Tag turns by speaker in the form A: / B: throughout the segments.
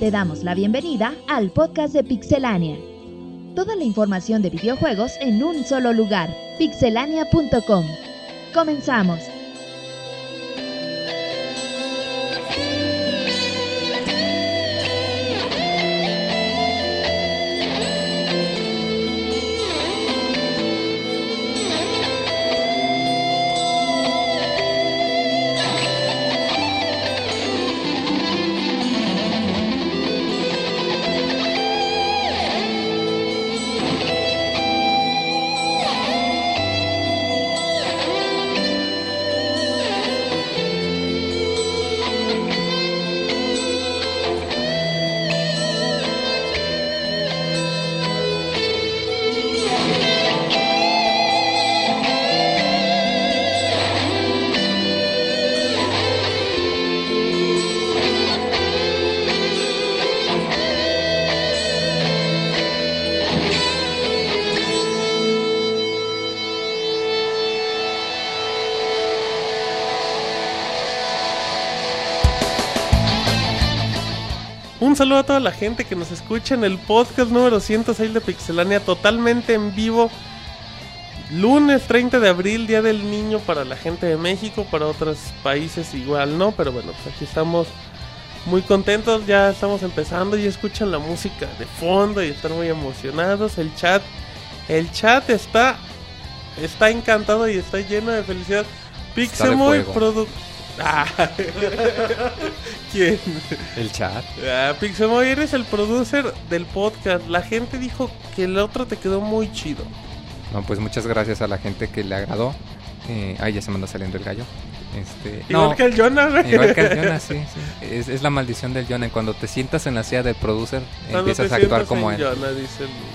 A: Te damos la bienvenida al podcast de Pixelania. Toda la información de videojuegos en un solo lugar, pixelania.com. Comenzamos.
B: Un saludo a toda la gente que nos escucha en el podcast número 106 de Pixelania, totalmente en vivo. Lunes 30 de abril, Día del Niño para la gente de México, para otros países igual no, pero bueno, pues aquí estamos muy contentos, ya estamos empezando y escuchan la música de fondo y están muy emocionados. El chat, el chat está, está encantado y está lleno de felicidad. Pixemoy
C: fuego.
B: Produ... Ah. ¿Quién?
C: El chat.
B: Ah, Pixemoy, eres el producer del podcast. La gente dijo que el otro te quedó muy chido.
C: No, pues muchas gracias a la gente que le agradó. Eh, ay, ya se me anda saliendo el gallo. Este,
B: Igual
C: no,
B: que el Jonah, güey.
C: igual que el Jonah, sí. sí. Es, es la maldición del Jonah. Cuando te sientas en la silla del producer,
B: Cuando
C: empiezas
B: te
C: a actuar
B: sientas
C: como
B: en
C: él.
B: Jonah, dice el güey.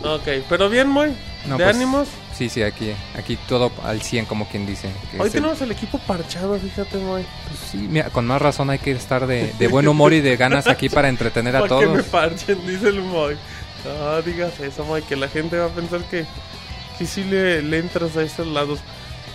B: Ok, pero bien, Moy.
C: No,
B: ¿De
C: pues,
B: ánimos?
C: Sí, sí, aquí, aquí todo al 100, como quien dice. que
B: Hoy
C: es el-
B: tenemos el equipo parchado, fíjate, Moy.
C: pues sí, mira, con más razón hay que estar de, de buen humor y de ganas aquí para entretener a
B: Para que me
C: todos.
B: parchen, dice el Moy. No digas eso, Moy, que la gente va a pensar que, que sí le, le entras a esos lados.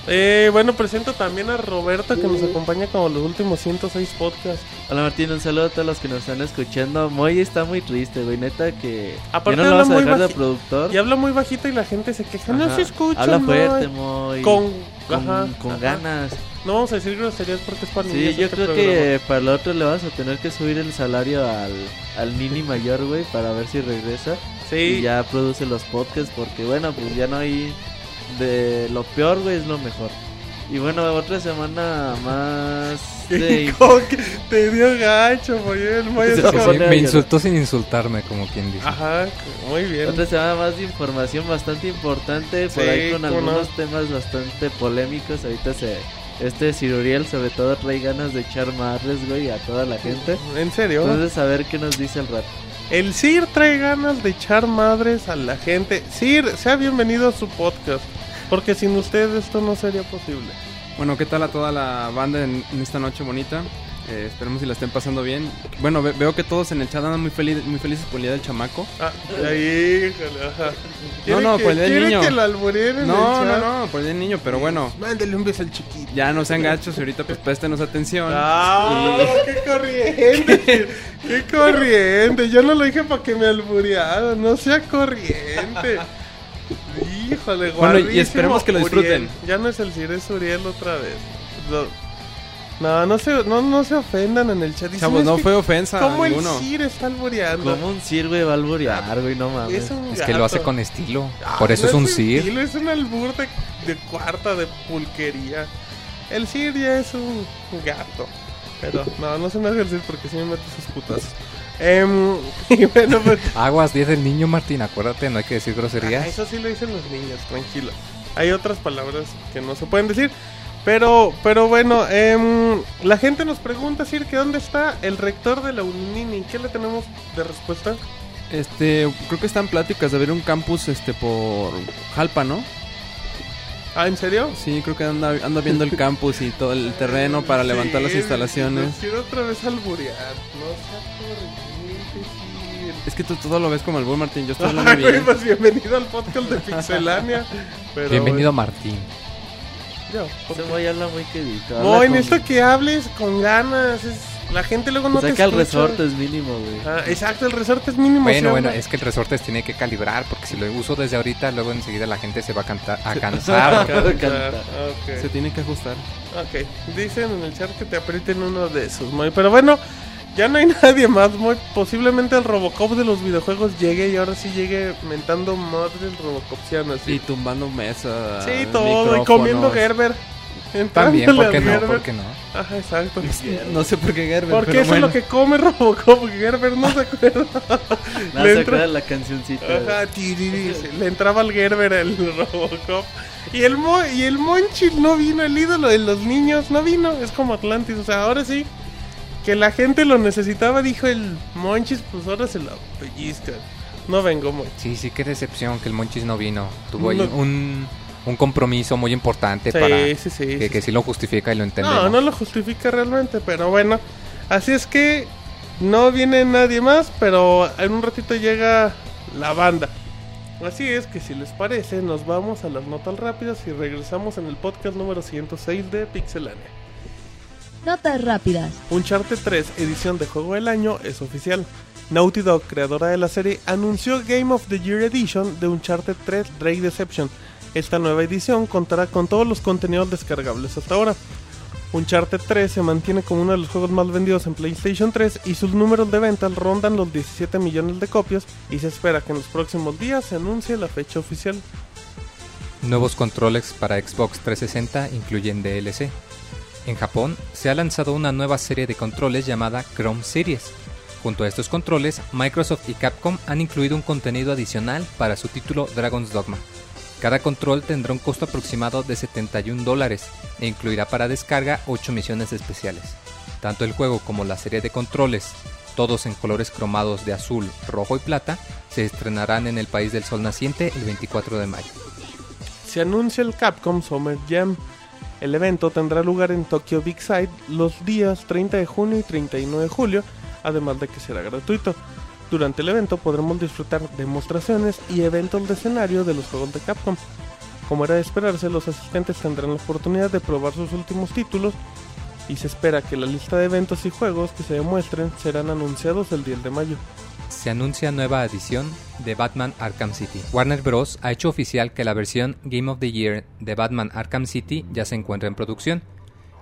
B: Eh, bueno, presento también a Roberto que nos acompaña como los últimos 106 podcasts.
D: Hola Martín, un saludo a todos los que nos están escuchando. Moy está muy triste, güey. Neta que.
B: Aparte
D: Aparte no lo
B: habla
D: vas a
B: muy
D: dejar de
B: baji-
D: productor.
B: Y habla muy bajito y la gente se queja. No
D: Ajá.
B: se escucha.
D: Habla
B: Moy.
D: fuerte, Moy.
B: Con,
D: Con-
B: ajá,
D: con
B: ajá.
D: ganas.
B: No vamos a decir groserías porque es para
D: Sí,
B: niños
D: yo
B: este
D: creo
B: programa.
D: que para el otro le vas a tener que subir el salario al, al Nini mayor, güey, para ver si regresa. Y
B: Sí,
D: ya produce los podcasts, porque bueno, pues ya no hay. De lo peor, güey, es lo mejor. Y bueno, otra semana más. de-
B: ¿Cómo que te dio gacho, Moy. El Moy es
D: Sí,
C: Sí,
B: como-
C: sí,
D: Jonah.
C: me insultó sin insultarme, como quien dice.
B: Ajá, muy bien.
D: Otra semana más de información bastante importante, por
B: Sí,
D: ahí con
B: cómo no.
D: algunos temas bastante polémicos. Ahorita se, este Ciruriel sobre todo trae ganas de echar madres, güey, a toda la gente.
B: En serio.
D: Entonces a ver qué nos dice el rap.
B: El Sir trae ganas de echar madres a la gente. Sir, sea bienvenido a su podcast. Porque sin usted esto no sería posible.
E: Bueno, ¿qué tal a toda la banda en, en esta noche bonita? Eh, esperemos si la estén pasando bien. Bueno, ve- veo que todos en el chat andan muy, feliz, muy felices por el día del chamaco.
B: Ah, ahí, híjole, ajá. ¿Quiere
E: no,
B: que,
E: por el del
B: quiere
E: niño.
B: que lo albureen en
E: No,
B: el
E: no,
B: chat?
E: no, por el día del niño, pero bueno,
B: Mándale un beso al chiquito.
E: ya no sean gachos y ahorita pues préstenos atención.
B: ¡Ah! ¡Qué corriente! ¡Qué corriente! Yo no lo dije para que me alburearan. No sea corriente. Híjole,
E: Bueno, y
B: guarrísimo,
E: esperemos que lo disfruten.
B: Uriel. Ya no es el Cire, es Uriel otra vez. Lo- No, no se, no, no se ofendan en el chat. Dicen,
E: Chavos,
B: "Es
E: no
B: que
E: fue ofensa a
B: ¿Cómo
E: ninguno.
B: el Cire está albureando?
D: Como un sir, güey, va a alborear, güey, no mames.
B: Es, un
C: Es que lo hace
B: gato.
C: con estilo.
B: Ah,
C: Por eso
B: no
C: es un
B: estilo,
C: sir.
B: Es un albur de, de cuarta, de pulquería. El Sir ya es un gato. Pero no, no se me hace el Sir porque si me mete sus putas. Em, y bueno, pues.
C: Aguas 10 del niño, Martín. Acuérdate, no hay que decir
B: Ah,
C: groserías.
B: eso sí lo dicen los niños, tranquilo. Hay otras palabras que no se pueden decir. Pero, pero bueno, em, la gente nos pregunta, Sir, que dónde está el rector de la UNINI. ¿Qué le tenemos de respuesta?
E: Este, creo que están pláticas de abrir un campus este por Jalpa, ¿no?
B: Ah, ¿en serio?
E: Sí, creo que anda, anda viendo el campus y todo el terreno para levantar las
B: Sí,
E: instalaciones.
B: Nos quiero otra vez alburear. No sea corriente, sí.
E: Es que tú todo lo ves como el buen Martín, yo estoy hablando
B: Ay, güey,
E: bien.
B: pues bienvenido al podcast de Pixelania. Pero,
C: Bienvenido, Martín.
B: bueno, yo,
D: Ese
B: porque-
D: güey habla muy quedito. habla
B: No, en
D: con-
B: esto que hables con ganas. Es La gente luego no
D: o sea
B: te
D: que al
B: escucha.
D: Pues resorte es mínimo, güey.
B: Ah, exacto, el resorte es mínimo. se
C: Bueno, bueno,
B: habla.
C: es que el resorte se tiene que calibrar porque si lo uso desde ahorita, luego enseguida la gente se va a, cantar, a
B: Ah,
C: cansar.
B: Canta,
E: Se
B: ok,
E: tiene que ajustar.
B: ok. Dicen en el chat que te aprieten uno de esos, Moy. Pero bueno, ya no hay nadie más, Moy. Posiblemente el Robocop de los videojuegos llegue y ahora sí llegue mentando madre el Robocopsiano.
E: Y
B: Así.
E: tumbando mesas.
B: sí, todo. Y comiendo Gerber.
C: ah, También,
B: Entrándole
C: ¿por qué
B: al
C: no?
B: Gerber.
C: ¿Por qué no?
B: Ajá, exacto.
E: No sé por qué Gerber.
B: Porque
E: pero
B: eso
E: bueno.
B: es lo que come Robocop. Gerber no se acuerda.
D: Nada,
B: Le
D: se
B: entra-
D: acuerda la cancioncita.
B: Ajá, tiriri, se- le entraba al Gerber el Robocop. Y el, Mo- y el Monchil no vino, el ídolo de los niños no vino. Es como Atlantis, o sea, ahora sí. Que la gente lo necesitaba, dijo el Monchis, pues ahora se la pellizcan. No vengo, Monchis.
C: Sí, sí, qué decepción que el Monchis no vino. Tuvo ahí
B: No.
C: un, un compromiso muy importante
B: Sí,
C: para
B: sí, sí, sí,
C: que, que sí lo justifica y lo entendemos.
B: No, no lo justifica realmente, pero bueno. Así es que no viene nadie más, pero en un ratito llega la banda. Así es que si les parece, nos vamos a las notas rápidas y regresamos en el podcast número 106 de Pixelania.
A: Notas rápidas.
B: Uncharted 3, edición de juego del año, es oficial. Naughty Dog, creadora de la serie, anunció Game of the Year Edition de Uncharted 3 Drake Deception. Esta nueva edición contará con todos los contenidos descargables hasta ahora. Uncharted 3 se mantiene como uno de los juegos más vendidos en PlayStation 3 y sus números de ventas rondan los 17 millones de copias y se espera que en los próximos días se anuncie la fecha oficial.
C: Nuevos controles para Xbox 360 incluyen DLC. En Japón se ha lanzado una nueva serie de controles llamada Chrome Series. Junto a estos controles, Microsoft y Capcom han incluido un contenido adicional para su título Dragon's Dogma. Cada control tendrá un costo aproximado de 71 dólares e incluirá para descarga 8 misiones especiales. Tanto el juego como la serie de controles, todos en colores cromados de azul, rojo y plata, se estrenarán en el país del sol naciente el 24 de mayo.
B: se anuncia el Capcom Summer Jam. El evento tendrá lugar en Tokyo Big Sight los días 30 de junio y 31 de julio, además de que será gratuito. Durante el evento podremos disfrutar demostraciones y eventos de escenario de los juegos de Capcom. Como era de esperarse, los asistentes tendrán la oportunidad de probar sus últimos títulos y se espera que la lista de eventos y juegos que se demuestren serán anunciados el 10 de mayo.
C: se anuncia nueva edición de Batman Arkham City. Warner Bros. ha hecho oficial que la versión Game of the Year de Batman Arkham City ya se encuentra en producción.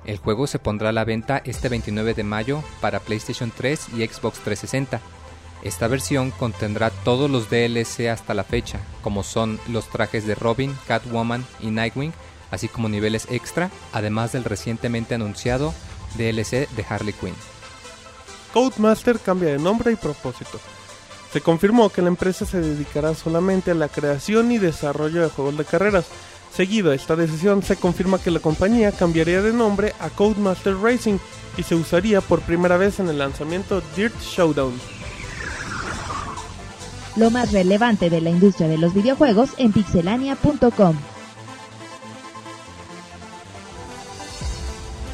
C: El juego se pondrá a la venta este 29 de mayo para PlayStation 3 y Xbox 360. Esta versión contendrá todos los DLC hasta la fecha, como son los trajes de Robin, Catwoman y Nightwing, así como niveles extra, además del recientemente anunciado DLC de Harley Quinn.
B: Codemaster cambia de nombre y propósito. Se confirmó que la empresa se dedicará solamente a la creación y desarrollo de juegos de carreras. Seguido a esta decisión, se confirma que la compañía cambiaría de nombre a Codemaster Racing y se usaría por primera vez en el lanzamiento Dirt Showdown.
A: Lo más relevante de la industria de los videojuegos en pixelania.com.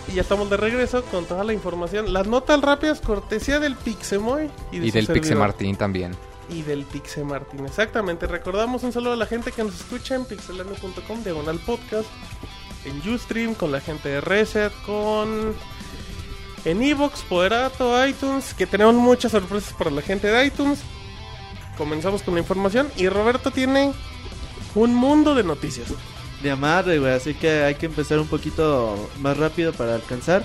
B: Y ya estamos de regreso con toda la información. Las notas rápidas, cortesía del Pixemoy y, de
C: Y
B: su
C: del
B: servidor.
C: Pixel Martín también.
B: y del Pixe Martín. Exactamente, recordamos un saludo a la gente que nos escucha en pixelano.com, diagonal podcast, en Ustream, con la gente de Reset, con. en Evox, Poderato, iTunes, que tenemos muchas sorpresas para la gente de iTunes. Comenzamos con la información y Roberto tiene un mundo de noticias.
D: de amarre, güey. Así que hay que empezar un poquito más rápido para alcanzar.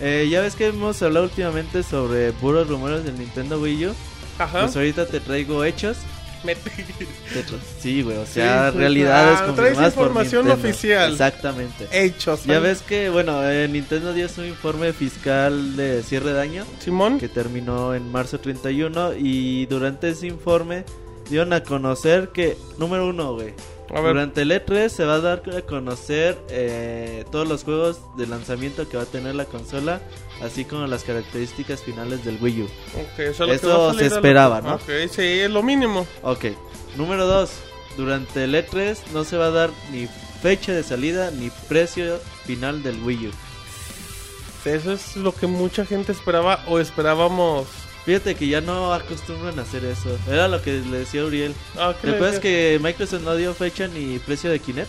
D: Eh, ya ves que hemos hablado últimamente sobre puros rumores del Nintendo Wii U.
B: Ajá.
D: Pues ahorita te traigo hechos.
B: Me-
D: Te tra- sí, güey. O sea,
B: Sí, sí,
D: realidades
B: claro, traes
D: confirmadas por
B: información
D: Nintendo.
B: oficial.
D: Exactamente.
B: Hechos.
D: Ya ves que, bueno, eh, Nintendo dio su informe fiscal de cierre de año
B: Simón.
D: que terminó en marzo 31 y durante ese informe dieron a conocer que, número uno, güey,
B: A ver.
D: durante el E3 se va a dar a conocer eh, todos los juegos de lanzamiento que va a tener la consola, así como las características finales del Wii U.
B: ok, eso es lo que
D: eso
B: va a salir
D: se
B: a la-
D: esperaba, ¿no?
B: Ok, sí, es lo mínimo.
D: Ok, número 2. Durante el E3 no se va a dar ni fecha de salida ni precio final del Wii U.
B: Eso es lo que mucha gente esperaba o esperábamos.
D: Fíjate que ya no acostumbran a hacer eso. Era lo que le decía Uriel.
B: Ah, ¿qué
D: ¿Te
B: le decías?
D: acuerdas que Microsoft no dio fecha ni precio de Kinect?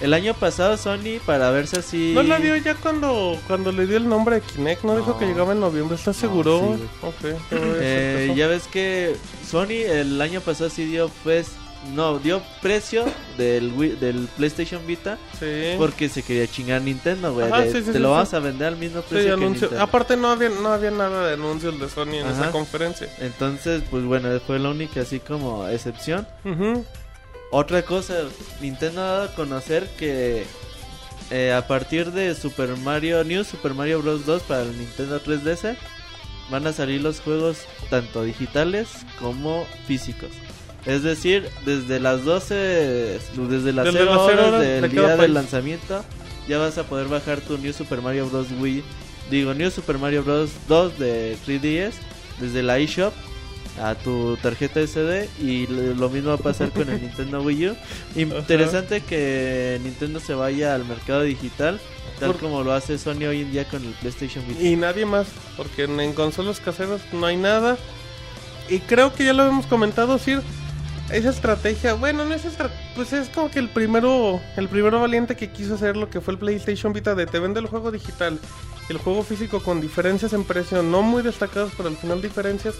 D: El año pasado Sony, para verse así...
B: ¿No la dio ya cuando, cuando le dio el nombre de Kinect? ¿No, dijo
D: No.
B: que llegaba en noviembre? ¿Estás seguro?
D: sí,
B: güey?
D: güey.
B: ok. todo eso
D: Eh,
B: empezó.
D: ya ves que Sony el año pasado sí dio pues no dio precio del Wii- del PlayStation Vita
B: Sí.
D: porque se quería chingar Nintendo, güey.
B: Ajá,
D: de-
B: sí, sí,
D: te
B: sí,
D: lo
B: sí.
D: vas a vender al mismo
B: Sí,
D: precio que
B: anuncio-
D: Nintendo.
B: Aparte no había, no había nada de anuncios de Sony en
D: Ajá.
B: esa conferencia.
D: Entonces, pues bueno, fue la única así como excepción.
B: Ujú.
D: Otra cosa, Nintendo ha dado a conocer que eh, a partir de Super Mario New Super Mario Bros 2 para el Nintendo 3DS van a salir los juegos tanto digitales como físicos. Es decir, desde las 12 desde las
B: Desde las
D: 0
B: cero
D: horas,
B: horas de cada
D: del día
B: país.
D: del lanzamiento ya vas a poder bajar tu New Super Mario Bros Wii, digo New Super Mario Bros 2 de 3DS desde la eShop a tu tarjeta SD y lo lo mismo va a pasar con el Nintendo Wii U. Interesante que Nintendo se vaya al mercado digital, tal
B: Por-
D: como lo hace Sony hoy en día con el PlayStation Vita.
B: Y nadie más, porque en, en consolas caseras no hay nada. Y creo que ya lo hemos comentado, Sir. Esa estrategia, bueno, no es estra- pues es como que el primero, el primero valiente que quiso hacer lo que fue el PlayStation Vita de te vende el juego digital, el juego físico con diferencias en precio, no muy destacadas, pero al final diferencias.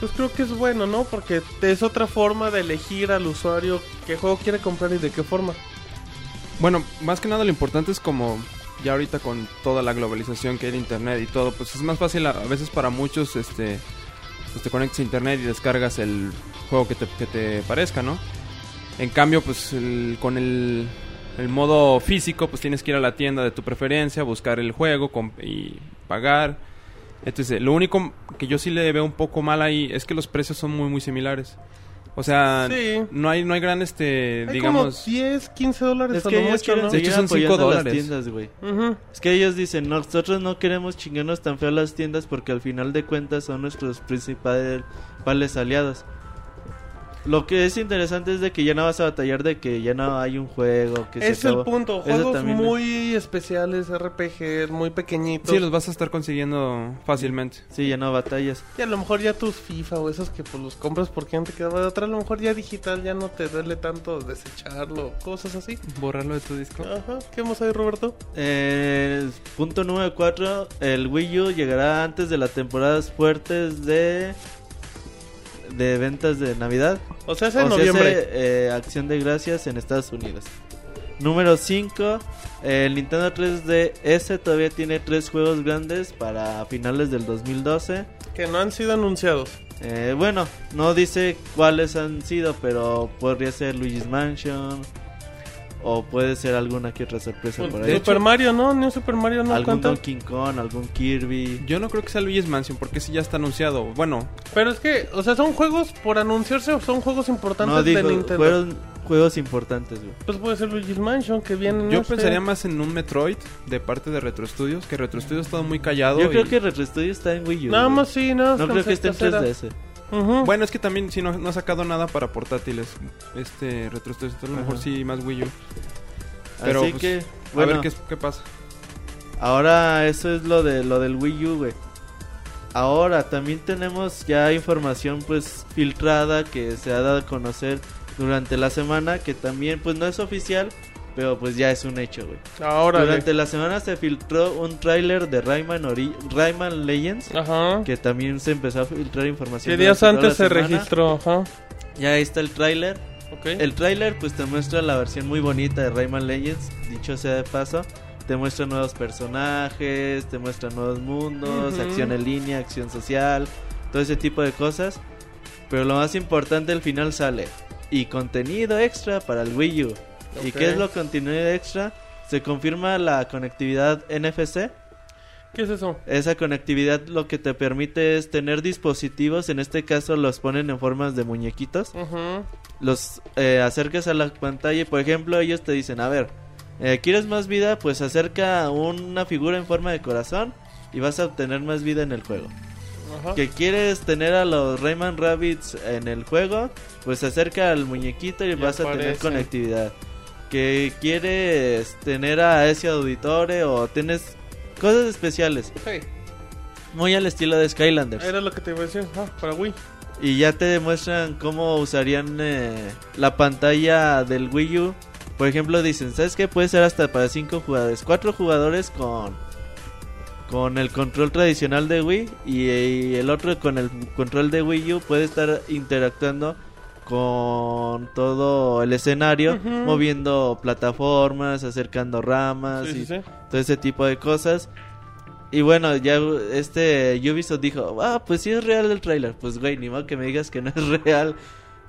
B: Pues creo que es bueno, ¿no? Porque es otra forma de elegir al usuario qué juego quiere comprar y de qué forma.
E: Bueno, más que nada lo importante es como ya ahorita con toda la globalización que hay de internet y todo, pues es más fácil a, a veces para muchos, este, pues te conectas a internet y descargas el juego que te, que te parezca, ¿no? En cambio, pues el- con el, el modo físico, pues tienes que ir a la tienda de tu preferencia, buscar el juego comp- y pagar. Entonces, eh, lo único que yo sí le veo un poco mal ahí es que los precios son muy, muy similares. O sea,
D: Ah,
B: Sí.
E: no hay no hay gran, este,
B: Hay
E: digamos...
B: como 10, 15 dólares
D: Es
B: a
D: que
B: lo
D: ellos
B: mucho,
D: quieren
B: ¿no?
E: De hecho,
D: seguir
E: son cinco
D: apoyando a las
E: dólares.
D: tiendas, güey.
B: Ujú.
D: Es que ellos dicen, nosotros no queremos chingarnos tan feo a las tiendas porque al final de cuentas son nuestros principales principales aliados. Lo que es interesante es de que ya no vas a batallar de que ya no hay un juego que se
B: es el
D: acabó.
B: punto,
D: Eso
B: juegos
D: también, ¿no?
B: muy especiales, RPGs, muy pequeñitos.
E: Sí, los vas a estar consiguiendo fácilmente.
D: Sí, ya no batallas.
B: Y a lo mejor ya tus FIFA o esos que pues, los compras porque antes quedaba de otra, a lo mejor ya digital ya no te duele tanto desecharlo, cosas así.
E: Borrarlo de tu disco.
B: Ajá, ¿qué más hay, Roberto?
D: Eh, punto número 4. El Wii U llegará antes de las temporadas fuertes de, de ventas de Navidad.
B: O sea, es
D: O
B: en
D: sea,
B: noviembre.
D: hace, eh, acción de gracias en Estados Unidos. Número 5. El Nintendo 3DS todavía tiene tres juegos grandes para finales del 2012.
B: Que no han sido anunciados.
D: Eh, bueno, no dice cuáles han sido, pero podría ser Luigi's Mansion. O puede ser alguna que otra sorpresa por ahí.
B: Super Mario, ¿no? Ni un Super Mario no
D: algún
B: cuenta.
D: Donkey Kong, algún Kirby.
E: Yo no creo que sea Luigi's Mansion porque ese ya está anunciado. Bueno,
B: Pero es que, o sea, son juegos por anunciarse o son juegos importantes
D: No,
B: de
D: digo,
B: Nintendo.
D: fueron juegos importantes, güey.
B: Pues puede ser Luigi's Mansion, que viene. este.
E: yo
B: no sé.
E: pensaría más en un Metroid de parte de Retro Studios, que Retro Studios ha estado muy callado.
D: Yo creo
E: y-
D: que Retro Studio está en Wii U.
B: Nada
D: güey.
B: más sí, nada más
D: No creo que esté en
B: caseras.
D: 3DS.
B: Ujú.
E: Bueno, es que también si no, no ha sacado nada para portátiles, este Retro Studios, entonces a lo mejor
D: Ajá.
E: sí más Wii U. Pero,
D: Así
E: pues,
D: que,
E: a
D: bueno,
E: ver qué, qué pasa.
D: ahora eso es lo, de, lo del Wii U, güey. Ahora también tenemos ya información pues filtrada que se ha dado a conocer durante la semana, que también pues no es oficial, pero pues ya es un hecho, güey.
B: Ahora.
D: Durante la semana se filtró un tráiler de Rayman, Ori- Rayman Legends,
B: Ajá.
D: que también se empezó a filtrar información.
B: Que días
D: durante toda
B: antes se
D: la semana.
B: registró, ajá.
D: Ya ahí está el tráiler.
B: Ok.
D: El tráiler pues te muestra la versión muy bonita de Rayman Legends, dicho sea de paso. Te muestra nuevos personajes, te muestra nuevos mundos,
B: Ujú.
D: acción en línea, acción social, todo ese tipo de cosas. Pero lo más importante al final sale. Y contenido extra para el Wii U. ¿Y
B: Ok.
D: qué es lo contenido extra? Se confirma la conectividad NFC.
B: ¿Qué es eso?
D: Esa conectividad lo que te permite es tener dispositivos, en este caso los ponen en formas de muñequitos
B: Ujú.
D: los eh, acercas a la pantalla y por ejemplo ellos te dicen, a ver, eh, ¿quieres más vida? Pues acerca una figura en forma de corazón y vas a obtener más vida en el juego.
B: Ajá.
D: ¿Que quieres tener a los Rayman Rabbits en el juego? Pues acerca al muñequito y,
B: Y
D: vas a tener
B: aparece.
D: conectividad. ¿Que quieres tener a ese auditore o tienes cosas especiales?
B: Sí,
D: Muy al estilo de Skylanders.
B: era lo que te iba a decir. Ah, para Wii.
D: Y ya te demuestran cómo usarían eh, la pantalla del Wii U Por ejemplo, dicen, ¿sabes qué? Puede ser hasta para cinco jugadores. Cuatro jugadores con con el control tradicional de Wii y, y el otro con el control de Wii U puede estar interactuando con todo el escenario,
B: Ujú.
D: moviendo plataformas, acercando
E: Ah,
D: ramas
B: Sí,
D: y
B: sí, sí.
D: todo ese tipo de cosas. Y bueno, ya este Ubisoft dijo, ah, pues sí es real el tráiler. Pues güey, ni modo que me digas que no es real.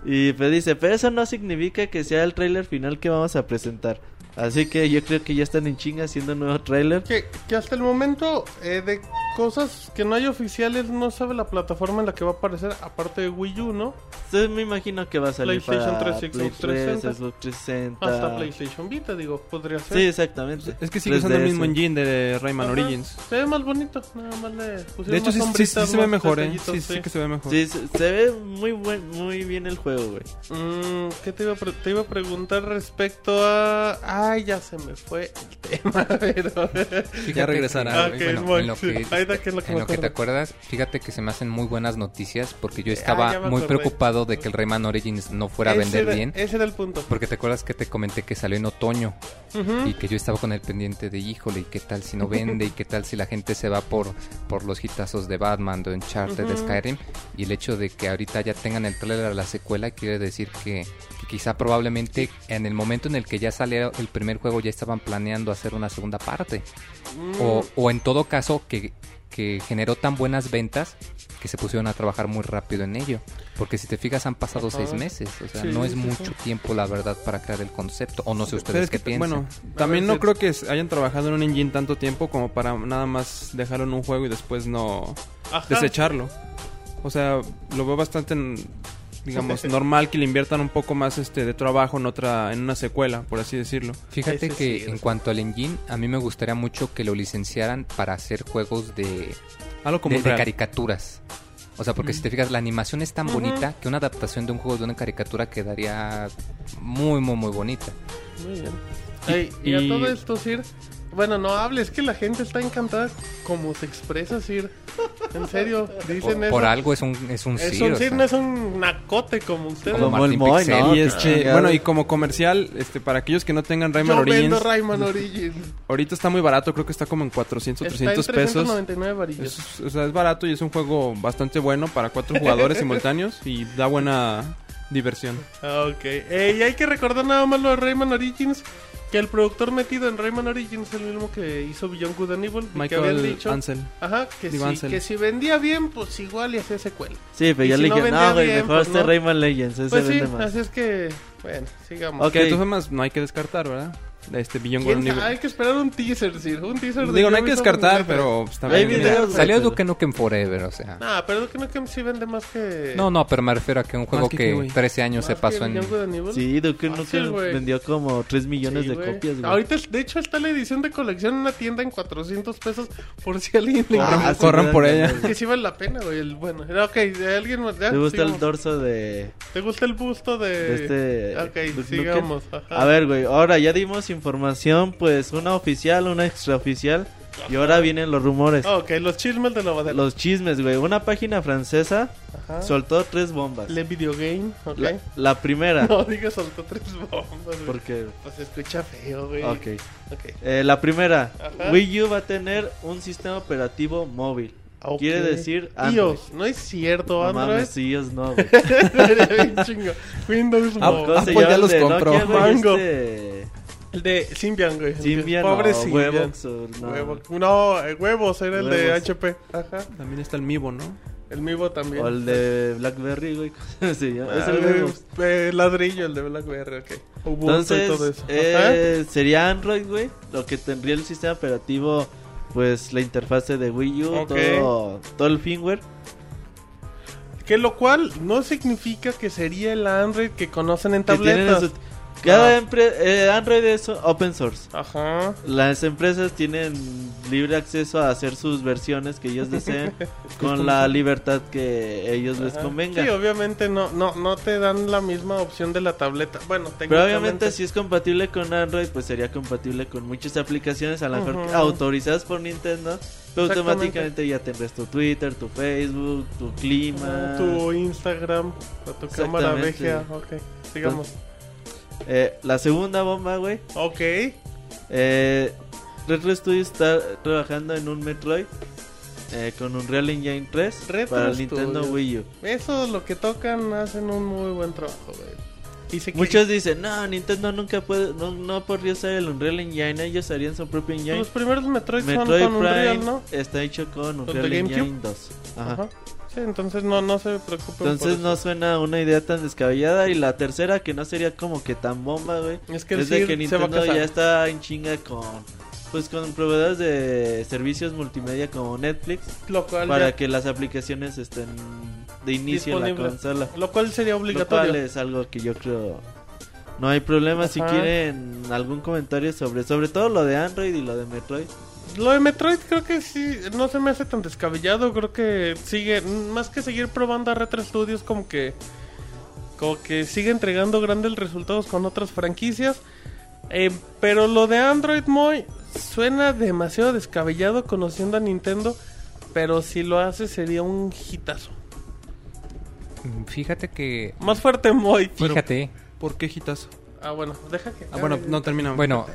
D: Y pues dice, pero eso no significa que sea el tráiler final que vamos a presentar. Así que yo creo que ya están en chinga haciendo un nuevo tráiler.
B: Que, que hasta el momento eh, de cosas que no hay oficiales no sabe la plataforma en la que va a aparecer, aparte de Wii U, ¿no?
D: Entonces me imagino que va a salir
B: PlayStation
D: para
B: 3,
D: Play
B: Xbox
D: 3,
B: 360.
D: Xbox 360.
B: Hasta PlayStation Vita, digo, podría ser.
D: Sí, exactamente.
E: Ah. Es que sigue usando el
D: 3DS.
E: mismo engine de Rayman
B: Ajá.
E: Origins.
B: Se ve más bonito, nada más le pusieron
E: De hecho,
B: más
E: sí, sí- sí
B: sombritas,
E: se ve
B: más
E: mejor, ¿eh?
B: detallitos,
E: Sí, sí que se ve mejor.
D: Sí, se, se ve muy buen, muy bien el juego, güey.
B: Mm, ¿Qué te iba, a pre- te iba a preguntar respecto a...? Ay, ya se me fue el tema, pero...
C: Fíjate
B: Ah,
C: regresará.
B: ok,
C: bueno,
B: es bueno.
C: en lo que,
B: Ahí está, que es lo que
C: en
B: me
C: lo que te
B: acuerdo.
C: acuerdas, fíjate que se me hacen muy buenas noticias porque yo
B: Ah,
C: estaba
B: ya me
C: muy
B: acordé.
C: preocupado de que el Rayman Origins no fuera a
B: Ese
C: vender
B: era-
C: bien.
B: Ese era el punto.
C: Porque te acuerdas que te comenté que salió en otoño
B: Ujú.
C: y que yo estaba con el pendiente de híjole, ¿y qué tal si no vende? ¿Y qué tal si la gente se va por, por los hitazos de Batman, de Uncharted, de
B: Ujú.
C: Skyrim? Y el hecho de que ahorita ya tengan el trailer a la secuela quiere decir que, que quizá probablemente en el momento en el que ya salió el primer juego ya estaban planeando hacer una segunda parte.
B: Mm,
C: O, o en todo caso, que, que generó tan buenas ventas que se pusieron a trabajar muy rápido en ello. Porque si te fijas, han pasado
B: Ajá.
C: seis meses. O sea,
B: Sí,
C: no es
B: sí,
C: mucho tiempo, la verdad, para crear el concepto. O no sé
E: Pero
C: ustedes
E: Pues es
C: qué
E: que,
C: piensan.
E: bueno, también
B: ver,
E: no
B: sí.
E: creo que hayan trabajado en un engine tanto tiempo como para nada más dejarlo en un juego y después no
B: ajá.
E: desecharlo. O sea, lo veo bastante, en- digamos, normal que le inviertan un poco más este de trabajo en otra, en una secuela, por así decirlo.
C: Fíjate
B: Ese
C: que
B: sí,
C: en
B: ese.
C: cuanto al engine, a mí me gustaría mucho que lo licenciaran para hacer juegos de,
E: Algo como
C: de-
E: un
C: de
E: real.
C: caricaturas. O sea, porque si te fijas, la animación es tan
B: Ujú.
C: bonita que una adaptación de un juego de una caricatura quedaría muy, muy, muy bonita.
B: Muy bien. Ey, y, a
E: y-
B: todo esto, Sir. Bueno, no hables, que la gente está encantada como se expresa, Sir. En serio,
C: Por,
B: dicen eso.
C: por algo es un, es un
B: es
C: sí,
B: un
C: o
B: Sir,
C: sea.
B: no es un nacote como ustedes.
C: Como
D: Como el
C: Martín
D: Moy,
B: Ah,
C: Pixel.
D: ¿no?
E: Y
D: Qué
E: este,
D: chingado.
E: bueno, y como comercial, este para aquellos que no tengan Rayman
B: Yo
E: Origins,
B: vendo Rayman Origins.
E: ahorita está muy barato, creo que está como en 400 o
B: Está en
E: 300 pesos.
B: 399 varillas.
E: Es, o sea, es barato y es un juego bastante bueno para cuatro jugadores simultáneos y da buena diversión.
B: Ah, ok. Eh, y hay que recordar nada más lo de Rayman Origins. Que el productor metido en Rayman Origins es el mismo que hizo Beyond Good and Evil. y que habían
E: Michael
B: dicho.
E: Ansel.
B: Ajá, que
E: Digo,
B: si,
E: Ansel.
B: que si vendía bien, pues igual y hacía secuela.
D: Sí, pero
B: Y
D: ya
B: si
D: le
B: no
D: dije,
B: vendía
D: no, güey,
B: bien,
D: mejor
B: pues,
D: este
B: no".
D: Rayman Legends, ese
B: Pues sí,
D: vende más.
B: así es que, bueno, sigamos.
D: Ok.
E: De todas formas, no hay que descartar, ¿verdad? Este Beyond
B: ¿Quién
E: Golden
B: sabe? Hay que esperar un teaser, sí, un teaser de
E: Digo, no hay que
B: Ubisoft
E: descartar,
B: Unlimited.
E: pero pues,
D: Hay
E: también... mira,
D: videos, güey,
C: Salió
D: pero-
C: Duke Nukem Forever, o sea.
B: Nah, pero Duke Nukem sí vende más que...
C: No, no, pero me refiero a que un juego
E: que
C: que,
E: qué, güey.
C: 13 años
B: más
C: se
B: que
C: pasó en...
B: Young and Evil.
D: Sí, Duke
B: Fácil,
D: Nukem
B: güey.
D: vendió como 3 millones
B: Sí,
D: de
B: güey.
D: copias, güey.
B: Ahorita, de hecho, está la edición de colección en una tienda en 400 pesos por si alguien le
E: Ah,
B: interesa.
E: sí, corran
D: me dan
E: por
D: ganas,
E: ella.
D: güey.
B: Que sí vale la pena, güey. el- Bueno, era ok, de alguien más. ya,
D: ¿Te gusta el
B: sigamos.
D: dorso de,
B: ¿Te gusta el busto
D: de
B: de...?
D: este? Duke
B: Eh, Ok,
D: Nukem?
B: sigamos. ajá.
D: A ver, güey, ahora ya dimos información, pues una oficial, una extraoficial, y ahora vienen los rumores.
B: Ok, los chismes de la badela.
D: Los chismes, güey. Una página francesa
B: Ajá.
D: soltó tres bombas.
B: Ah. Le videogame, ok.
D: La, la primera,
B: No, diga soltó tres bombas, güey.
D: porque...
B: Pues se escucha feo, güey.
D: Ok.
B: Ok.
D: Eh, la primera,
B: Ajá.
D: Wii U va a tener un sistema operativo móvil.
B: Ah, ok.
D: Quiere decir Android.
B: iOS, no es cierto,
D: No
B: Android.
D: mames, iOS no, güey.
B: Bien chingo. Windows
E: Ah,
B: Mobile.
D: ¿Cómo se
E: Apple
D: llama
E: ya
D: el
E: los
D: de
E: compró.
D: Nokia, güey?
B: Mango.
D: Este,
B: El de Symbian, güey.
D: Symbian
B: Pobre
D: o
B: Symbian.
D: Webox o no.
B: Huevo- No, eh, huevos era el de
D: Huevos.
B: HP. Ajá.
E: También está el Mibo, ¿no?
B: El Mivo también.
D: O el de Blackberry, güey. ¿cómo se llama?
B: Ah,
D: Es el
B: eh,
D: Webox.
B: eh, ladrillo, el de BlackBerry, ok. Ubuntu y todo
D: Entonces,
B: eso. Ajá.
D: eh, sería Android, güey. Lo que tendría el sistema operativo, pues la interfase de Wii U,
B: Ok.
D: todo, todo el firmware.
B: Que lo cual no significa que sería el Android que conocen en
D: que tienen en
B: tabletas.
D: su- Cada
B: Ah.
D: empre- eh, Android es open source.
B: Ajá.
D: Las empresas tienen libre acceso a hacer sus versiones que ellos deseen con la libertad que ellos Pues les
B: Ajá.
D: convenga.
B: Sí, obviamente no, no, no te dan la misma opción de la tableta. Bueno,
D: Pero
B: técnicamente.
D: obviamente si es compatible con Android, pues sería compatible con muchas aplicaciones, a lo mejor
B: Ujú.
D: autorizadas por Nintendo, pero
B: Exactamente.
D: automáticamente ya tendrás tu Twitter, tu Facebook, tu clima.
B: Ah, Tu Instagram, o tu cámara
D: Exactamente. Pues
B: VGA, ok. Sigamos.
D: Eh, la segunda bomba, güey.
B: Ok.
D: Eh, Retro Studio está trabajando en un Metroid eh, con Unreal Engine 3
B: Retro
D: para el Nintendo
B: Studios.
D: Wii U.
B: Eso lo que tocan hacen un muy buen trabajo, güey. Dice que-
D: Muchos dicen, no, Nintendo nunca puede, no, no podría usar el Unreal Engine, ellos harían su propio engine.
B: Los primeros Metroid,
D: Metroid
B: son Pues, con
D: Prime
B: Unreal, ¿no?
D: está hecho con
B: ¿Con
D: Unreal
B: tu GameCube?
D: Engine 2. Ajá.
B: Ajá. Sí, entonces no, no se preocupen. por
D: Entonces
B: eso.
D: no suena una idea tan descabellada. Y la tercera, que no sería como que tan bomba, güey.
B: Es que el
D: es de
B: Sir
D: que
B: se va a
D: Nintendo
B: casar.
D: ya está en chinga con. Pues con proveedores de servicios multimedia como Netflix.
B: Lo cual,
D: para
B: ya-
D: que las aplicaciones estén de inicio en la
B: Disponible.
D: consola.
B: lo cual sería
D: Lo cual
B: obligatorio.
D: es algo que yo creo. No hay problema si
B: Ajá.
D: quieren algún comentario sobre sobre todo lo de Android y lo de Metroid.
B: Lo de Metroid creo que sí, no se me hace tan descabellado. Creo que sigue, más que seguir probando a Retro Studios, como que, como que sigue entregando grandes resultados con otras franquicias. Eh, pero lo de Android Moy suena demasiado descabellado conociendo a Nintendo. Pero si lo hace sería un hitazo.
C: Mm, Fíjate que.
B: Más fuerte Moy.
E: Pero-
C: Fíjate.
E: ¿Por qué Gitazo?
B: Ah, bueno, deja que.
E: Ah, bueno, no terminamos.
C: Bueno,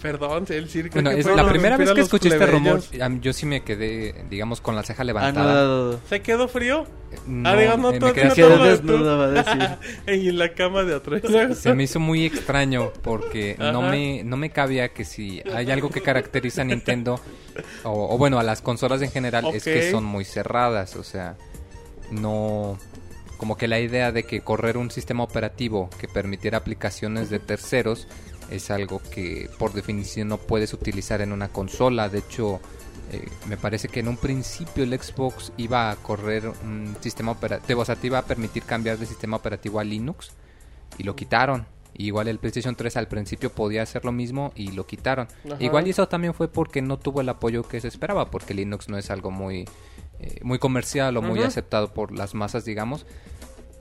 B: Perdón, el circo.
C: bueno,
B: que
C: es
B: fue
C: la
B: lo
C: primera vez
B: inspira
C: que
B: a los
C: escuché este rumor,
B: plebeyos. Ah,
C: am- yo sí me quedé, digamos, con la ceja
E: Ah,
D: Ah,
C: levantada.
D: Anodado.
B: ¿Se quedó frío?
C: No,
B: Ah, digo, no,
C: eh,
B: tú-
C: me quedé
B: no
C: así
B: te
C: de-
B: lo-
D: desnuda, va a decir.
B: en la cama de atrás.
C: Se me hizo muy extraño porque no
B: Ajá.
C: me, no me cabía que si hay algo que caracteriza a Nintendo o, o bueno, a las consolas en general es
B: Ok.
C: que son muy cerradas, o sea, no como que la idea de que correr un sistema operativo que permitiera aplicaciones de terceros es algo que por definición no puedes utilizar en una consola, de hecho eh, me parece que en un principio el Xbox iba a correr un sistema operativo, o sea, te iba a permitir cambiar de sistema operativo a Linux y lo quitaron. Y igual el PlayStation 3 al principio podía hacer lo mismo y lo quitaron.
B: Ajá.
C: Igual y eso también fue porque no tuvo el apoyo que se esperaba, porque Linux no es algo muy, eh, muy comercial o muy
B: Ujú.
C: aceptado por las masas, digamos.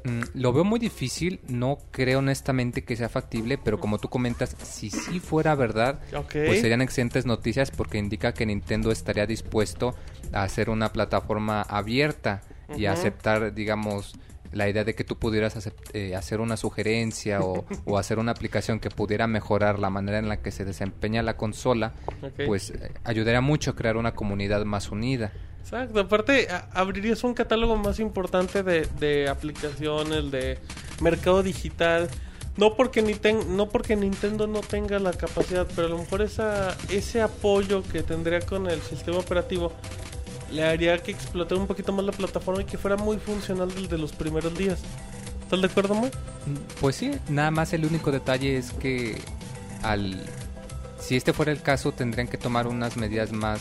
C: Mm, lo veo muy difícil, no creo honestamente que sea factible, pero como tú comentas, si sí fuera verdad,
B: Ok.
C: pues serían excelentes noticias porque indica que Nintendo estaría dispuesto a hacer una plataforma abierta y a
B: Ujú.
C: aceptar, digamos, la idea de que tú pudieras acep- eh, hacer una sugerencia o, o hacer una aplicación que pudiera mejorar la manera en la que se desempeña la consola,
B: Ok.
C: pues eh, ayudaría mucho a crear una comunidad más unida.
B: Exacto, aparte a- abrirías un catálogo más importante de, de aplicaciones, de mercado digital. No porque, Niten- no porque Nintendo no tenga la capacidad, pero a lo mejor esa, ese apoyo que tendría con el sistema operativo le haría que explotara un poquito más la plataforma y que fuera muy funcional desde los primeros días. ¿Estás de acuerdo, Mo?
C: Mm, Pues sí, nada más el único detalle es que al si este fuera el caso tendrían que tomar unas medidas más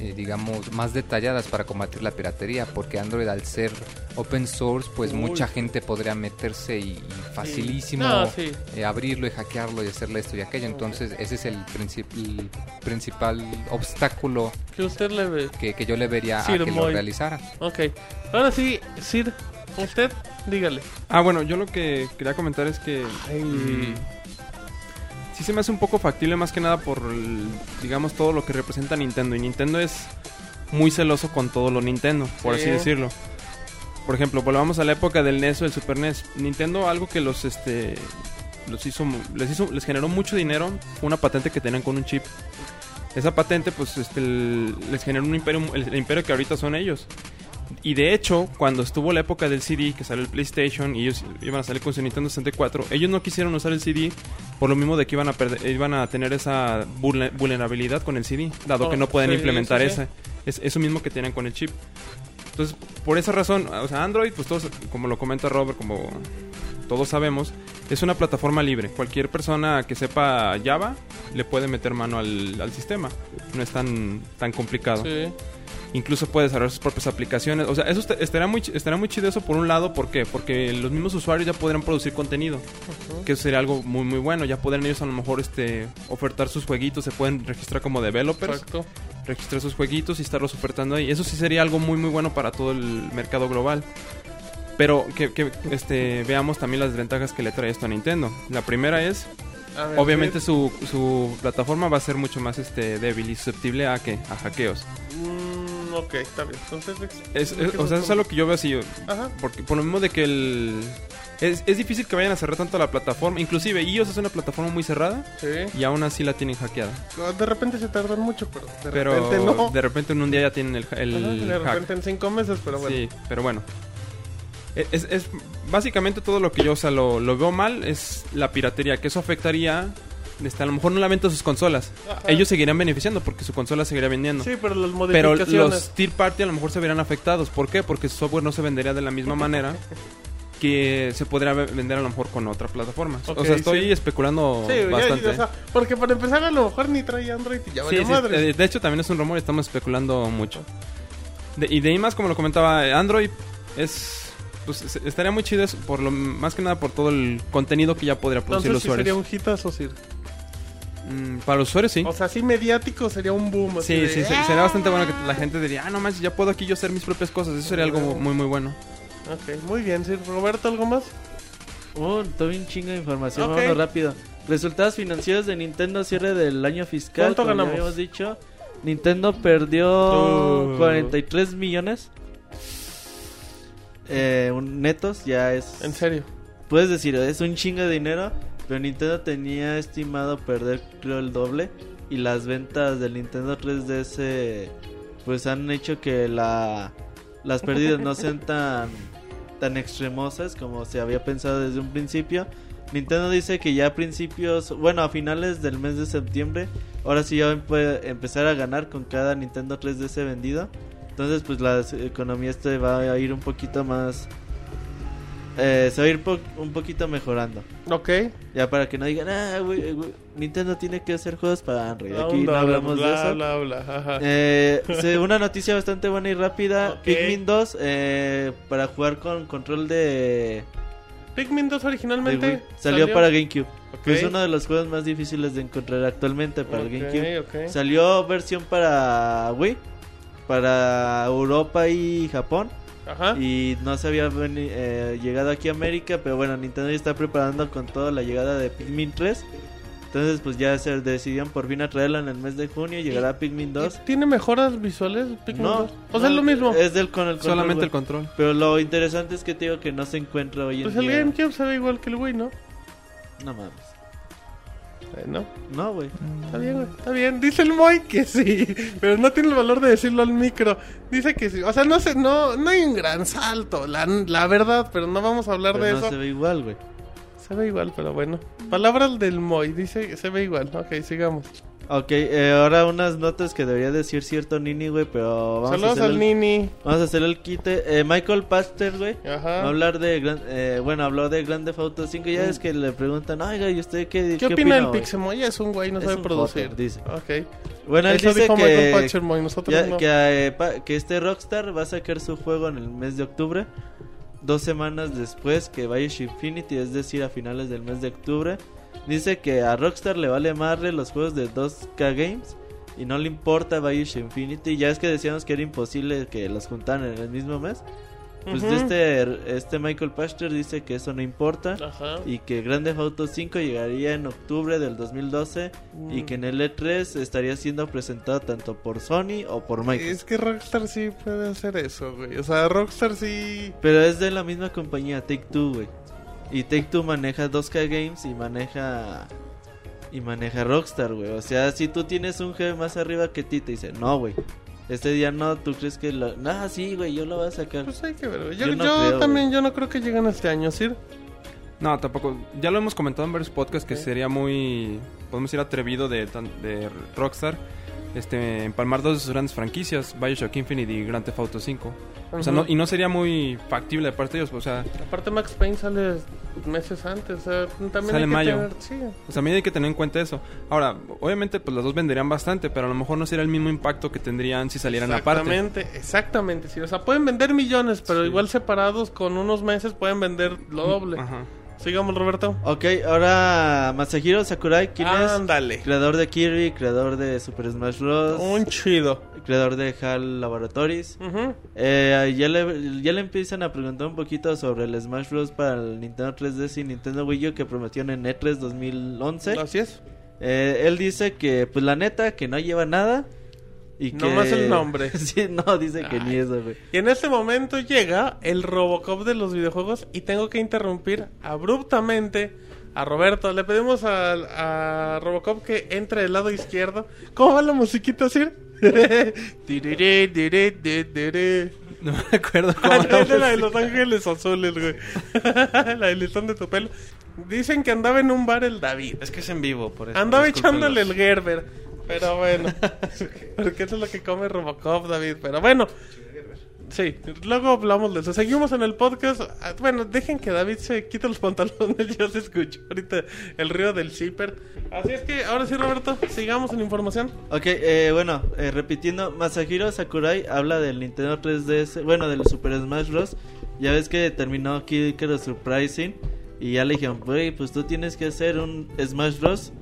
C: eh, digamos más detalladas para combatir la piratería porque Android al ser open source pues
B: Uy.
C: mucha gente podría meterse y, y facilísimo
B: No, Ah, sí.
C: eh, abrirlo y hackearlo y hacerle esto y aquello entonces ese es el, princip- el principal obstáculo
B: Que usted le ve.
C: que, que yo le vería
B: Sir
C: a que lo
B: Moy.
C: realizara
B: Ok. Ahora sí, Sir, usted, dígale.
E: Ah, bueno, yo lo que quería comentar es que mm, sí se me hace un poco factible más que nada por, el- digamos, todo lo que representa Nintendo. Y Nintendo es muy celoso con todo lo Nintendo, por
B: Sí.
E: así decirlo. Por ejemplo, volvamos a la época del NES o del Super NES. Nintendo algo que los, este, los hizo, mu- les hizo, les generó mucho dinero fue una patente que tenían con un chip. Esa patente, pues, este, el- les generó un imperio, el- el imperio que ahorita son ellos. Y de hecho, cuando estuvo la época del CD, que salió el PlayStation y ellos iban a salir con su Nintendo 64, ellos no quisieron usar el CD por lo mismo de que iban a perder- iban a tener esa vulne- vulnerabilidad con el CD, dado
B: Oh,
E: que no pueden
B: sí,
E: implementar
B: sí, sí.
E: esa, es- eso mismo que tienen con el chip. Entonces, por esa razón, o sea, Android, pues todos, como lo comenta Robert, como todos sabemos, es una plataforma libre. Cualquier persona que sepa Java le puede meter mano al, al sistema. No es tan, tan complicado
B: Sí.
E: incluso puede desarrollar sus propias aplicaciones. O sea, eso est- estará muy, ch- estará muy chido eso por un lado, ¿por qué? Porque los mismos usuarios ya podrán producir contenido, que eso sería algo muy muy bueno. Ya podrán ellos a lo mejor este ofertar sus jueguitos, se pueden registrar como developers,
B: Exacto.
E: registrar sus jueguitos y estarlos ofertando ahí. Eso sí sería algo muy muy bueno para todo el mercado global. Pero que, que, este, veamos también las ventajas que le trae esto a Nintendo. La primera es
B: A ver,
E: Obviamente su, su plataforma va a ser mucho más este, débil y susceptible a que a hackeos.
B: Mm, ok, está bien. Entonces, ex-
E: Es- es-
B: ¿qué
E: o sea,
B: nos
E: eso es algo que yo veo así.
B: com- Ajá.
E: Porque por lo mismo de que el Es, es difícil que vayan a cerrar tanto la plataforma. Inclusive iOS es una plataforma muy cerrada
B: Sí.
E: y aún así la tienen hackeada.
B: No, De repente se tardan mucho, pero de
E: pero
B: repente no.
E: de repente en un día ya tienen el, el
B: Ajá, de
E: hack.
B: repente en cinco meses, pero bueno.
E: Sí, pero bueno. E, Es, es básicamente todo lo que yo, o sea, lo, lo veo mal es la piratería, que eso afectaría, este, a lo mejor no la venta de sus consolas.
B: Ajá.
E: Ellos seguirían beneficiando porque su consola seguiría vendiendo.
B: Sí, pero las
E: Pero
B: modificaciones.
E: los third party a lo mejor se verán afectados. ¿Por qué? Porque su software no se vendería de la misma manera que se podría ve- vender a lo mejor con otra plataforma.
B: Ok,
E: o sea, estoy
B: sí.
E: especulando
B: Sí, ya-
E: bastante.
B: o sea, porque para empezar a lo mejor ni trae Android y ya
E: Sí,
B: valió
E: sí,
B: madre.
E: eh, de hecho también es un rumor, estamos especulando mucho. De- y de ahí más, como lo comentaba, eh, Android es... Pues es- estaría muy chido eso, por lo, más que nada por todo el contenido que ya podría producir
B: Entonces sí
E: los
B: sería
E: usuarios.
B: un hitazo, sí.
E: Mm, para los usuarios sí.
B: O sea, sí mediático sería un boom. así
E: sí,
B: de,
E: sí, se-
B: "Ah".
E: sería bastante bueno que la gente diría, ah, no manches, ya puedo aquí yo hacer mis propias cosas. Eso sería algo muy, muy bueno.
B: Ok, muy bien, Sir Roberto, ¿algo más?
D: Oh, todo bien chingo de información.
B: Ok.
D: Vámonos rápido. Resultados financieros de Nintendo cierre del año fiscal.
B: ¿Cuánto
D: como ya
B: ganamos?
D: habíamos dicho. Nintendo perdió
B: Uh.
D: 43 millones. Eh, un- netos, ya es.
B: En serio.
D: Puedes decir, es un chingo de dinero. Pero Nintendo tenía estimado perder, creo, el doble. Y las ventas del Nintendo 3DS. Pues han hecho que la, las pérdidas no sean tan, tan extremosas como se había pensado desde un principio. Nintendo dice que ya a principios, bueno, a finales del mes de septiembre, ahora sí ya puede empezar a ganar con cada Nintendo 3DS vendido. Entonces, pues la economía este va a ir un poquito más. eh, se va a ir po- un poquito mejorando.
B: Ok.
D: Ya para que no digan, ah, güey, güey, Nintendo tiene que hacer juegos para Android.
B: Ah,
D: Aquí no
B: bla, bla,
D: hablamos de
B: bla,
D: eso.
B: bla, bla, ajá.
D: Eh, sí, una noticia bastante buena y rápida.
B: Ok.
D: Pikmin 2 eh, para jugar con control de...
B: Pikmin 2
D: de Wii.
B: originalmente
D: Salió, para GameCube.
B: Ok.
D: Es uno de los juegos más difíciles de encontrar actualmente para el
B: Ok,
D: GameCube.
B: ok.
D: Salió versión para Wii, para Europa y Japón.
B: Ajá.
D: Y no se había veni- eh, llegado aquí a América, pero bueno, Nintendo ya está preparando con toda la llegada de Pikmin 3. Entonces pues ya se decidieron por fin a traerlo en el mes de junio, llegará Pikmin 2.
B: ¿Tiene mejoras visuales Pikmin
D: No,
B: 2? O sea,
D: no,
B: es lo mismo.
D: Es del con el control,
E: Solamente
D: güey.
E: el control.
D: Pero lo interesante es que te digo que no se encuentra hoy
B: Pues
D: en
B: el
D: día.
B: GameCube se ve igual que el Wii, ¿no?
D: No mames.
B: Eh, no.
D: No, güey.
B: Está bien, güey, está bien. Dice el Moy que sí, pero no tiene el valor de decirlo al micro. Dice que sí. O sea, no sé, no, no hay un gran salto, la, la verdad, pero no vamos a hablar
D: Pero
B: de
D: no
B: eso.
D: se
B: Se ve...
D: ve igual, güey.
B: igual, pero bueno. Palabras del Moy, dice se ve igual. Ok, sigamos.
D: Ok, eh, ahora unas notas que debería decir cierto Nini, güey, pero vamos a
B: Saludos
D: hacer
B: al
D: el,
B: Nini.
D: Vamos a hacer el quite. Eh, Michael Pachter, güey. Va
B: Ajá.
D: a hablar de gran- eh, bueno, habló de Grand Theft Auto 5. Ya es que le preguntan, oiga, ¿y usted qué,
B: Mm. ¿Qué, opina el
D: güey?"
B: Pixemoy? Es un güey, no
D: Es
B: sabe
D: un
B: producir.
D: joto, dice.
B: Ok.
D: Bueno, él
B: Eso
D: dice
B: dijo Michael
D: que,
B: Patcher Moy, nosotros
D: Ya-
B: no.
D: que, eh, pa- que este Rockstar va a sacar su juego en el mes de octubre, dos semanas después que Bioshock Infinity, es decir, a finales del mes de octubre. Dice que a Rockstar le vale madre los juegos de 2K Games y no le importa Bioshock Infinity. Ya es que decíamos que era imposible que los juntaran en el mismo mes. Pues
B: Ujú.
D: este, este Michael Pastor dice que eso no importa
B: Ajá.
D: y que Grand Theft Auto 5 llegaría en octubre del 2012 y
B: Mm.
D: que en el E3 estaría siendo presentado tanto por Sony o por Microsoft.
B: Es que Rockstar sí puede hacer eso, güey. O sea, Rockstar sí.
D: Pero es de la misma compañía, Take Two, güey. Y Take Two maneja 2K Games y maneja. Y maneja Rockstar, güey. O sea, si tú tienes un jefe más arriba que ti, te dice, no, güey. Este día no, tú crees que lo. No, sí, güey, yo lo voy a sacar.
B: Pues hay que ver, güey. Yo,
D: Yo no
B: yo
D: creo,
B: también, yo no creo que lleguen este año, Sir.
E: No, tampoco. Ya lo hemos comentado en varios podcasts que sería muy, podemos decir, atrevido de, tan- de Rockstar este, empalmar dos de sus grandes franquicias, Bioshock Infinite y Grand Theft Auto 5. O sea, no- y no sería muy factible de parte de ellos. O sea,
B: Aparte Max Payne sale meses antes, o sea, también
E: Sale
B: hay que
E: en mayo.
B: tener- sí.
E: pues también hay que tener en cuenta eso. Ahora, obviamente, pues las dos venderían bastante, pero a lo mejor no sería el mismo impacto que tendrían si salieran aparte.
B: Exactamente, exactamente, sí. O sea, pueden vender millones, pero
E: Sí.
B: igual separados con unos meses pueden vender lo doble.
E: Ajá.
B: Sigamos, Roberto.
D: Ok, ahora Masahiro Sakurai, ¿quién es?
B: Ándale.
D: Creador de Kirby, creador de Super Smash Bros.
B: Un chido.
D: creador de HAL Laboratories.
B: Ujú.
D: Eh, ya, le, ya le empiezan a preguntar un poquito sobre el Smash Bros. para el Nintendo 3DS y Nintendo Wii U que prometieron en E E3 2011.
B: Así es.
D: Eh, él dice que, pues la neta, que no lleva nada. Y
B: Nomás el nombre.
D: sí, no, dice que ni eso, güey.
B: Y en este momento llega el Robocop de los videojuegos y tengo que interrumpir abruptamente a Roberto. Le pedimos a, a Robocop que entre del lado izquierdo. ¿Cómo va la musiquita, Sir? Tiriri, tiri, ti, tiri.
E: No me acuerdo cómo
B: Ah, no,
E: era.
B: es de la de Los Ángeles Azules, güey. la del listón de tu pelo. Dicen que andaba en un bar el David.
F: Es que es en vivo, por eso.
B: Andaba
F: discúlpenlos.
B: echándole el Gerber. Pero bueno. porque eso es lo que come Robocop, David. Pero bueno. Sí, luego hablamos de eso. Seguimos en el podcast. Ah, Bueno, dejen que David se quite los pantalones. Ya se escuchó ahorita el río del zipper. Así es que ahora sí, Roberto, sigamos en información.
D: Ok, eh, bueno, eh, repitiendo, Masahiro Sakurai habla del Nintendo 3DS, bueno, del Super Smash Bros. Ya ves que terminó aquí que lo surprising y ya le dijeron, güey, pues tú tienes que hacer un Smash Bros.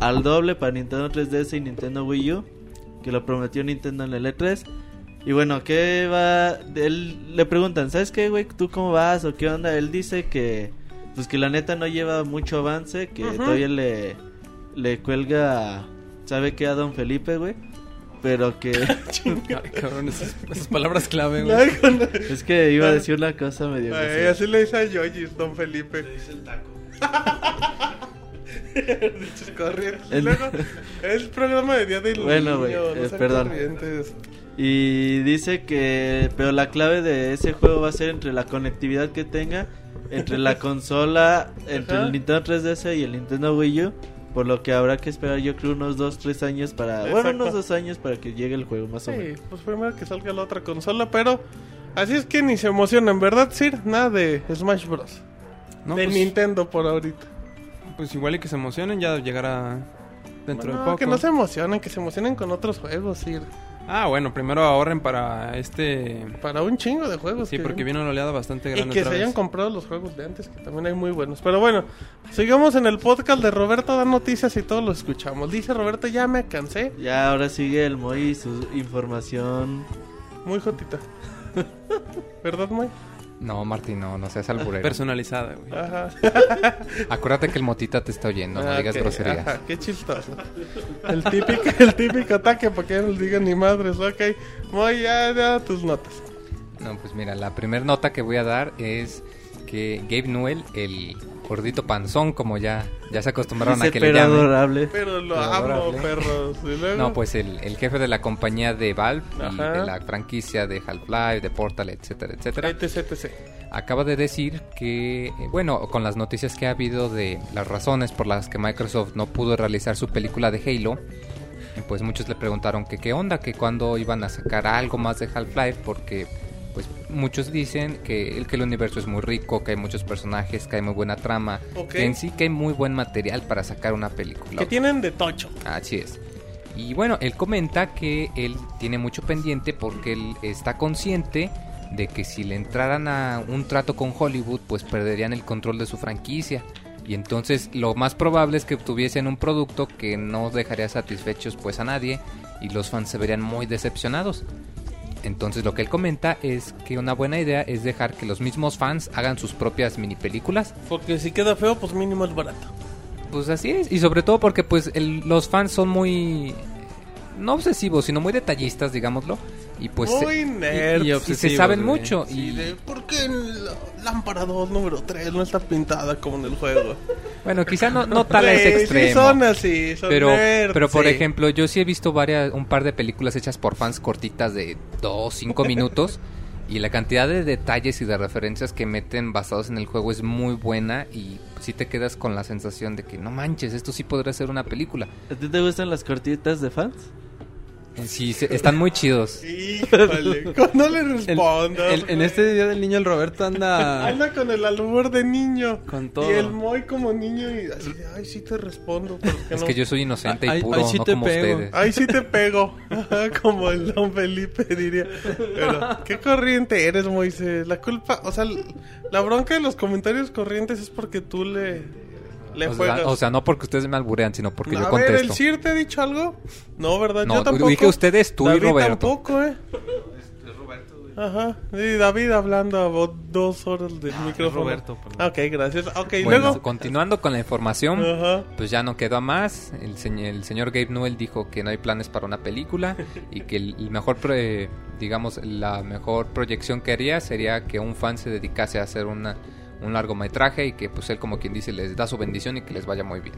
D: al doble para Nintendo 3DS y Nintendo Wii U, que lo prometió Nintendo en el E3. Y bueno, ¿qué va? Él le preguntan, ¿sabes qué, güey? ¿Tú cómo vas o qué onda? Él dice que, pues que la neta no lleva mucho avance, que
B: Ujú.
D: todavía le, le cuelga, ¿sabe qué? A Don Felipe, güey. Pero que
E: Ah, cabrón, esas, esas palabras clave, güey.
B: Ay,
D: es que iba a decir una cosa medio. graciosa.
B: así le dice a Yoyis, don Felipe.
F: Le dice el taco.
B: Dichos corrientes. Y
D: El-
B: luego, es programa de Día del
D: Bueno, güey,
B: Niño, no
D: eh,
B: sean
D: perdón.
B: corrientes.
D: Y dice que. Pero la clave de ese juego va a ser entre la conectividad que tenga, entre la consola, entre
B: Ajá.
D: el Nintendo 3DS y el Nintendo Wii U. Por lo que habrá que esperar, yo creo, unos 2-3 años para. Bueno,
B: Exacto.
D: unos 2 años para que llegue el juego, más o
B: Sí,
D: menos.
B: pues primero que salga la otra consola, pero así es que ni se emocionan, ¿verdad, Sir? Nada de Smash Bros.
E: No,
B: de
E: pues,
B: Nintendo por ahorita.
E: pues igual y que se emocionen, ya llegará dentro
B: No,
E: de poco.
B: que no se emocionen, que se emocionen con otros juegos, Sir.
E: Ah, bueno, primero ahorren para este...
B: Para un chingo de juegos.
E: Sí,
B: que-
E: porque viene una oleada bastante
B: Y
E: grande
B: que se
E: otra vez.
B: hayan comprado los juegos de antes, que también hay muy buenos. Pero bueno, sigamos en el podcast de Roberto da noticias y todos lo escuchamos. Dice Roberto, ya me cansé.
D: Ya ahora sigue el Moy y su información.
B: Muy jotita. ¿Verdad, Moy?
C: No, Martín, no, no seas alburero.
E: Personalizada, güey.
B: Ajá.
C: Acuérdate que el motita te está oyendo, no
B: Ah,
C: digas
B: ok,
C: groserías.
B: ajá, qué chistoso. El típico, el típico ataque, porque no les digan ni madres, ok. Muy ya, ya tus notas.
C: No, pues mira, la primera nota que voy a dar es que Gabe Newell, el gordito panzón, como ya, ya se acostumbraron a
D: Dice,
C: que le
D: pero
C: llamen.
D: adorable.
B: Pero lo
C: Lo
B: amo,
C: adorable.
B: perros. Y luego-
C: No, pues el, el jefe de la compañía de Valve y
B: Ajá.
C: de la franquicia de Half-Life, de Portal, etcétera, etcétera,
B: etc, etc.
C: acaba de decir que, eh, bueno, con las noticias que ha habido de las razones por las que Microsoft no pudo realizar su película de Halo, eh, pues muchos le preguntaron que qué onda, que cuándo iban a sacar algo más de Half-Life, porque pues muchos dicen que el, que el universo es muy rico, que hay muchos personajes, que hay muy buena trama,
B: Ok.
C: que en sí que hay muy buen material para sacar una película.
B: Que tienen de tocho.
C: Así es. Y bueno, él comenta que él tiene mucho pendiente porque él está consciente de que si le entraran a un trato con Hollywood, pues perderían el control de su franquicia. Y entonces lo más probable es que obtuviesen un producto que no dejaría satisfechos pues a nadie y los fans se verían muy decepcionados. Entonces lo que él comenta es que una buena idea es dejar que los mismos fans hagan sus propias mini películas
B: Porque si queda feo, pues mínimo es barato.
C: pues así es. Y sobre todo porque pues el- los fans son muy... No obsesivos, sino muy detallistas, digámoslo. Y pues... se-
B: Muy
C: y-
B: nerd.
C: y- y se
E: obsesivos,
C: saben
E: güey.
C: mucho.
B: Y
C: y
B: de, ¿Por qué la lámpara 2 número 3 no está pintada como en el juego?
C: Bueno, quizá no, no tal a ese
B: Sí, sí
C: extremo.
B: son así, son
C: pero,
B: nerds,
C: pero por
B: sí.
C: ejemplo, yo sí he visto varias, un par de películas hechas por fans cortitas de 2, 5 minutos. y la cantidad de detalles y de referencias que meten basados en el juego es muy buena. Y sí te quedas con la sensación de que no manches, esto sí podría ser una película.
D: ¿A ti te gustan las cortitas de fans?
C: Sí, se- están muy chidos.
B: Híjole, no le
E: El-
B: respondas.
E: el- en
B: güey.
E: este día del niño el Roberto anda...
B: Anda con el albur de niño.
E: Con todo.
B: Y el Moy como niño y así, de, ay, sí te respondo. pero que
C: Es
B: no.
C: que yo soy inocente
E: Ay,
C: y
E: ay,
C: puro,
E: sí
C: no
E: te
C: como
E: pego.
C: ustedes.
B: Ay, sí te pego. Ajá, como el don Felipe diría. Pero, ¿qué corriente eres, Moisés? La culpa, o sea, la bronca de los comentarios corrientes es porque tú le, le
C: o,
B: juegas.
C: sea, Pues, o sea, no porque ustedes me alburean, sino porque
B: a
C: yo
B: ver, ¿el
C: contesto.
B: CIR te ha dicho algo? No, ¿verdad?
C: No,
B: yo tampoco.
C: dije ustedes, tú y
B: David
C: Roberto.
B: tampoco, ¿eh? Ajá. Y David hablando a vo- dos horas
C: Ah,
B: del micrófono.
F: Roberto, perdón.
B: Ok, gracias. Ok,
C: Bueno,
B: luego. Ah.
C: continuando con la información,
B: Ajá.
C: pues ya no quedó a más. El, señ- el señor Gabe Newell dijo que no hay planes para una película y que el, el mejor, pro- eh, digamos, la mejor proyección que haría sería que un fan se dedicase a hacer una, un largometraje y que pues él como quien dice les da su bendición y que les vaya muy bien.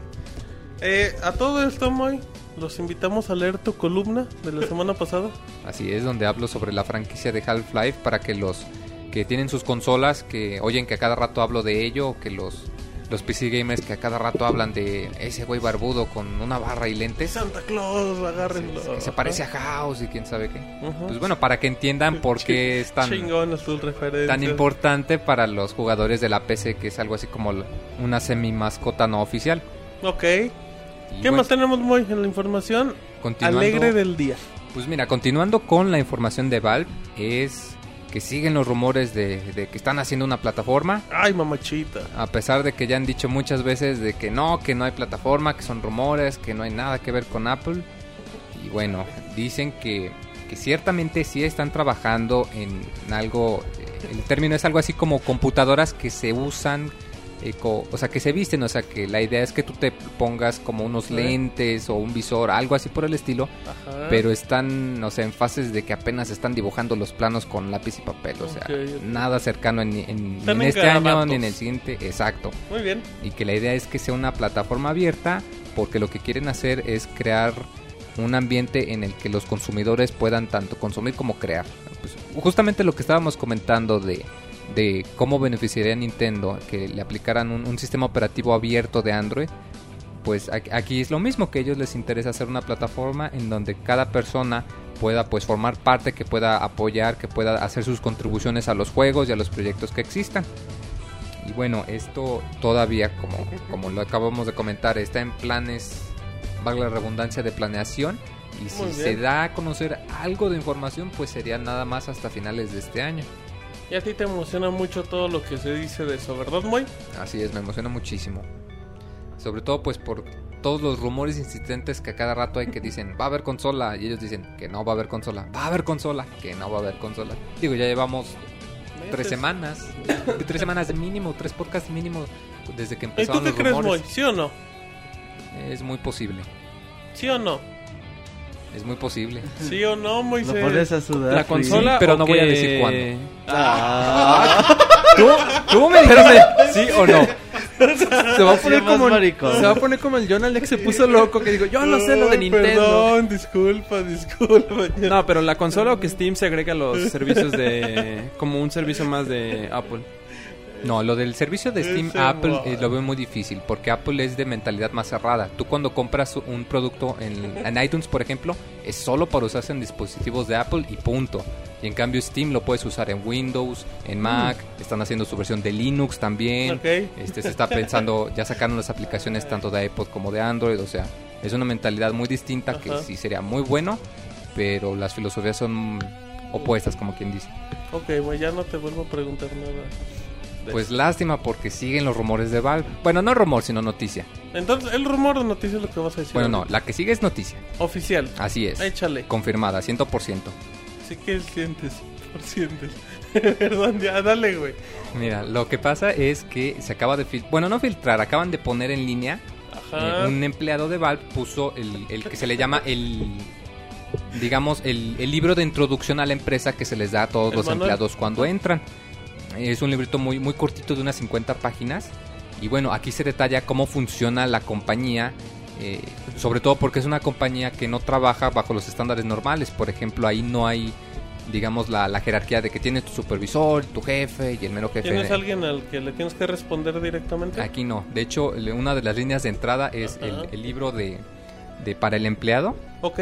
B: Eh, a todo esto, Moy, los invitamos a leer tu columna de la semana pasada.
C: Así es, donde hablo sobre la franquicia de Half-Life para que los que tienen sus consolas, que oyen que a cada rato hablo de ello, o que los, los PC gamers que a cada rato hablan de ese güey barbudo con una barra y lentes,
B: Santa Claus, agárrenlo.
C: que se parece a House y quién sabe qué.
B: Ujú.
C: Pues bueno, para que entiendan por qué es tan,
B: Chingón tus referencias.
C: tan importante para los jugadores de la PC, que es algo así como la- una semi-mascota no oficial.
B: Ok. ¿Qué más tenemos, Moy, en la información? Alegre del día.
C: Pues mira, continuando con la información de Valve, es que siguen los rumores de, de que están haciendo una plataforma,
B: Ay, mamachita.
C: a pesar de que ya han dicho muchas veces de que no, que no hay plataforma, que son rumores, que no hay nada que ver con Apple. Y bueno, dicen que, que ciertamente sí están trabajando en algo, eh, el término es algo así como computadoras que se usan, eh, co- o sea, que se visten, o sea, que la idea es que tú te pongas como unos
B: Sí.
C: lentes o un visor, algo así por el estilo,
B: Ajá.
C: pero están, o sea, en fases de que apenas están dibujando los planos con lápiz y papel, o sea,
B: Ok, ok.
C: nada cercano en, en-
B: Están
C: ni
B: en
C: en este año
B: garabatos.
C: ni en el siguiente, exacto.
B: Muy bien.
C: Y que la idea es que sea una plataforma abierta, porque lo que quieren hacer es crear un ambiente en el que los consumidores puedan tanto consumir como crear. Pues, justamente lo que estábamos comentando de, de cómo beneficiaría a Nintendo que le aplicaran un, un sistema operativo abierto de Android. Pues a- aquí es lo mismo que a ellos les interesa hacer una plataforma en donde cada persona pueda pues formar parte, que pueda apoyar, que pueda hacer sus contribuciones a los juegos y a los proyectos que existan. Y bueno, esto todavía, como, como lo acabamos de comentar, está en planes, valga la redundancia, de planeación. Y si
B: Muy
C: se
B: bien.
C: da a conocer algo de información, pues sería nada más hasta finales de este año.
B: Y a ti te emociona mucho todo lo que se dice de eso, ¿verdad, Moy?
C: Así es, me emociona muchísimo. Sobre todo pues por todos los rumores insistentes que a cada rato hay que dicen, va a haber consola, y ellos dicen que no va a haber consola, va a haber consola, que no va a haber consola. Digo, ya llevamos tres
B: Meses.
C: semanas, tres semanas mínimo, tres podcasts mínimo desde que
B: ¿Y tú
C: empezaron
B: qué
C: los
B: crees, Moy?
C: rumores.
B: ¿Sí o no?
C: Es muy posible,
B: ¿Sí o no?
C: es muy posible.
B: ¿Sí o no,
D: Lo
B: Moisés?
D: pones a sudar.
E: La
D: Fri.
E: consola.
C: pero
E: o
C: no voy a
E: que-
C: decir cuándo.
D: Ah,
C: ¿Tú, tú me dijiste sí o no?
E: Se va a
D: Sí,
E: poner
D: más
E: como.
D: maricón.
E: Se va a poner como el John Alex se puso loco que digo, yo no sé lo de
B: Ay,
E: Nintendo.
B: Perdón, disculpa, disculpa.
E: No, pero la consola o que Steam se agrega a los servicios de. como un servicio más de Apple.
C: No, lo del servicio de Steam
B: Ese
C: a Apple
B: guay.
C: eh, lo veo muy difícil porque Apple es de mentalidad más cerrada. Tú cuando compras un producto en, en iTunes, por ejemplo, es solo para usarse en dispositivos de Apple y punto. Y en cambio Steam lo puedes usar en Windows, en Mac, están haciendo su versión de Linux también.
B: Mm. Ok.
C: Este se está pensando, ya sacaron las aplicaciones tanto de iPod como de Android, o sea, es una mentalidad muy distinta que
B: Ajá.
C: sí sería muy bueno, pero las filosofías son opuestas como quien dice.
B: Ok, Moy, ya no te vuelvo a preguntar nada.
C: Pues lástima porque siguen los rumores de Valve. Bueno, no rumor, sino noticia.
B: Entonces, el rumor de noticias es lo que vas a decir.
C: Bueno, no,
B: ahorita.
C: la que sigue es noticia.
B: Oficial.
C: Así es.
B: Échale.
C: Confirmada, 100%.
B: Sí que sientes, por sientes. Perdón, ya, dale, güey.
C: Mira, lo que pasa es que se acaba de filtrar. Bueno, no filtrar, acaban de poner en línea.
B: Ajá.
C: eh, un empleado de Valve puso el, el que se le llama el. Digamos, el, el libro de introducción a la empresa que se les da a todos
B: El
C: los
B: manual.
C: empleados cuando entran. Es un librito muy, muy cortito de unas 50 páginas. Y bueno, aquí se detalla cómo funciona la compañía, eh, sobre todo porque es una compañía que no trabaja bajo los estándares normales. Por ejemplo, ahí no hay, digamos, la, la jerarquía de que tienes tu supervisor, tu jefe y el mero jefe.
B: ¿Tienes alguien al que le tienes que responder directamente?
C: Aquí no. De hecho, le- una de las líneas de entrada es
B: Ajá.
C: el, el libro de, de para el empleado.
B: Ok.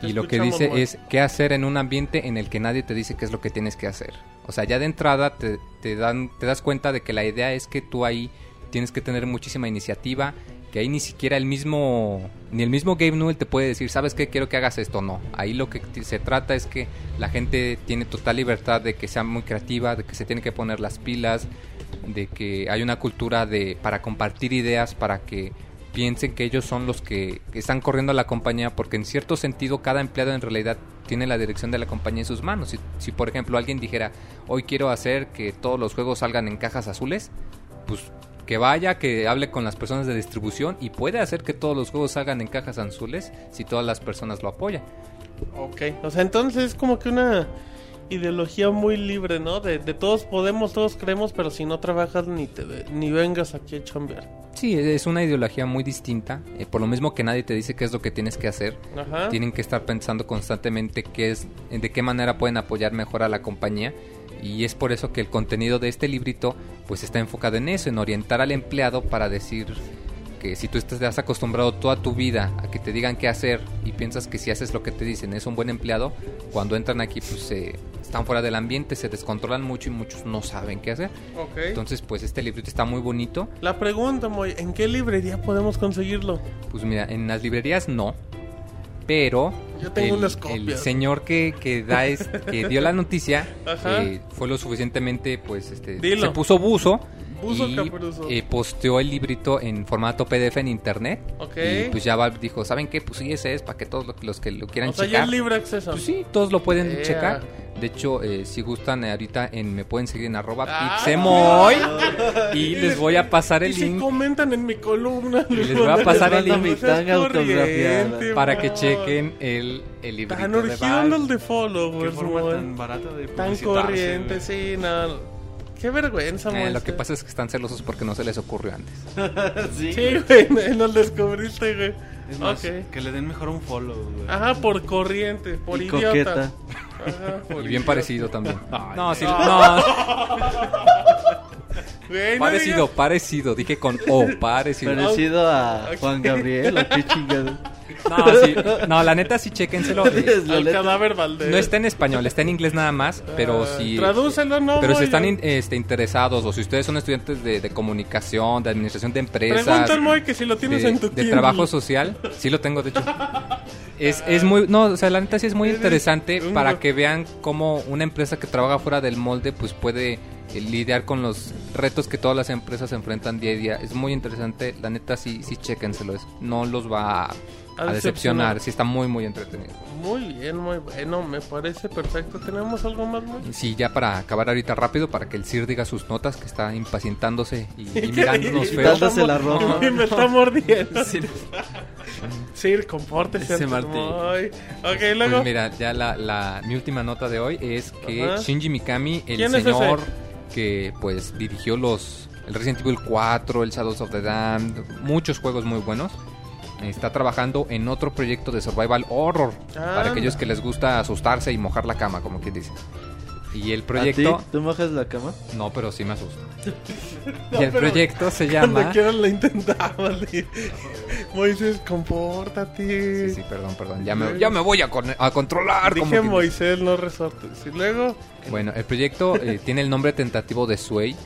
C: Y lo que dice es qué hacer en un ambiente en el que nadie te dice qué es lo que tienes que hacer. O sea, ya de entrada te, te dan, te das cuenta de que la idea es que tú ahí tienes que tener muchísima iniciativa, que ahí ni siquiera el mismo, ni el mismo Gabe Newell te puede decir, ¿sabes qué? Quiero que hagas esto. No, ahí lo que t- se trata es que la gente tiene total libertad de que sea muy creativa, de que se tiene que poner las pilas, de que hay una cultura de para compartir ideas, para que piensen que ellos son los que están corriendo a la compañía, porque en cierto sentido cada empleado en realidad tiene la dirección de la compañía en sus manos. Si, si por ejemplo alguien dijera, hoy quiero hacer que todos los juegos salgan en cajas azules, pues que vaya, que hable con las personas de distribución y puede hacer que todos los juegos salgan en cajas azules si todas las personas lo apoyan.
B: Ok, o sea, entonces es como que una ideología muy libre, ¿no? De, de todos podemos, todos creemos, pero si no trabajas ni, te, ni vengas aquí a chambear.
C: Sí, es una ideología muy distinta. eh, por lo mismo que nadie te dice qué es lo que tienes que hacer,
B: Ajá.
C: tienen que estar pensando constantemente qué es, de qué manera pueden apoyar mejor a la compañía. Y es por eso que el contenido de este librito pues está enfocado en eso, en orientar al empleado para decir que si tú estás- te has acostumbrado toda tu vida a que te digan qué hacer y piensas que si haces lo que te dicen es un buen empleado, cuando entran aquí pues se- están fuera del ambiente, se descontrolan mucho y muchos no saben qué hacer.
B: Ok.
C: Entonces pues este librito está muy bonito.
B: La pregunta, Moy, ¿en qué librería podemos conseguirlo?
C: Pues mira, en las librerías no, pero
B: Yo tengo
C: el,
B: unas
C: el
B: copias.
C: señor que, que da es- que dio la noticia
B: Ajá.
C: eh, fue lo suficientemente, pues, este,
B: Dilo.
C: se puso buzo,
B: Buzo
C: y
B: caperuzo.
C: eh, posteó el librito en formato PDF en internet.
B: Ok.
C: Y pues ya Valve dijo, ¿saben qué? Pues sí, ese es para que todos lo- los que lo quieran
B: o sea, ya
C: checar.
B: es libre acceso.
C: Pues sí, todos lo pueden
B: Ea.
C: checar. De hecho, eh, si gustan eh, ahorita en me pueden seguir en arroba
B: Ah.
C: pixemoy y les voy a pasar
B: y
C: el
B: si
C: link
B: comentan en mi columna.
C: Y les voy a pasar el
B: No
C: link.
B: seas
D: Tanga autografiada.
B: corriente,
C: para
B: Moy.
C: que chequen el, el librito
B: Tan
C: de
B: urgido
C: Valve.
B: los de followers, Moy.
D: barata de
B: Tan corriente, sí, no. Qué vergüenza,
C: Eh,
B: Moy.
C: lo que pasa es que están celosos porque no se les ocurrió antes.
D: sí.
B: Sí, güey, nos descubriste, güey.
F: Es más,
B: Ok.
F: que le den mejor un follow, güey.
B: Ajá, por corriente, por
D: Y
B: idiota.
D: coqueta.
B: Ajá, por
C: Y bien
B: idiota.
C: parecido también. No, sí, no,
B: Güey, no
C: parecido, parecido. Dije con O, parecido.
D: Parecido a
B: Ok.
D: Juan Gabriel, o qué chingado.
C: No, sí, no, la neta sí, chéquenselo. Eh,
D: Es
B: digas
D: la
B: Al
D: letra.
B: cadáver Valdés.
C: No está en español, está en inglés nada más, pero
B: Ah,
C: si...
B: Tradúcelo, no.
C: Pero si
B: güey,
C: están
B: yo-
C: in- este, interesados o si ustedes son estudiantes de, de comunicación, de administración de empresas,
B: Pregunta al Moy que si lo tienes
C: de,
B: en tu
C: de
B: Kindle.
C: trabajo social. Sí lo tengo, de hecho. Es, es muy, no, o sea, la neta sí es muy
B: Eres
C: interesante
B: un
C: para
B: loco.
C: que vean cómo una empresa que trabaja fuera del molde, pues puede eh, lidiar con los retos que todas las empresas enfrentan día a día. Es muy interesante, la neta sí, sí, chéquenselo. es- no los va a, a decepcionar, sí está muy, muy entretenido.
B: Muy bien, muy bueno, me parece perfecto. ¿Tenemos algo más, Moy?
C: Y Sí, ya para acabar ahorita rápido, para que el CIR diga sus notas, que está impacientándose y, y mirándonos
B: Y
C: feo.
D: dándose la ropa.
B: Y me está mordiendo. Sir, compórtese.
E: Ese
B: antes,
E: Martín.
B: Moy. Ok,
C: Pues
B: luego.
C: mira, ya la, la- mi última nota de hoy es que
B: Ajá.
C: Shinji Mikami, el
B: ¿Quién es
C: señor que pues dirigió los el Resident Evil 4, el Shadows of the Damned, muchos juegos muy buenos, está trabajando en otro proyecto de survival horror para
B: Anda.
C: aquellos que les gusta asustarse y mojar la cama, como quien dice. Y el
D: ¿A
C: proyecto,
D: ti? ¿Tú mojas la cama?
C: no, pero sí me asusta.
B: No,
C: y el
B: pero-
C: proyecto se
B: Cuando
C: llama
B: quieras lo intentaba, Lee. Moisés, compórtate.
C: Sí, sí, perdón, perdón. Ya me, ya me voy a, con- a controlar. como
B: Dije
C: quien dice.
B: Moisés, no resortes. Y luego,
C: Bueno, el proyecto eh, tiene el nombre tentativo de Sway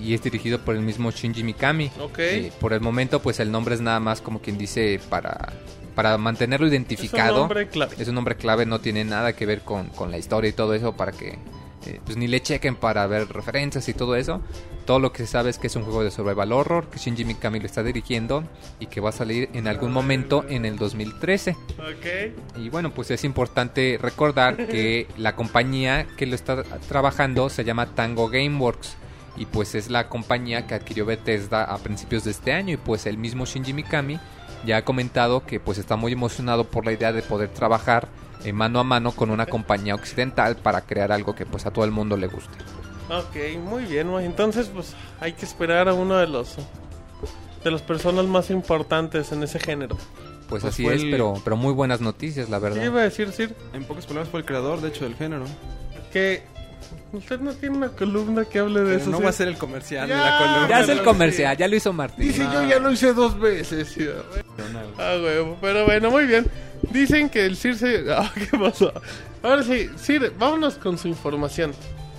C: y es dirigido por el mismo Shinji Mikami.
B: ok.
C: Eh, por el momento, pues el nombre es nada más como quien dice para, para mantenerlo
B: es
C: identificado.
B: un nombre clave.
C: Es un nombre clave, no tiene nada que ver con, con la historia y todo eso para que eh, pues ni le chequen para ver referencias y todo eso. Todo lo que se sabe es que es un juego de survival horror que Shinji Mikami lo está dirigiendo y que va a salir en algún momento en el 2013.
B: Ok.
C: Y bueno, pues es importante recordar que la compañía que lo está trabajando se llama Tango Gameworks. Y pues es la compañía que adquirió Bethesda a principios de este año. Y pues el mismo Shinji Mikami ya ha comentado que pues está muy emocionado por la idea de poder trabajar eh, mano a mano con una compañía occidental para crear algo que pues a todo el mundo le guste.
B: Ok, muy bien, güey. Entonces, pues hay que esperar a uno de los de las personas más importantes en ese género.
C: Pues,
E: Pues
C: así
E: fue
C: es,
E: el-
C: pero, pero muy buenas noticias, la
B: ¿Qué
C: verdad.
B: iba a decir, Sir?
E: En pocas palabras fue el creador, de hecho, del género.
B: Que usted no tiene una columna que hable de
E: Pero
B: eso.
E: no
B: Sir.
E: va a ser el comercial de
B: Ya.
E: la columna.
C: Ya es el comercial, ya lo hizo Martín.
B: Dice, yo ya lo hice dos veces. sí, a ver. Ah, güey, pero bueno, muy bien. Dicen que el Sir se... Ah, ¿qué pasó? Ahora sí, Sir, vámonos con su información.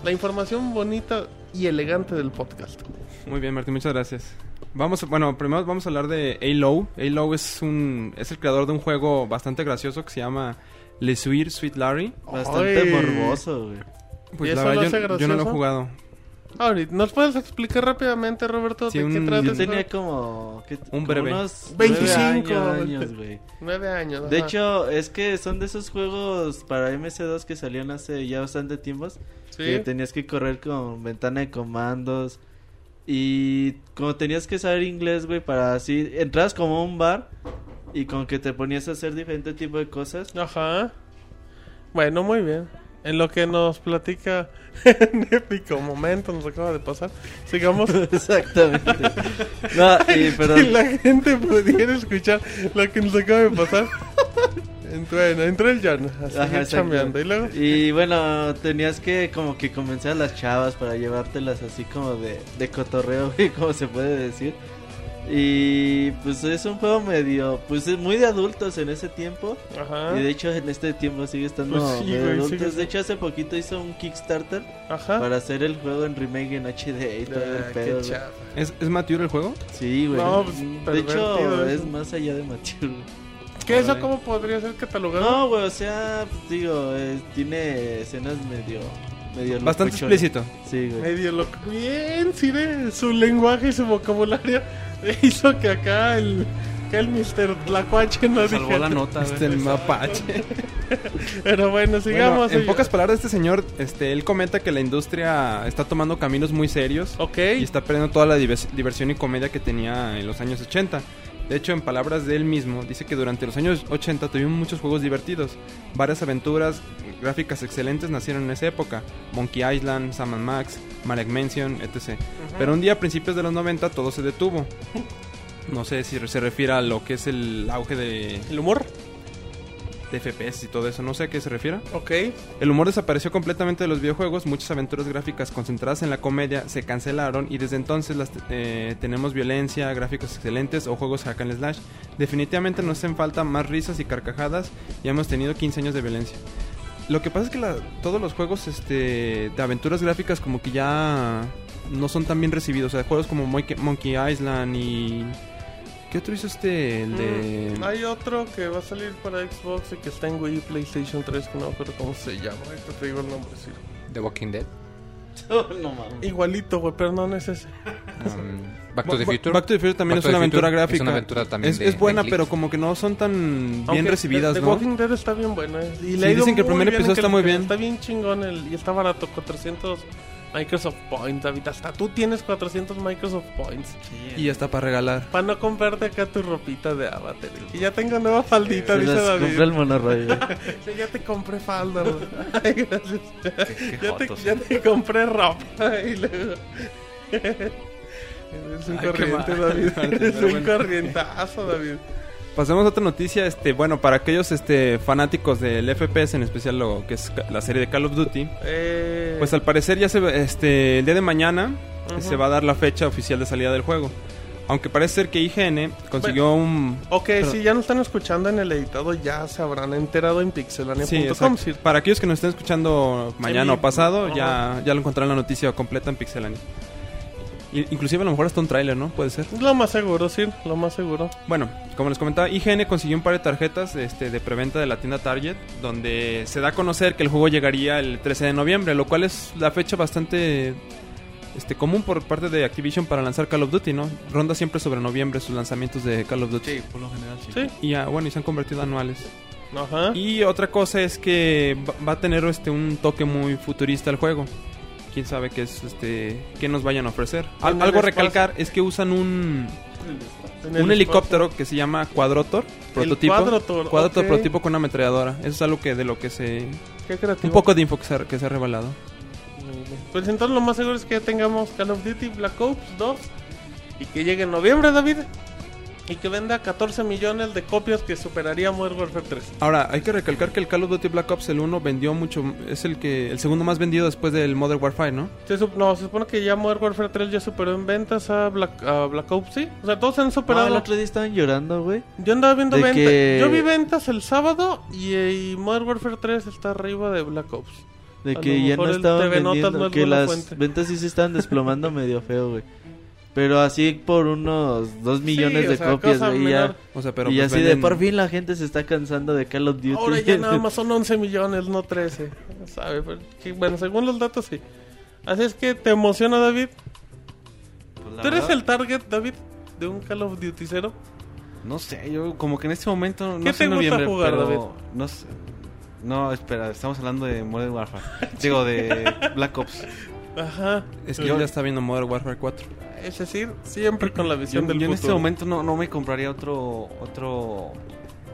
B: La información bonita y elegante del podcast.
E: Muy bien, Martín, muchas gracias. Vamos, a- bueno, primero vamos a hablar de A-Low. A-Low es, un, es el creador de un juego bastante gracioso que se llama Le Suir Sweet Larry.
D: Bastante
B: Ay.
D: morboso, güey.
E: Pues
B: ¿Y
E: la
B: eso lo
E: verdad,
B: hace
E: yo, yo no lo
B: gracioso?
E: he jugado.
B: Ahorita, ¿nos puedes explicar rápidamente, Roberto,
E: Sí,
B: de qué
E: un-
B: trata
E: yo
D: Yo
B: esto?
D: tenía como. ¿qué- como
E: breve.
D: Unos
B: 25
D: 25 años, güey.
B: Nueve años.
D: De
B: ajá.
D: hecho, es que son de esos juegos para MC2 que salían hace ya bastante tiempos. Que
B: sí.
D: tenías que correr con ventana de comandos. Y como tenías que saber inglés, güey, para así. Entrabas como a un bar y con que te ponías a hacer diferente tipo de cosas.
B: Ajá. Bueno, muy bien. En lo que nos platica en épico momento, nos acaba de pasar. Sigamos.
D: Exactamente. No, y
B: Si
D: perdón.
B: la gente pudiera escuchar lo que nos acaba de pasar. En- Bueno, entró el John, así
D: Ajá, exacto.
B: chambeando. Y luego,
D: Y bueno, tenías que como que convencer a las chavas para llevártelas así como de, de cotorreo, güey, como se puede decir. Y pues es un juego medio, pues es muy de adultos en ese tiempo.
B: ajá,
D: Y de hecho en este tiempo sigue estando
B: Ah. Pues sí,
D: medio de
B: güey,
D: adultos.
B: sigue-
D: De hecho hace poquito hizo un Kickstarter
B: ajá.
D: para hacer el juego en remake en HD y todo
B: Ah,
D: el
B: qué
D: pedo. güey.
B: chafa.
E: ¿Es, ¿Es mature el juego?
D: Sí, güey.
B: No, pues,
D: de
B: pervertido
D: hecho
B: eso.
D: es más allá de Mature.
B: ¿Qué eso cómo podría ser catalogado?
D: No, güey, o sea, pues, digo, eh, tiene escenas medio... medio
E: Bastante
D: locochonas.
E: explícito.
D: Sí, güey.
B: Medio loco. Bien, Cire, su lenguaje y su vocabulario hizo que acá el, que el Mr. Tlacuache no
F: Salvó la
B: dijera.
F: nota,
E: Este
F: güey.
E: el mapache.
B: Pero bueno, sigamos.
E: Bueno, en
B: oye.
E: pocas palabras, este señor, este, él comenta que la industria está tomando caminos muy serios
B: Ok.
E: y está perdiendo toda la divers- diversión y comedia que tenía en los años 80. De hecho, en palabras de él mismo, dice que durante los años 80 tuvimos muchos juegos divertidos. Varias aventuras gráficas excelentes nacieron en esa época. Monkey Island, Sam and Max, Maniac Mansion, etc. Pero un día a principios de los 90 todo se detuvo. No sé si se refiere a lo que es el auge de,
B: ¿El humor?
E: de FPS y todo eso. No sé a qué se refiere.
B: Ok.
E: El humor desapareció completamente de los videojuegos, muchas aventuras gráficas concentradas en la comedia se cancelaron y desde entonces las, eh, tenemos violencia, gráficos excelentes o juegos hack and slash. Definitivamente nos hacen falta más risas y carcajadas y hemos tenido 15 años de violencia. Lo que pasa es que la- todos los juegos este, de aventuras gráficas como que ya no son tan bien recibidos. O sea, juegos como Monkey, Monkey Island y... ¿Qué otro hizo este? El de...
B: Mm, Hay otro que va a salir para Xbox y que está en Wii y PlayStation 3, que no me acuerdo cómo se llama. Ahorita te digo el nombre, sí.
C: The Walking Dead.
D: no mames.
B: Igualito, güey, pero no, no es ese.
C: um, Back to the
E: Ba-
C: Future.
E: Back to the Future también
C: Back
E: es
C: to
E: una
C: the Future
E: aventura gráfica.
C: Es una aventura también.
E: Es,
C: de-
E: es buena,
C: de
E: pero
C: clics.
E: como que no son tan
B: Aunque
E: bien recibidas,
B: The, The
E: ¿no?
B: Walking Dead está bien buena. eh. Y le
E: Sí,
B: ha ido
E: dicen que el
B: muy
E: primer
B: bien,
E: episodio
B: que
E: está muy bien.
B: Está bien chingón el, y está barato, 400 Microsoft Points, David. Hasta tú tienes 400 Microsoft Points.
E: Y hasta para regalar.
B: Para no comprarte acá tu ropita de avatar. Y ya tengo nueva faldita,
D: Se
B: dice
D: las
B: David.
D: compré el monorrayo. güey.
B: Sí, ya te compré falda, güey. Ay, gracias.
F: Qué
B: Ya te,
F: jotos.
B: ya te compré ropa. Y luego... Eres un
E: Ay, qué
B: corriente,
E: mal.
B: David. Eres
E: Pero
B: un
E: bueno.
B: corrientazo, David.
E: Pasamos a otra noticia, este, bueno, para aquellos este fanáticos del FPS, en especial lo que es ca- la serie de Call of Duty,
B: Eh,
E: pues al parecer ya se va- este el día de mañana
B: Ujú.
E: se va a dar la fecha oficial de salida del juego. Aunque parece ser que IGN consiguió un
B: Ok, si ya nos están escuchando en el editado, ya se habrán enterado en
E: Sí,
B: pixelania.com.
E: exacto.
B: Sir.
E: Para aquellos que nos estén escuchando mañana
B: En
E: o pasado,
B: vivo.
E: ya, ya lo encontrarán la noticia completa en Pixelania. I- Inclusive a lo mejor hasta un tráiler, ¿no? Puede ser.
B: Lo más seguro, sí, lo más seguro.
E: Bueno, como les comentaba, IGN consiguió un par de tarjetas este, de preventa de la tienda Target, donde se da a conocer que el juego llegaría el 13 de noviembre, lo cual es la fecha bastante este, común por parte de Activision para lanzar Call of Duty, ¿no? Ronda siempre sobre noviembre sus lanzamientos de Call of Duty.
F: Sí, por lo general sí.
B: Sí,
E: Y ah, bueno, y se han convertido anuales.
B: ajá.
E: Y otra cosa es que va- va a tener este un toque muy futurista el juego. Quién sabe qué es este qué nos vayan a ofrecer. Al-
B: En el
E: algo a
B: espacio.
E: recalcar es que usan un,
B: En el
E: un helicóptero que se llama Cuadrotor, prototipo.
B: Quadrotor,
E: Quadrotor,
B: ok.
E: prototipo con una ametralladora. Eso es algo que de lo que se
B: espacio. Qué creativo.
E: un poco de info que se, ha- que se ha revelado.
B: Pues entonces lo más seguro es que ya tengamos Call of Duty Black Ops 2 y que llegue en noviembre, David. Y que venda 14 millones de copias que superaría Modern Warfare 3.
E: Ahora, hay que recalcar que el Call of Duty Black Ops el 1 vendió mucho, es el que el segundo más vendido después del Modern Warfare, ¿no?
B: Se sup- no, se supone que ya Modern Warfare 3 ya superó en ventas a Black, a Black Ops, sí. O sea, todos han
D: No,
B: superado.
D: el otro día estaban llorando, güey.
B: Yo andaba viendo
D: De
B: ventas.
D: que-
B: Yo vi ventas el sábado y, eh, y Modern Warfare 3 está arriba de Black Ops.
D: De
B: A
D: que
B: lo
D: ya no
B: mejor el
D: estaban
B: TV Notas
D: vendiendo,
B: no es
D: que
B: buena
D: las
B: fuente.
D: ventas sí se estaban desplomando medio feo, güey. Pero así por unos 2 millones
B: Sí, o
D: de
B: sea,
D: copias,
B: cosa
D: güey. y ya-
B: menor.
E: O sea, pero
D: y
E: pues
D: así
E: venden-
D: de por fin la gente se está cansando de Call of Duty.
B: Ahora ya nada más son 11 millones, no 13. ¿Sabe? Pero que- Bueno, según los datos sí. Así es que, ¿te emociona, David?
F: Pues, la
B: ¿Tú eres
F: verdad,
B: el target, David, de un Call of Duty cero?
F: No sé, yo como que en este momento no
B: ¿Qué
F: sé
B: te gusta
F: noviembre,
B: jugar,
F: pero
B: David?
F: no sé. No, espera, estamos hablando de Modern Warfare. Digo, de Black Ops.
B: Ajá.
E: Es que ya está viendo Modern Warfare 4.
B: Es decir, siempre con la
F: Yo,
B: visión del
F: yo en este
B: futuro.
F: momento no, no me compraría otro... otro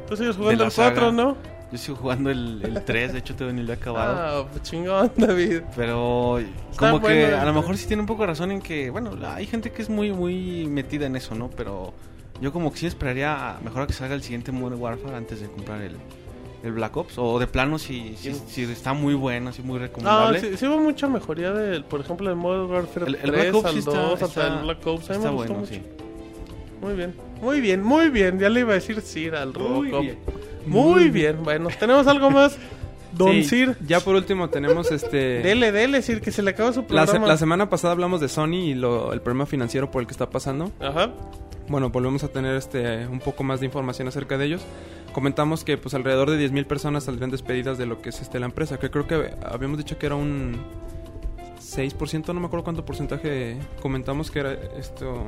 B: Tú sigues
F: de
B: jugando
F: la
B: al 4,
F: saga.
B: ¿no?
F: Yo sigo jugando el, el 3, de hecho todavía ni lo he acabado.
B: Ah, pues chingón, David.
F: Pero como
B: bueno
F: que
B: el
F: a lo
B: tres.
F: mejor sí tiene un poco de razón en que, bueno, la- hay gente que es muy, muy metida en eso, ¿no? Pero yo como que sí esperaría a- mejor a que salga el siguiente Modern Warfare antes de comprar el, el Black Ops. O de plano si, si, si está muy bueno, así muy
B: No,
F: recomendable.
B: Ah, sí, sí hubo mucha mejoría del, por ejemplo, de Modern Warfare
F: El- el
B: 3
F: Black Ops
B: al
F: sí
B: 2,
F: está-
B: hasta
F: está-
B: el Black Ops. A mí
F: está
B: me gustó
F: bueno,
B: mucho.
F: sí.
B: Muy bien, muy bien, muy bien. Ya le iba a decir Sir al
F: Muy
B: Robocop.
F: bien.
B: Muy bien, bueno, tenemos algo más. Don
E: Sí,
B: Sir,
E: Ya por último tenemos este...
B: dele, dele, Sir, que se le acaba su
E: La, se-
B: programa.
E: la semana pasada hablamos de Sony y lo- el problema financiero por el que está pasando.
B: Ajá,
E: Bueno, volvemos a tener este un poco más de información acerca de ellos. Comentamos que pues alrededor de 10.000 personas saldrían despedidas de lo que es este, la empresa, que creo que habíamos dicho que era un 6%, no me acuerdo cuánto porcentaje comentamos que era esto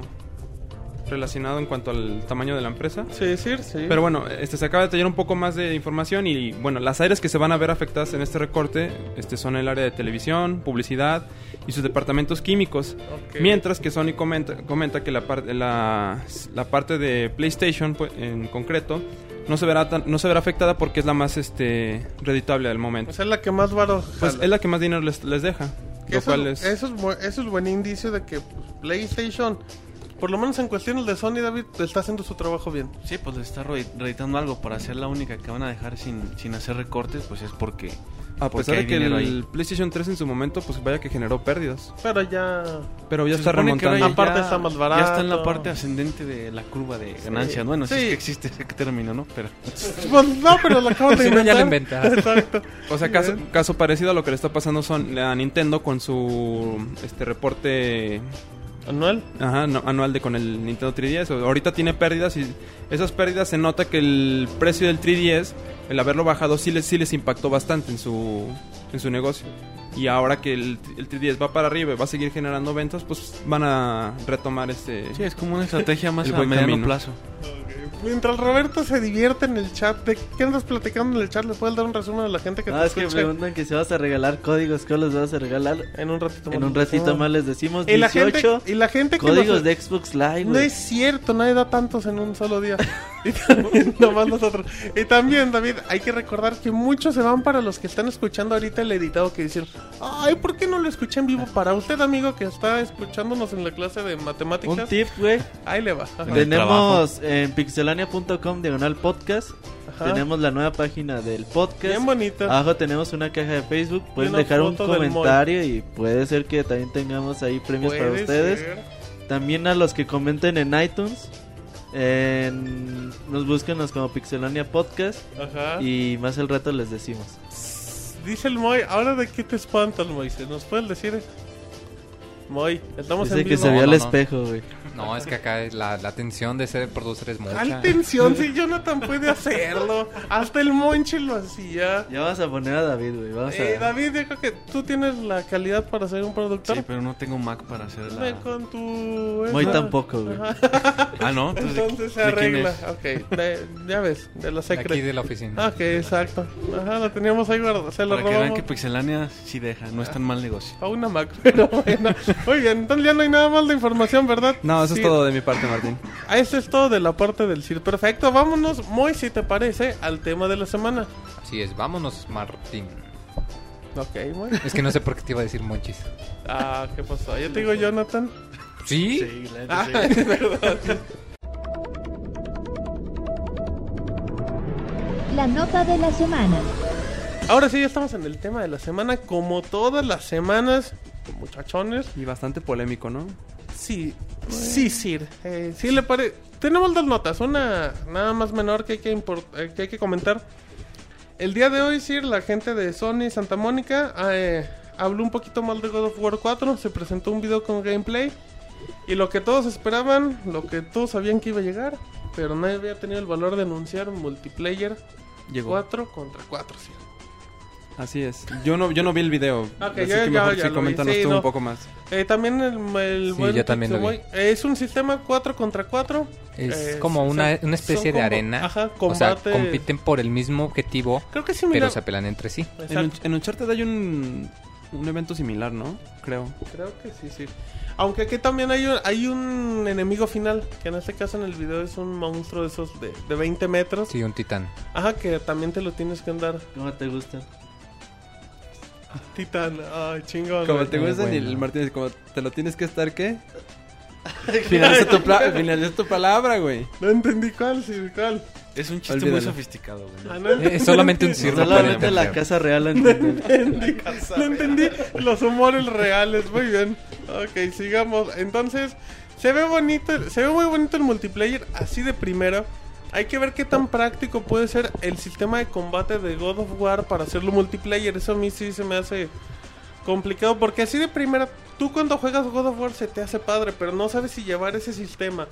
E: relacionado en cuanto al tamaño de la empresa.
B: sí, Sir, sí.
E: Pero bueno, este se acaba de tener un poco más de información y bueno, las áreas que se van a ver afectadas en este recorte este, son el área de televisión, publicidad y sus departamentos químicos.
B: Ok.
E: Mientras que Sony comenta, comenta que la, par- la, la parte de PlayStation pues, en concreto no se verá tan- no se verá afectada porque es la más este reditable al momento.
B: O sea, la que más varo.
E: Pues
B: jala.
E: es la que más dinero les, les deja.
B: Que
E: Lo
B: eso,
E: cual
B: es...
E: es,
B: Eso, es bu- eso es buen indicio de que pues, PlayStation, por lo menos en cuestiones de Sony, David, está haciendo su trabajo bien.
F: Sí, pues le está re- reeditando algo para ser la única que van a dejar sin, sin hacer recortes, pues es porque...
E: a
F: porque
E: pesar
F: hay
E: de que el
F: dinero ahí.
E: PlayStation 3 en su momento pues vaya que generó pérdidas,
B: Pero ya.
E: pero ya
F: Se
E: está
F: supone que
E: remontando.
F: ahora ya-
B: Aparte está más
F: Ya está en
B: barato.
F: la parte ascendente de la curva de ganancias. Bueno, sí,
B: Sí.
F: es que existe ese término, ¿no? Pero...
B: Pues no, pero la acaban de
C: Si no,
B: inventar.
C: ya lo inventas.
B: Exacto.
E: O sea, caso, caso parecido a lo que le está pasando son a Nintendo con su este reporte
B: Anuel.
E: Ajá, no- anual de con el Nintendo 3DS. O- Ahorita tiene pérdidas y esas pérdidas se nota que el precio del 3DS, el haberlo bajado, sí les, sí les impactó bastante en su, en su negocio. Y ahora que el, el 3DS va para arriba y va a seguir generando ventas, pues van a retomar este...
F: Sí, es como una estrategia más
E: El
F: a
E: buen
F: mediano
E: camino.
F: plazo.
B: Mientras Roberto se divierte en el chat, ¿de qué andas platicando en el chat? ¿Le puedes dar un resumen a la gente que
D: No,
B: te
D: Ah, es que
B: escucha?
D: preguntan que si vas a regalar códigos, ¿qué los vas a regalar?
B: En un ratito más. Ah.
D: En un ratito más les decimos
B: Y la gente,
D: 18
B: y la gente que
D: códigos
B: nos-
D: de Xbox Live.
B: No
D: güey.
B: es cierto, nadie da tantos en un solo día. Y también, nomás nosotros. Y también, David, hay que recordar que muchos se van para los que están escuchando ahorita el editado que dicen, ay, ¿por qué no lo escuché en vivo? Para usted, amigo, que está escuchándonos en la clase de
D: Un
B: matemáticas,
D: tip, güey.
B: ahí le va. Ajá,
F: el
D: Tenemos eh, en pixelania.com diagonal podcast.
B: ajá.
D: Tenemos la nueva página del podcast.
B: Bien bonita.
D: Abajo tenemos una caja de Facebook. Pueden
B: una
D: dejar un
B: foto del mall.
D: comentario y puede ser que también tengamos ahí premios para
B: Puede
D: ustedes.
B: ser.
D: También a los que comenten en iTunes. en- Nos búsquenos como Pixelania Podcast.
B: Ajá.
D: Y más el rato les decimos.
B: Dice el Moy, ahora de qué te espanta el Moy, ¿Se nos puedes decir... Moy, estamos
D: Dice
B: en
D: que
B: vivo.
D: se
C: No,
D: vio al
C: no, no.
D: espejo, güey.
C: No, es que acá es la, la tensión de ser producer es mucha.
B: Al tensión, si Jonathan puede hacerlo. Hasta el Monchi lo hacía.
D: Ya vamos a poner a David, güey. Vamos
B: Eh,
D: a...
B: David, yo creo que tú tienes la calidad para ser un productor.
F: Sí, pues, pero no tengo Mac para hacer
B: Ve
F: la...
B: con tu.
D: Moy
B: esa-
D: tampoco, güey.
F: Ah, no. Entonces,
B: Entonces se
F: ¿de quién
B: arregla.
F: es?
B: Ok, de- ya ves, de la
C: De aquí
B: secret.
C: de la
B: Ah,
C: oficina.
B: ok, exacto. Ajá, la teníamos ahí guardada. Se la
F: Para que vean
B: robamos.
F: que Pixelania sí deja, no es tan mal negocio.
B: A una Mac, pero bueno. Muy bien, entonces ya no hay nada más de información, ¿verdad?
E: No, eso
B: Sí.
E: es todo de mi parte, Martín.
B: Ah, Eso es todo de la parte del CIR. Perfecto, vámonos, Moy, si te parece, al tema de la semana.
C: Así es, vámonos, Martín.
B: Ok, Moy.
C: Es que no sé por qué te iba a decir monchis.
B: Ah, ¿qué pasó? Yo te digo Jonathan.
C: ¿Sí?
B: Ah, es verdad.
A: La nota de la semana.
B: Ahora sí, ya estamos en el tema de la semana. Como todas las semanas, muchachones.
E: Y bastante polémico, ¿no?
B: Sí, sí, Sir. Eh, sí, le parece. Tenemos dos notas. Una nada más menor que hay que, impor- eh, que hay que comentar. El día de hoy, Sir, la gente de Sony Santa Mónica eh, habló un poquito mal de God of War 4. Se presentó un video con gameplay. Y lo que todos esperaban, lo que todos sabían que iba a llegar. Pero nadie había tenido el valor de anunciar multiplayer
E: Llegó.
B: 4 contra 4, Sir.
E: Así es. Yo no, yo no vi el video.
B: Ok,
E: así
B: yo-
E: que
B: yo- ya
E: mejor sí,
B: lo vi.
E: coméntanos
B: Sí,
E: tú
B: no.
E: un poco más.
B: Eh, también el, el
C: Sí, yo también lo vi.
B: Pixelboy, eh, es un sistema 4 contra 4.
C: Es
B: Eh,
C: como
B: son-
C: una,
B: son
C: una especie de
B: combo-
C: arena.
B: Ajá,
C: o sea,
B: combate.
C: compiten por el mismo objetivo,
B: Creo que sí,
C: pero
B: mira.
C: se apelan entre sí.
E: En,
B: Exacto,
E: Unch- en Uncharted hay un, un evento similar, ¿no? Creo.
B: creo que sí, sí. Aunque aquí también hay un, hay un enemigo final, que en este caso en el video es un monstruo de esos de, de 20 metros.
C: Sí, un titán.
B: Ajá, que también te lo tienes que andar.
D: ¿Cómo te gusta?
B: Titán, ay, chingón.
E: Como
B: güey.
E: te
C: Muy
E: gusta ni el
C: bueno.
E: Martínez, como te lo tienes que estar, ¿qué? Finaliza tu, pla- finaliza tu palabra, güey.
B: No entendí cuál, sí, cuál.
F: Es un chiste muy
E: Olvídalo.
F: sofisticado, güey.
B: Ah, no entendí.
C: Eh, solamente un circo puede
D: Solamente la
C: entender.
D: casa real la entiende.
B: No entendí los humores reales, muy bien. Ok, sigamos. Entonces, se ve bonito, se ve muy bonito el multiplayer así de primero. Hay que ver qué tan práctico puede ser el sistema de combate de God of War para hacerlo multiplayer. Eso a mí sí se me hace complicado porque así de primera, tú cuando juegas God of War se te hace padre, pero no sabes si llevar ese sistema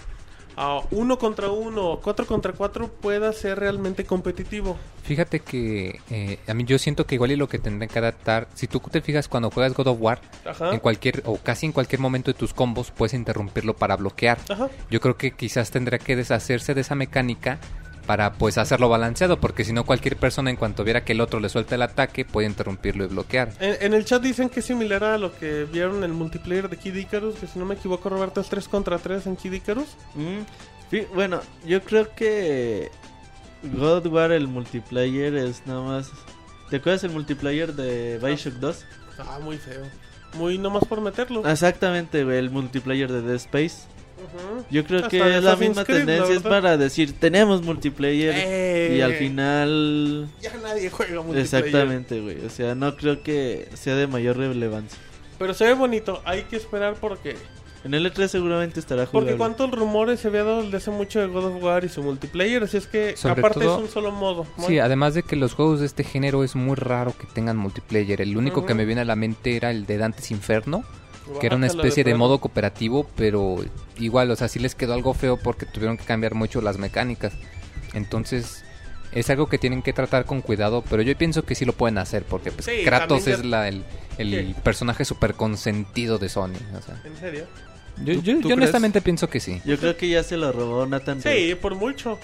B: a uno contra uno o cuatro contra cuatro pueda ser realmente competitivo.
C: Fíjate que eh, a mí yo siento que igual y lo que tendrán que adaptar, si tú te fijas cuando juegas God of War,
E: Ah.
B: Ajá.
C: en cualquier o casi en cualquier momento de tus combos puedes interrumpirlo para bloquear.
B: Ajá.
C: Yo creo que quizás tendría que deshacerse de esa mecánica para pues hacerlo balanceado, porque si no cualquier persona en cuanto viera que el otro le suelta el ataque puede interrumpirlo y bloquear.
B: En, en el chat dicen que es similar a lo que vieron en el multiplayer de Kid Icarus, que si no me equivoco, Roberto, es 3 contra 3 en Kid Icarus.
D: Mm, fi- Bueno, yo creo que God of War, el multiplayer, es nada más. ¿Te acuerdas el multiplayer de Bioshock 2?
B: Ah, muy feo. Muy nomás por meterlo.
C: Ah.
D: Exactamente, güey, el multiplayer de Dead Space.
B: Ujú.
D: Yo creo
B: Hasta
D: que
B: de
D: es la
B: Assassin's
D: misma
B: Creed, la
D: tendencia, es
B: verdad.
D: para decir, tenemos multiplayer.
B: Eh,
D: Y al final...
B: Ya nadie juega multiplayer.
D: Exactamente, güey. O sea, no creo que sea de mayor relevancia.
B: Pero se ve bonito, hay que esperar porque.
D: En el E3 seguramente estará jugando.
B: Porque cuántos rumores se había dado desde hace mucho de God of War y su multiplayer, así es que
C: Sobre
B: aparte
C: todo-
B: es un solo modo. Muy-
C: Sí, ah, además de que los juegos de este género es muy raro que tengan multiplayer. El único que
B: Ujú.
C: me viene a la mente era el de Dantes Inferno, que era una
B: Bájalo
C: especie de
B: plano.
C: modo cooperativo, pero igual, o sea, sí les quedó algo feo porque tuvieron que cambiar mucho las mecánicas. Entonces, es algo que tienen que tratar con cuidado, pero yo pienso que sí lo pueden hacer porque pues,
B: Sí,
C: Kratos
B: también
C: es
B: ya-
C: la, el, el personaje súper consentido de Sony. o sea.
B: ¿En serio?
C: Yo, yo-
E: tú
C: yo
E: crees?
C: honestamente pienso que sí.
D: Yo creo que ya se lo robó Nathan. Drake.
B: Sí, por mucho.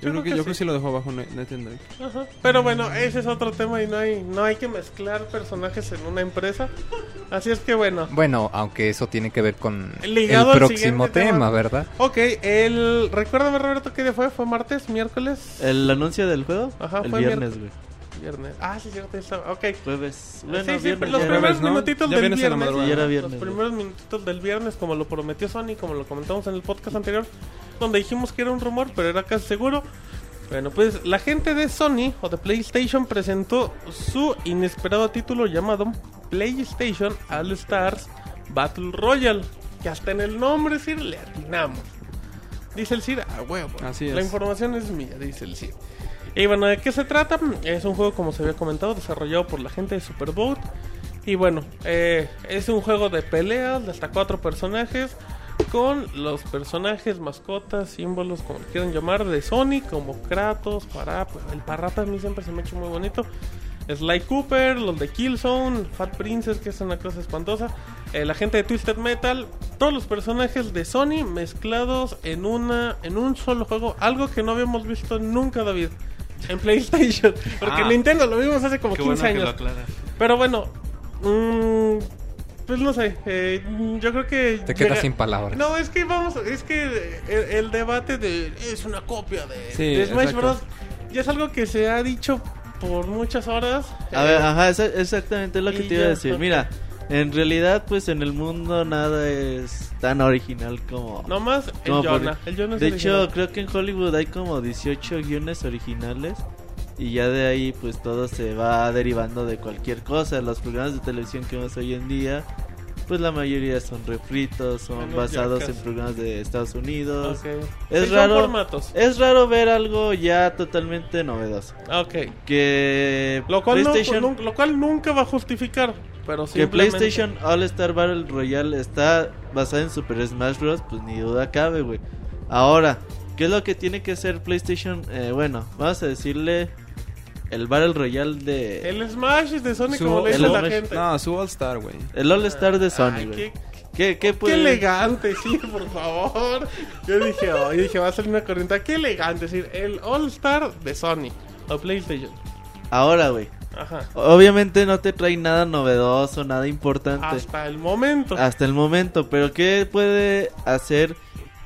E: Yo, creo que, yo
B: sí.
E: creo que sí lo dejó abajo Ne- Nathan Drake.
B: Ajá. Pero bueno, ese es otro tema y no hay, no hay que mezclar personajes en una empresa. Así es que bueno.
C: Bueno, aunque eso tiene que ver con
B: Ligado al
C: el próximo
B: siguiente tema.
C: tema, ¿verdad?
B: Ok, el... Recuérdame, Roberto, ¿qué día fue? ¿Fue martes? ¿Miércoles?
D: El anuncio del juego.
B: Ajá,
D: el
B: fue
D: viernes, güey.
B: Viernes. Ah, sí, cierto, ya estaba. Ok.
D: Jueves.
B: sí, sí, los
D: viernes ya era.
B: primeros
E: Jueves, ¿no?
B: minutitos
E: Ya
B: del
E: vienes en la
B: viernes.
E: madrugada.
D: Ya era viernes,
B: los
D: ya.
B: primeros minutitos del viernes, como lo prometió Sony, como lo comentamos en el podcast anterior, donde dijimos que era un rumor, pero era casi seguro. Bueno, pues la gente de Sony o de PlayStation presentó su inesperado título llamado PlayStation All Stars Battle Royale, que hasta en el nombre Sir le atinamos. Dice el Sir, a huevo.
E: Así es.
B: La información es mía, dice el Sir. Y bueno, ¿de qué se trata? Es un juego, como se había comentado, desarrollado por la gente de Superboat. Y bueno, eh, es un juego de peleas de hasta cuatro personajes. Con los personajes, mascotas, símbolos, como le quieran llamar, de Sony, como Kratos, Pará, pues, el Parrata a mí siempre se me ha hecho muy bonito. Sly Cooper, los de Killzone, Fat Princess, que es una cosa espantosa. eh, la gente de Twisted Metal, todos los personajes de Sony mezclados en una en un solo juego, algo que no habíamos visto nunca, David, en PlayStation, porque
F: Ah.
B: en Nintendo lo vimos hace como
F: Qué
B: 15
F: bueno que lo
B: años.
F: aclaras.
B: Pero bueno, mm, pues no sé, eh, mm, yo creo que...
C: Te quedas
B: llega-
C: sin palabras.
B: No, es que vamos, es que el, el debate de es una copia de,
E: Sí,
B: de Smash
E: exacto.
B: Bros. Ya es algo que se ha dicho por muchas horas.
D: A
B: eh,
D: ver, ah. ajá, esa- exactamente es lo que
B: y
D: te iba a
B: ya,
D: decir.
B: ok.
D: Mira, en realidad, pues en el mundo nada es tan original como.
B: Nomás el
D: No, porque-
B: Jonah. El Jonah es
D: de
B: original.
D: hecho, creo que en Hollywood hay como 18 guiones originales. Y ya de ahí, pues todo se va derivando de cualquier cosa. Los programas de televisión que vemos hoy en día, pues la mayoría son refritos, son
B: Menos
D: basados
B: yacas.
D: en programas de Estados Unidos.
B: Ok.
D: Es
B: Sí, son
D: raro.
B: formatos.
D: Es raro ver algo ya totalmente novedoso.
B: Ah, Ok.
D: Que
B: Lo cual, no-
D: PlayStation,
B: nun- lo cual nunca va a justificar. Pero
D: que
B: simplemente-
D: PlayStation All Star Battle Royale está basada en Super Smash Bros. Pues ni duda cabe, güey. Ahora, ¿qué es lo que tiene que ser PlayStation? Eh, bueno, vamos a decirle el Battle Royale de.
B: El Smash es de Sonic,
E: Su-
B: como le dice
D: el
B: la
D: Smash-
B: gente.
E: No, su All Star, güey.
D: El All Star de
B: Ah, Ay,
D: Sony, güey.
B: qué,
D: ¿Qué, qué
B: qué
D: puede-
B: elegante, sí, por favor. Yo dije, oh, yo dije, va a salir una corriente. Qué elegante, es decir, el All Star de Sony o PlayStation.
D: Ahora, güey.
B: Ajá.
D: Obviamente no te trae nada novedoso, nada importante.
B: Hasta el momento.
D: Hasta el momento, pero ¿qué puede hacer?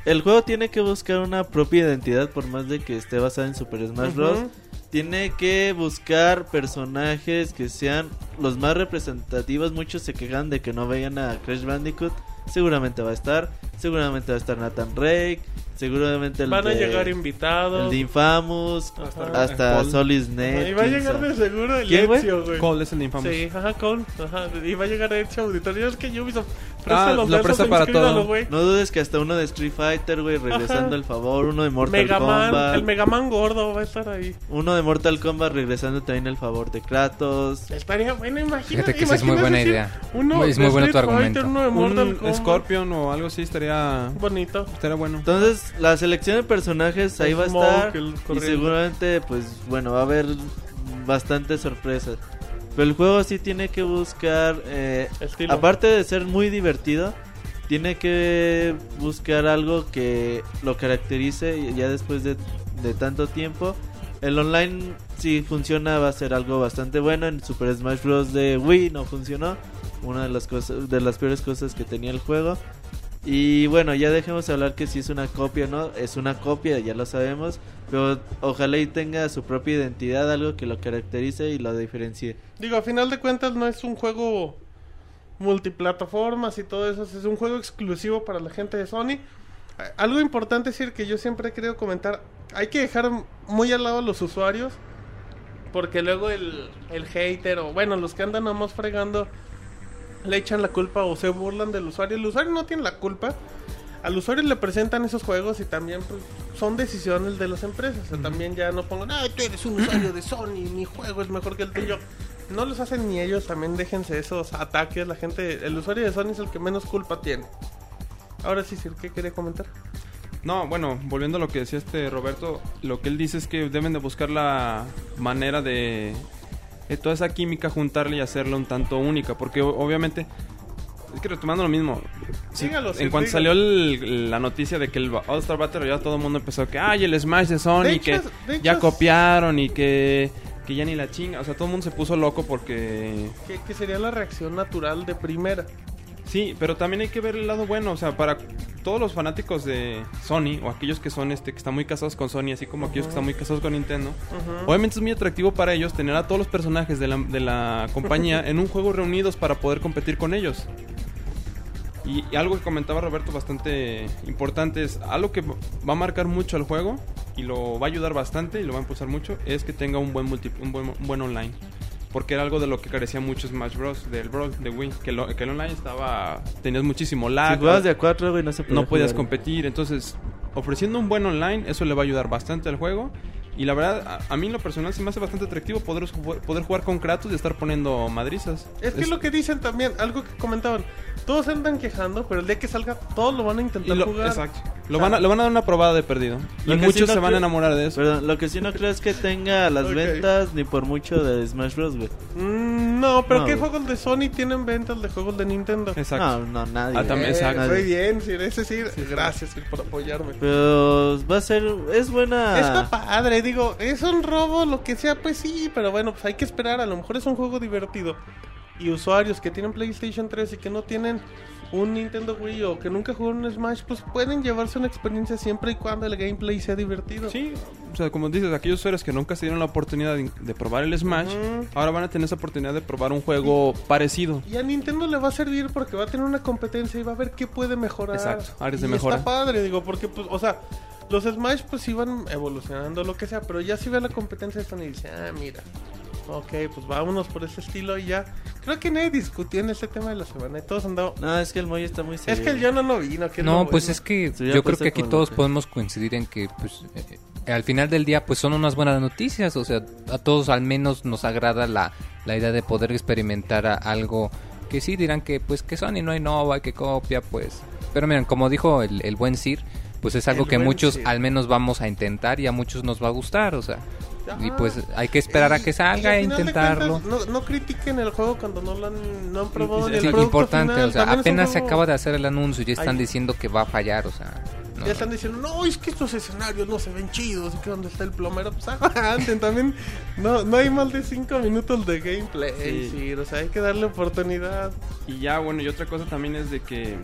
D: El juego tiene que buscar una propia identidad por más de que esté basada en Super Smash Bros.
B: Ujú.
D: Tiene que buscar personajes que sean los más representativos. Muchos se quejan de que no vean a Crash Bandicoot. Seguramente va a estar. Seguramente va a estar Nathan Drake. Seguramente el
B: Van a
D: de-
B: llegar invitados.
D: el de Infamous.
B: Ajá.
D: Hasta
E: Paul.
D: Solid
B: Ajá,
D: Snake.
B: Y va a
D: quién
B: llegar
D: sabe.
B: de seguro el
D: ¿Quién, güey?
B: Ezio, güey.
E: Cole es el infame.
B: Sí, ajá, Cole. Ajá. Y va a llegar Ezio Auditorio. Es que Ubisoft
E: Ah,
B: los
E: lo
B: besos,
E: presta para
B: inscríbalo,
E: todo.
B: güey.
D: No dudes que hasta uno de Street Fighter, güey, regresando
B: Ajá.
D: el favor, uno de Mortal
B: Mega Man,
D: Kombat,
B: el Megaman gordo va a estar ahí.
D: uno de Mortal Kombat regresando también el favor de Kratos.
B: Estaría bueno, imagínate.
C: Fíjate que sí es muy
B: imagínate
C: buena
B: decir,
C: idea.
B: Uno
C: Muy- es
B: de
C: muy bueno tu
B: Street
C: argumento.
B: Fighter, uno de Mortal
E: Un
B: Kombat.
E: Scorpion o algo así estaría,
B: Bonito.
E: estaría bueno.
D: Entonces, la selección de personajes ahí va a
B: Smoke,
D: estar
B: el
D: y
B: corriente.
D: seguramente pues bueno, va a haber bastantes sorpresas. Pero el juego sí tiene que buscar eh,
B: Estilo.
D: aparte de ser muy divertido, tiene que buscar algo que lo caracterice y ya después de, de tanto tiempo. El online, si funciona, va a ser algo bastante bueno. En Super Smash Bros. de Wii no funcionó. Una de las, cosas, de las peores cosas que tenía el juego. Y bueno, ya dejemos de hablar que si es una copia o no. Es una copia, ya lo sabemos. Pero ojalá y tenga su propia identidad, algo que lo caracterice y lo diferencie.
B: Digo, a final de cuentas no es un juego multiplataformas y todo eso, es un juego exclusivo para la gente de Sony. A- Algo importante decir que yo siempre he querido comentar, hay que dejar muy al lado a los usuarios, porque luego el, el hater o bueno, los que andan nomás fregando le echan la culpa o se burlan del usuario. El usuario no tiene la culpa. Al usuario le presentan esos juegos y también pues, son decisiones de las empresas. O sea, también ya no pongan, ah, tú eres un usuario de Sony, mi juego es mejor que el tuyo. No los hacen ni ellos, también déjense esos ataques. La gente, el usuario de Sony es el que menos culpa tiene. Ahora sí, Sir, ¿qué quería comentar?
E: No, bueno, volviendo a lo que decía este Roberto, lo que él dice es que deben de buscar la manera de, de toda esa química juntarla y hacerla un tanto única, porque o- obviamente es que retomando lo mismo, si-
B: Dígalo, sí,
E: en cuanto
B: dígalo.
E: salió el- la noticia de que el All Star Battle Royale todo el mundo empezó que ay el Smash de Sony
B: De hecho
E: que
B: es- de hecho
E: ya
B: es-
E: copiaron y que que ya ni la chinga, o sea todo el mundo se puso loco porque
B: ¿Qué, qué sería la reacción natural de primera?
E: Sí, pero también hay que ver el lado bueno, o sea, para todos los fanáticos de Sony o aquellos que son este que están muy casados con Sony, así como aquellos que están muy casados con Nintendo.
B: Ujú.
E: Obviamente es muy atractivo para ellos tener a todos los personajes de la, de la compañía en un juego reunidos para poder competir con ellos. Y, y algo que comentaba Roberto bastante importante es algo que va a marcar mucho al juego y lo va a ayudar bastante y lo va a impulsar mucho es que tenga un buen multi- un buen, un buen online. Porque era algo de lo que carecía mucho Smash Bros. del Brawl, de Wii. Que, lo- que el online estaba. Tenías muchísimo lag.
D: si jugabas de a cuatro, güey, no se podía
E: Ah, no podías
D: jugar.
E: competir. Entonces, ofreciendo un buen online, eso le va a ayudar bastante al juego. Y la verdad, a, a mí en lo personal se me hace bastante atractivo poder, jugar- poder jugar con Kratos y estar poniendo madrizas.
B: Es que es lo que dicen también, algo que comentaban. Todos se andan quejando, pero el día que salga, todos lo van a
E: y
B: intentar
E: lo,
B: jugar.
E: exacto. Lo van, a, lo van a dar una probada de perdido.
D: Lo
E: y
D: que sí
E: muchos
D: no
E: se van
D: creo-
E: a enamorar de eso.
D: Perdón, lo que sí no creo es que tenga las
B: Ok.
D: ventas ni por mucho de Smash Bros, güey.
B: Mm, no, pero
D: No,
B: ¿qué
D: güey.
B: juegos de Sony tienen ventas de juegos de Nintendo? Eh,
E: Exacto.
D: No, no, nadie.
E: Ah, también,
D: güey,
E: exacto.
D: nadie.
B: Muy bien, Sir, es decir, gracias Sir, por apoyarme.
D: Pero va a ser, es buena.
B: Está padre, digo, es un robo, lo que sea, pues sí, pero bueno, pues hay que esperar, a lo mejor es un juego divertido. Y usuarios que tienen PlayStation 3 y que no tienen un Nintendo Wii o que nunca jugaron un Smash, pues pueden llevarse una experiencia siempre y cuando el gameplay sea divertido.
E: Sí, o sea, como dices, aquellos usuarios que nunca se dieron la oportunidad de, de probar el Smash,
B: Ujú.
E: ahora van a tener esa oportunidad de probar un juego parecido.
B: Y a Nintendo le va a servir porque va a tener una competencia y va a ver qué puede mejorar.
E: Exacto, áreas de
B: Y
E: mejora.
B: Está padre, digo, porque, pues, o sea, los Smash pues iban evolucionando, lo que sea, pero ya si ve la competencia de Sony y dice, ah, mira, ok, pues vámonos por ese estilo y ya. Creo que nadie discutió en este tema de la semana y todos andaban...
D: No, es que el Moy está muy serio.
B: Es que el Jonah no vino, que es
C: No,
B: lo
C: pues
B: bueno.
C: es que
D: Sí, ya
C: yo creo
D: pasa
C: que aquí
D: con
C: todos
D: lo que-
C: podemos coincidir en que pues, eh, eh, al final del día pues son unas buenas noticias, o sea, a todos al menos nos agrada la, la idea de poder experimentar a- algo que sí dirán que pues que Sony no innova, que copia, pues. Pero miren, como dijo el, el buen Sir, pues es algo
B: El
C: que
B: buen
C: muchos
B: Sir.
C: al menos vamos a intentar y a muchos nos va a gustar, o sea, Y pues hay que esperar a que salga
B: y al
C: e
B: final de
C: intentarlo.
B: cuentas, no, no critiquen el juego cuando no lo han, no han probado ni el
C: Sí,
B: producto
C: importante,
B: final.
C: o sea,
B: También es un
C: apenas se
B: juego-
C: acaba de hacer el anuncio y ya están
B: Ay.
C: diciendo que va a fallar, o sea. no,
B: Ya están diciendo, no, es que estos escenarios no se ven chidos, ¿y que dónde está el plomero? Pues aguanten también. No, no hay más de 5 minutos de gameplay,
E: Sí.
B: Sir, o sea, hay que darle oportunidad.
E: Y ya, bueno, y otra cosa también es de que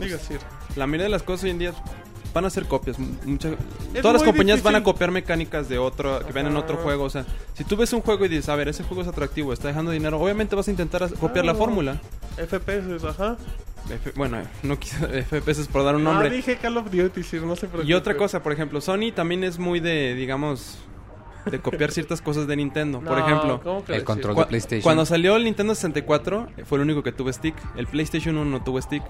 B: Diga, Sir.
E: la mayoría de las cosas hoy en día van a ser copias. M- mucha-
B: Es
E: todas las
B: muy
E: compañías van a
B: difícil.
E: copiar mecánicas de otro, que ven en otro
B: Ajá.
E: juego. O sea, si tú ves un juego y dices, a ver, ese juego es atractivo, está dejando dinero, obviamente vas a intentar as- copiar la
B: Claro.
E: fórmula.
B: FPS, ajá.
E: F- bueno, no quise FPS por dar un
B: Ah,
E: nombre.
B: dije Call of Duty, Sir, no se preocupe.
E: y otra cosa, por ejemplo, Sony también es muy de, digamos, de copiar ciertas cosas de Nintendo. por
B: No,
E: ejemplo,
B: ¿cómo crees,
C: El
B: Sir?
C: control
E: Cua-
C: de PlayStation.
E: Cuando salió el Nintendo 64, eh, fue el único que tuvo stick. El PlayStation 1 no tuvo stick.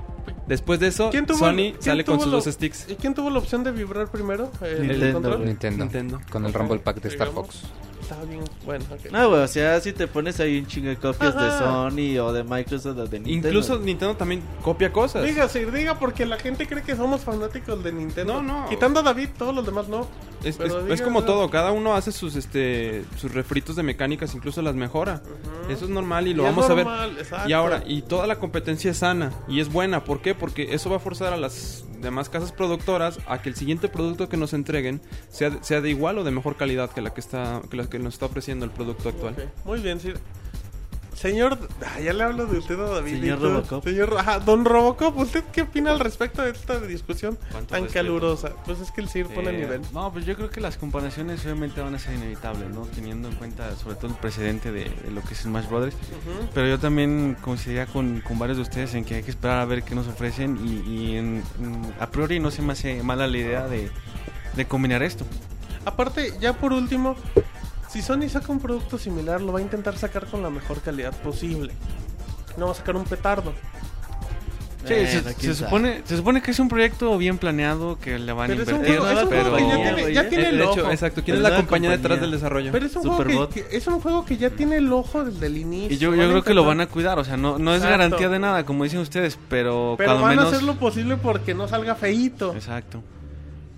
E: Después de eso,
B: ¿Quién tuvo-
E: Sony
B: quién
E: sale con
B: tuvo
E: sus
B: lo-
E: dos sticks.
B: ¿Y quién tuvo la opción de vibrar primero? ¿El- ¿El,
D: Nintendo,
B: control?
D: güey.
C: Nintendo,
E: Nintendo.
C: Con el
B: Ok,
C: Rumble Pack de Star
B: digamos.
C: Fox.
B: Está bien, bueno, ok.
D: No, güey, o sea, si te pones ahí un chingo de copias
B: Ajá.
D: de Sony o de Microsoft o de Nintendo.
E: Incluso Nintendo también copia cosas.
B: Diga, Sir, diga, porque la gente cree que somos fanáticos de Nintendo.
E: No, no.
B: Quitando a David, todos los demás no.
E: es,
B: Pero
E: es-
B: diga,
E: es como
B: no.
E: todo, cada uno hace sus este sus refritos de mecánicas, incluso las mejora. Eso es normal y lo
B: es
E: vamos a ver.
B: normal, exacto.
E: Y ahora, y toda la competencia es sana y es buena. ¿Por qué? Porque eso va a forzar a las demás casas productoras a que el siguiente producto que nos entreguen sea, de- sea de igual o de mejor calidad que la que está que la que nos está ofreciendo el producto actual.
B: Ok, Muy bien, Sir. Señor, ah, ya le hablo de usted a David.
D: Señor
B: ¿Y tú?
D: Robocop.
B: Señor, ajá, don Robocop, ¿usted qué opina al respecto de esta discusión tan
F: ¿Cuánto respeto?
B: calurosa? Pues es que el Sir pone
F: Eh,
B: nivel.
F: No, pues yo creo que las comparaciones obviamente van a ser inevitables, ¿no? Teniendo en cuenta sobre todo el precedente de, de lo que es Smash Brothers.
B: Ujú.
F: Pero yo también coincidiría con, con varios de ustedes en que hay que esperar a ver qué nos ofrecen y, y en- en- a priori no se me hace mala la idea de, de combinar esto.
B: Aparte, ya por último, si Sony saca un producto similar, lo va a intentar sacar con la mejor calidad posible. No va a sacar un petardo.
F: Sí,
D: Bueno,
E: Eh,
F: se,
D: quién sabe.
F: se supone, se supone que es un proyecto bien planeado que le van
B: Pero es
F: a
B: un
F: invertir,
B: juego, es un
F: pero
B: juego que ya
D: pero-
B: tiene, ya
D: Eh,
B: tiene
E: Eh,
B: el
E: de
B: ojo.
E: hecho, exacto. ¿Quién es
D: Es
E: la
D: la
E: compañía detrás
D: compañía.
E: del desarrollo?
B: Pero es un, juego
D: Superbot.
B: que, que- es un juego que ya tiene el ojo desde el inicio.
F: y yo,
B: Van
F: yo
B: a
F: creo que lo
B: intentar-
F: van a cuidar, o sea, no, no es
B: Exacto.
F: garantía de nada, como dicen ustedes, pero,
B: Pero
F: cuando
B: van
F: menos...
B: a hacer lo posible porque no salga feíto.
F: Exacto.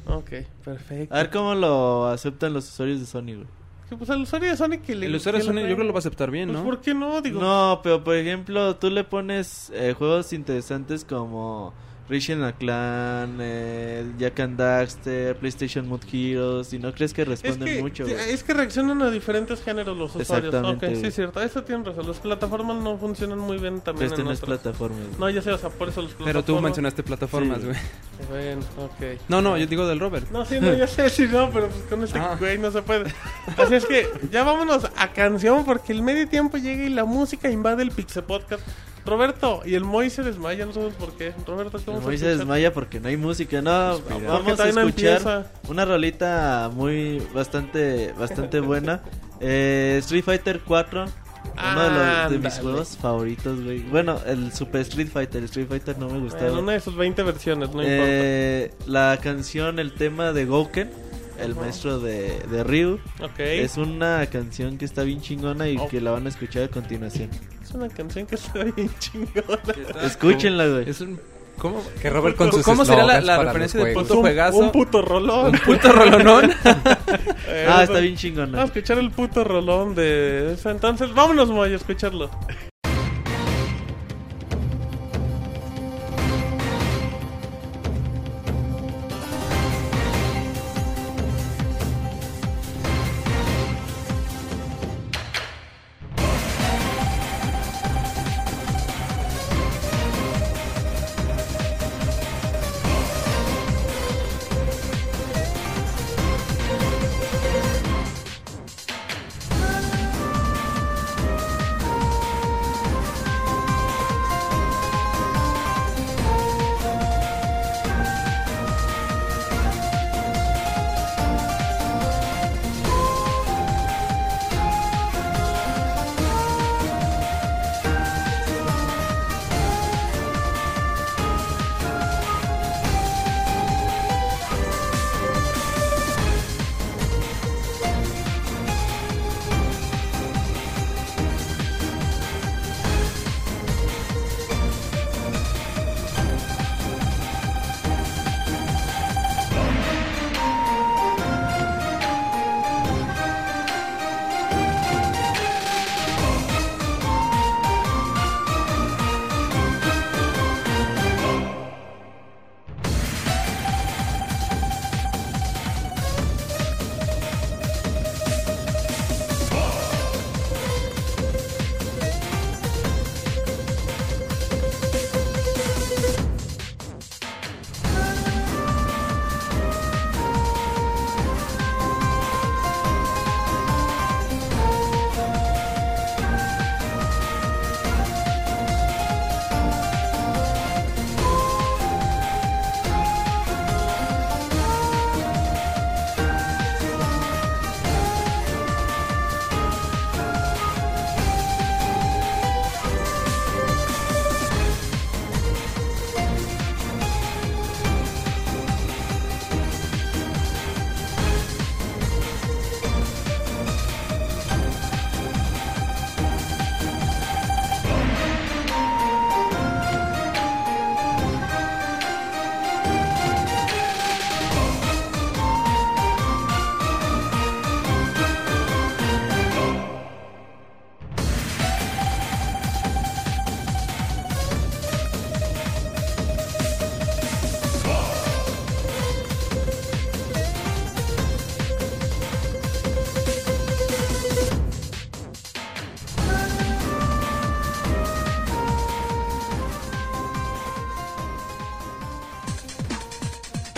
B: Ok, perfecto. Ah,
D: A ver cómo lo aceptan los usuarios de Sony, güey.
B: Que, pues al usuario de Sonic que le
E: El usuario
B: que le
E: Sony, yo creo que lo va a aceptar
B: Pues,
E: bien, ¿no?
B: ¿por qué no? Digo,
D: No, pero por ejemplo, tú le pones eh, juegos interesantes como Rishin Clan, eh, Jack and Daxter, PlayStation Mood Heroes, y no crees que
B: es
D: responden
B: que,
D: mucho,
B: sí,
D: güey.
B: es que reaccionan a diferentes géneros los usuarios. Ok,
D: Exactamente,
B: sí,
D: güey.
B: es cierto. Eso tienen razón. Las plataformas no funcionan muy bien
D: Pero
B: también.
D: este
B: en
D: no es
B: otras.
D: plataforma, güey.
B: No, ya sé, o sea, por eso los
E: Pero tú
B: plataformas-
E: mencionaste plataformas,
D: Sí.
E: güey.
B: Bueno, ok.
E: No, no, yo digo del Robert.
B: No, sí, no, ya sé si no, pero pues con este
E: Ah.
B: güey no se puede. Así es que ya vámonos a canción porque el medio tiempo llega y la música invade el Pixel Podcast. Roberto y el Moy se desmayan, no sabemos por qué. Roberto, ¿cómo
D: El Moy se desmaya porque no hay música, no,
B: Pues,
D: vamos a
B: todavía no
D: escuchar
B: empieza.
D: una rolita muy, bastante, bastante buena, eh, Street Fighter 4, uno de, los, de mis
B: Ándale.
D: juegos favoritos, güey, bueno, el Super Street Fighter, el Street Fighter no me gustaba,
B: En una de sus 20 versiones, no
D: Eh, la canción, el tema de Gouken, el
B: Ajá.
D: maestro de, de Ryu,
B: importa. Ok.
D: es una canción que está bien chingona y
B: Oh.
D: que la van a escuchar a continuación,
B: Es una canción que está bien chingona.
D: escúchenla, güey.
E: Es un... ¿Cómo?
C: Que Robert con sus
E: ¿Cómo será la-
C: eslogans
E: la
C: para los
E: referencia de
C: juegos.
E: Puto
B: Pues un,
E: juegazo.
B: un puto rolón.
E: Puto rolonón.
B: Eh,
D: Ah,
B: vamos
D: está
B: a-
D: bien
B: Vamos a
D: chingona.
B: escuchar el puto rolón de eso. Entonces, vámonos, Moy, a escucharlo.
G: 「君の声が聞こえる」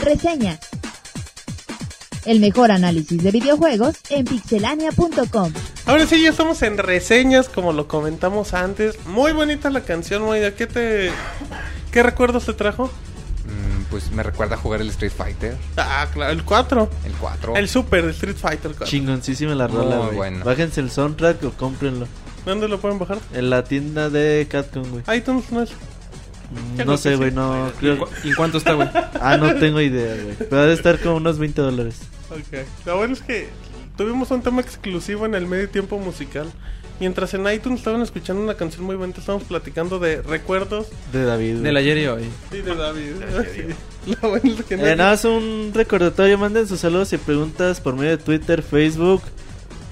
A: Reseña. El mejor análisis de videojuegos en pixelania.com.
B: Ahora sí, ya estamos en reseñas, como lo comentamos antes. Muy bonita la canción, Moida. ¿Qué te. ¿Qué recuerdos te trajo?
C: Mm, pues me recuerda jugar el Street Fighter,
B: Ah, claro, el 4.
C: el 4.
B: El Super Street Fighter 4.
D: Chingoncísima la
C: Muy
D: rola, güey.
C: buena.
D: Bájense el soundtrack o cómprenlo.
B: ¿Dónde lo pueden bajar?
D: En la tienda de Catcom, güey.
B: iTunes no es. creo
D: No
B: que
D: sé,
B: sí.
D: güey, no creo.
E: ¿Y en cuánto está, güey?
D: Ah, no tengo idea, güey. Pero debe estar como unos 20 dólares.
B: Ok. Lo bueno es que tuvimos un tema exclusivo en el medio tiempo musical. Mientras en iTunes estaban escuchando una canción muy bonita, estábamos platicando de recuerdos.
D: De David, güey.
E: Del ayer y hoy.
B: Sí, de David. Lo bueno es que no-
D: Eh, nada más un recordatorio, manden sus saludos y preguntas por medio de Twitter, Facebook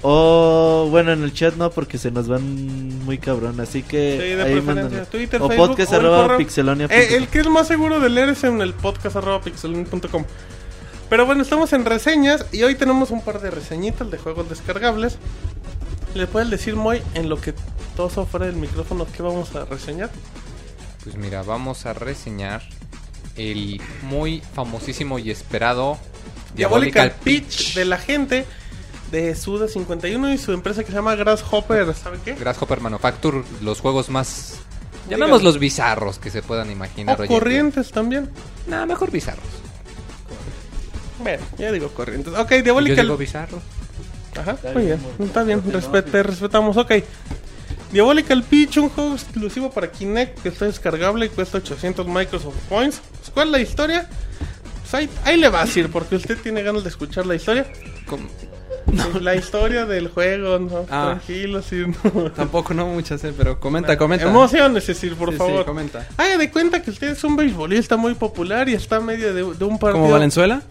D: o bueno en el chat no porque se nos van muy cabrón,
B: Sí,
D: así que
B: de
D: ahí
B: preferencia.
D: mandan.
B: Twitter,
D: O
B: Facebook,
D: podcast
B: o el
D: arroba
B: correo.
D: pixelonia punto
B: Eh,
D: com.
B: el que es más seguro de leer es en el podcast arroba pixelania.com. Pero bueno, estamos en reseñas y hoy tenemos un par de reseñitas de juegos descargables. ¿Le puedes decir, Moy, en lo que todos fuera del micrófono, qué vamos a reseñar?
C: Pues mira, vamos a reseñar el muy famosísimo y esperado
B: Diabolical Pitch de la gente de Suda51 y su empresa que se llama Grasshopper. ¿Sabe qué?
C: Grasshopper Manufacture, los juegos más, llamémoslos bizarros que se puedan imaginar.
B: O
C: hoy en día.
B: corrientes también.
C: Nah, mejor bizarros.
B: Bueno, yo digo corrientes. Ok,
C: Yo digo
B: Diabolical
C: bizarro.
B: Ajá,
D: Está
B: muy
D: bien,
B: bien.
D: muy
B: Está bien,
D: bien.
B: respet- te respetamos. Ok. Diabolical Pitch, un juego exclusivo para Kinect que está descargable y cuesta 800 Microsoft Points. Pues, ¿Cuál es la historia? Pues ahí, ahí le va a ir, porque usted tiene ganas de escuchar la historia.
E: Com-
B: Pues, La historia del juego, ¿no?
E: Ah.
B: Tranquilo, sí, no.
E: Tampoco, no muchas, eh, pero comenta, comenta.
B: Emociones, Sir, por
E: Sí, sí,
B: favor.
E: comenta.
B: Haga de cuenta que usted es un beisbolista muy popular y está en medio de, de un partido.
E: ¿Como Valenzuela?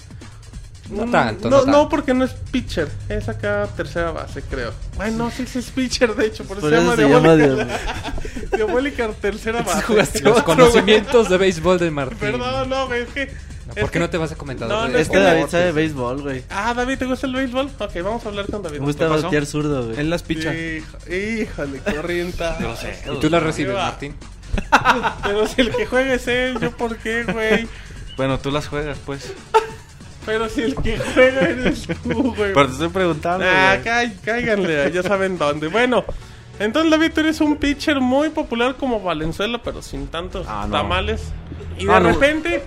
C: No
B: Mm,
C: tanto,
B: No,
C: no,
B: no,
C: tanto.
B: porque no es pitcher. Es acá tercera base, creo. Ay, no, sí, sí es pitcher, de hecho. Por eso
D: Por
B: se
D: eso
B: llama
D: se llama
B: Diabólica. Diabólica tercera base.
E: jugaste
C: Los
E: otro, güey.
C: conocimientos de béisbol de Martín.
B: Perdón, no, güey, es que.
C: No,
B: es
C: ¿Por qué
B: que-
C: no te vas a comentar?
B: No,
C: de
B: no,
D: Es que
C: béisbol?
D: David sabe béisbol, güey.
B: Ah, David, ¿te gusta el béisbol? Ok, vamos a hablar con David.
D: Me gusta
E: pasó?
D: batear zurdo, güey.
E: Él las picha.
B: Hijo- Híjole, corrienta.
C: Y tú la recibes,
B: Arriba.
C: Martín.
B: Pero si el que juega es él, ¿yo por qué, güey?
F: Bueno, tú las juegas, pues.
B: Pero si el que juega eres tú, güey.
F: Pero te estoy preguntando.
B: Ah,
F: güey.
B: cá- cáiganle, ya saben dónde. Bueno, entonces David, tú eres un pitcher muy popular como Valenzuela, pero sin tantos
F: Ah, no.
B: tamales. Y de
F: Ah, no.
B: repente,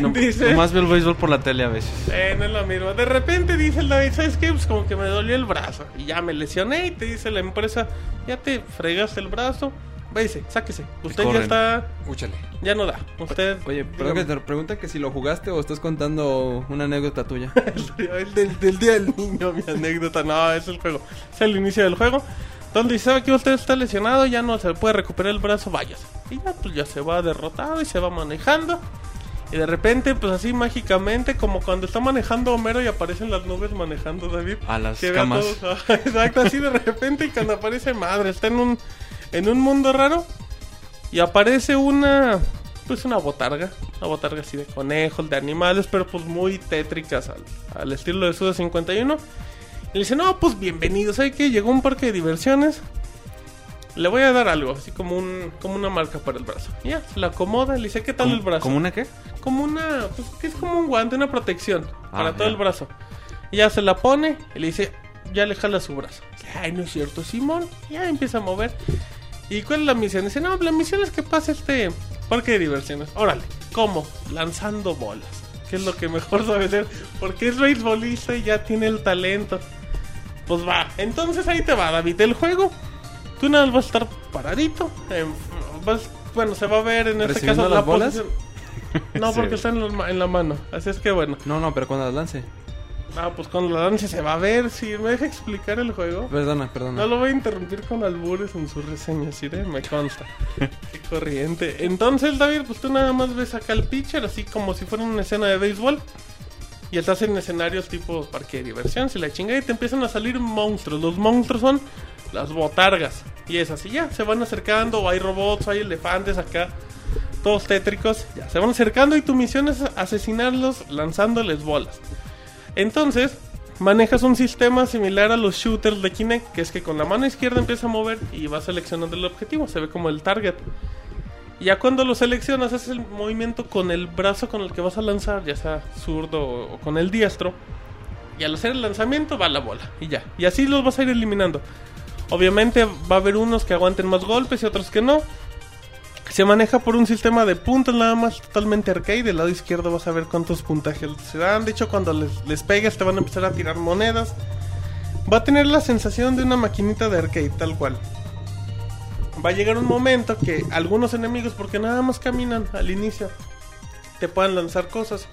F: No-
B: dice,
F: Nomás veo el béisbol por la tele a veces.
B: eh, no es lo mismo. De repente dice el David, ¿sabes qué? Pues como que me dolió el brazo. Y ya me lesioné y te dice la empresa, ya te fregaste el brazo. Váyase, sáquese. Usted ya
F: corren.
B: está,
C: Úchale.
B: ya no da. Usted...
E: Oye, pero que
B: dígame.
E: te pregunta que si lo jugaste o estás contando una anécdota tuya.
B: El del, del día del niño, mi anécdota. No, es el juego. Es el inicio del juego. Donde dice, ¿sabe que usted está lesionado? Ya no se puede recuperar el brazo, vayas. Y ya, pues ya se va derrotado y se va manejando. Y de repente, pues así mágicamente, como cuando está manejando Homero y aparecen las nubes manejando David.
F: A las
B: que ve a
F: camas.
B: todos. ah, Exacto, así de repente y cuando aparece madre, está en un, en un mundo raro. Y aparece una. Pues una botarga. Una botarga así de conejos, de animales, pero pues muy tétricas al, al estilo de Suda 51. Y le dice, no, pues bienvenido. ¿Sabe qué? Llegó a un parque de diversiones. Le voy a dar algo, así como un, como una marca para el brazo. Y Ya, se la acomoda, le dice, ¿qué tal el brazo?
F: ¿Como una qué?
B: como una, pues que es como un guante, una protección para
E: Ah,
F: ya.
B: todo el brazo. Y ya se la pone y le dice, ya le jala su brazo. Dice, Ay, no es cierto, Simón. Ya empieza a mover. ¿Y cuál es la misión? Dice, no, la misión es que pase este parque de diversiones. Órale, ¿cómo? Lanzando bolas. Que es lo que mejor sabe hacer. Porque es beisbolista y ya tiene el talento. Pues va, entonces ahí te va, David. El juego, tú nada más vas a estar paradito. en- vas- bueno, se va a ver en este
E: ¿Recibiendo
B: caso
E: las bolas?
B: posición- No, porque está en la, ma- en la mano. Así es que bueno.
E: No, no, pero cuando las lance.
B: Ah, pues con la danza se va a ver. Si me deja explicar el juego.
E: Perdona, perdona.
B: No lo voy a interrumpir con albures en sus reseñas, ¿sí? eh? Me consta. Qué corriente. Entonces, David, pues tú nada más ves acá al pitcher, así como si fuera una escena de béisbol. Y estás en escenarios tipo parque de diversión, si la chingada, y te empiezan a salir monstruos. Los monstruos son las botargas. Y es así, ya, se van acercando, hay robots, hay elefantes acá, todos tétricos. Ya, se van acercando y tu misión es asesinarlos lanzándoles bolas. Entonces, manejas un sistema similar a los shooters de Kinect, que es que con la mano izquierda empieza a mover y va seleccionando el objetivo, se ve como el target. Y ya cuando lo seleccionas, haces el movimiento con el brazo con el que vas a lanzar, ya sea zurdo o, o con el diestro. Y al hacer el lanzamiento va la bola. Y ya. Y así los vas a ir eliminando. Obviamente va a haber unos que aguanten más golpes y otros que no. Se maneja por un sistema de puntos nada más totalmente arcade. Del lado izquierdo vas a ver cuántos puntajes se dan. De hecho, cuando les, les pegues te van a empezar a tirar monedas. Va a tener la sensación de una maquinita de arcade, tal cual. Va a llegar un momento que algunos enemigos, porque nada más caminan al inicio, te puedan lanzar cosas.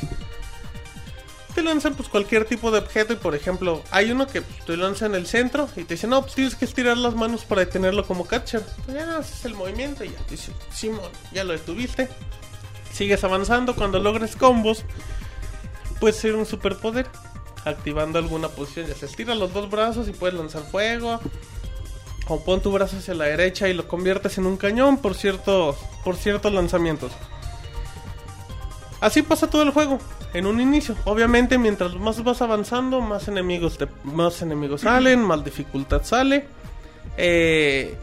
B: Te lanzan pues cualquier tipo de objeto y por ejemplo hay uno que pues, te lanza en el centro y te dice no pues tienes que estirar las manos para detenerlo como catcher. Pues ya no haces el movimiento y ya te dice Simón, ya lo detuviste. Sigues avanzando cuando logres combos. Puede ser un superpoder. Activando alguna posición. Ya se estira los dos brazos y puedes lanzar fuego. O pon tu brazo hacia la derecha y lo conviertes en un cañón por cierto. Por ciertos lanzamientos. Así pasa todo el juego. En un inicio. Obviamente, mientras más vas avanzando, más enemigos te- más enemigos salen, más dificultad sale. Eh.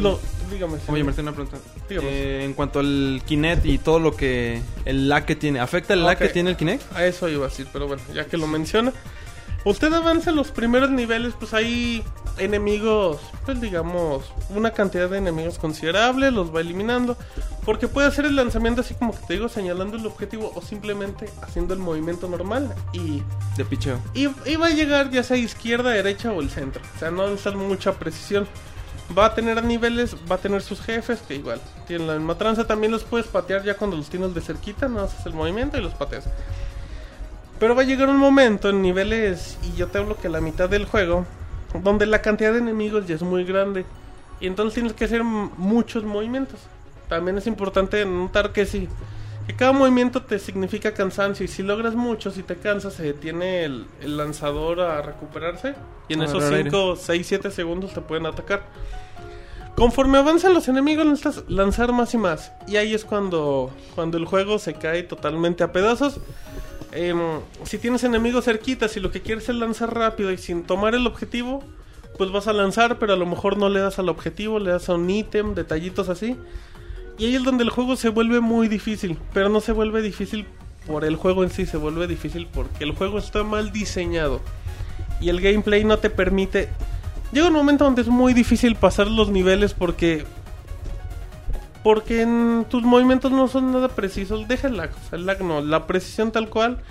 B: Lo, dígame.
E: Oye,
B: señor.
E: Martín, una pregunta.
B: Dígame.
E: Eh, en cuanto al Kinect y todo lo que. El lag que tiene. ¿Afecta el lag
B: Ok.
E: que tiene el Kinect?
B: A eso iba a decir, pero bueno, ya que lo menciona. Usted avanza en los primeros niveles, pues hay enemigos, pues digamos, una cantidad de enemigos considerable, los va eliminando. Porque puede hacer el lanzamiento así como que te digo, señalando el objetivo o simplemente haciendo el movimiento normal y
E: De picheo.
B: y, y va a llegar ya sea izquierda, derecha o el centro. O sea, no necesitas mucha precisión. Va a tener niveles, va a tener sus jefes, que igual tienen la misma tranza. También los puedes patear ya cuando los tienes de cerquita, no haces el movimiento y los pateas. Pero va a llegar un momento en niveles, y yo te hablo que la mitad del juego, donde la cantidad de enemigos ya es muy grande. Y entonces tienes que hacer m- muchos movimientos. También es importante notar que si que cada movimiento te significa cansancio y si logras mucho, si te cansas, se detiene el, el lanzador a recuperarse y en
E: A
B: esos
E: agarrar aire.
B: 5, 6, 7 segundos te pueden atacar. Conforme avanzan los enemigos necesitas lanzar más y más y ahí es cuando, cuando el juego se cae totalmente a pedazos. Em, si tienes enemigos cerquita, si lo que quieres es lanzar rápido y sin tomar el objetivo, pues vas a lanzar, pero a lo mejor no le das al objetivo, le das a un ítem, detallitos así. Y ahí es donde el juego se vuelve muy difícil, pero no se vuelve difícil por el juego en sí, se vuelve difícil porque el juego está mal diseñado y el gameplay no te permite... Llega un momento donde es muy difícil pasar los niveles porque... Porque en tus movimientos no son nada precisos. Deja el lag, o sea, el lag no, la precisión tal cual.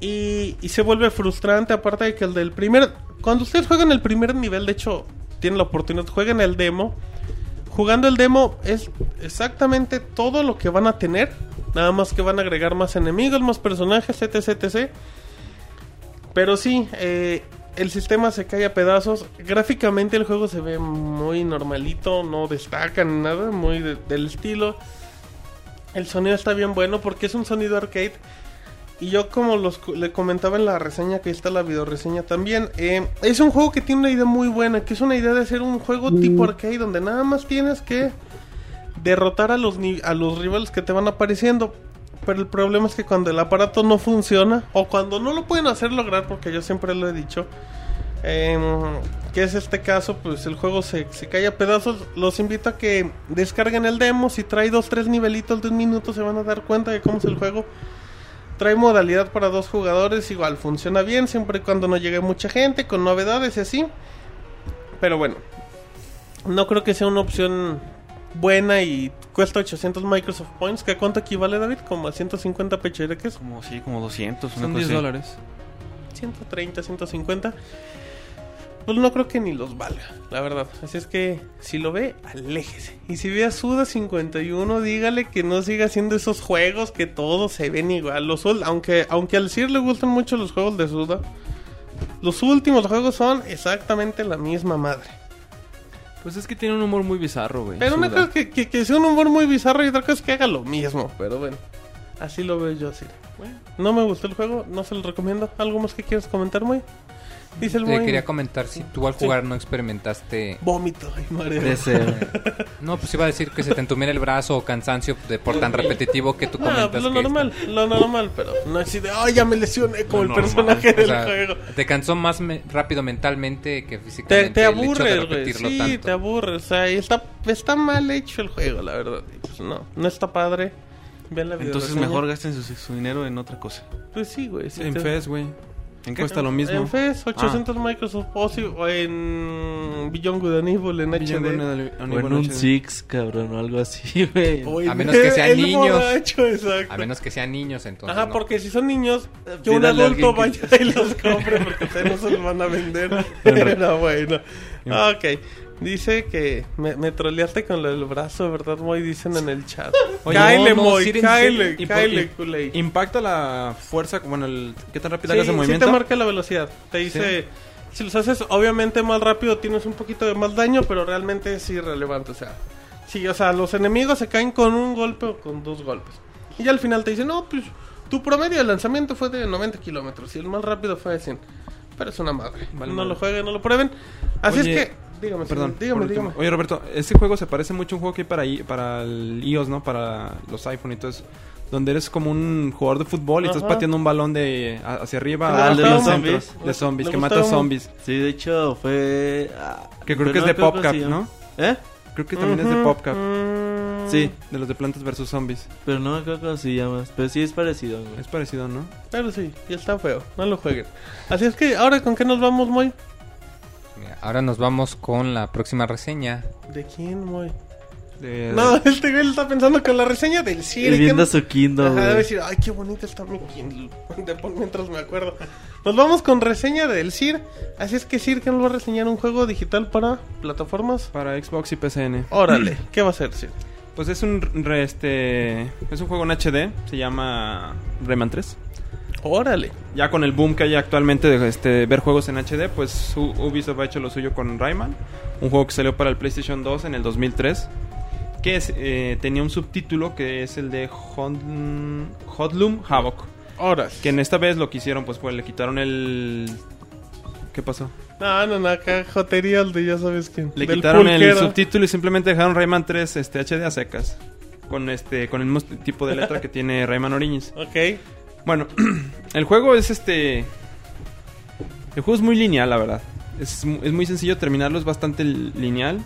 B: Y, y se vuelve frustrante, aparte de que el del primer... Cuando ustedes juegan el primer nivel, de hecho, tienen la oportunidad, jueguen el demo. Jugando el demo es exactamente todo lo que van a tener. Nada más que van a agregar más enemigos, más personajes, etc. etc. Pero sí, eh, el sistema se cae a pedazos. Gráficamente el juego se ve muy normalito, no destaca ni nada, muy de- del estilo. El sonido está bien bueno porque es un sonido arcade. Y yo como los, cu- le comentaba en la reseña, que ahí está la videoreseña también, eh, es un juego que tiene una idea muy buena, que es una idea de hacer un juego tipo arcade donde nada más tienes que derrotar a los, ni- a los rivales que te van apareciendo. Pero el problema es que cuando el aparato no funciona, o cuando no lo pueden hacer lograr, porque yo siempre lo he dicho, em, que es este caso, pues el juego se, se cae a pedazos. Los invito a que descarguen el demo. Si trae dos, tres nivelitos de un minuto, se van a dar cuenta de cómo es el juego. Trae modalidad para dos jugadores, igual funciona bien, siempre y cuando no llegue mucha gente, con novedades y así. Pero bueno, no creo que sea una opción buena y cuesta 800 Microsoft Points. ¿Que a cuánto equivale, David? Como a 150 pechereques.
F: Como sí, como 200, una
E: Son
F: cosa
E: 10
F: así.
E: dólares.
B: 130, 150. Pues no creo que ni los valga, la verdad. Así es que si lo ve, aléjese. Y si ve a Suda51, dígale que no siga haciendo esos juegos que todos se ven igual. Los, ul- aunque, aunque al CIR le gustan mucho los juegos de Suda, los últimos juegos son exactamente la misma madre.
E: Pues es que tiene un humor muy bizarro, güey.
B: Pero una
E: Suda.
B: cosa es que, que, que sea un humor muy bizarro y otra cosa es que haga lo mismo. Pero bueno, así lo veo yo, así. Bueno, no me gustó el juego, no se lo recomiendo. ¿Algo más que quieras comentar, muy? Dice el
C: Te
B: Moy.
C: Eh, quería comentar si tú al jugar no experimentaste.
B: Vómito y mareo.
D: Deseo.
C: No, pues iba a decir que se te entumiera el brazo o cansancio de por tan repetitivo que tú
B: No,
C: comentas.
B: pues lo
C: que es-
B: normal, lo normal, pero no así de, ay, ya me lesioné como el
F: normal,
B: personaje
C: o
B: del
C: sea,
B: juego.
C: te cansó más me- rápido mentalmente que físicamente.
B: Te, te
C: el hecho de
B: aburre, güey.
C: repetirlo
B: Sí,
C: tanto.
B: te aburre. O sea, y está, está mal hecho el juego, la verdad. Y pues no, no está padre. Vean la
F: Entonces
B: videoreseña.
F: mejor gasten su, su dinero en otra cosa.
B: Pues sí, güey. sí
E: En
B: te-
E: FES, güey.
F: ¿En qué?
E: Cuesta lo
B: En
E: mismo.
C: Ah.
B: FES, 800 Microsoft Posi o en Beyond Good and Evil, en HD.
D: O en un Six, cabrón, o algo así, güey.
E: Oh,
B: O en-
C: A menos que sean
B: el
C: niños.
B: borracho, exacto.
C: A menos que sean niños, entonces.
B: Ajá,
C: ¿no?
B: porque si son niños,
E: Eh,
B: que un
D: Pídale a alguien
B: adulto
D: que-
B: vaya y los compre porque ustedes no se los van a vender. no, bueno. Ok. Dice que me, me troleaste con lo del brazo, ¿verdad, Moy? Dicen en el chat.
E: Oye,
B: cáele,
E: no, no,
B: Moy,
E: sí, en
B: cáele,
E: serio.
B: cáele,
E: Y por-
B: culé. Sí,
E: Impacta la fuerza, bueno, el, qué tan rápido hagas
B: sí
E: el movimiento.
B: te marca la velocidad. Te dice... Si los haces obviamente más rápido tienes un poquito de más daño, pero realmente es irrelevante. O sea, sí, o sea, los enemigos se caen con un golpe o con dos golpes. Y ya al final te dicen, no, pues tu promedio de lanzamiento fue de 90 kilómetros y el más rápido fue de 100. Pero es una madre.
E: Vale,
B: no
E: madre.
B: lo jueguen, no lo prueben. Así
E: Oye,
B: es que, dígame,
E: Perdón,
B: señor, dígame,
E: por último.
B: dígame.
E: Oye, Roberto, este juego se parece mucho a un juego que hay para, i- para el iOS, ¿no? Para los iPhone y todo eso. Donde eres como un jugador de fútbol y estás
B: Ajá.
E: pateando un balón de a- hacia
B: Ah,
E: arriba.
B: el de
E: hacia
B: los
E: el centro.
D: zombies.
E: De zombies,
B: Le
E: que
B: gustaba
E: mata
B: mucho.
E: zombies.
D: Sí, de hecho, fue. ah,
E: Que
D: pero
E: creo que es
D: no
E: de
D: creo cómo
E: PopCap,
D: se
E: ¿no?
D: llama. ¿Eh?
E: Creo que también es de
B: Ujú,
E: PopCap.
B: mm,
D: Sí,
E: De los de Plantas vs Zombies.
D: pero no me acuerdo cómo se llama. Pero sí es parecido, güey.
E: Es parecido, ¿no?
B: Pero sí, ya está feo. No lo jueguen. Así es que, ¿ahora con qué nos vamos, Moy?
C: Mira, Ahora nos vamos con la próxima reseña.
B: ¿De quién, Moy?
E: De-
B: No, este güey lo está pensando con la reseña del
D: Y
B: Siri.
D: viendo su Kindle,
B: Ajá, debe
D: güey.
B: decir, ay, qué bonita está mi Kindle. De por mientras me acuerdo. Nos vamos con reseña del Sir. Así es que Sir, que nos va a reseñar un juego digital para plataformas.
E: Para Xbox y PCN.
B: Órale, ¿qué va a ser, Sir?
E: Pues es un re- este es un juego en HD, se llama Rayman 3.
B: Órale.
E: Ya con el boom que hay actualmente de este, ver juegos en HD, pues U- Ubisoft ha hecho lo suyo con Rayman, un juego que salió para el PlayStation 2 en el 2003, que es, eh, tenía un subtítulo que es el de Hon- Hoodlum Havoc,
B: Horas.
E: que en esta vez lo que hicieron pues fue le quitaron el ¿Qué pasó?
B: No, no, no, acá jotería el de ya sabes quién.
E: Le
B: Del
E: quitaron el
B: pulquero.
E: subtítulo y simplemente dejaron Rayman 3 este HD a secas. Con este con el mismo tipo de letra que tiene Rayman Origins.
B: Ok.
E: Bueno, el juego es este. El juego es muy lineal, la verdad. Es, mu- es muy sencillo terminarlo, es bastante li- lineal.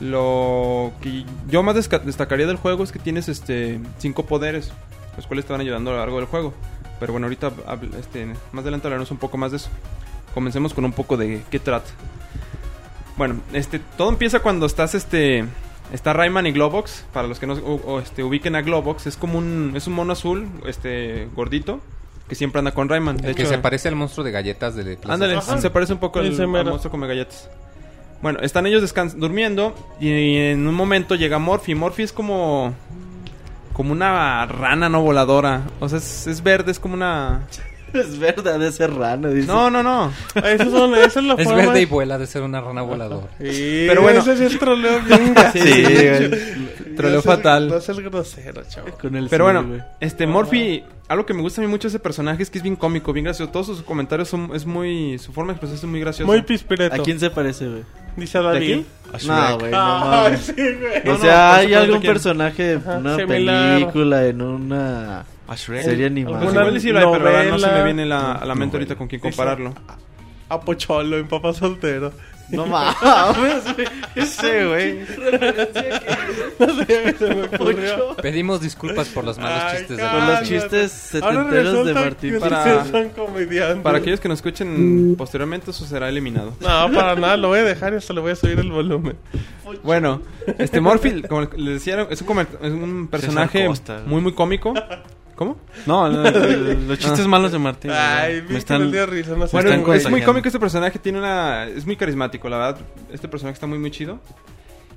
E: Lo que yo más desca- destacaría del juego es que tienes este cinco poderes, los cuales te van ayudando a lo largo del juego. Pero bueno, ahorita habl- este, más adelante hablaremos un poco más de eso. Comencemos con un poco de qué trata. Bueno, este todo empieza cuando estás este está Rayman y Globox, para los que no u- o, este, ubiquen a Globox, es como un es un mono azul, este gordito que siempre anda con Rayman. De
C: El que
E: hecho,
C: se parece al monstruo de galletas de Plaza
E: Ándale,
B: Ajá.
E: se parece un poco al,
B: Ese
E: al
B: mero.
E: monstruo come galletas. Bueno, están ellos descans- durmiendo y en un momento llega Morphy. Morphy es como como una rana no voladora. O sea, es, es verde, es como una...
D: Es verdad, ese rano, dice.
E: No, no, no.
B: Eso Ah, son, esa es la
C: Es
B: forma.
C: verde y vuela de ser una rana voladora.
B: Pero
E: Pero
B: bueno.
E: bueno.
B: Ese sí es troleo bien gacho.
D: Sí, güey.
E: Troleo
B: No seas-
E: fatal.
B: No seas grosero, chavo.
D: Con el
E: Pero
D: sí,
E: bueno,
D: güey.
E: este Morphy, algo que me gusta a mí mucho de ese personaje es que es bien cómico, bien gracioso. Todos sus comentarios son es muy su forma de expresarse es muy graciosa.
B: Muy pispireto.
D: ¿A quién se parece, güey?
B: Dice
E: ¿De
B: David.
E: aquí?
D: No,
E: Ah,
D: güey, no
B: Ay,
D: mames.
B: sí, güey.
E: No,
D: O
E: no,
D: sea,
E: por
D: hay
E: supuesto
D: algún
E: que-
D: personaje en
B: Ajá,
D: una
B: similar.
D: película, en una
F: A Shrek.
D: serie
E: Pues
B: Alguna-
D: animada.
E: igual y sí lo hay, pero la verdad no se
B: novela.
E: me viene la- a la mente ahorita con quién
B: Sí, sí.
E: compararlo.
B: A Pocholo en papá soltero.
D: No mames, güey. Ese, güey.
B: No sé, se me ocurrió.
C: Pedimos disculpas por los malos
B: Ay,
C: chistes de
B: cabrón.
D: Con
B: Ah,
D: los
B: no.
D: chistes
B: Ahora
D: setenteros
B: resulta
D: de
B: que
D: Martín para...
E: para-
B: ustedes son comediantes.
E: Para aquellos que nos escuchen posteriormente, eso será eliminado.
B: No, para nada, lo voy a dejar y hasta le voy a subir el volumen.
E: Bueno, este Morphy, como les decía, es un, comer- es un personaje
F: Costa.
E: muy, muy cómico. ¿Cómo? No, no,
F: Los chistes malos de Martín. güey.
B: Ay,
F: me
B: me
F: están...
B: dio risa, no sé.
E: Bueno,
F: están
E: es muy
F: contagiando.
E: cómico este personaje, tiene una... Es muy carismático, la verdad. Este personaje está muy, muy chido.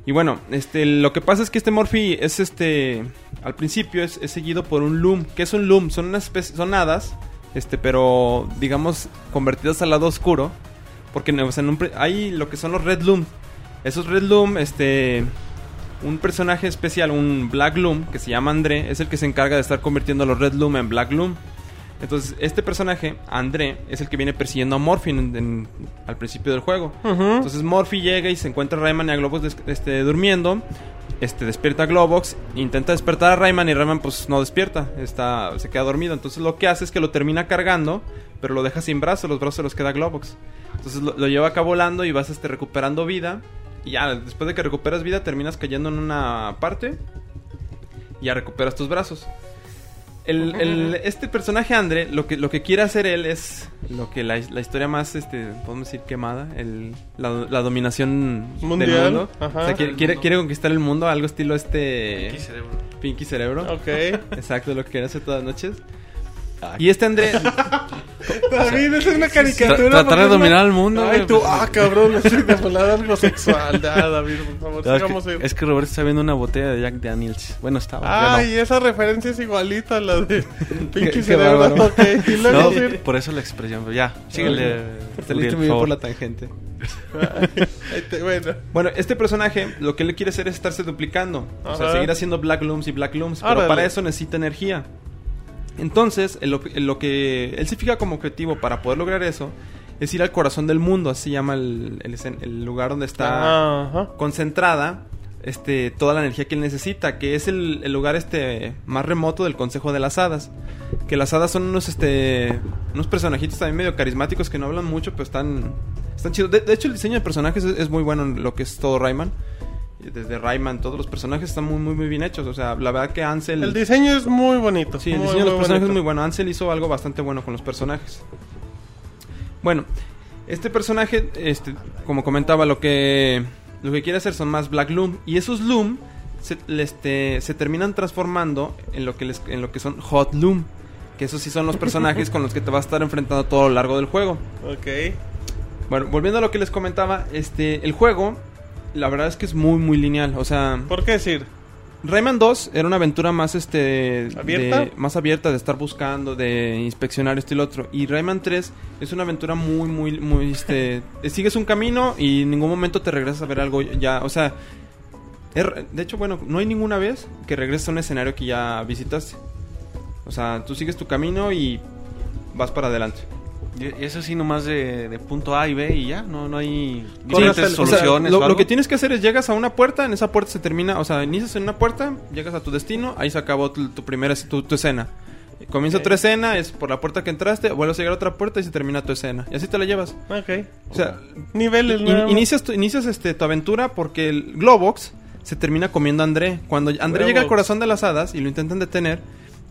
E: Y bueno, este, lo que pasa es que este Morphy es este... Al principio es, es seguido por un Loom. ¿Qué es un Loom? Son unas especies... Son hadas, este, pero digamos convertidas al lado oscuro. Porque o sea, en un pre- hay lo que son los Red Loom. Esos Red Loom, este... Un personaje especial, un Black Loom, que se llama André, es el que se encarga de estar convirtiendo a los Red Loom en Black Loom. Entonces, este personaje, André, es el que viene persiguiendo a Morphy en- en- al principio del juego.
B: Ujú.
E: Entonces Morphy llega y se encuentra a Rayman y a Globox des- este, durmiendo. Este despierta a Globox, intenta despertar a Rayman y Rayman pues no despierta, está, se queda dormido. Entonces lo que hace es que lo termina cargando, pero lo deja sin brazos, los brazos se los queda Globox. Entonces lo, lo lleva acá volando y vas este, recuperando vida. Y ya, después de que recuperas vida, terminas cayendo en una parte. Y ya recuperas tus brazos. El- el- este personaje Andre, lo que, lo que quiere hacer él es lo que la, la historia más, este, podemos decir, quemada, el- la, la dominación
B: Mundial,
E: del mundo.
B: ajá.
E: O sea, quiere, quiere- quiere conquistar el mundo, algo estilo este...
F: Aquí cerebro.
E: Pinky Cerebro.
B: Ok.
E: Exacto, lo que quiere hacer todas las noches. Y este André...
B: David, es una
F: Tra-
B: caricatura.
F: tratar de
B: porque es
F: dominar
B: una-
F: al mundo.
B: Ay,
F: güey,
B: tú,
F: pues,
B: ah, cabrón, le estoy de volada algo sexual. Ya, David, por
E: Pues
B: favor,
F: no, es,
B: sigamos.
E: eh.
F: que,
B: en-
F: es que Roberto está viendo una botella de Jack Daniels. Bueno, estaba. ya
B: Ay, esa referencia es igualita a la de
E: Qué-
B: Pinky
E: qué
B: Cerebro.
E: bárbaro.
B: ok, y
F: no.
B: luego
F: No,
B: sí.
F: por eso la expresión. pero Ya, síguele.
E: Saliste
F: Uriel,
E: muy bien por
F: favor.
E: la tangente.
B: Ahí te- Bueno,
E: Bueno, este personaje lo que él quiere hacer es estarse duplicando. O sea,
B: Ajá.
E: seguir haciendo Black Looms y Black Looms. Pero
B: Órale.
E: para eso necesita energía. Entonces, el ob- el lo que él se fija como objetivo para poder lograr eso es ir al corazón del mundo. Así llama el, el escen- el lugar donde está
B: Ajá.
E: concentrada este, toda la energía que él necesita, que es el, el lugar este, más remoto del Consejo de las Hadas. Que las hadas son unos, este, unos personajitos también medio carismáticos que no hablan mucho, pero están, están chidos. De, de hecho, el diseño de personajes es, es muy bueno en lo que es todo Rayman. Desde Rayman, todos los personajes están muy, muy, muy bien hechos. O sea, la verdad que Ansel...
B: El diseño es muy bonito.
E: Sí, el
B: muy,
E: diseño de los personajes es muy
B: bonito.
E: bueno. Ansel hizo algo bastante bueno con los personajes. Bueno, este personaje, este, como comentaba, lo que, lo que quiere hacer son más Black Loom. Y esos Loom se, le- este, se terminan transformando en lo, que les- en lo que son Hot Loom. Que esos sí son los personajes con los que te vas a estar enfrentando todo lo largo del juego.
B: Ok.
E: Bueno, volviendo a lo que les comentaba, este, el juego, la verdad es que es muy, muy lineal. O sea,
B: ¿Por qué decir?
E: Rayman 2 era una aventura más este
B: ¿Abierta?
E: de- más abierta de estar buscando, de inspeccionar esto y lo otro. Y Rayman 3 es una aventura muy muy muy este sigues un camino y en ningún momento te regresas a ver algo ya, o sea, er- de hecho bueno, no hay ninguna vez que regreses a un escenario que ya visitaste. O sea, tú sigues tu camino y vas para adelante.
F: Y, y eso sí, nomás de, de punto A y B y ya. No, no hay
E: Sí,
F: diferentes
E: o sea,
F: soluciones.
E: lo,
F: o
E: lo
F: algo.
E: que tienes que hacer es llegas a una puerta, en esa puerta se termina, o sea, inicias en una puerta, llegas a tu destino, ahí se acabó tu, tu primera tu, tu escena. Comienza
B: Ok.
E: tu escena, es por la puerta que entraste, vuelves a llegar a otra puerta y se termina tu escena. Y así te la llevas.
B: Ok.
E: O sea,
B: Niveles,
E: in-
B: nada más.
E: inicias, tu, inicias este, tu aventura porque el Globox se termina comiendo a André. Cuando André llega al
B: Globox.
E: corazón de las hadas y lo intentan detener,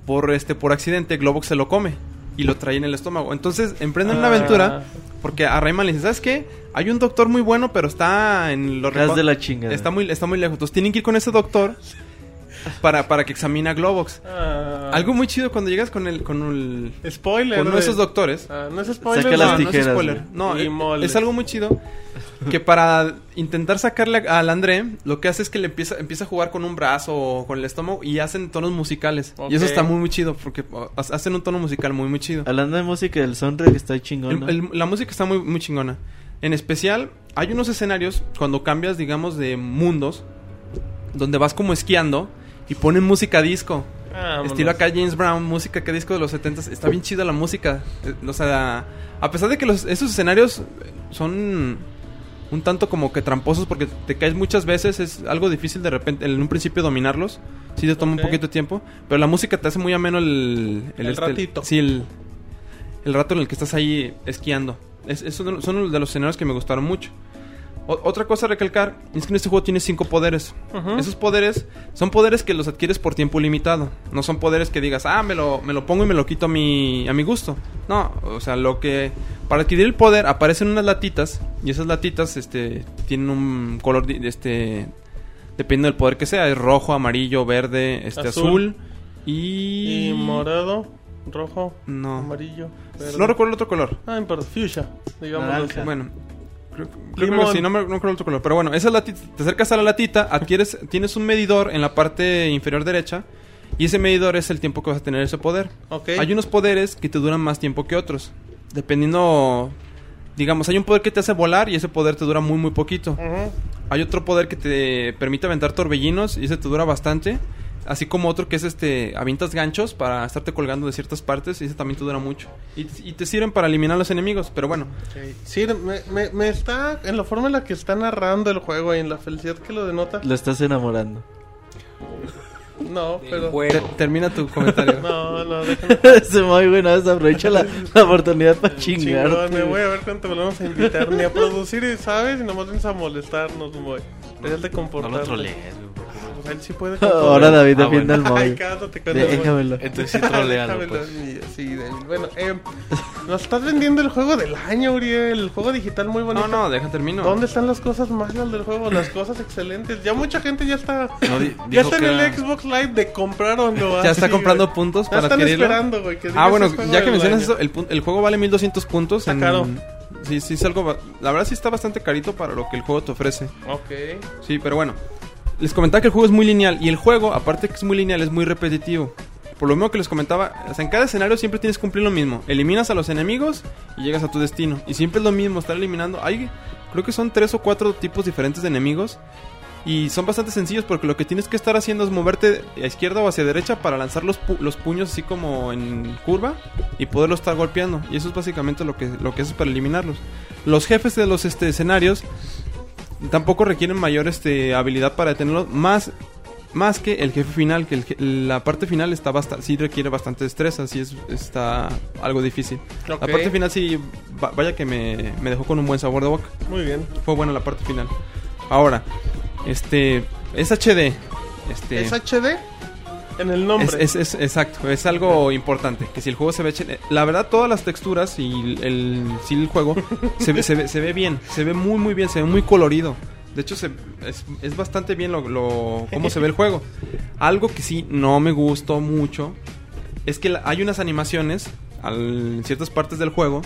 E: por, este, por accidente Globox se lo come y lo trae en el estómago. Entonces emprenden una
B: Ah.
E: aventura porque a Rayman le dicen, ¿sabes qué? Hay un doctor muy bueno, pero está en los
D: Estás
E: recon-
D: de la chingada.
E: Está muy, está muy lejos. Entonces tienen que ir con ese doctor para, para que examine a Globox.
B: Ah.
E: Algo muy chido cuando llegas con el, con el-
B: Spoiler.
E: con uno
B: de-
E: de esos doctores.
B: Ah, no es spoiler.
D: Saca las
B: no,
E: no,
B: no es
E: no es
D: tijeras,
E: spoiler.
D: güey.
E: No,
B: Y
E: eh,
B: moles.
E: es algo muy chido. Que para intentar sacarle a- al André, lo que hace es que le empieza, empieza a jugar con un brazo o con el estómago y hacen tonos musicales. Y eso
B: Ok.
E: está muy, muy chido porque o, ha- hacen un tono musical muy, muy chido.
D: Hablando de música, el soundtrack está chingón. Ah, ¿no?
E: El- el- la música está muy, muy chingona. En especial, hay unos escenarios cuando cambias, digamos, de mundos, donde vas como esquiando y ponen música disco.
B: Vámonos.
E: Estilo acá James Brown, música que disco de los 70s. Está bien chida la música. Eh, O sea, a pesar de que los, esos escenarios eh, son un tanto como que tramposos porque te caes muchas veces, es algo difícil de repente en un principio dominarlos. Sí, te toma
B: Ok.
E: un poquito de tiempo, pero la música te hace muy ameno el,
B: El ratito.
E: sí, el, el rato en el que estás ahí esquiando. Es, es uno- son uno de los escenarios que me gustaron mucho. O- otra cosa a recalcar es que en este juego tienes cinco poderes.
B: Ujú.
E: Esos poderes son poderes que los adquieres por tiempo limitado. No son poderes que digas, ah, me lo, me lo pongo y me lo quito a mi, a mi gusto. No, o sea, lo que. Para adquirir el poder aparecen unas latitas. Y esas latitas este, tienen un color. di- Este, dependiendo del poder que sea: es rojo, amarillo, verde, este,
B: Azul.
E: azul. y.
B: Y morado, rojo,
E: No.
B: amarillo. verde.
E: No recuerdo el otro color.
B: Ah, no importa. Fuchsia, digamos.
D: Naranja.
E: Bueno. Creo, creo
B: Limón.
E: que sí, no, me, no creo otro color. Pero bueno, esa latita, te acercas a la latita, adquieres, tienes un medidor en la parte inferior derecha. Y ese medidor es el tiempo que vas a tener ese poder.
B: Ok.
E: Hay unos poderes que te duran más tiempo que otros. Dependiendo. Digamos, hay un poder que te hace volar y ese poder te dura muy, muy poquito.
B: Ujú.
E: Hay otro poder que te permite aventar torbellinos y ese te dura bastante. Así como otro que es este, avientas ganchos para estarte colgando de ciertas partes y ese también te dura mucho. Y, y te sirven para eliminar a los enemigos, pero bueno.
B: Ok. Sí, me, me- me está. En la forma en la que está narrando el juego y en la felicidad que lo denota.
D: Lo estás enamorando.
B: No,
C: Del
B: pero.
E: Ter-
C: juego.
E: termina tu comentario.
B: No, no, déjame.
D: Se muy buena vez, aprovecha la, la oportunidad para
B: Chingón, me
D: chingar.
B: voy a ver cuánto volvemos a invitar. Ni a producir, y ¿sabes? Y nomás vienes a molestarnos, güey. Dejas de
F: No
B: comportarte.
F: lo trolees, güey. por favor.
B: Pues él sí puede.
D: Ahora David
F: Ah,
D: defiende al
F: bueno.
B: Ay,
D: móvil.
B: cállate con el móvil.
D: Déjamelo.
F: Entonces sí trolealo,
B: Déjamelo,
F: pues.
B: sí, sí, David. Bueno, eh, nos estás vendiendo el juego del año, Uriel. El juego digital muy bonito.
E: No, no, deja, termino.
B: ¿Dónde están las cosas malas del juego? Las cosas excelentes. Ya mucha gente ya está.
F: No, di-
B: ya
F: dijo
B: está en
F: que
B: el
F: era-
B: Xbox Live de comprar o no.
E: Ya está comprando puntos
B: Ya
E: para
B: están
E: adquirirlo.
B: esperando, güey. que digas
E: Ah, bueno,
B: el juego
E: ya
B: del
E: que mencionas
B: año.
E: eso, el, pun- el juego vale 1200 puntos.
B: Está caro.
E: Sí, sí, es algo. ba- La verdad, sí está bastante carito para lo que el juego te ofrece.
B: Ok.
E: Sí, pero bueno. Les comentaba que el juego es muy lineal. Y el juego, aparte que es muy lineal, es muy repetitivo. Por lo mismo que les comentaba, o sea, en cada escenario siempre tienes que cumplir lo mismo. Eliminas a los enemigos y llegas a tu destino. Y siempre es lo mismo, estar eliminando. Hay, creo que son tres o cuatro tipos diferentes de enemigos. Y son bastante sencillos porque lo que tienes que estar haciendo es moverte a izquierda o hacia derecha para lanzar los, pu- los puños así como en curva y poderlo estar golpeando. Y eso es básicamente lo que, lo que haces para eliminarlos. Los jefes de los este, escenarios tampoco requieren mayor este, habilidad para detenerlos, más, más que el jefe final, que el je- la parte final está basta sí requiere bastante destreza, sí es, está algo difícil.
B: Ok.
E: La parte final sí, va- vaya que me, me dejó con un buen sabor de boca.
B: Muy bien.
E: Fue buena la parte final. Ahora, este, es HD. Este,
B: ¿Es HD? En el nombre.
E: es, es- es- exacto, es algo importante. Que si el juego se ve. chen- La verdad, todas las texturas y el, el- sí, el juego se, ve- se ve, se ve bien. Se ve muy, muy bien. Se ve muy colorido. De hecho, se, es, es bastante bien lo, lo- cómo se ve el juego. Algo que sí no me gustó mucho es que la- hay unas animaciones al- en ciertas partes del juego.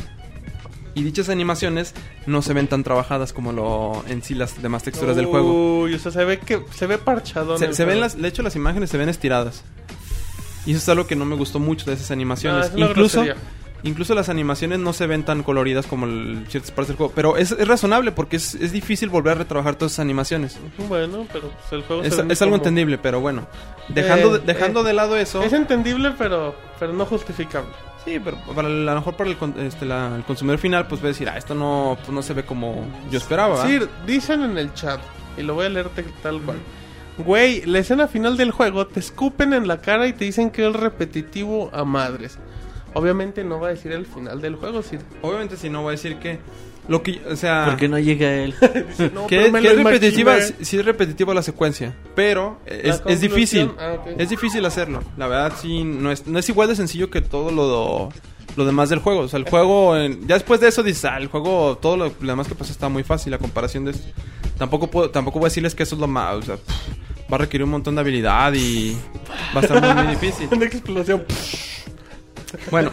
E: Y dichas animaciones no se ven tan trabajadas como lo en sí las demás texturas
B: Oh,
E: del juego.
B: Uy, o sea, se ve que se ve parchado.
E: Se, se ven las, de hecho, las imágenes se ven estiradas. Y eso es algo que no me gustó mucho de esas
B: Ah,
E: animaciones. incluso, incluso las animaciones no se ven tan coloridas como el- ciertas partes del juego. Pero es, es razonable porque es, es difícil volver a retrabajar todas esas animaciones.
B: Bueno, pero pues, el juego
E: Es,
B: se ve
E: es algo
B: como-
E: entendible, pero bueno. Dejando,
B: Eh,
E: de, dejando
B: eh.
E: de lado eso.
B: Es entendible, pero, pero no justificable.
E: Sí, pero para, a lo mejor para el, con- este, la- el consumidor final, pues va a decir, ah, esto no, pues, no se ve como yo esperaba. ¿va?".
B: Sí, dicen en el chat, y lo voy a leerte tal cual. Güey, la escena final del juego te escupen en la cara y te dicen que es repetitivo a madres. Obviamente no va a decir el final del juego, sí.
E: Obviamente, si no, voy a decir que. Lo que, o sea,
D: ¿Por qué no llega él?
B: No,
E: que,
B: pero me lo
E: que es repetitiva,
B: imaginé.
E: sí- sí es repetitiva la secuencia, pero e,
B: La
E: es, es difícil.
B: conclusión, ah, ok.
E: Es difícil hacerlo. La verdad, sí, no es, no es igual de sencillo que todo lo, lo demás del juego. O sea, el juego, en- ya después de eso dices, ah, el juego, todo lo, lo demás que pasa está muy fácil. La comparación de esto. Tampoco, puedo, tampoco voy a decirles que eso es lo más. O sea, pff, va a requerir un montón de habilidad y va a estar muy, muy difícil.
B: Una explosión.
E: Bueno,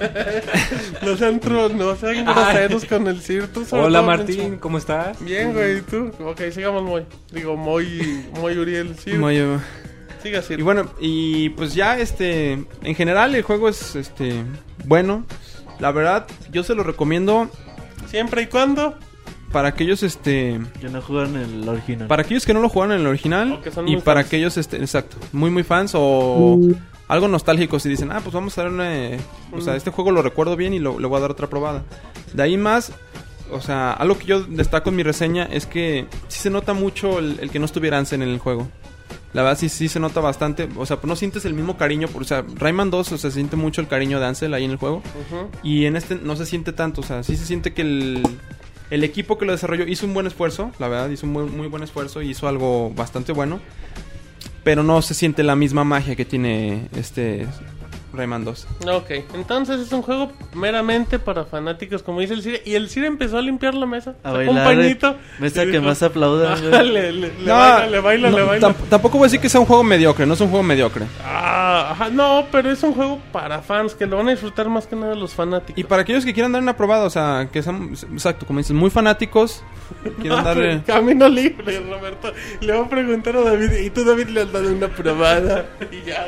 B: no sean tros, no sean groseros con el circo. sobre
C: Hola
B: todo,
C: Martín,
B: menso.
C: ¿cómo estás?
B: Bien, güey, ¿y tú? Ok, sigamos muy. Digo, muy, muy Uriel. Sí,
E: muy, eh,
B: siga Sir.
E: Y bueno, y pues ya este, en general el juego es este bueno. La verdad, yo se lo recomiendo
B: Siempre y cuando.
E: para aquellos este
D: Que no juegan el original.
E: para aquellos que no lo jugaron en el original
B: O que son
E: y
B: muy
E: para
B: fans.
E: aquellos este exacto, muy muy fans o algo nostálgicos y dicen, "Ah, pues vamos a dar una eh, o
B: Mm.
E: sea, este juego lo recuerdo bien y lo, le voy a dar otra probada." De ahí más o sea, algo que yo destaco en mi reseña es que sí se nota mucho el, el que no estuviera Ansem en el juego. La verdad sí, sí se nota bastante. O sea, pues no sientes el mismo cariño. por- O sea, Rayman 2, o sea, se siente mucho el cariño de Ansel ahí en el juego.
B: Ujú.
E: Y en este no se siente tanto, o sea, sí se siente que el, el equipo que lo desarrolló hizo un buen esfuerzo, la verdad, hizo un muy, muy buen esfuerzo y hizo algo bastante bueno. Pero no se siente la misma magia que tiene este Rayman 2.
B: Ok, entonces es un juego meramente para fanáticos, como dice el Cire. Y el Cire empezó a limpiar la mesa.
D: A
B: sacó
D: bailar,
B: Un
D: eh.
B: pañito.
D: Mesa
B: y
D: que
B: dijo,
D: más aplaudan,
B: "Ah,
D: güey.
B: le, le- le
E: No,
B: baila, le baila, le
E: no,
B: baila.
E: tam- tampoco voy a decir que sea un juego mediocre, no es un juego mediocre.
B: Ah, ajá, no, pero es un juego para fans que lo van a disfrutar más que nada los fanáticos.
E: Y para aquellos que quieran dar una probada, o sea, que sean, exacto, como dices, muy fanáticos, quieran darle...
B: Camino libre, Roberto. Le voy a preguntar a David. Y tú, David, le has dado una probada. Y ya.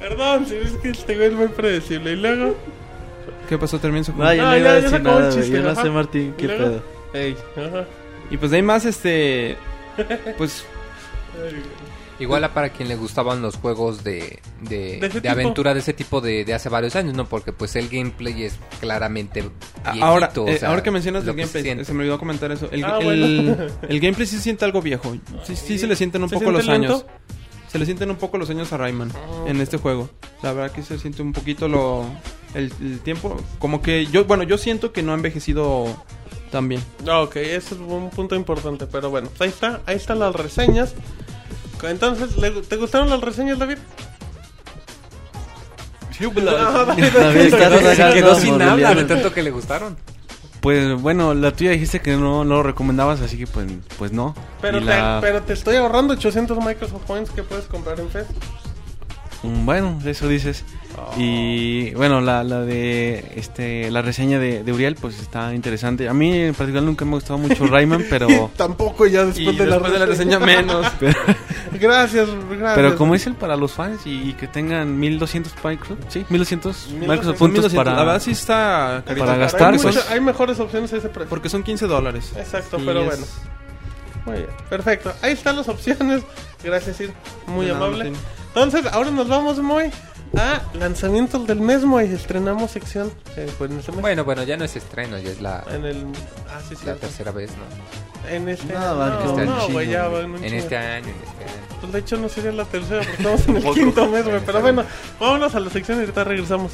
B: Perdón, si ves que este güey es muy predecible. Y luego.
E: ¿Qué pasó? Termina su
D: No, yo
B: Ah, ya-
D: no iba a
B: ya
D: decir
B: sacó un
D: nada, güey.
B: chiste,
D: Yo no
B: ajá.
D: sé, Martín,
B: ¿Y
D: qué
B: luego?
D: pedo.
B: Ey, ajá.
E: Y pues de ahí más, este. Pues
C: Igual a para quien le gustaban los juegos de, de,
B: De ese
C: de aventura de ese tipo de, de hace varios años, ¿no? Porque pues el gameplay es claramente
E: A-
C: viejito,
E: ahora,
C: o
E: eh,
C: sea,
E: ahora que mencionas
C: lo
E: el
C: que se
E: gameplay,
C: siente.
E: se, me olvidó comentar eso. El,
B: Ah,
E: el-
B: bueno.
E: el gameplay sí se siente algo viejo. Sí, sí se le sienten un
B: ¿Se
E: poco los
B: siente lento?
E: años. Se le sienten un poco los años a Rayman
B: Ah,
E: en este juego. La verdad que se siente un poquito lo el, el tiempo. Como que yo, bueno, yo siento que no ha envejecido tan bien.
B: Ah, ok, ese es un punto importante, pero bueno, pues ahí está, ahí están las reseñas. Entonces, ¿le- ¿te gustaron las reseñas, David? Ah, vale,
D: David,
B: perfecto.
D: estás
C: Se
D: sacando
C: quedó sin habla de
D: Morileana.
C: tanto que le gustaron.
F: Pues bueno, la tuya dijiste que no, no lo recomendabas, así que pues, pues no.
B: Pero
F: Y
B: te,
F: la-
B: pero te estoy ahorrando 800 Microsoft Points que puedes comprar en Fest.
F: Mm, Bueno, eso dices.
E: Oh.
F: Y bueno, la, la de este la reseña de, de Uriel pues está interesante. A mí en particular nunca me ha gustado mucho Rayman, pero
B: Tampoco ya después,
E: y después de la reseña menos.
B: gracias, gracias.
F: pero como es el para los fans y, y que tengan 1200 Microsoft, sí, 1200 Microsoft
B: 1200,
E: Son
F: puntos
E: 1200.
F: para
E: La verdad sí está carito,
F: para
B: Pero
F: gastar,
B: hay,
F: pues.
B: mucho- hay mejores opciones a ese precio.
E: Porque son 15 dólares.
B: Exacto,
E: Sí,
B: pero
E: es-
B: bueno. Muy bien. Perfecto. Ahí están las opciones. Gracias, Ir. Muy
E: De nada,
B: amable.
E: Martín.
B: Entonces, ahora nos vamos, Moy, a lanzamientos del mes, Moy. Estrenamos sección eh, pues, en este mes.
C: Bueno, bueno, ya no es estreno, ya es la,
B: En el... Ah, sí,
C: la
B: cierto.
C: tercera vez, ¿no?
B: En este...
D: No, va, que
B: no,
D: está en
B: no, güey,
D: chingo,
B: ya
D: güey.
B: va en un
C: En
B: chingo.
C: este año, en este año.
B: Pues, de hecho no sería la tercera porque estamos en el
C: Tampoco.
B: quinto mes, güey.
C: Bueno,
B: Pero
C: está
B: bueno, vámonos a la sección y ahorita regresamos.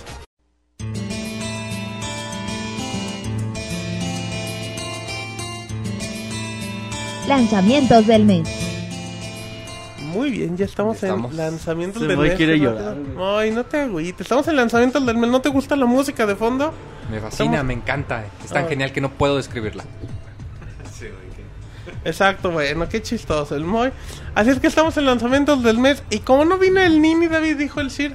A: Lanzamientos del mes.
B: Muy bien, ya estamos,
C: Ya estamos.
B: en lanzamientos
D: Ese
B: del
D: güey
B: mes.
D: quiere
B: ¿no?
D: llorar,
B: Ay, no te agüites. Estamos en lanzamientos del mes. ¿No te gusta la música de fondo?
C: Me fascina,
B: Estamos-
C: me encanta. Es tan
B: Ah.
C: genial que no puedo describirla.
B: Exacto, bueno, qué chistoso el Moy. Así es que estamos en lanzamientos del mes. Y como no vino el Nini, David dijo el Sir,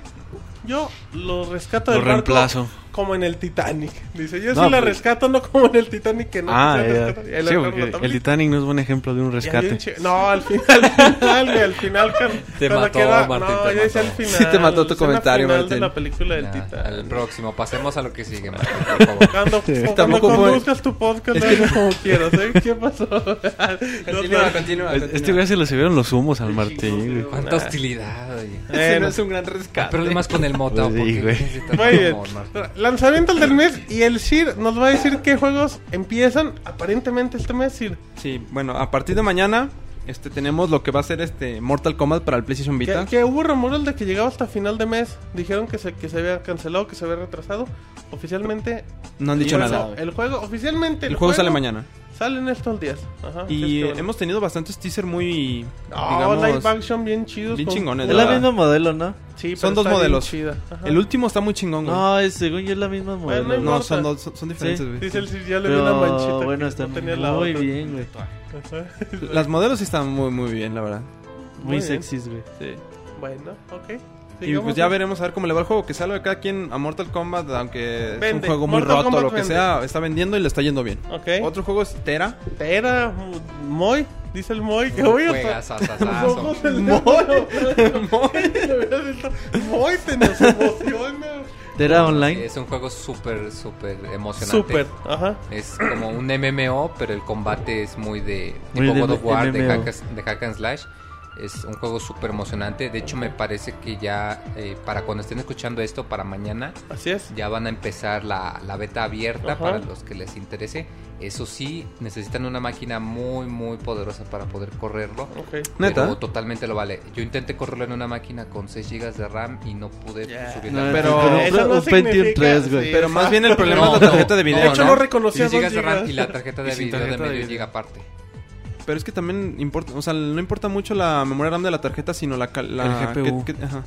B: yo lo rescato
F: lo
B: del barco
F: reemplazo.
B: como en el Titanic. Dice, yo
F: No,
B: sí la
F: pues-
B: rescato, no como en el Titanic que no.
F: Ah,
B: quise
F: ya.
B: rescatar. Y ahí lo
F: Sí,
B: dejaron
F: porque
B: la
F: el
B: tablita.
F: Titanic no es buen ejemplo de un
B: Y había un
F: rescate.
B: chi- No, al final, al final, güey, al final. Con,
C: Te
B: cuando
C: mató, Martín,
B: no,
C: te
B: yo decía al
C: mató.
B: final.
E: Sí te mató tu
B: escena
E: comentario,
B: final de
E: Martín.
B: la película del
C: Ya, al
B: Titanic.
C: próximo, pasemos a lo que sigue, Martín, por favor.
B: Cuando, cuando
E: Tampoco fue-
B: conduzcas tu podcast,
E: Es que-
B: hazlo como quieras, ¿eh? ¿Qué pasó?
E: Continúa, continúa.
F: Es- Este güey se le subieron los humos al Martín. güey.
C: Cuánta hostilidad, oye.
E: Ese
B: Bueno.
E: no es un gran
C: Hay
E: rescate.
C: problemas con el mota,
F: Pues
C: ¿por
F: sí,
C: qué
F: güey.
C: tienes tanto
B: Muy bien.
C: amor, Martín?
B: Lanzamientos del mes y el Sir nos va a decir qué juegos empiezan aparentemente este mes, Sir.
E: Sí, bueno, a partir de mañana este tenemos lo que va a ser este Mortal Kombat para el PlayStation
B: Que,
E: Vita.
B: que hubo rumores de que llegaba hasta final de mes. Dijeron que se, que se había cancelado, que se había retrasado. Oficialmente.
E: No han dicho
B: el juego-
E: nada.
B: El juego, oficialmente.
E: El juego sale mañana.
B: Salen estos días. Ajá, así
E: Y
B: es que bueno.
E: hemos tenido bastantes teaser muy
B: No, live
E: digamos,
B: action bien chidos.
E: bien
B: con-
E: chingones.
D: Es la misma modelo, ¿no?
B: Sí,
E: Son
B: pero
E: dos
B: está bien
E: modelos.
B: chida. Ajá.
E: El último está muy chingón, güey.
D: No, es- según yo es la misma modelo.
B: no
D: güey.
E: No,
B: importa.
E: son dos- son son diferentes, güey.
B: Dice el Sir, ya le vi una manchita.
D: Pero
B: que
D: bueno,
B: no
D: está
B: tenía la
D: muy
B: otra.
D: bien, güey.
B: Ajá.
E: Las modelos sí están muy muy bien, la verdad.
B: Muy bien.
D: Muy sexys, güey.
E: Sí.
B: Bueno, ok.
E: Y pues ya veremos a ver cómo le va el juego, que sale de cada quien a Mortal Kombat, aunque es un
B: Vende.
E: juego muy
B: Mortal
E: roto,
B: Kombat
E: lo que
B: vende.
E: sea, está vendiendo y le está yendo bien.
B: Ok.
E: Otro juego es Tera.
B: Tera, mu- Moy, dice el Moy que voy a
C: Juegas, asasazo.
B: Moy te nos emociona.
D: ¿Tera online?
C: Es un juego súper, súper emocionante.
B: Super, ajá.
C: Es como un MMO, pero el combate es muy de
D: Muy
C: tipo
D: de
C: God of War, de
D: MMO.
C: hack, as- de hack and slash. Es un juego súper emocionante. De hecho, me parece que ya eh, para cuando estén escuchando esto, para mañana,
B: Así es.
C: ya van a empezar la, la beta abierta
B: Ajá.
C: para los que les interese. Eso sí, necesitan una máquina muy, muy poderosa para poder correrlo.
B: Ok.
E: ¿Neta?
C: Pero totalmente lo vale. Yo intenté correrlo en una máquina con 6 GB de RAM y no pude
B: Ya.
C: subir
D: No,
C: la
E: pero-
D: un-
B: Eso no
D: un Pentium
B: significa-
D: 3, güey.
B: sí.
E: Pero más bien el problema
C: No,
E: es la tarjeta de
C: no,
E: video.
B: De hecho,
E: ¿no?
B: no reconocía
C: 16
B: dos
C: GB de RAM y
B: gigas.
C: la tarjeta de
F: Y sin
C: video de
F: tarjeta de
C: medio
F: video.
C: GB aparte.
E: Pero es que también importa, o sea, no importa mucho la memoria RAM de la tarjeta, sino la, cal- la
F: El GPU.
E: que- que- ajá.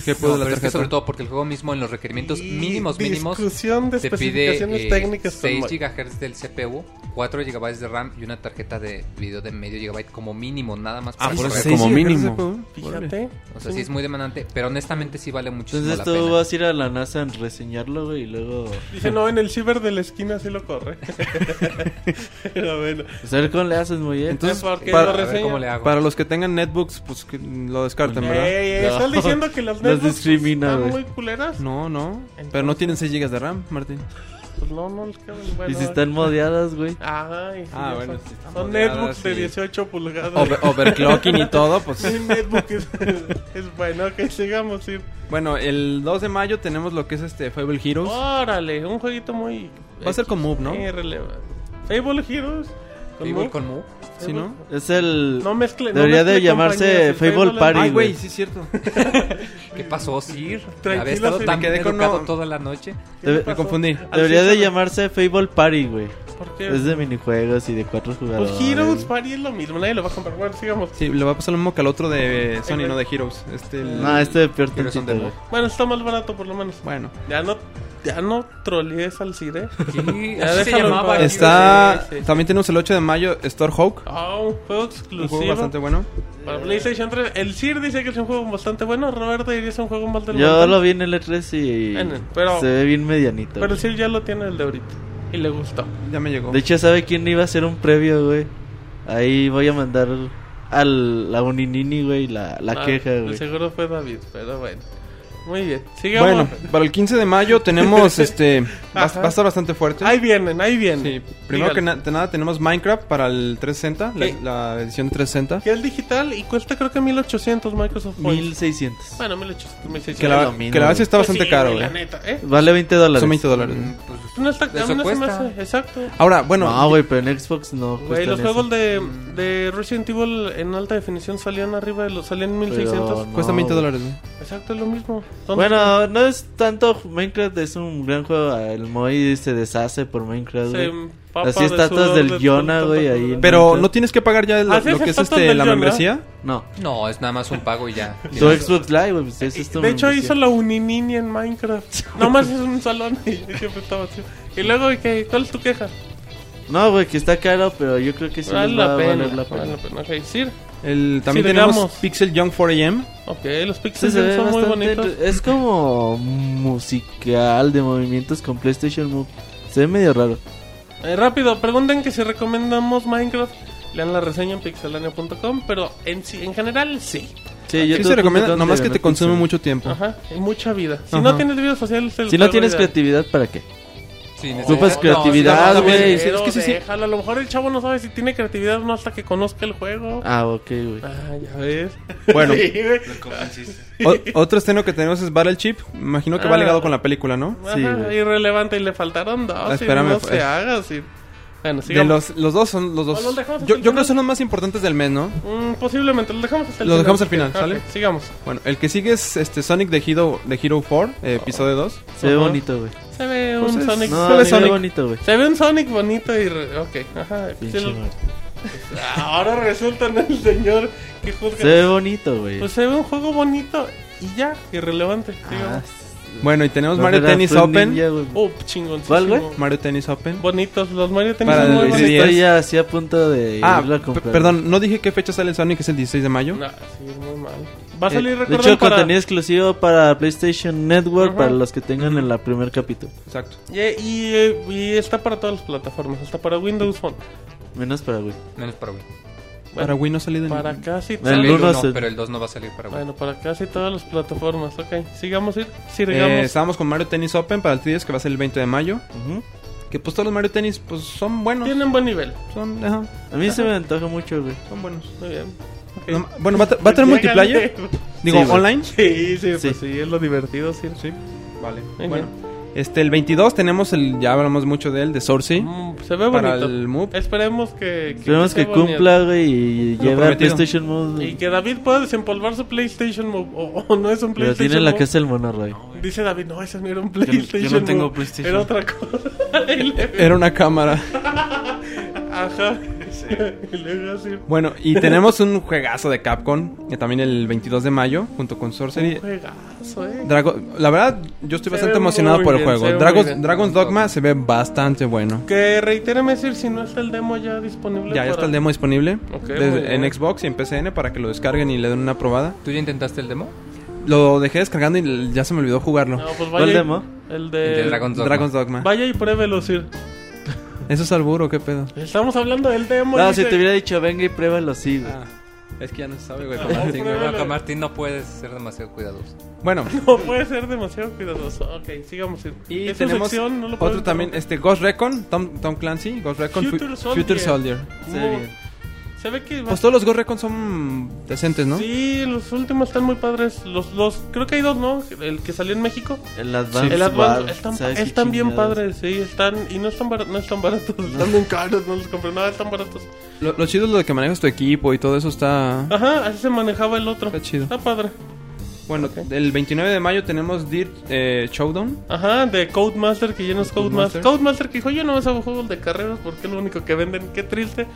C: No,
E: GPU de Pues la
C: pero es que
E: tarjeta.
C: sobre todo porque el juego mismo en los requerimientos
B: Y
C: mínimos mínimos
B: Discusión de
C: te pide
B: especificaciones
C: eh,
B: técnicas con
C: 6
B: Moy.
C: GB del CPU, 4 GB de RAM y una tarjeta de video de medio GB como mínimo, nada más.
F: Ah,
C: para
F: por eso
C: correr.
E: Pues
F: seis como
E: GB de
F: mínimo.
E: GPU.
B: Fíjate.
C: O sea, sí es muy demandante, pero honestamente sí vale muchísimo
D: Entonces
C: la
D: tú
C: pena.
D: vas a ir a la NASA a reseñarlo, güey, y luego...
B: Dice, no, en el ciber de la esquina sí lo corre. Pero bueno.
D: Pues a ver cómo le haces, muy bien.
E: Entonces,
B: ¿por qué
E: para-
B: lo
C: a ver
B: reseña?
C: cómo le hago.
E: Para los que tengan netbooks, pues que lo descarten,
B: Ey,
E: ¿verdad?
B: ey,
D: No.
B: Están diciendo que las
D: Los
B: netbooks
D: discrimina,
B: están
D: güey.
B: muy culeras.
E: No, no.
B: Entonces-
E: Pero no tienen 6 GB de RAM, Martín.
B: pues no, no les caben. Bueno, eh.
D: Y si están modeadas, güey.
B: Ajá, y si
E: Ah,
B: ya
E: bueno,
B: son,
E: si están
B: son
E: modeadas,
B: netbooks de
E: sí.
B: 18 pulgadas.
E: Over- overclocking y todo, pues.
B: Sí, netbook es, es bueno, ok, sigamos, sí.
E: Bueno, el 2 de mayo tenemos lo que es este Fable Heroes.
B: Oh, Órale, un jueguito muy...
E: Va a ser con Move, ¿no?
B: Eh, releva- Fable Heroes. con Move,
C: con Mu.
B: Fable-
E: Sí, ¿no?
D: Es el.
B: No mezcle, no
D: Debería
B: mezcle
D: de llamarse
B: compañías, el
D: Fable
B: es-
D: Party.
E: Ay, güey,
D: güey.
E: sí es cierto.
C: ¿Qué pasó, Sir?
B: Tranquilo,
C: Había estado
B: Sir,
C: tan
E: me quedé con
C: educado
E: no-
C: toda la noche.
B: ¿qué le
D: Debe-
E: Me
B: pasó?
E: confundí.
B: Al
D: Debería de
B: César-
D: llamarse Fable Party, güey.
B: ¿Por qué?
D: Es de minijuegos y de cuatro jugadores.
B: Pues Heroes Party es lo mismo, nadie lo va a comprar. Bueno, sigamos.
E: Sí, le va a pasar lo mismo que al otro de Sony, no de Heroes. Este, el-
C: Ah,
D: No, este de peor
C: Heroes on
D: tantito,
C: the
D: güey.
B: Bueno, está más barato por lo menos.
E: Bueno,
B: Ya no, ya no trolees al Cire.
C: Sí,
B: Ya
C: así se
B: déjalo en
C: llamaba.
B: paz.
C: Hero.
E: está.
C: Sí, sí.
E: También tenemos el 8 de mayo Storehawk.
B: Ah, un juego
E: Un juego
B: exclusivo
E: bastante bueno.
B: para PlayStation 3. El Sir dice que es un juego bastante bueno. Roberto diría que es un juego más del
D: Yo
B: montón.
D: lo vi en el E3 y.
B: En- pero-
D: Se ve bien medianito.
B: Pero el
D: güey.
B: Sir ya lo tiene el de ahorita. Y le gustó.
E: Ya me llegó.
D: De hecho, ¿sabe quién iba a hacer un previo, güey? Ahí voy a mandar al, la Uninini, güey, la, la
B: Ah,
D: queja, güey.
B: el Seguro fue David, pero bueno. Muy bien. Sigamos.
E: Bueno, para el 15 de mayo tenemos este. Va,
B: Ajá.
E: va a estar bastante fuerte.
B: Ahí vienen, ahí vienen.
E: Sí, primero que
B: Dígale.
E: na- nada tenemos Minecraft para el 360, la,
B: Sí.
E: la edición 360.
B: Que es digital y cuesta creo que 1800 Microsoft Points.
D: 1600.
B: Bueno, 1800, 1600.
E: Que
D: es
E: la,
D: lo mismo,
E: que la verdad sí
D: güey.
E: está bastante
B: Pues sí,
E: caro,
B: güey, La
E: güey.
B: neta, ¿eh?
D: Vale 20 dólares.
E: Son 20 dólares.
D: Pues,
B: No está, a
C: Eso
B: mí no se me
C: cuesta.
B: hace, exacto.
E: Ahora, bueno,
D: no, güey, pero en Xbox no.
B: Güey,
D: cuestan
B: los
D: eso.
B: juegos de, de Resident Evil en alta definición salían arriba de los salían en 1600.
D: Pero no,
E: cuesta 20
D: güey.
E: dólares. güey.
B: Exacto, es lo mismo. Entonces,
D: Bueno, no es tanto Minecraft, es un gran juego. El Moy se deshace por Minecraft,
B: se
D: güey.
B: empapa
D: así
B: de
D: estatuas
B: sudor
D: del
B: de
D: Yona,
B: tanta
D: güey, ahí.
B: comida.
E: Pero
D: Minecraft.
E: no tienes que pagar ya lo,
B: Así
E: lo
B: es,
E: que es
B: Ah, está todo
E: este, la
B: el John,
E: membresía.
D: No.
C: No, es nada más un pago y ya.
D: Tu Xbox Live, güey, pues ese es tu
B: De hecho,
D: membresía.
B: hizo la Uninini en Minecraft. Nomás es un salón y siempre estaba así. Y luego, ¿qué? ¿cuál es tu queja?
D: No, güey, que está caro, pero yo creo que sí
B: Vale
D: les va
B: la
D: a
B: pena.
D: valer la pena.
B: Vale la pena. Ok, Sir.
E: El, también
B: Sí,
E: tenemos
B: digamos.
E: Pixel Young 4AM.
B: Ok, los
D: Sí,
B: pixels
D: se ve
B: son muy
D: bastante-
B: bonitos.
D: Es como musical de movimientos con PlayStation Move. Se ve medio raro.
B: Eh, rápido, pregunten que si recomendamos Minecraft. Lean la reseña en pixelania.com, pero en, sí- en general sí.
D: Sí,
E: ¿Qué se recomienda? Nomás que te consume mucho tiempo.
B: Ajá, y mucha vida. Si
E: Ajá.
B: no tienes vida social,
D: Ah. Si no tienes creatividad, ¿para qué?
C: Sí, necesito-
D: Ocupas
C: no,
D: creatividad,
C: sí, no, no,
D: güey.
B: Es que
E: sí, sí.
B: A lo mejor el chavo no sabe si tiene creatividad o no hasta que conozca el juego. Ah,
D: Ah, ok, güey.
B: ya ves.
E: Bueno,
B: Sí, güey.
E: o- otro estreno que tenemos es Battleship. Imagino que va
B: Ah.
E: ligado con la película, ¿no?
B: Ajá,
D: Sí, güey.
B: irrelevante y le faltaron dos.
E: Ah,
B: sí,
E: espérame,
B: no
E: pues.
B: se haga. sí. Bueno,
E: De
B: sigamos.
E: los, los dos son los dos.
B: O los dejamos hasta
E: Yo,
B: el
E: yo creo
B: final.
E: que son los más importantes del mes, ¿no?
B: Mm, posiblemente, los dejamos hasta el
E: Los
B: final.
E: dejamos al final,
B: Ok,
E: ¿sale?
B: sigamos.
E: Bueno, el que sigue es este Sonic de Hero, de Hero 4, eh, episodio 2.
D: Se ve
B: Ajá.
D: bonito, güey.
B: Se ve
E: Pues
B: un
E: es-
B: Sonic.
D: No,
E: se
D: se
E: ve
D: ve
E: Sonic.
D: bonito, güey.
B: Se ve un Sonic bonito y... re- Ok, ajá.
D: Pinche
B: Sí, lo-
D: madre.
B: Ahora resulta en el señor que juzga.
D: Se ve bonito, güey.
B: Pues se ve un juego bonito y ya, irrelevante.
D: Ah,
B: digamos.
E: Bueno, y tenemos
D: no
E: Mario
D: verás,
E: Tennis
D: fue un
E: Open. Uh,
D: ninja, güey.
B: Oh, chingoncísimo.
D: ¿Cuál, güey?
E: Mario Tennis Open.
B: Bonitos, los Mario Tennis
E: Para
B: son muy
E: el
B: bonitos.
E: sí,
D: Estoy
E: 10.
D: ya así a punto de
E: Ah,
D: irlo a
E: pe-
D: comprar.
E: perdón, no dije qué fecha sale el Sonic, es el 16 de mayo.
B: No, sí, es muy mal. Va a
D: Eh,
B: salir,
D: de
B: recuerden,
D: hecho,
B: para...
D: contenido exclusivo para PlayStation Network,
B: Ajá.
D: para los que tengan en la primer capítulo.
E: Exacto.
B: Y, y, eh, y está para todas las plataformas, hasta para Windows Phone.
D: Menos para Wii.
C: Menos para Wii.
B: Bueno,
E: Para Wii no salió de
B: para casi
D: Del
B: todas-
C: Sale el
D: uno
C: uno,
D: se-
C: pero el 2 no va a salir para Wii.
B: Bueno, para casi todas las plataformas, ok. Sigamos, ir,
E: Eh,
B: sigamos.
E: estábamos con Mario Tennis Open para el 3 que va a ser el 20 de mayo.
D: Ujú.
E: Que pues todos los Mario Tennis pues son buenos.
B: Tienen buen nivel.
E: Son, ajá,
D: A mí se me antoja mucho, güey.
E: son buenos.
B: Muy bien. Ok.
E: No, bueno, ¿va, a tra- va a tener
B: Pues ya
E: multiplayer?
B: gané.
E: Digo,
D: Sí, güey.
E: online.
B: Sí, sí, pues
D: Sí.
B: sí, es lo divertido, sí.
E: Sí, vale.
B: Venga.
E: Bueno, este, el 22 tenemos el, ya hablamos mucho de él, de Sourcey.
B: Mm, se ve bonito.
E: para el MUP.
B: Esperemos que...
D: Esperemos
B: esté
D: que
B: bonito.
D: cumpla, güey, y
E: Lo
D: lleve a
E: prometido.
D: PlayStation Mode.
B: Y que David pueda desempolvar su PlayStation Move. O, o no es un
D: Pero
B: PlayStation
D: tiene en la
B: Move.
D: casa el mono, güey.
B: Dice David, no, ese no era un
F: no- yo no
B: PlayStation
F: tengo
B: Move,
F: PlayStation.
B: Era otra cosa. Y le-
E: Era una cámara.
B: Ajá. Y luego así...
E: Bueno, y tenemos un juegazo de Capcom, que también el 22 de mayo, junto con Sorcery.
B: Juegazo, eh.
E: Drago- la verdad, yo estoy
B: Se
E: bastante
B: ve
E: emocionado
B: muy
E: por el
B: bien, se ve
E: juego.
B: muy
E: Dragos-
B: bien.
E: Dragon's Dogma se ve bastante bueno.
B: Que reitérame decir si no está el demo ya disponible.
E: Ya, ya
B: para-
E: está el demo disponible
B: Ok,
E: desde-
B: muy bien.
E: en Xbox y en PCN para que lo descarguen y le den una probada.
C: ¿Tú ya intentaste el demo?
E: Lo dejé descargando y l- ya se me olvidó jugarlo.
B: No, pues vaya.
D: ¿Cuál
B: y-
D: demo?
B: El de.
C: El de Dragon- Dogma.
E: Dragon's Dogma.
B: Vaya y pruébelo, Sir.
E: ¿Eso es alburo qué pedo?
B: Estamos hablando del demo.
D: No,
B: dice-
D: si te hubiera dicho, venga y pruébalo, sí, güey.
E: Ah.
C: Es que ya no se sabe, güey. Con Martín, güey. No, con Martín no puedes ser demasiado cuidadoso.
E: Bueno,
B: No puede ser demasiado cuidadoso. Ok, sigamos.
E: y
B: Es su
E: tenemos
B: sección, no lo
E: otro
B: podemos-
E: también, este Ghost Recon, Tom, Tom Clancy, Ghost Recon, Fu-
B: Future Soldier.
E: Future Soldier.
B: Muy-
D: Se ve bien.
B: Se ve que va-
E: Pues todos los Ghost Recon son decentes, ¿no?
B: Sí, los últimos están muy padres. Los, los, creo que hay dos, ¿no? El que salió en México.
D: El Advance.
B: el Advance.
D: War,
B: están
D: ¿sabes qué
B: están bien
D: chingados?
B: padres, sí. Están, y no están, bar- no están baratos. Están bien caros, no los compré nada, están baratos.
E: Lo, lo chido es lo de que manejas tu equipo y todo eso está...
B: Ajá, así se manejaba el otro.
E: Está chido.
B: Está padre.
E: Bueno, el 29 de mayo tenemos Dirt eh, Showdown.
B: Ajá, de Codemaster, que ya no es Codemaster.
E: Codemaster.
B: Codemaster que dijo, yo no me hago juegos de carreras porque es lo único que venden. Qué triste.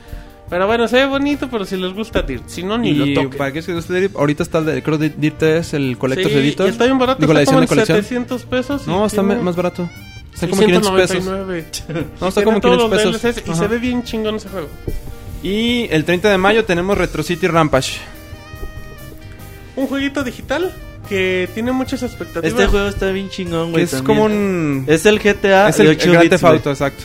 B: Pero bueno, se ve bonito, pero si les gusta Dirt. Si no, ni
E: Y
B: lo toquen.
E: para que se guste Dirt, ahorita está, el de- creo que Dirt es el Collector's
B: Sí,
E: Editor.
B: y está bien barato,
E: Digo, la
B: está como
E: edición
B: en
E: de colección.
B: 700 pesos. y
E: No, está
B: tiene-
E: me- más barato. Está
B: y
E: como 500 pesos.
B: 199.
E: No, está
B: Tiene
E: como
B: todos
E: 500
B: los
E: pesos.
B: DLCs y se
E: Ajá.
B: ve bien chingón ese juego.
E: Y el 30 de mayo tenemos Retro City Rampage.
B: Un jueguito digital que tiene muchas expectativas.
D: Este juego está bien chingón,
E: que
D: güey.
E: es
D: también.
E: como un...
D: Es el GTA
E: es el,
D: de
E: Ah, el
D: 8
E: Grand
D: bits,
E: Theft Auto,
D: güey.
E: exacto.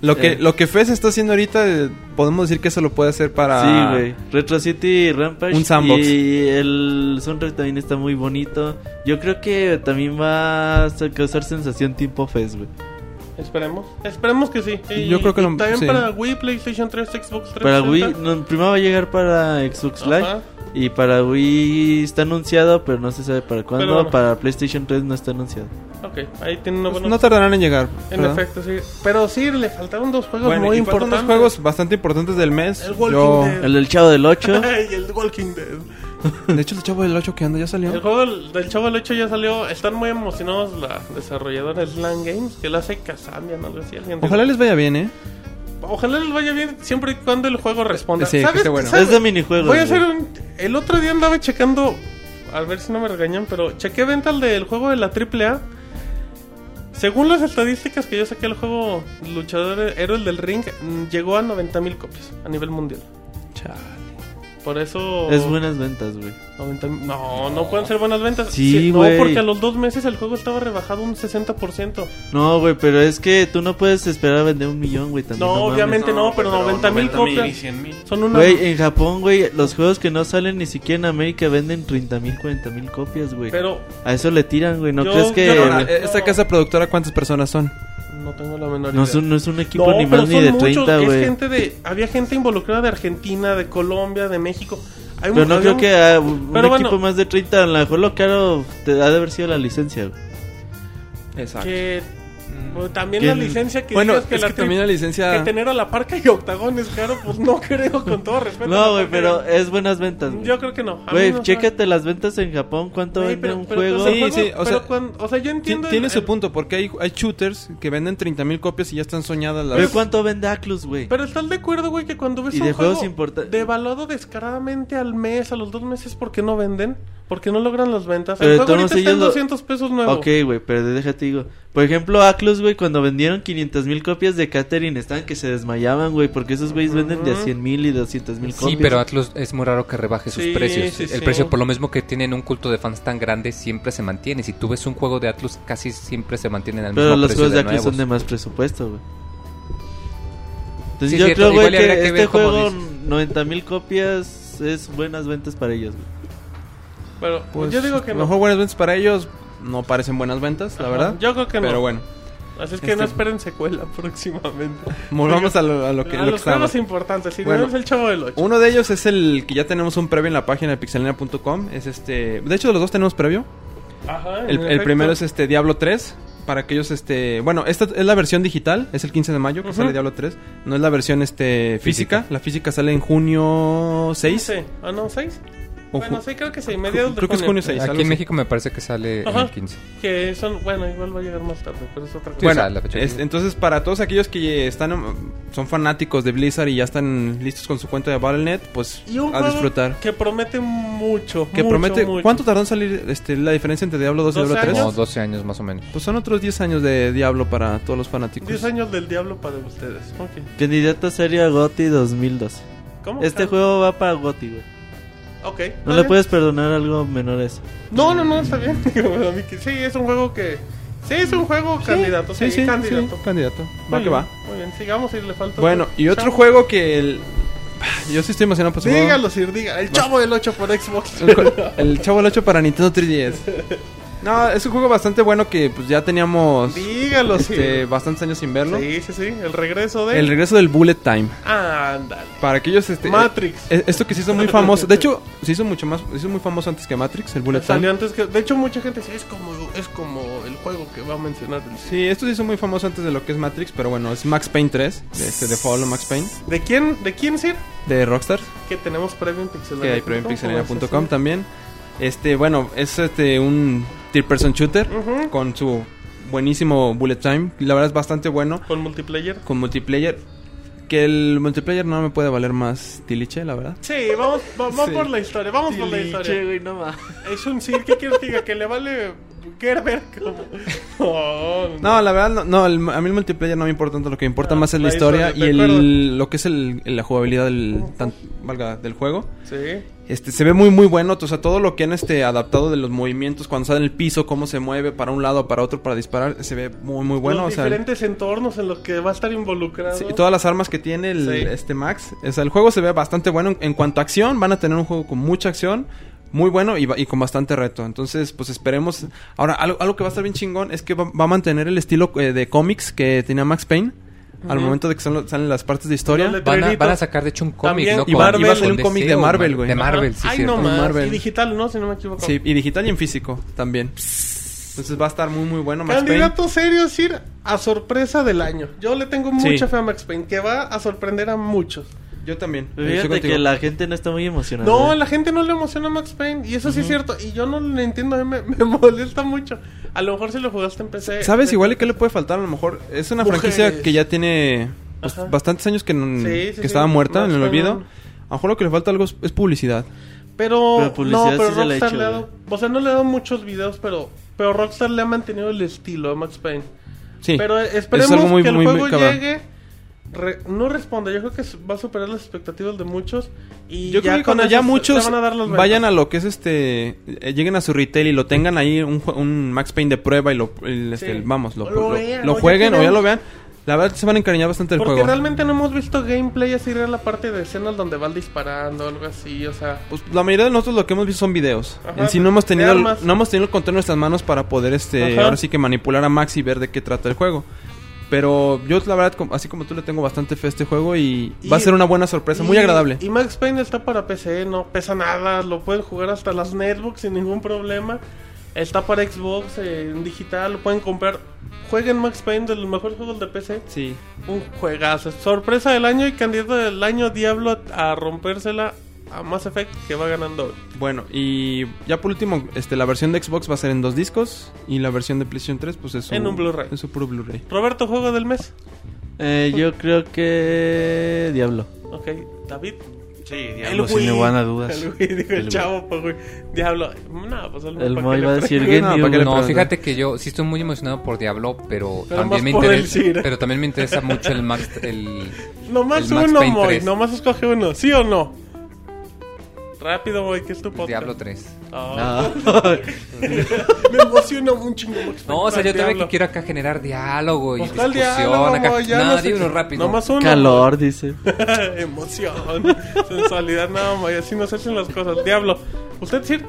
E: Lo que,
D: Eh.
E: lo que FES está haciendo ahorita, eh, podemos decir que eso lo puede hacer para...
D: Sí, güey. Retro City Rampage.
E: Un sandbox.
D: Y el soundtrack también está muy bonito. Yo creo que también va a causar sensación tipo Fest, güey.
B: Esperemos. Esperemos que sí. Y-
E: Yo creo que
B: y
E: lo-
B: También
E: sí.
B: para Wii, PlayStation 3, Xbox 360.
D: Para Wii, no, primero va a llegar para Xbox Live.
B: Ajá.
D: Y para Wii está anunciado, pero no se sabe para cuándo.
B: bueno.
D: Para PlayStation 3 no está anunciado.
B: Ok, ahí tiene una
E: Pues
B: buena.
E: no tardarán en llegar.
B: en
E: ¿verdad?
B: efecto, sí. Pero sí, le faltaron dos juegos
E: Bueno,
B: muy
E: y faltan
B: importantes.
E: unos juegos bastante importantes del mes.
B: El Walking
E: Yo-
B: Dead.
D: El del Chavo del 8.
B: Ay, el Walking Dead.
E: De hecho, el chavo del 8 que anda ya
B: El
E: salió.
B: juego del, del Chavo del 8 ya salió. Están muy emocionados la desarrolladora Slang Games, que la hace Kazamian, algo así. alguien de-
E: Ojalá les vaya bien, ¿eh?
B: Ojalá les vaya bien siempre y cuando el juego responda.
E: Sí, que
B: ¿Sabes?
E: esté bueno.
B: ¿Sabes?
D: es de minijuegos.
B: Voy a
D: güey.
B: hacer un... El otro día andaba checando... A ver si no me regañan, pero chequé ventas del juego de la AAA. Según las estadísticas que yo saqué, el juego Luchador Héroe del Ring mm, llegó a 90.000 copias a nivel mundial. Por eso...
D: Es buenas ventas, güey.
B: 90,000. No, no pueden ser buenas ventas.
D: Sí,
B: no,
D: güey.
B: porque a los dos meses el juego estaba rebajado un 60%.
D: No, güey, pero es que tú no puedes esperar a vender un millón, güey. También,
B: No,
D: mames.
B: obviamente no, pero 90,000
F: y
B: copias
F: 100 mil.
B: son una...
D: Güey, en Japón, güey, los juegos que no salen ni siquiera en América venden 30 mil, 40 mil copias, güey.
B: Pero
D: A eso le tiran, güey. ¿No
B: Yo-
D: crees que
B: yo
E: Ahora,
B: no-
E: eh, ¿Esta casa productora cuántas personas son?
B: no tengo la menor idea.
D: no, es un, no es un equipo
B: No,
D: ni
B: pero
D: más ni
B: son
D: de
B: muchos.
D: 30,
B: es
D: güey?
B: gente de, había gente involucrada de Argentina, de Colombia, de México. Hay mu-
D: Pero no
B: había
D: creo
B: un-
D: que ah, un
B: Pero bueno.
D: equipo más de 30, a lo mejor lo caro te ha de haber sido la licencia, güey.
E: Exacto.
B: que- bueno, también
E: Que
B: la
E: el-
B: licencia que
E: Mm. bueno,
B: digas
E: es
B: la
E: que
B: tri-
E: también la
B: que
E: licencia...
B: tener a la parca y octagón es caro, pues no creo, con todo respeto.
D: No,
B: la
D: güey,
B: Parca
D: pero
B: y-
D: es buenas ventas, güey.
B: Yo creo que no. A mí
D: Güey,
B: no,
D: chécate las ventas en Japón, cuánto
B: Güey,
D: vende
B: pero-
D: un
B: pero
D: juego.
B: pues, el
E: Sí,
B: juego-
E: sí, o
B: pero
E: sea,
B: cuando- o sea, yo
E: Ti-
B: entiendo.
E: Tiene
B: el-
E: su punto, porque hay, hay shooters que venden 30.000 copias y ya están soñadas las...
D: Güey, ¿cuánto vende Aclus, güey?
B: Pero estás de acuerdo, güey, que cuando ves
D: Y
B: un
D: de
B: juego
D: juegos importan-
B: devaluado descaradamente al mes, a los dos meses, porque no venden? Porque no logran las ventas.
D: Pero
B: el
D: de
B: juego
D: todos
B: ahorita está
D: ellos
B: en
D: lo-
B: 200 pesos nuevo.
D: Ok, güey, pero déjate digo. Por ejemplo, Aclus, güey, cuando vendieron 500 mil copias de Catherine, estaban que se desmayaban, güey, porque esos güeyes venden de a 100 mil y de 200 mil copias.
C: Sí, pero Atlus es muy raro que rebaje sus
B: Sí,
C: precios.
B: sí,
C: el
B: sí.
C: precio, por lo mismo que tienen un culto de fans tan grande, siempre se mantiene. Si tú ves un juego de Atlus, casi siempre se mantienen al
D: Pero
C: mismo
D: los
C: precio.
D: juegos de Aclus
C: nuevos.
D: son de más presupuesto, güey. Entonces
C: Sí,
D: yo
C: cierto,
D: creo, güey,
C: igual y
D: que,
C: habría que
D: este
C: ver cómo
D: juego,
C: dice.
D: 90 mil copias, es buenas ventas para ellos, güey.
B: Pero
E: Pues,
B: yo digo que no.
E: Mejor buenas ventas para ellos. No parecen buenas ventas, la
B: Ajá,
E: verdad.
B: Yo creo que no.
E: Pero bueno,
B: Así es que no esperen secuela próximamente.
E: volvamos a lo, a lo que,
B: a
E: lo que
B: los
E: estábamos.
B: juegos importantes. Si
E: Bueno.
B: no es el chavo del 8.
E: Uno de ellos es el que ya tenemos un previo en la página de pixelania.com. Es este. De hecho, los dos tenemos previo.
B: Ajá. en
E: El, el
B: efecto.
E: primero es este Diablo 3. Para aquellos, este. Bueno, esta es la versión digital. Es el 15 de mayo que
B: Ujú.
E: sale Diablo 3. No es la versión este, física. La física sale en junio 6.
B: Sí. Ah, no, 6.
E: O
B: Bueno,
E: ju-
B: sí, creo que sí. Mediados de
E: creo que es junio 6.
C: Aquí en México me parece que sale en
B: Ajá.
C: el 15.
B: Que son. Bueno, igual va a llegar más tarde, pero es otra cosa.
C: Sí,
E: bueno,
C: sale la fecha.
E: es- entonces para todos aquellos que están um, son fanáticos de Blizzard y ya están listos con su cuenta de Battle.net, pues
B: y un
E: a
B: juego
E: disfrutar.
B: que promete mucho.
E: Que
B: mucho,
E: promete
B: mucho.
E: ¿Cuánto tardó en salir este, la diferencia entre Diablo 2 y
B: ¿Dos
E: Diablo 3?
C: Como
B: años?
C: 12 años más o menos.
E: Pues son otros 10 años de Diablo para todos los fanáticos.
B: 10 años del diablo para ustedes. Ok.
D: Candidato serio a GOTY 2012.
B: ¿Cómo?
D: Este
B: Cal-
D: juego va para GOTY, güey.
B: Ok. está
D: No le
B: bien.
D: puedes perdonar algo menor a eso.
B: No, no, no, está bien. A mí que- sí, es un juego que. Sí, es un juego candidato. Sí,
E: Sí, sí, sí,
B: candidato.
E: candidato. Va
B: Muy
E: que
B: bien,
E: va.
B: Muy bien, sigamos y le falta.
E: Bueno, y otro
B: Chao.
E: juego que el- Yo sí estoy emocionado por ese juego.
B: Dígalo, Sir, diga. El chavo del 8 por Xbox.
E: El Chavo del 8 para Nintendo 3DS. No, es un juego bastante bueno que pues ya teníamos
B: Dígalo,
E: este,
B: Sir.
E: bastantes años sin verlo.
B: Sí, sí, sí. El regreso de.
E: El regreso del Bullet Time.
B: Ándale.
E: Para aquellos este
B: Matrix.
E: eh, esto que se hizo muy famoso, de hecho, se hizo mucho más se hizo muy famoso antes que Matrix, el Bullet
B: Salió
E: Time.
B: antes que. De hecho, mucha gente dice: es como, es como el juego que va a mencionar. el Sir".
E: Sí, esto se hizo muy famoso antes de lo que es Matrix, pero bueno, es Max Payne 3, de, este, de Fallout Max Payne,
B: ¿De quién, ¿De quién, Sir?
E: de Rockstar,
B: Que tenemos previo en Pixelania.
E: que hay en pixelania.com también. Este, bueno, es este un third person shooter
B: Ujú.
E: con su buenísimo bullet time, la verdad es bastante bueno
B: Con multiplayer.
E: con multiplayer. Que el multiplayer no me puede valer más tiliche, la verdad.
B: Sí, vamos, va- va
E: Sí.
B: por la historia, vamos por la
D: Che,
B: historia.
D: güey, no ma.
B: Es un Sir, ¿qué quieres que diga? Que le vale Gerber como... Oh,
E: No, la verdad, no, no, el- a mí el multiplayer no me importa tanto. Lo que me importa
B: Ah,
E: más es la
B: la
E: historia
B: historia,
E: y
B: de acuerdo.
E: el, lo que es el- la jugabilidad del, tan- valga, del juego.
B: Sí.
E: Este, se ve muy, muy bueno. O sea, todo lo que han este, adaptado de los movimientos, cuando sale en el piso, cómo se mueve para un lado, para otro, para disparar, se ve muy, muy bueno.
B: Los
E: o sea,
B: diferentes entornos en los que va a estar involucrado.
E: sí, y todas las armas que tiene el,
B: Sí.
E: este Max. O sea, el juego se ve bastante bueno. En, en cuanto a acción, van a tener un juego con mucha acción. Muy bueno y, va- y con bastante reto. Entonces, pues esperemos. Ahora, algo, algo que va a estar bien chingón es que va, va a mantener el estilo eh, de cómics que tenía Max Payne. Al momento de que salen, salen las partes de historia.
B: No le-
C: Van a,
B: Letrerito.
C: van a sacar, de hecho, un cómic,
B: También,
C: ¿no?
B: y
C: Con-
B: Marvel. Iba a
E: salir un
C: con
E: cómic de
C: Deseo,
E: Marvel, güey.
C: De Marvel,
B: Ajá.
C: sí,
B: Ay,
C: cierto.
B: no más.
E: Marvel.
B: Y digital, ¿no? Si no me equivoco.
E: Sí, y digital y en físico también. Entonces va a estar muy, muy bueno Max Payne.
B: Candidato serio, Sir, a sorpresa del año. Yo le tengo mucha
E: Sí.
B: fe a Max Payne, que va a sorprender a muchos.
E: Yo también.
C: Eh,
B: Pues
E: Estoy
D: Fíjate
E: contigo.
D: que la gente no está muy
E: Ah.
D: emocionada. ¿eh?
B: No,
D: güey.
B: la gente no le emociona a Max Payne, y eso sí es cierto. Y yo no lo entiendo, a mí me, me molesta mucho. A lo mejor si lo jugaste en PC.
E: ¿Sabes
B: te-
E: igual que le puede faltar? A lo mejor es una franquicia
B: Mujeres.
E: que ya tiene pues,
B: Ajá.
E: bastantes años que, no-
B: Sí, sí,
E: que
B: sí.
E: estaba muerta
B: Más
E: en el
B: o
E: olvido.
B: menos.
E: A lo mejor lo que le falta algo es, es publicidad.
B: Pero,
D: Pero publicidad
B: no, pero
D: sí se le ha
B: Rockstar
D: hecho,
E: eh.
B: le ha dado, o sea, no le ha dado muchos videos, pero pero Rockstar le ha mantenido el estilo a Max Payne.
E: Sí.
B: Pero eh, esperemos
E: algo muy-
B: que el
E: muy- muy
B: juego
E: cabrón.
B: llegue re- no responde, yo creo que s- va a superar las expectativas de muchos y
E: Yo creo que
B: con
E: cuando
B: eso
E: ya
B: se-
E: muchos
B: se van a dar las
E: vayan
B: ventas.
E: a lo que es este. eh, lleguen a su retail y lo tengan ahí, un, jue- un Max Payne de prueba y lo. el, este,
B: Sí.
E: el- vamos, lo,
B: O lo
E: lo-
B: vean,
E: lo
B: o ya
E: jueguen o ya
B: tienen-
E: lo vean. La verdad se van a encariñar bastante del
B: porque
E: juego.
B: realmente no hemos visto gameplay así real la parte de escenas donde van disparando algo así, o sea,
E: Pues la mayoría de nosotros lo que hemos visto son videos.
B: Ajá,
E: en sí
B: de-
E: no hemos
B: de
E: tenido
B: armas.
E: no hemos tenido el control en nuestras manos para poder este
B: Ajá.
E: ahora sí que manipular a Max y ver de qué trata el juego. Pero yo la verdad com- así como tú le tengo bastante fe a este juego y,
B: Y-
E: va a ser una buena sorpresa, muy
B: Y-
E: agradable.
B: Y Max Payne está para PC, no pesa nada, lo pueden jugar hasta las netbooks sin ningún problema. Está para Xbox eh, en digital, lo pueden comprar. Jueguen Max Payne de los mejores juegos de PC.
E: sí.
B: Un juegazo. Sorpresa del año y candidato del año Diablo a, a rompérsela a Mass Effect que va ganando. hoy.
E: Bueno, y ya por último, este la versión de Xbox va a ser en dos discos y la versión de PlayStation 3 pues es
B: En un Blu-ray.
E: Es un puro Blu-ray.
B: Roberto, juego del mes.
D: Eh, yo creo que. Diablo.
B: Ok, David.
F: Sí,
B: El
F: diablo, sin
B: Wii.
F: lugar a dudas.
B: El, güey, dijo el
F: El
B: chavo, pues, güey. Diablo. No, pues
D: El
B: ¿para qué
D: Moy
B: le
D: va a
B: pre-
D: decir Game
E: No,
D: New.
E: ¿para qué le
C: No,
E: preguntas?
C: fíjate que yo sí estoy muy emocionado por Diablo, pero,
B: Pero más
C: también me
B: por el
C: interesa,
B: Cira.
C: pero también me interesa mucho el Max el
B: Nomás
C: El Max
B: uno,
C: Payne
B: Moy.
C: 3.
B: Nomás escoge uno. ¿Sí o no? Rápido, Moy, que es tu podcast.
C: Diablo 3.
B: Ah.
D: Ah.
B: Me emociona un chingo Max Payne
C: No, o sea,
B: para
C: yo
B: el
C: también
B: Diablo.
C: que quiero acá generar diálogo y
B: Pues,
C: discusión
B: ¿cuál diálogo,
C: acá.
B: Moy? Ya
C: no,
B: sé-
C: di uno rápido.
B: Nomás uno.
D: Calor, dice.
B: Emoción. Sensualidad, no, Moy. Así nos hacen las cosas. Diablo. ¿Usted decir?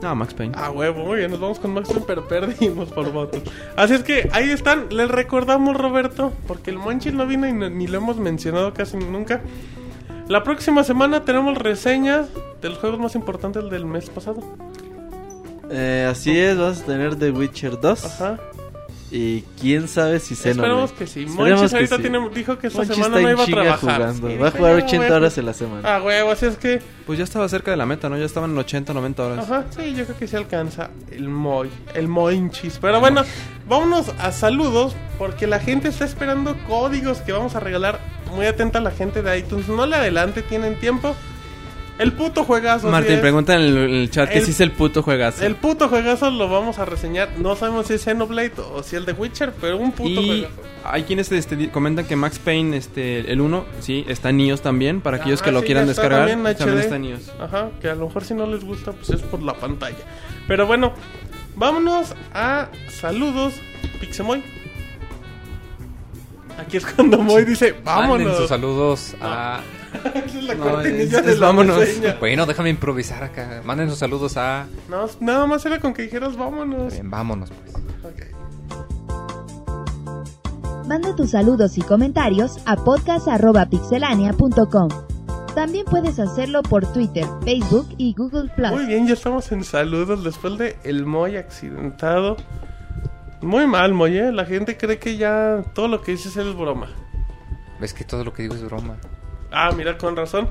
E: No, Max Payne.
B: Ah, huevo, muy bien, nos vamos con Max Payne, pero perdimos por voto. Así es que ahí están, les recordamos, Roberto, porque el Monchil no vino y no- ni lo hemos mencionado casi nunca. La próxima semana tenemos reseñas de los juegos más importantes del mes pasado.
D: Eh, así es, vas a tener The Witcher 2.
B: Ajá.
D: Y quién sabe si se
B: Esperemos que sí.
D: Esperemos
B: Monchis
D: que
B: ahorita
D: sí.
B: tiene- dijo que esta
D: Monchi
B: semana
D: está
B: no
D: en
B: iba a
D: chinga
B: trabajar.
D: jugando.
B: Sí,
D: Va a
B: dije,
D: jugar
B: "No,
D: 80
B: güey".
D: horas en la semana.
B: Ah, huevo, así es que.
E: Pues ya estaba cerca de la meta, ¿no? Ya estaban en 80, 90 horas.
B: Ajá, sí, yo creo que se alcanza el Moy, el Moinchis. Pero bueno, vámonos a saludos porque la gente está esperando códigos que vamos a regalar. Muy atenta la gente de iTunes, no le adelante, tienen tiempo. El puto juegazo. pues, así
E: Martín,
B: es.
E: pregunta en el, en el chat que
B: El-
E: si es el puto juegazo.
B: El puto juegazo lo vamos a reseñar. No sabemos si es Xenoblade o si el de Witcher, pero un puto
E: y
B: juegazo.
E: hay quienes este, di- comentan que Max Payne, este, el 1, sí, está en iOS también, para aquellos
B: Ajá,
E: que lo
B: Ah, sí,
E: quieran
B: ya está
E: descargar,
B: también en
E: también,
B: HD.
E: está en iOS.
B: Ajá, que a lo mejor si no les gusta, pues es por la pantalla. Pero bueno, vámonos a saludos, Pixemoy. Aquí es cuando Moy dice,
C: Manden sus
B: vámonos. Ah.
C: saludos a
B: Esa es la
F: No,
B: cortinilla
F: es-
B: de
F: es
B: la
F: vámonos. pues.
B: reseña.
C: Bueno, déjame improvisar acá. Mándenos saludos a.
B: No, nada más era con que dijeras vámonos.
C: Bien, vámonos, pues.
B: Ok.
A: Manda tus saludos y comentarios a podcast.pixelania.com. También puedes hacerlo por Twitter, Facebook y Google
B: Muy
A: Plus.
B: bien, ya estamos en saludos después de el Moy accidentado. Muy mal, Moy, ¿eh? La gente cree que ya todo lo que dices es broma.
C: Ves que todo lo que digo es broma.
B: Ah, mira, con razón.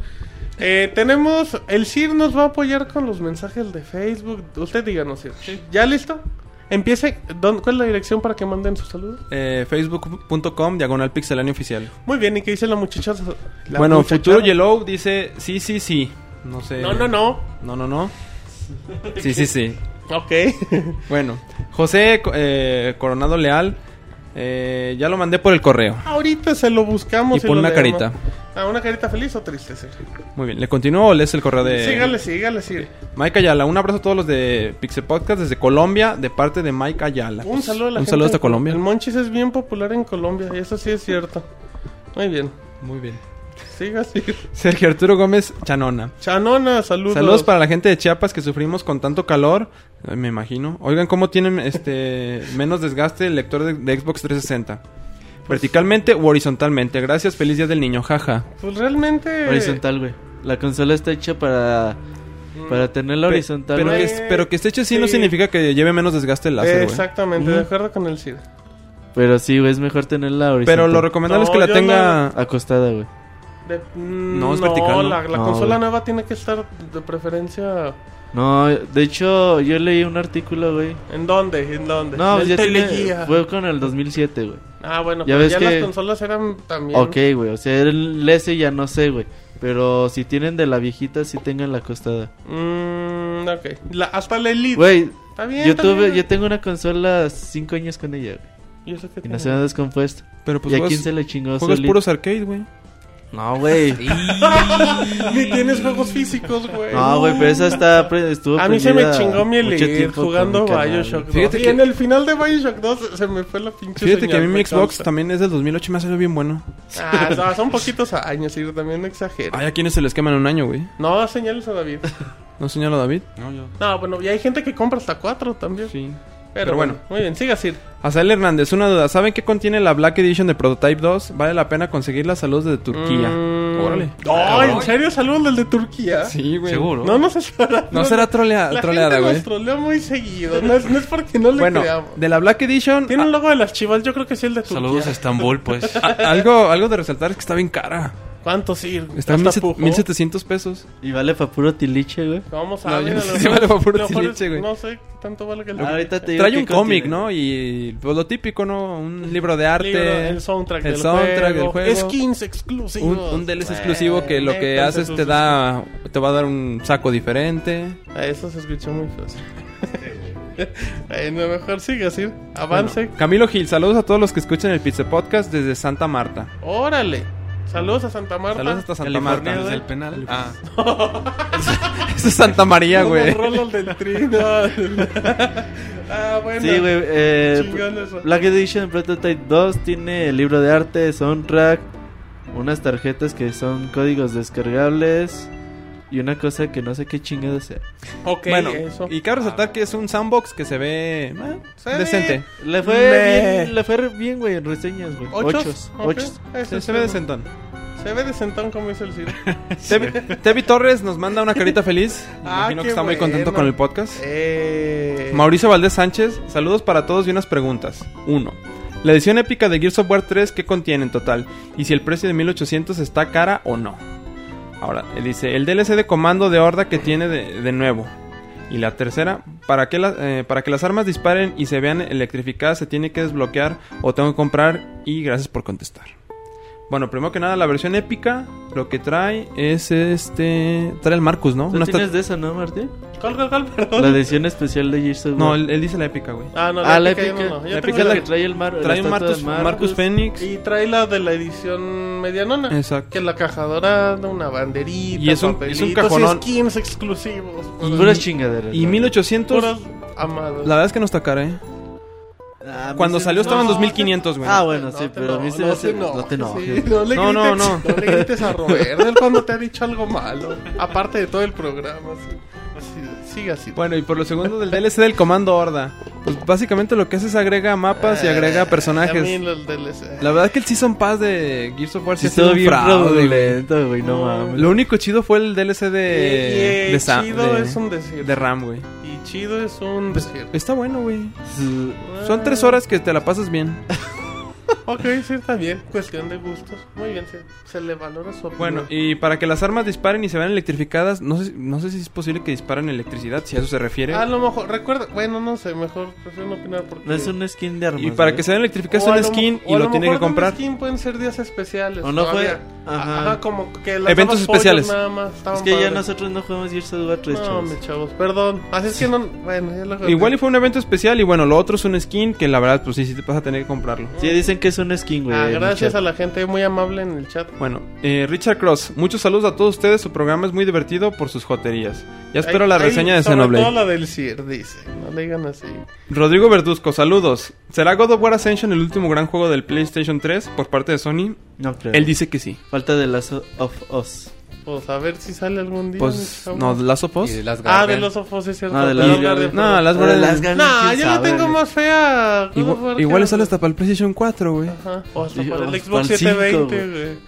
B: Eh, tenemos, el Sir nos va a apoyar con los mensajes de Facebook. Usted díganos, Sir. ¿Ya listo? Empiece. ¿dón- ¿Cuál es la dirección para que manden su saludo?
E: Eh, Facebook.com, diagonal pixelania oficial.
B: Muy bien, ¿y qué dice la muchacha? La
E: bueno,
B: muchacha-
E: Futuro Yellow dice sí, sí, sí. No sé.
B: No, no, no.
E: No, no, no. Sí, sí, sí.
B: Ok.
E: Bueno, José eh, Coronado Leal, eh, ya lo mandé por el correo.
B: Ahorita se lo buscamos.
E: Y pon
B: lo
E: una
B: leemos.
E: carita.
B: Ah, una carita feliz o triste, Sir.
E: Muy bien, ¿le continúo o lees el correo de...?
B: Sígale, sígale, Sir.
E: Mike Ayala, un abrazo a todos los de Pixel Podcast desde Colombia, de parte de Mike Ayala.
B: Un saludo a la
E: Un
B: gente
E: saludo
B: en
E: hasta
B: Col-
E: Colombia.
B: El Monchis es bien popular en Colombia, y eso sí es cierto. Muy bien.
E: Muy bien.
B: Siga, Sir.
E: Sergio Arturo Gómez Chanona.
B: Chanona, saludos.
E: Saludos para la gente de Chiapas que sufrimos con tanto calor, Ay, me imagino. Oigan cómo tienen este menos desgaste el lector de, de Xbox 360. Verticalmente u horizontalmente. Gracias, feliz día del niño, jaja.
B: Pues realmente.
D: Horizontal, güey. La consola está hecha para,
B: mm,
D: para tenerla
E: Pe-
D: horizontal.
E: Pero
D: güey.
E: que, pero que esté hecho así no
B: Sí.
E: significa que lleve menos desgaste el láser, güey.
B: Exactamente,
D: Ujú.
B: de acuerdo con el Sir.
D: Pero sí, güey, es mejor tenerla horizontal.
E: Pero lo
B: No,
E: recomendable es que la
B: yo
E: tenga...
D: Acostada, güey.
B: De- mm,
E: No, es vertical, ¿no?
B: La, la
D: No,
B: consola
D: güey.
B: nueva tiene que estar de preferencia.
D: No, de hecho, yo leí un artículo, güey.
B: ¿En dónde? ¿En dónde?
D: No, pues
B: En
D: ya tiene-
B: Teleguía.
D: fue con el 2007, güey.
B: Ah, bueno,
D: Ya
B: pero
D: ves
B: ya
D: que-
B: las consolas eran también.
D: Ok, güey, o sea, el S ya no sé, güey. Pero si tienen de la viejita, sí tengan la acostada.
B: Mm, ok. La- hasta la Elite.
D: Güey,
B: está bien.
D: yo
B: está
D: tuve,
B: bien.
D: yo tengo una consola 5 años con ella, güey.
B: ¿Y eso qué
D: Y no
B: tiene?
D: se me ha descompuesto.
E: Pero pues
D: ¿Y a
E: juegas-
D: quién se le chingó su
E: Juegos
D: Elite?
E: puros arcade, güey.
D: No, güey.
B: Ni tienes juegos físicos, güey.
D: No, güey, pero esa está, pre- estuvo
B: A mí se me
D: prendida
B: chingó mi
D: mucho
B: Elite
D: tiempo con
B: jugando
D: mi canal,
B: Bioshock
D: güey.
B: 2.
C: Fíjate
B: y
C: que-
B: en el final de Bioshock 2 se me fue la pinche
E: Fíjate que a mí
B: señal,
E: mi
B: me
E: Xbox
B: consta.
E: también es del 2008 y me ha salido bien bueno.
B: Ah, no, son poquitos años, y también no exagero.
E: Ay, a quienes se les queman un año, güey.
B: No, señales a David.
E: ¿No señalo David?
F: No, yo.
B: No, bueno, y hay gente que compra hasta cuatro también.
E: Sí.
B: pero,
E: pero
B: bueno,
E: bueno.
B: muy bien, siga Sir.
E: Azael Hernández, una duda. ¿Saben qué contiene la Black Edition de Prototype 2? Vale la pena conseguir la salud de Turquía.
B: Mm.
E: Órale. Ah,
B: No, en serio, saludos del de Turquía.
E: Sí, güey.
F: ¿Seguro?
B: No, no se sabrá.
E: No será trolea-
B: La
E: troleada,
B: gente
E: güey.
B: nos trolea muy seguido. No es, no es porque no le
E: Bueno,
B: creamos.
E: de ah. este- la Black Edition,
B: Tiene un logo de las chivas, yo creo que sí el de Turquía.
F: Saludos a Estambul, pues.
E: a- a- algo, algo de resaltar es que está bien cara.
B: ¿Cuánto Sir?
E: Está en
B: Hasta
E: 17-
B: pujó.
E: 1700 pesos.
D: Y vale para puro tiliche, güey.
B: Vamos
E: No,
B: a
E: yo
B: ver.
E: no
B: a
E: sé
B: lo
E: si vale
B: mejor-
E: pa' puro
B: a lo mejor
E: tiliche, güey.
B: No sé qué tanto vale que el
D: Ah, Ahorita te digo
E: Trae
D: qué
E: un cómic,
D: contiene.
E: ¿no? Y pues, lo típico, ¿no? Un libro de
B: libro,
E: arte.
B: el soundtrack,
E: el
B: del,
E: soundtrack
B: juego.
E: del juego.
B: Skins
E: un,
B: exclusivos.
E: un DLC
B: Güey,
E: exclusivo que lo que
B: métanse
E: haces
B: sus
E: te da te va a dar un saco diferente.
B: Ah, Eso se escuchó muy fácil. bueno, mejor sigue así. Avance.
E: Bueno, Camilo Gil, saludos a todos los que escuchan el Pizza Podcast desde Santa Marta.
B: Órale. Saludos a Santa Marta.
E: Saludos hasta Santa
F: California
E: Marta.
F: desde el penal. Ah,
B: Ah.
E: Esa es Santa María, güey.
B: Como Ronald del Trino. ah, bueno.
D: Sí, güey. eh,
B: Chingón eso.
D: Black Edition Prototype 2 tiene el libro de arte, soundtrack, unas tarjetas que son códigos descargables y una cosa que no sé qué chingada sea.
B: Ok,
E: Bueno,
B: eso.
E: y cabe resaltar que es un sandbox que se ve eh,
B: Se
E: decente.
D: Le fue
B: Me-
D: bien, le fue bien, güey, en reseñas, güey. Ochos,
B: Ok,
D: ochos.
B: eso
E: Se, se
B: está
E: ve
B: bien.
E: decentón.
B: Se ve decentón, como dice el Ciro.
E: Tevi, Tevi Torres nos manda una carita feliz. Me
B: Ah,
E: imagino
B: qué
E: que está muy contento
B: bueno.
E: con el podcast.
B: eh...
E: Mauricio Valdés Sánchez, saludos para todos y unas preguntas. 1. La edición épica de Gears of War 3, ¿qué contiene en total? Y si el precio de 1800 está cara o no. Ahora, él dice, el DLC de comando de horda que tiene de, de nuevo. Y la tercera, ¿para que, la- eh, para que las armas disparen y se vean electrificadas se tiene que desbloquear o tengo que comprar? Y gracias por contestar. Bueno, primero que nada, la versión épica lo que trae es este... Trae el Marcus, ¿no?
D: ¿Tú
E: Una
D: tienes
E: estat-
D: de esa, no, Martín?
B: ¿Cuál, cuál, cuál? Perdón.
D: La edición especial de Gears of
E: No,
D: War.
E: él, él dice la épica, güey.
B: Ah, no,
D: ah, la
B: épica
D: épica.
B: yo no, no. Yo
D: La
B: tengo
D: épica es la
B: la-
D: que trae el mar. la
E: Trae un
D: estatua de
E: Marcus, Marcus Fenix.
B: Y trae la de la edición medianona.
E: Exacto.
B: Que es la caja dorada, una banderita,
E: Y es un-
B: papelitos
E: es un cajonón.
B: y skins exclusivos.
D: Puras chingaderas.
E: Y
D: la
E: 1800,
B: Puras amadas.
E: la verdad es que no está cara, ¿eh?
D: Ah, a mí
E: Cuando
D: se-
E: salió estaba en
B: No,
E: 2500, güey.
D: Ah, bueno, sí,
B: te
D: pero a mí
B: eno-
D: se me hace- no te
B: enojes,
D: enojes.
B: sí, no, le
E: No,
B: grites,
E: no,
B: no,
E: no.
B: le grites a Roberto, él cuando te ha dicho algo malo. Aparte de todo el programa. sí. Sí, sigue así.
E: Bueno, y por lo segundo del DLC del Comando Horda. Pues básicamente lo que hace es agrega mapas y pues, agrega
B: Eh, A mí
E: personajes.
B: los DLC.
E: La verdad que el Season Pass de Gears of War sí
D: Sí,
E: ha sido
D: estuvo
E: un
D: bien
E: fraude, güey.
D: fraudulento, güey, no mames.
E: Lo único chido fue el DLC de,
B: Y- y
E: de, Sam-
B: chido
E: de-
B: es un decir.
E: de Pues, Ram, güey.
B: Y chido es un decir.
E: Está bueno, güey.
D: Sí.
E: Son tres horas que te la pasas bien.
B: Ok, sí, está bien. Cuestión de gustos. Muy bien, se, se le valora su opinión.
E: Bueno, y para que las armas disparen y se vean electrificadas, no sé, no sé si es posible que disparen electricidad, si a eso se refiere.
B: A lo mejor, recuerda, bueno, no sé, mejor prefiero no opinar porque...
D: No es un skin de armas.
E: Y para
D: güey.
E: que se vean electrificadas
B: O a
E: un
B: lo mo-
E: skin
B: o
E: y
B: a
E: lo
B: mejor
E: tiene que
B: de un
E: comprar.
B: skin pueden ser días especiales.
D: O no fue-
B: todavía.
D: ajá.
B: Ajá. como que las
E: Eventos
B: damas pollas
E: especiales.
B: Nada más, estaban
D: Es que ya
B: padres.
D: nosotros no jugamos Gears of War 3,
B: No,
D: chavos.
B: mis chavos, perdón. Así es que no. Bueno, ya lo
E: Igual y fue un evento especial y bueno, lo otro es un skin que la verdad, pues sí, sí te vas a tener que comprarlo.
D: Sí, dicen que es un skin, güey.
B: Ah,
D: en el
B: gracias
D: chat.
B: a la gente muy amable en el chat.
E: Bueno, eh, Richard Cross, muchos saludos a todos ustedes, su programa es muy divertido por sus joterías. Ya espero
B: Ahí-
E: la
B: ahí,
E: reseña de
B: sobre
E: Xenoblade.
B: todo la del CIR, dice. No le digan así.
E: Rodrigo Verduzco, saludos. ¿Será God of War Ascension el último gran juego del PlayStation 3 por parte de Sony?
D: No creo.
E: Él dice que sí.
D: Falta de Last of Us.
B: Pues a ver si sale algún día. mis
E: Pues,
B: chavos.
E: no, Last of Us.
C: Y de las
B: Ah, de
C: Guardian.
B: los ojos, es cierto.
D: No, de
B: Te
D: las-
B: voy a hablar de-
E: No, las-
D: Ahora,
E: Guardian-
D: Guardian,
B: Nah,
D: quién
B: yo la
D: sabe,
B: tengo
D: güey.
B: más fea. God of
E: Igual,
B: War
E: igual
B: que
E: le sale
B: la-
E: hasta para el PlayStation 4, güey.
B: Ajá. O hasta
D: Sí,
B: para
D: o
E: "Ah,
B: el Xbox
D: para el cinco,
B: 720,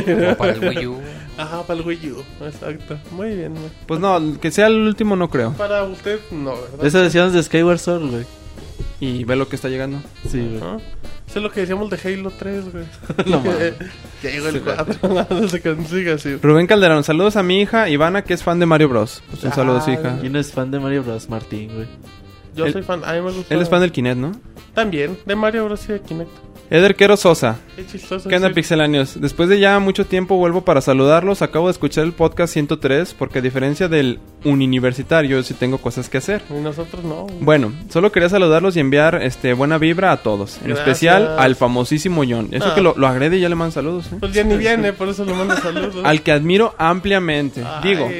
B: güey.
C: Como para el Wii U.
B: Ajá, para el Wii U. Exacto. Muy bien, güey.
E: Pues no, que sea el último no creo.
B: Para usted, no, ¿verdad?
D: Eso decíamos de Skyward Sword, güey.
E: Y ve lo que está llegando.
D: Sí, güey.
B: ¿Ah? Eso es lo que decíamos de Halo 3, güey.
D: No mames.
B: ya llegó el 4, nada se consiga así.
E: Rubén Calderón, saludos a mi hija Ivana, que es fan de Mario Bros. Pues un
B: Ah,
E: saludo a su hija.
D: ¿Quién no es fan de Mario Bros. Martín, güey?
B: Yo
E: Él-
B: soy fan, a mí me gusta.
E: Él es fan del Kinect, ¿no?
B: También, de Mario Bros. y de Kinect.
E: Eder Quero Sosa,
B: Qué chistoso.
E: ¿qué onda
B: sí.
E: pixelanios? Después de ya mucho tiempo vuelvo para saludarlos. Acabo de escuchar el podcast 103 porque a diferencia del universitario, yo sí tengo cosas que hacer.
B: Y nosotros no. güey.
E: Bueno, solo quería saludarlos y enviar este buena vibra a todos. En
B: Gracias.
E: especial al famosísimo John. Eso
B: Ah.
E: que lo, lo agrede y ya le mandan saludos. ¿eh?
B: Pues ya ni viene, por eso le mando saludos.
E: Al que admiro ampliamente.
B: Ay,
E: Digo,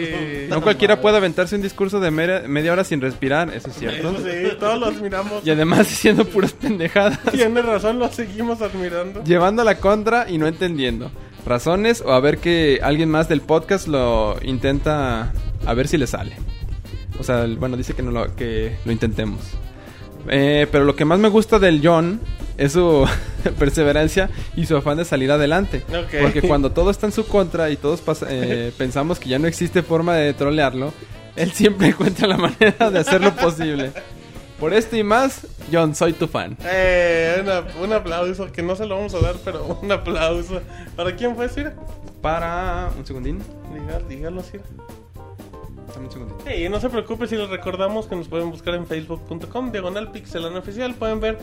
E: no
B: tan
E: cualquiera
B: mal.
E: puede aventarse un discurso de media, media hora sin respirar, eso es cierto.
B: Eso sí, todos lo admiramos.
E: Y además diciendo puras pendejadas.
B: Tiene razón, lo seguimos admirando.
E: Llevando la contra y no entendiendo. Razones o a ver que alguien más del podcast lo intenta a ver si le sale. O sea, el- bueno, dice que no lo, que lo intentemos. Eh, pero lo que más me gusta del John es su perseverancia y su afán de salir adelante.
B: Ok.
E: Porque cuando todo está en su contra y todos pas- eh, pensamos que ya no existe forma de trolearlo, él siempre encuentra la manera de hacerlo posible. Por esto y más, John, soy tu fan.
B: Eh, una- un aplauso, que no se lo vamos a dar, pero un aplauso. ¿Para quién fue, Sira?
E: Para... Un segundín.
B: Dígalo, dígalo, Sira.
E: Dame un segundito.
B: Sí, no se preocupe si les recordamos que nos pueden buscar en facebook.com, diagonal pixelano oficial. Pueden ver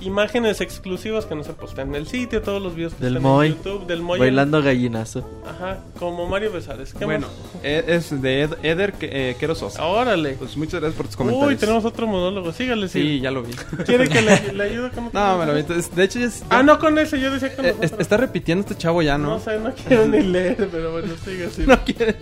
B: imágenes exclusivas que no se postean en el sitio, todos los videos que
D: Del
B: están
D: Moy.
B: en YouTube, del Moy.
D: Bailando gallinazo.
B: Ajá, como Mario Besares. ¿Qué
E: Bueno,
B: más?
E: eh, es de Ed- Eder que- eh, Quero Sosa.
B: Órale.
E: Pues muchas gracias por tus comentarios.
B: Uy, tenemos otro monólogo. Sígale,
E: Sí,
B: sí.
E: ya lo vi.
B: ¿Quiere que le, le ayude con otro
E: No, me lo
B: monólogo?
E: vi. Entonces, De hecho, ya es-
B: Ah, no con ese, yo decía con
E: eh,
B: los
E: es-
B: otros.
E: está repitiendo este chavo ya, ¿no?
B: No sé, no quiero ni leer, pero bueno, sigue así.
E: No quiere.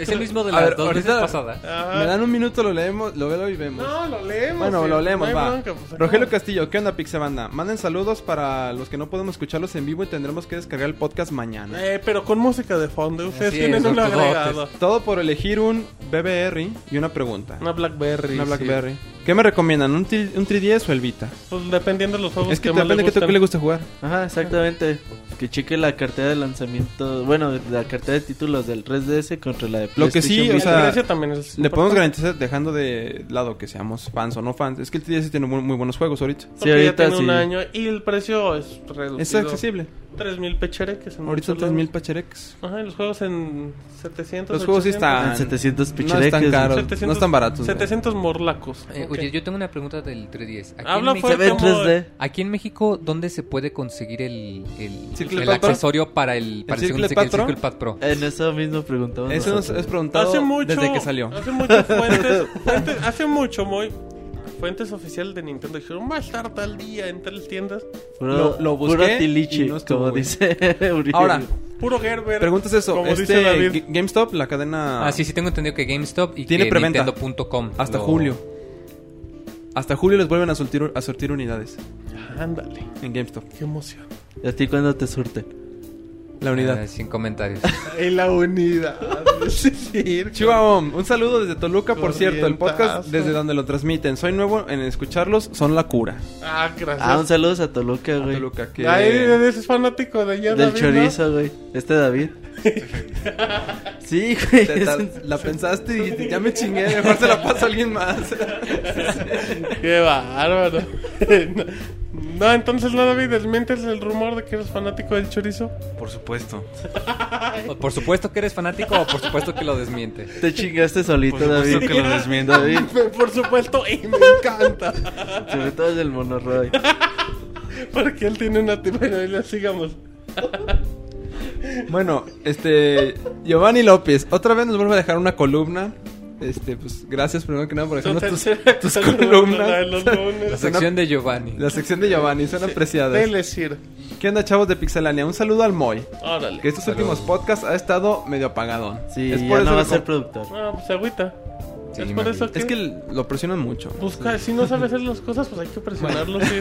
C: Es el mismo de
E: A
C: las
E: ver,
C: dos veces
E: ahorita-
C: pasadas.
E: Me
B: Ajá.
E: dan un minuto, lo leemos, lo veo y vemos.
B: Ah. No, lo leemos.
E: Bueno,
B: sí,
E: lo leemos,
B: no hay
E: va.
B: bronca, pues, acá.
E: Rogelio Castillo, ¿qué onda, Pixabanda? Manden saludos para los que no podemos escucharlos en vivo y tendremos que descargar el podcast mañana.
B: Eh, pero con música de fondo. Ustedes
C: Así
B: tienen
C: es,
B: un
C: ortodoxos.
B: agregado.
E: Todo por elegir un BBR y una pregunta.
B: Una Blackberry.
E: Una
B: sí.
E: BlackBerry. ¿Qué me recomiendan? ¿Un, tri- un 3DS o el Vita?
B: Pues dependiendo de los juegos
E: Es que
B: más
E: depende de qué
B: gusten.
E: toque le gusta jugar.
D: Ajá, exactamente. Que cheque la cartera de lanzamiento. Bueno, la cartera de títulos del 3DS contra la de
E: Lo que sí,
D: PlayStation
E: o
B: El
D: Vita.
E: sea,
B: precio también es
E: Le podemos
B: importante,
E: garantizar, dejando de lado que seamos fans o no fans, es que el 3DS tiene muy, muy buenos juegos ahorita.
B: porque
D: Sí,
B: ya
D: ahorita
B: tiene un
D: sí.
B: año y el precio es reducido.
E: Es accesible.
B: 3000 pechereques en
E: Ahorita
B: muchos
E: 3000
B: lados.
E: pacherex.
B: Ajá, y los juegos en 700.
E: Los juegos sí
B: 800.
E: están-
D: En 700
E: No están
D: pichereques.
E: caros. no están baratos, güey.
B: 700 morlacos.
C: Eh,
B: Ok.
C: Oye, yo tengo una pregunta del 3DS. Aquí,
B: Habla
C: en,
D: Se
C: México,
D: ve en
B: Como-
D: 3D.
C: aquí en México, ¿dónde se puede conseguir el, el,
E: ¿Circle
C: el
E: Pad Pro?
C: accesorio para el, para el, segundo-
E: Circle
C: el
E: Pad Pro?
C: Circle Pad Pro?
D: En eso mismo preguntamos.
E: Eso nos
D: nosotros.
E: es preguntado
B: Hace mucho.
E: desde que salió.
B: Hace mucho fuentes. fuentes- hace mucho, muy. Fuentes oficiales de Nintendo dijeron: Va a estar tal día en tres tiendas.
D: Puro-
E: lo- lo busqué
D: puro tiliche,
E: y no estuvo,
D: como
E: güey.
D: dice Uriel.
E: Ahora,
B: Puro Gerber.
E: preguntas eso.
B: Como
E: Este
B: dice David.
E: Ga- GameStop, la cadena
C: Ah, sí, sí tengo entendido que GameStop y
E: Tiene
C: que
E: preventa.
C: Nintendo.com
E: hasta
C: lo-
E: julio. Hasta julio les vuelven a sortir, a sortir unidades
B: Ándale,
E: en GameStop.
B: qué emoción.
D: ¿Y a ti cuándo te surten?
E: La unidad.
C: Ah, sin comentarios.
B: En la unidad. Sí, sí.
E: Chihuahua, un saludo desde Toluca, por cierto, el podcast
B: Corrientazo.
E: desde donde lo transmiten. Soy nuevo en escucharlos, son la cura.
B: Ah, gracias.
D: Ah, un saludo a Toluca, güey.
E: Toluca, que...
B: Ay, eres fanático de allá,
D: Del
B: David, ¿no?
D: chorizo, güey. Este David. sí, güey.
E: Te
D: es
E: tar-
D: un-
E: La pensaste y dijiste, ya me chingué, mejor se la paso a alguien más.
B: Qué bárbaro. No, entonces no, David, desmientes el rumor de que eres fanático del chorizo.
F: Por supuesto.
C: O Por supuesto que eres fanático o por supuesto que lo desmientes.
D: Te chingaste solito,
F: Por supuesto
D: David.
F: que lo desmiento.
D: David,
B: Por supuesto, y me encanta.
D: sobre todo es del monorroy.
B: Porque él tiene una... Bueno, ahí la sigamos.
E: Bueno, este Giovanni López, otra vez nos vuelve a dejar una columna. Este, pues gracias primero que nada por dejarnos tus,
B: tercera
E: tus
B: columna, la de
E: columnas.
B: los
C: La
B: lunes.
C: sección de Giovanni.
E: La sección de Giovanni, son apreciadas.
B: Deles ir.
E: ¿Qué onda, chavos de Pixelania? Un saludo al Moy,
B: Órale.
E: que estos
C: Saludos.
E: últimos podcasts ha estado medio apagadón.
D: Sí,
E: es
D: ya no va a
E: que
D: ser
E: com-
D: productor.
B: Ah, pues agüita.
C: Sí,
B: es
C: me
B: por
C: vi.
B: eso que...
E: Es que lo presionan mucho.
B: Busca, si no sabe hacer las cosas, pues hay que presionarlo, sí.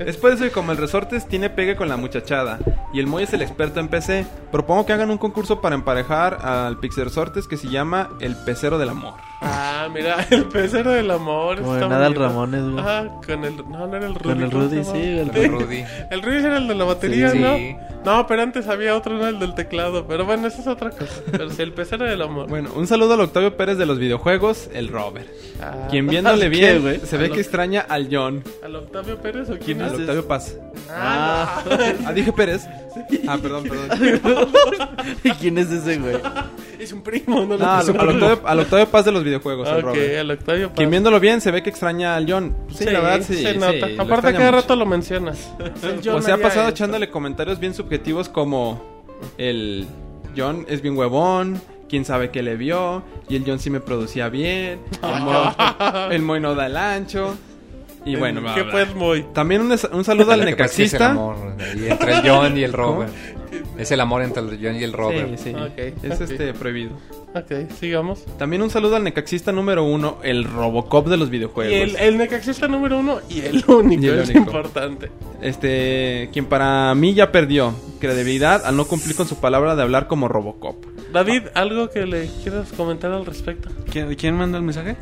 E: Es por eso que como el Resortes tiene pegue con la muchachada y el Moy es el experto en PC, propongo que hagan un concurso para emparejar al Pixel Resortes que se llama El Pecero del Amor.
B: Ah, mira, el pecero del amor.
D: Como
B: está
D: de nada al
B: bonito.
D: Ramones, güey.
B: Ah, con el. No, no era el Rudy.
D: Con el
B: ¿cómo
D: Rudy,
B: se
D: sí,
B: llama?
D: el
C: Con Rudy.
B: El Rudy era el de la batería,
C: Sí.
B: ¿no?
C: Sí.
B: No, pero antes había otro, ¿no? El del teclado. Pero bueno, esa es otra cosa. Pero sí, el pecero del amor.
E: Bueno, un saludo al Octavio Pérez de los videojuegos, el Robert.
B: Ah,
E: Quien viéndole
D: ¿Qué,
E: bien,
D: güey?
E: se ve
B: Al-
E: que extraña al John,
B: ¿Al Octavio Pérez o quién
D: ¿Quién
B: es?
E: al
D: Entonces-
E: Octavio Paz.
B: Ah, no.
E: Ah, dije Pérez. Ah, perdón, perdón.
D: ¿Y quién es ese, güey?
B: es un primo, no lo
E: No, al, al Octavio, al Octavio Paz de los videojuegos, el
B: Ah, Ok,
E: Robert.
B: al Octavio Paz.
E: Quien viéndolo bien, se ve que extraña al John. Sí, la verdad, sí.
B: Se
E: sí,
B: nota.
E: lo
B: Aparte,
E: extraña
B: cada
E: mucho.
B: rato lo mencionas. El John
E: O sea, ha
B: haría
E: pasado
B: esto.
E: echándole comentarios bien subjetivos como el John es bien huevón, quién sabe qué le vio, y el John sí me producía bien, el Moy, el Moy no da el ancho, y bueno, bla,
B: ¿Qué
E: bla.
B: pues, muy?
E: También un, es- un saludo al
C: Lo que pasa es que es el
E: necaxista.
C: amor, ahí entre el John y el Robert. Es el amor entre el John y el Robert.
E: Sí, sí.
B: Ok,
E: Es
B: ok.
E: este prohibido.
B: Ok, sigamos.
E: También un saludo al necaxista número uno, el Robocop de los videojuegos.
B: Y el, eh, el necaxista número uno y el único,
E: Y el
B: es
E: único.
B: importante.
E: Este, quien para mí ya perdió credibilidad al no cumplir con su palabra de hablar como Robocop.
B: David, ¿algo que le quieras comentar al respecto?
F: ¿Quién, quién manda el mensaje?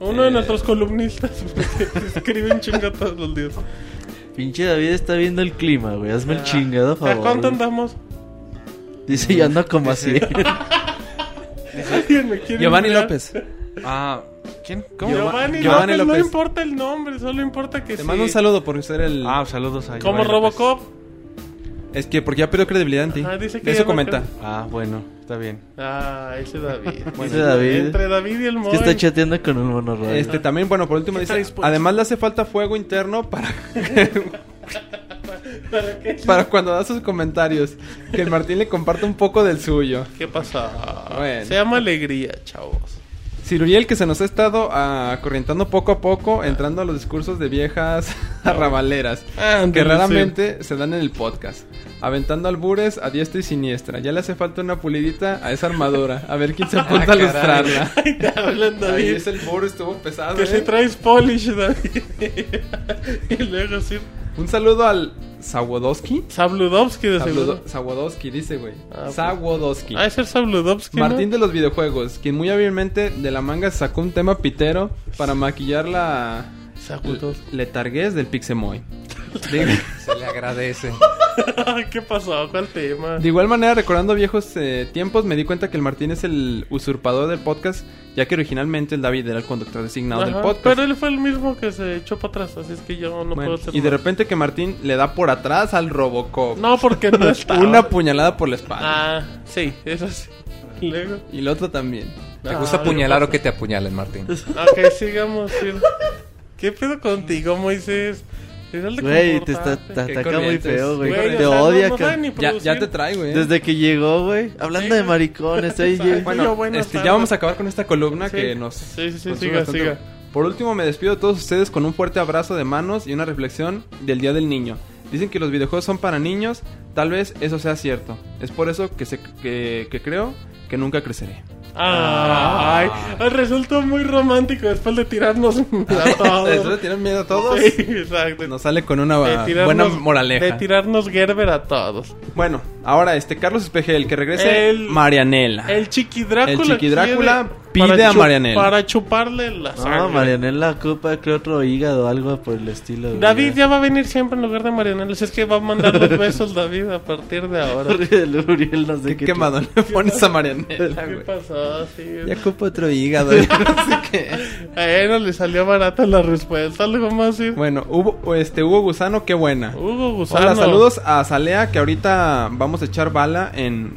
B: Uno de
E: Eh.
B: nuestros columnistas porque escribe un chingo todos los días.
D: Pinche David está viendo el clima, güey. Hazme el chingado,
B: ¿A
D: favor.
B: cuánto
D: güey.
B: andamos?
D: Dice, yo ando como así.
B: ¿Alguien me quiere
E: Giovanni
B: enviar?
E: López.
F: Ah, ¿quién? ¿Cómo?
B: Giovanni,
E: Giovanni
B: López,
E: López.
B: No importa el nombre, solo importa que
E: Te
B: sí.
E: mando un saludo por ser el.
F: Ah, saludos a
B: Como
F: Giovanni
B: Robocop.
E: Es que porque ya perdió credibilidad en ti.
B: Ajá, Ah, dice que
E: De
B: ya
E: eso
B: no
E: comenta.
B: creo.
F: López. Ah, bueno, está bien.
B: Ah, ese David.
D: Ese David.
B: Entre David y el
D: Es
B: Moy.
D: que está chateando con un monorroy.
E: Este también, bueno, por último
B: ¿Qué
E: dice,
B: tal después?
E: además le hace falta fuego interno para,
B: ¿Para qué?
E: para cuando da sus comentarios. Que el Martín le comparte un poco del suyo.
B: ¿Qué pasa?
E: Bueno.
B: Se llama alegría, chavos.
E: Ciruriel que se nos ha estado acorrientando poco a poco, entrando a los discursos de viejas arrabaleras. Ah, Que
B: Ándale,
E: raramente se dan en el podcast. Aventando albures a diestra y siniestra. Ya le hace falta una pulidita a esa armadura. A ver quién se apunta a
C: caray.
E: lustrarla.
B: sí. Ahí te hablan, Ah, David.
E: Ahí ese albur estuvo pesado.
B: Que si
E: ¿eh?
B: traes polish, David. y luego sí.
E: Un saludo al Zawodowski.
B: Sabludovsky, de seguro.
E: Sabludo- Zawodowski dice, güey.
B: Ah, pues.
E: Zawodowski.
B: Ah, ese es Sabludovsky.
E: Martín
B: ¿no?
E: de los videojuegos, quien muy hábilmente de la manga sacó un tema pitero para maquillar la
B: Sabludovsky.
E: letarguez del Pixemoy.
C: Se le agradece.
B: ¿Qué pasó? ¿Cuál tema?
E: De igual manera, recordando viejos eh, tiempos, me di cuenta que el Martín es el usurpador del podcast, ya que originalmente el David era el conductor designado del
B: Ajá,
E: podcast.
B: Pero él fue el mismo que se echó para atrás, así es que yo no
E: Bueno,
B: puedo hacer
E: y de
B: nada.
E: repente que Martín le da por atrás al Robocop.
B: No, porque no está.
E: Una puñalada por la espalda.
B: Ah, sí, eso sí. Luego.
E: Y el otro también.
C: ¿Te
B: Ah,
C: gusta
B: luego
C: apuñalar o
B: pasa.
C: que te apuñalen, Martín?
B: Ok, sigamos. sí. ¿Qué pedo contigo, Moisés? Deja de
D: Güey, te, está,
B: comportarte.
D: te
E: Qué
D: ataca muy
E: corrientes.
D: feo, güey.
B: Güey, o
D: Te
B: sea, no-
D: odia,
B: no
D: cabrón.
B: sabe ni
E: Ya, ya te
B: producir.
E: traigo, eh.
D: Desde que llegó, güey. Hablando de
B: Sí.
D: maricones, ahí
B: Exacto.
D: llega.
E: Bueno,
B: Yo, buenas
E: este, ya
B: tardes.
E: vamos a acabar con esta columna
B: Sí.
E: que nos.
B: Sí, sí, sí,
E: consume
B: siga,
E: bastante.
B: siga.
E: Por último, me despido de todos ustedes con un fuerte abrazo de manos y una reflexión del Día del Niño. Dicen que los videojuegos son para niños, tal vez eso sea cierto. Es por eso que, se, que, que creo que nunca creceré. Ah.
B: Ay, resultó muy romántico después de tirarnos a todos.
E: Eso le tienen miedo a todos.
B: Sí, exacto.
E: Nos sale con una
B: De tirarnos-
E: buena
B: De
E: moraleja.
B: tirarnos Gerber a todos.
E: Bueno, ahora este Carlos Espejel, que regrese
B: El-
E: Marianela.
B: El Chiqui Drácula.
E: El Chiqui Drácula
B: quiere-
E: pide
B: para
E: a
B: chu-
E: Marianela.
B: Para chuparle
D: Ah,
B: la sangre.
D: No, Marianela Copa, creo otro hígado o algo por el estilo. güey.
B: David ya va a venir siempre en lugar de Marianela. Si es que va a mandar los besos David a partir de ahora.
D: El Uriel, no sé
E: ¿Qué
D: qué.
E: quemado le pones a Marianela,
B: ¿Qué
E: güey?
B: pasó? Sí.
E: Ya ocupa otro hígado. ya no sé qué.
B: A él no le salió barata la respuesta. Algo más ir.
E: Bueno, Hugo, este, Hugo Gusano, qué buena.
B: Hugo Gusano.
E: Hola, saludos a Salea, que ahorita vamos a echar bala en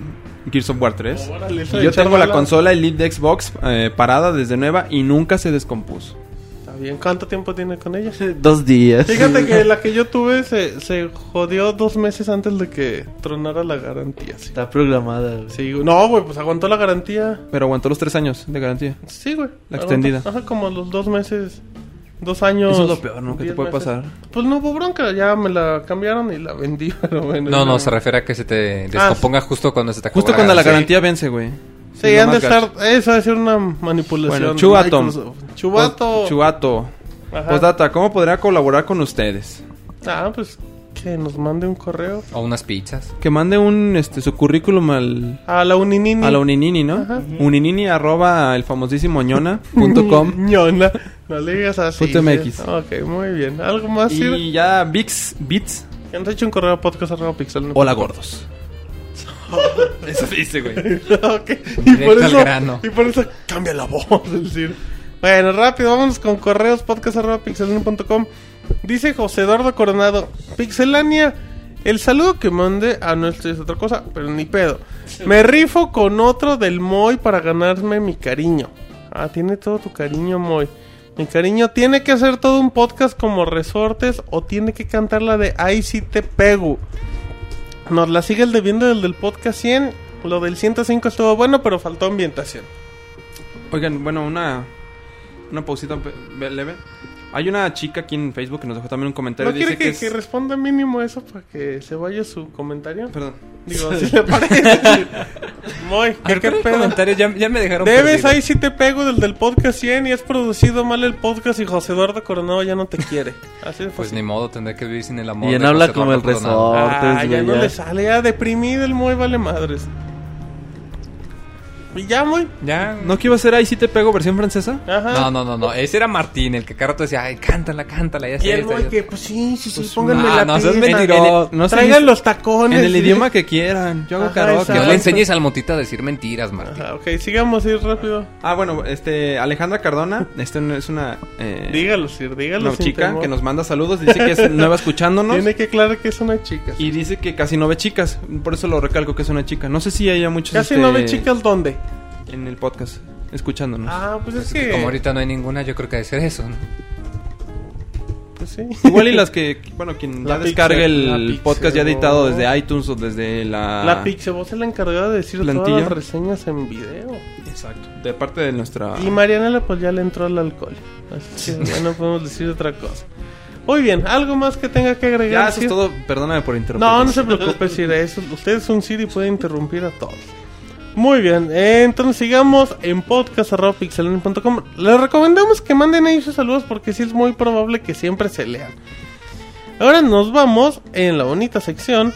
E: Gears of War 3.
B: Oh, Órale, eso
E: Y
B: de
E: yo
B: echar
E: tengo la
B: bala.
E: consola Elite de Xbox eh, parada desde nueva y nunca se descompuso.
B: Está bien. ¿Cuánto tiempo tiene con ella?
D: Dos días.
B: Fíjate que la que yo tuve se, se jodió dos meses antes de que tronara la garantía. Sí.
D: Está programada. güey.
B: Sí, güey. no, güey, pues aguantó la garantía.
E: Pero aguantó los tres años de garantía.
B: Sí, güey.
E: La
B: Aguantó.
E: extendida.
B: Ajá, como los dos meses. Dos años.
E: Eso es lo peor, ¿no? ¿Qué te
B: diez
E: puede
B: meses.
E: pasar?
B: Pues no hubo bronca, ya me la cambiaron y la vendí, pero bueno.
C: No,
B: ya
C: no, se refiere a que se te descomponga justo cuando se te acaba
E: Justo cuando la garantía vence, güey.
B: Sí,
E: Es lo
B: han de
E: más gacho.
B: estar. Eso es una manipulación.
E: Bueno,
B: de
E: Chubato. pues
B: Microsoft. Chubato.
E: Pos- Pues, Chubato.
B: Ajá.
E: Postdata, ¿cómo podría colaborar con ustedes?
B: Ah, pues que nos mande un correo.
C: O unas pizzas.
E: Que mande un, este, su currículum al...
B: A la Uninini.
E: A la Uninini, ¿no?
B: Ajá.
E: Uninini arroba el famosísimo ñona.com.
B: Ñona. No le digas así.
E: Punto MX.
B: sí. Ok, muy bien. ¿Algo más? Sir?
E: y ya Vix, Bits.
B: Que nos eche un correo a podcast arroba pixel. ¿no?
E: Hola, gordos. Eso dice, güey.
B: Ok. Y
C: Directo
B: por
C: al
B: eso.
C: grano.
B: Y por eso cambia la voz, es decir. Bueno, rápido, vámonos con correos podcast arroba pixelania.com. Dice José Eduardo Coronado, Pixelania, el saludo que mande ah, a nuestro es otra cosa, pero ni pedo. Me rifo con otro del Moy para ganarme mi cariño. Ah, tiene todo tu cariño, Moy. Mi cariño, ¿tiene que hacer todo un podcast como Resortes o tiene que cantar la de Ay, sí te pego? Nos la sigue el debiendo del del podcast 100. Lo del 105 estuvo bueno, pero faltó ambientación.
E: Oigan, bueno, una, una pausita pe- ve- leve. Hay una chica aquí en Facebook que nos dejó también un comentario.
B: ¿No quiere
E: dice
B: que,
E: que,
B: que
E: es-
B: responda mínimo eso para que se vaya su comentario?
E: Perdón.
B: Digo, si le parece. Muy, ¿qué, qué pedo?
C: ya, me dejaron
B: Debes, ahí sí te pego del del podcast 100 y has producido mal el podcast y José Eduardo Coronado ya no te quiere. Así de
C: Pues
B: fácil.
C: ni modo, tendré que vivir sin el amor.
D: Y en
C: de
D: habla
C: José
D: como el
C: Eduardo Coronado.
D: resort.
B: Ah, ya
D: güey,
B: no
D: ya.
B: le sale, ya deprimido el muy vale madres. Y ya, muy.
C: Ya.
E: ¿No que iba a ser ahí si te pego versión francesa?
B: Ajá.
C: No, no, no, no. Ese era Martín, el que cada rato decía, ay, cántala, cántala. Ya
B: Y
C: sé,
B: el
C: ya sé,
B: Moy
C: ya
B: que, pues sí, sí, sí,
E: Pues
B: pónganme
C: no,
B: la
C: no, seas
B: pila.
C: mentiroso.
E: No sé
B: Traigan
E: ni-
B: los tacones.
E: En el
B: sí.
E: idioma que quieran. Yo hago
B: Ajá,
E: karaoke.
C: sé. No
B: exacto.
C: le enseñes al motita a decir mentiras, Martín.
B: Ajá, ok, sigamos, ir rápido.
E: Ah, bueno, este, Alejandra Cardona, este no- es una, eh,
B: Dígalo, Sir, dígalo.
E: una
B: sin
E: chica
B: temor.
E: que nos manda saludos, dice que es nueva escuchándonos
B: Tiene que aclarar que es una chica.
E: y dice que casi no ve chicas, por eso lo recalco que es una chica. No sé si haya muchos
B: Casi
E: este,
B: no ve chicas dónde.
E: en el podcast escuchándonos.
B: Ah, pues es
C: Así que
B: que.
C: Como ahorita no hay ninguna, yo creo que debe ser eso. ¿no?
B: pues sí.
E: Igual y las que, bueno, quien
B: La
E: ya descargue
B: Pixel- la
E: el
B: Pixel,
E: podcast ya editado
B: ¿no?
E: desde iTunes o desde la...
B: La Pixeboss es la encargada de decir
E: Ah. Plantilla.
B: todas las reseñas en video.
E: Exacto. Ah. De parte de nuestra...
B: Y Marianela, pues ya le entró al alcohol. Así que ya no podemos decir otra cosa. Muy bien, algo más que tenga que agregar.
E: Ya, eso
B: Sir?
E: es todo. Perdóname por interrumpir.
B: No, no se preocupe, Sir. Eso, usted es un Siri y puede interrumpir a todos. Muy bien, eh, entonces sigamos en podcast.pixelania.com. Les recomendamos que manden ahí sus saludos porque sí es muy probable que siempre se lean. Ahora nos vamos en la bonita sección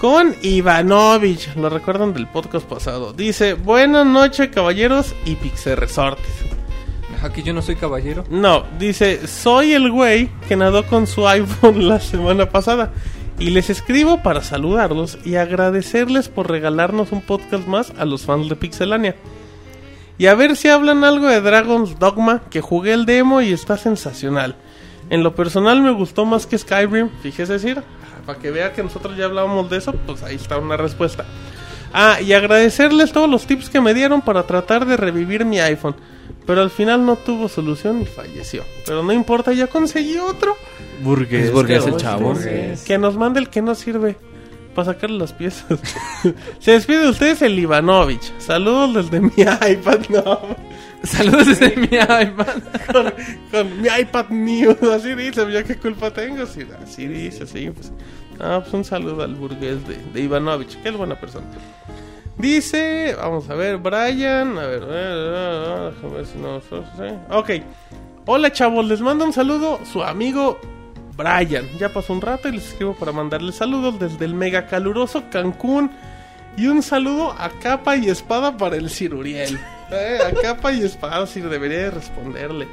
B: con Ivanovich. Lo recuerdan del podcast pasado. Dice: Buenas noches, caballeros y Pixel Resortes.
C: Aquí yo no soy caballero.
B: No, dice, soy el güey que nadó con su iPhone la semana pasada. Y les escribo para saludarlos y agradecerles por regalarnos un podcast más a los fans de Pixelania. Y a ver si hablan algo de Dragon's Dogma, que jugué el demo y está sensacional. En lo personal me gustó más que Skyrim, fíjese decir, Ah, para que vea que nosotros ya hablábamos de eso, pues ahí está una respuesta. Ah, y agradecerles todos los tips que me dieron para tratar de revivir mi iPhone. Pero al final no tuvo solución y falleció. Pero no importa, ya conseguí otro.
D: Burgués.
E: Es burgués el
D: cabrón.
E: chavo.
B: Que nos mande el que no sirve. Para sacarle las piezas. Se despide de ustedes el Ivanovich. Saludos desde mi iPad. No.
E: Saludos desde mi iPad.
B: Con, con mi iPad new. Así dice. Yo qué culpa tengo. Sí, así dice. Sí, pues. Ah, pues un saludo al burgués de, de Ivanovich. Que es buena persona. Dice, vamos a ver, Brian. A ver, eh, eh, eh, déjame ver si no. eh, Ok. Hola chavos, les mando un saludo su amigo Brian. Ya pasó un rato y les escribo para mandarles saludos desde el mega caluroso Cancún. Y un saludo a capa y espada para el Ciruriel. Eh, a capa y espada, Sir, debería de responderle.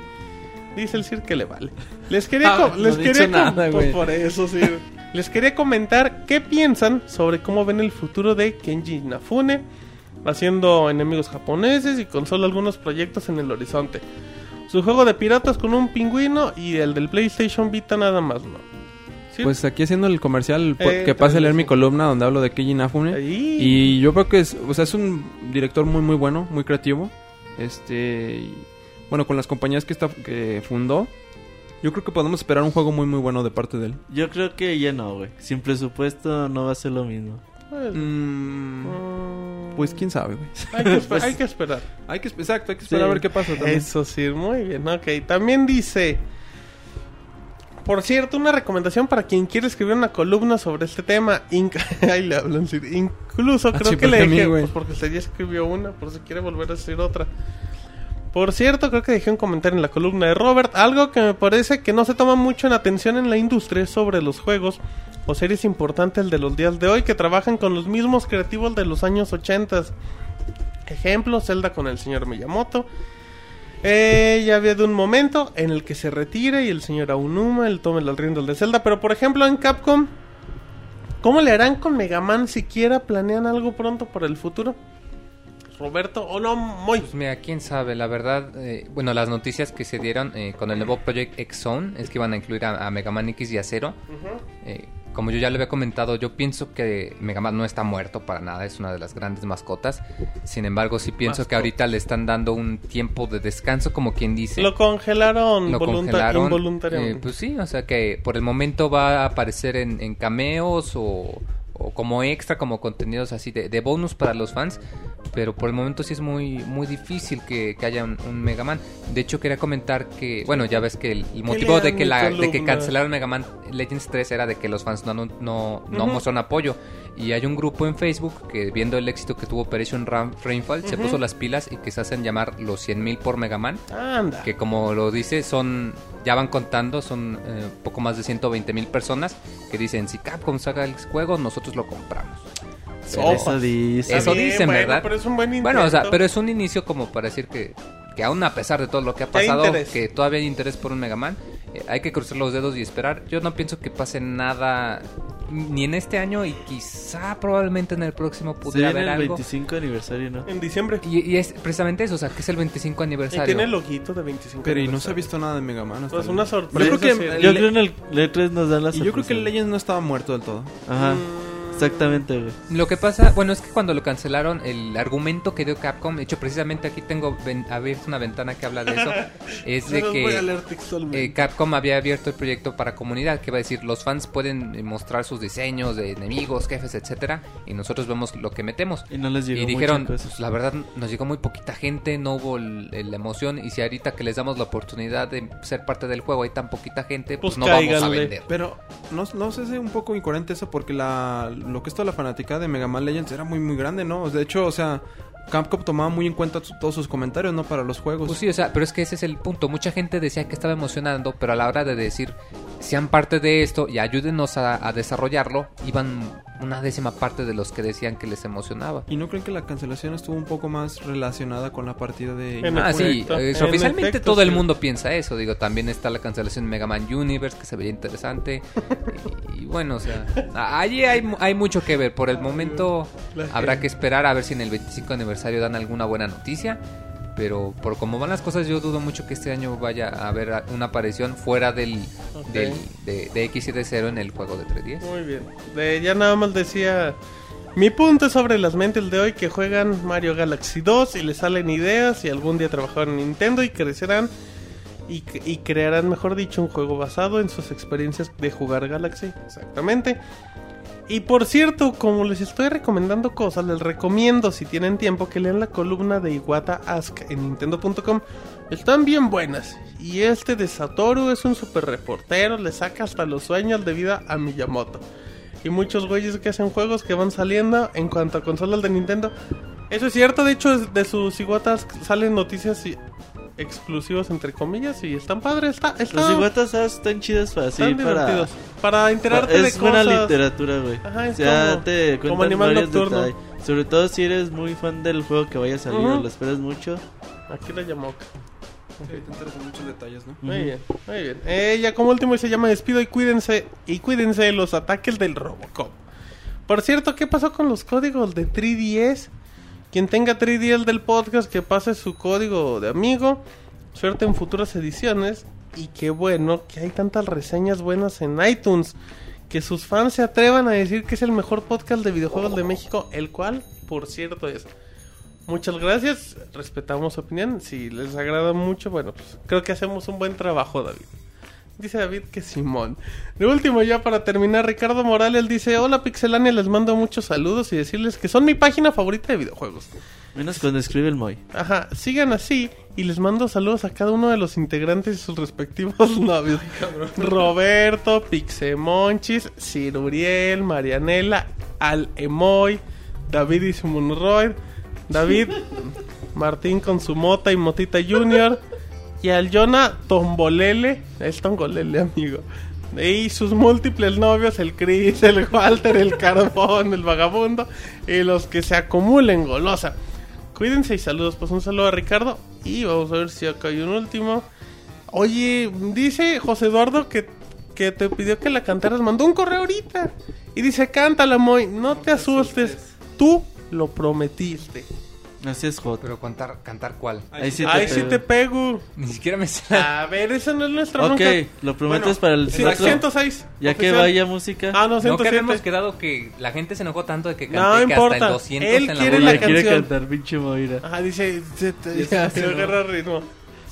B: Dice el Sir que le vale. Les quería,
D: Ah,
B: co-
D: no
B: les
D: he
B: quería com-
D: dicho nada,
B: pues
D: güey.
B: por eso, Sir. Les quería comentar qué piensan sobre cómo ven el futuro de Kenji Inafune haciendo enemigos japoneses y con solo algunos proyectos en el horizonte. Su juego de piratas con un pingüino y el del PlayStation Vita nada más, ¿no? ¿Sí?
E: Pues aquí haciendo el comercial, po-
B: Eh,
E: que pase a leer mi
B: también.
E: columna donde hablo de Keiji Inafune.
B: Ahí.
E: Y yo creo que es, o sea, es un director muy muy bueno, muy creativo. Este, y, bueno, con las compañías que está que fundó, yo creo que podemos esperar un juego muy muy bueno de parte de él.
D: Yo creo que ya no, güey. Sin presupuesto no va a ser lo mismo.
B: Pues,
E: Mm,
B: mm,
E: pues quién sabe, güey.
B: hay, que
E: pues
B: esper- hay que esperar.
E: Hay que exacto, hay que esperar
D: Sí.
E: a ver qué pasa también.
B: Eso sí, muy bien, ok. También dice. Por cierto, una recomendación para quien quiere escribir una columna sobre este tema. inc- Ahí le hablan, sí. Incluso
E: Ah,
B: creo
E: sí,
B: que
E: ¿por
B: le
E: qué a mí,
B: dejé.
E: güey?
B: pues, porque usted ya escribió una, por si quiere volver a escribir otra. Por cierto, creo que dejé un comentario en la columna de Robert. Algo que me parece que no se toma mucho en atención en la industria es sobre los juegos o series importantes de los días de hoy que trabajan con los mismos creativos de los años 80. Ejemplo, Zelda con el señor Miyamoto. Eh, ya había de un momento en el que se retire y el señor Aonuma él tome las riendas de Zelda. Pero por ejemplo en Capcom, ¿cómo le harán con Mega Man siquiera planean algo pronto para el futuro? Roberto, o no, muy.
C: Pues mira, quién sabe, la verdad, eh, bueno, las noticias que se dieron eh, con el nuevo Project X Zone es que iban a incluir a, a Mega Man X y a Zero. Eh, como yo ya le había comentado, yo pienso que Mega Man no está muerto para nada, es una de las grandes mascotas. Sin embargo, sí pienso
B: Mascota.
C: que ahorita le están dando un tiempo de descanso, como quien dice.
B: Lo congelaron,
C: Lo
B: volunta-
C: congelaron.
B: involuntariamente.
C: Eh, pues sí, o sea que por el momento va a aparecer en, en cameos o, o como extra, como contenidos así de, de bonus para los fans. Pero por el momento sí es muy, muy difícil que, que haya un, un Mega Man. De hecho, quería comentar que, bueno, ya ves que el, el motivo
B: lean
C: de que,
B: mi
C: la, de que
B: columna.
C: cancelaron Mega Man Legends 3 era de que los fans no, no, no, no
B: Ujú.
C: mostraron apoyo. Y hay un grupo en Facebook que, viendo el éxito que tuvo Operation Ram- Rainfall, se
B: Ujú.
C: puso las pilas y que se hacen llamar los 100.000 por Mega Man
B: Anda.
C: pues, que como lo dice, son ya van contando, son eh, poco más de 120 mil personas que dicen, si Capcom saca el juego, nosotros lo compramos. Pero-
B: Ojo.
D: Eso dice.
B: Está
C: eso dicen,
B: bueno,
C: ¿verdad?
B: Pero es un buen
C: bueno, o sea,
B: intento.
C: pero es un inicio como para decir que, que aún a pesar de todo lo que ha
B: Que hay
C: pasado,
B: interés.
C: que todavía hay interés por un Mega Man, eh, hay que cruzar los dedos y esperar. Yo no pienso que pase nada ni en este año y quizá probablemente en el próximo
D: Se
C: pudiera
D: viene
C: haber
D: el
C: algo.
D: 25 aniversario, ¿no?
B: En diciembre.
C: Y, y es precisamente eso, o sea, que es el 25
B: Y
C: aniversario.
B: tiene el ojito de 25
E: Pero y no se ha
B: aniversario.
E: visto nada de Mega Man hasta
B: Pues
E: el-
B: una sorpresa.
E: creo que-
B: sí.
D: Yo creo en el E3 nos dan las
E: Y yo creo que el Legends no estaba muerto del todo.
D: Ajá.
B: Mm.
D: Exactamente, güey.
C: Lo que pasa, bueno, es que cuando lo cancelaron, el argumento que dio Capcom, de hecho, precisamente aquí tengo ven- abierta una ventana que habla de eso, es de
B: No los voy a
C: que
B: leer textualmente.
C: eh, Capcom había abierto el proyecto para comunidad, que va a decir, los fans pueden eh, mostrar sus diseños de enemigos, jefes, etcétera, y nosotros vemos lo que metemos.
D: Y no les llegó
C: Y dijeron,
D: mucha
B: "Ah".
D: cosa.
C: pues la verdad nos llegó muy poquita gente, no hubo el- el- la emoción, y si ahorita que les damos la oportunidad de ser parte del juego hay tan poquita gente, pues,
B: Pues
C: no vamos a
B: cáiganle.
C: vender.
E: Pero no, no sé si es un poco incoherente eso porque la, lo que es toda la fanática de Mega Man Legends era muy muy grande, ¿no? De hecho, o sea, Capcom tomaba muy en cuenta su- todos sus comentarios, ¿no? Para los juegos.
C: Pues sí, o sea, pero es que ese es el punto. Mucha gente decía que estaba emocionando, pero a la hora de decir, sean parte de esto y ayúdenos a, a desarrollarlo, iban una décima parte de los que decían que les emocionaba.
E: ¿Y no creen que la cancelación estuvo un poco más relacionada con la partida de...
B: En
C: Ah, sí,
B: efecto.
C: eh,
B: En
C: oficialmente
B: efecto,
C: todo el
B: sí.
C: mundo piensa eso. Digo, también está la cancelación de Mega Man Universe, que se veía interesante. y, y bueno, o sea, a- allí hay, mu- hay mucho que ver. Por el momento
B: La
C: habrá
B: gente.
C: que esperar a ver si en el 25 aniversario dan alguna buena noticia. Pero por cómo van las cosas, yo dudo mucho que este año vaya a haber a- una aparición fuera del,
B: Ok.
C: del de, de X y de 0 en el juego de 310.
B: Muy bien. De, ya nada más decía. Mi punto es sobre las mentes de hoy que juegan Mario Galaxy 2 y les salen ideas y algún día trabajarán en Nintendo y crecerán y, c- y crearán, mejor dicho, un juego basado en sus experiencias de jugar Galaxy. Exactamente. Y por cierto, como les estoy recomendando cosas, les recomiendo si tienen tiempo que lean la columna de Iwata Ask en nintendo.com. Están bien buenas. Y este de Satoru es un super reportero, le saca hasta los sueños de vida a Miyamoto. y muchos güeyes que hacen juegos que van saliendo en cuanto a consolas de Nintendo. Eso es cierto, de hecho, es- de sus iguatas salen noticias y- exclusivas, entre comillas, y están padres. Está, está,
D: Los iguatas ¿sabes? están chidas para así,
B: están
D: para...
B: divertidos. Para enterarte
D: Es
B: de
D: buena
B: cosas.
D: literatura, güey.
B: Ajá, es
D: Ya
B: como-
D: te
B: como
D: cuentan
B: Animal
D: varios
B: Nocturno.
D: detalles. Sobre todo si eres muy fan del juego que vaya a salir
B: Ujú.
D: o lo esperas mucho.
B: Aquí la llamó.
E: te enteras de muchos detalles, ¿no?
B: Muy bien, muy bien. Eh, ya como último se llama despido y cuídense, y cuídense de los ataques del Robocop. Por cierto, ¿qué pasó con los códigos de 3DS? Quien tenga 3DS del podcast, que pase su código de amigo. Suerte en futuras ediciones. Y qué bueno que hay tantas reseñas buenas en iTunes. Que sus fans se atrevan a decir que es el mejor podcast de videojuegos de México, el cual, por cierto, es. Muchas gracias, respetamos su opinión. Si les agrada mucho, bueno, pues creo que hacemos un buen trabajo, David. Dice David que Simón. De último, ya para terminar, Ricardo Morales dice: Hola Pixelania, les mando muchos saludos y decirles que son mi página favorita de videojuegos.
D: Menos cuando escribe el Moy.
B: Ajá, sigan así y les mando saludos a cada uno de los integrantes y sus respectivos novios. Roberto, Pixemonchis, Ciruriel, Marianela, Al Emoy, David y su monoroid, David, Martín con su mota y motita junior, y al Jonah Tombolele, es Tongolele amigo. Y sus múltiples novios, el Chris, el Walter, el Carbón, el Vagabundo, y los que se acumulen golosa. Cuídense y saludos. Pues un saludo a Ricardo. Y vamos a ver si acá hay un último. Oye, dice José Eduardo que, que te pidió que la cantaras. Mandó un correo ahorita. Y dice, cántala, Moy. No, te, asustes. Tú lo prometiste.
D: Así es Jot.
C: Pero cantar, ¿cantar cuál?
D: Ahí sí te
B: Ay, sí
D: pego.
B: te pego.
C: Ni siquiera me sé la-
B: A ver, esa Ah, no es nuestra
D: Ok,
B: bronca.
D: lo prometes
B: Bueno,
D: para el
B: Sí,
D: otro.
B: 106.
D: Ya que
B: oficial.
D: vaya música.
B: Ah, no,
C: No, que
B: 107.
C: habíamos quedado que la gente se enojó tanto de que canté
B: No
C: que hasta
B: importa.
C: en 200
B: Él
C: en la
B: quiere
C: bola.
B: la
D: quiere
B: canción.
D: cantar, pinche Moira.
B: Ajá, dice... Se, te-
C: Ya está,
B: se
C: ¿no?
B: agarra ritmo.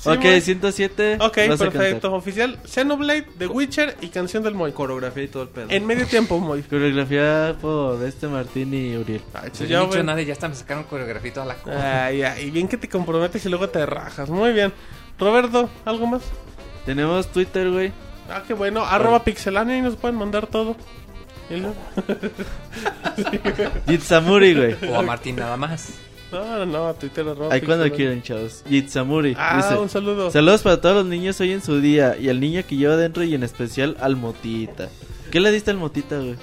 B: Sí,
D: ok,
B: Moy.
D: 107.
B: Ok,
D: vas a
B: perfecto.
D: cantar.
B: Oficial, Xenoblade, The Witcher y Canción del Moy.
E: Coreografía y todo el pedo.
B: En medio tiempo, Moy.
D: Coreografía por este Martín y Uriel.
B: Ay,
C: Yo
B: sí,
C: no
B: ya,
C: he dicho
B: güey.
C: nada y ya hasta me sacaron coreografía y toda la cosa.
B: Ay, ay, bien que te comprometes y luego te rajas. Muy bien. Roberto, ¿algo más?
D: Tenemos Twitter, güey.
B: Ah, qué bueno. Arroba pixelania y nos pueden mandar todo. Y luego-
D: Jitsamuri, güey.
C: O a Martín nada más.
B: No, no, no, Twitter arroba
D: Ahí cuando
B: pixelania.
D: quieran, chavos. Jitsamuri.
B: Ah,
D: dice,
B: un saludo.
D: Saludos para todos los niños hoy en su día y al niño que lleva adentro y en especial al Motita. ¿Qué le diste al Motita, güey?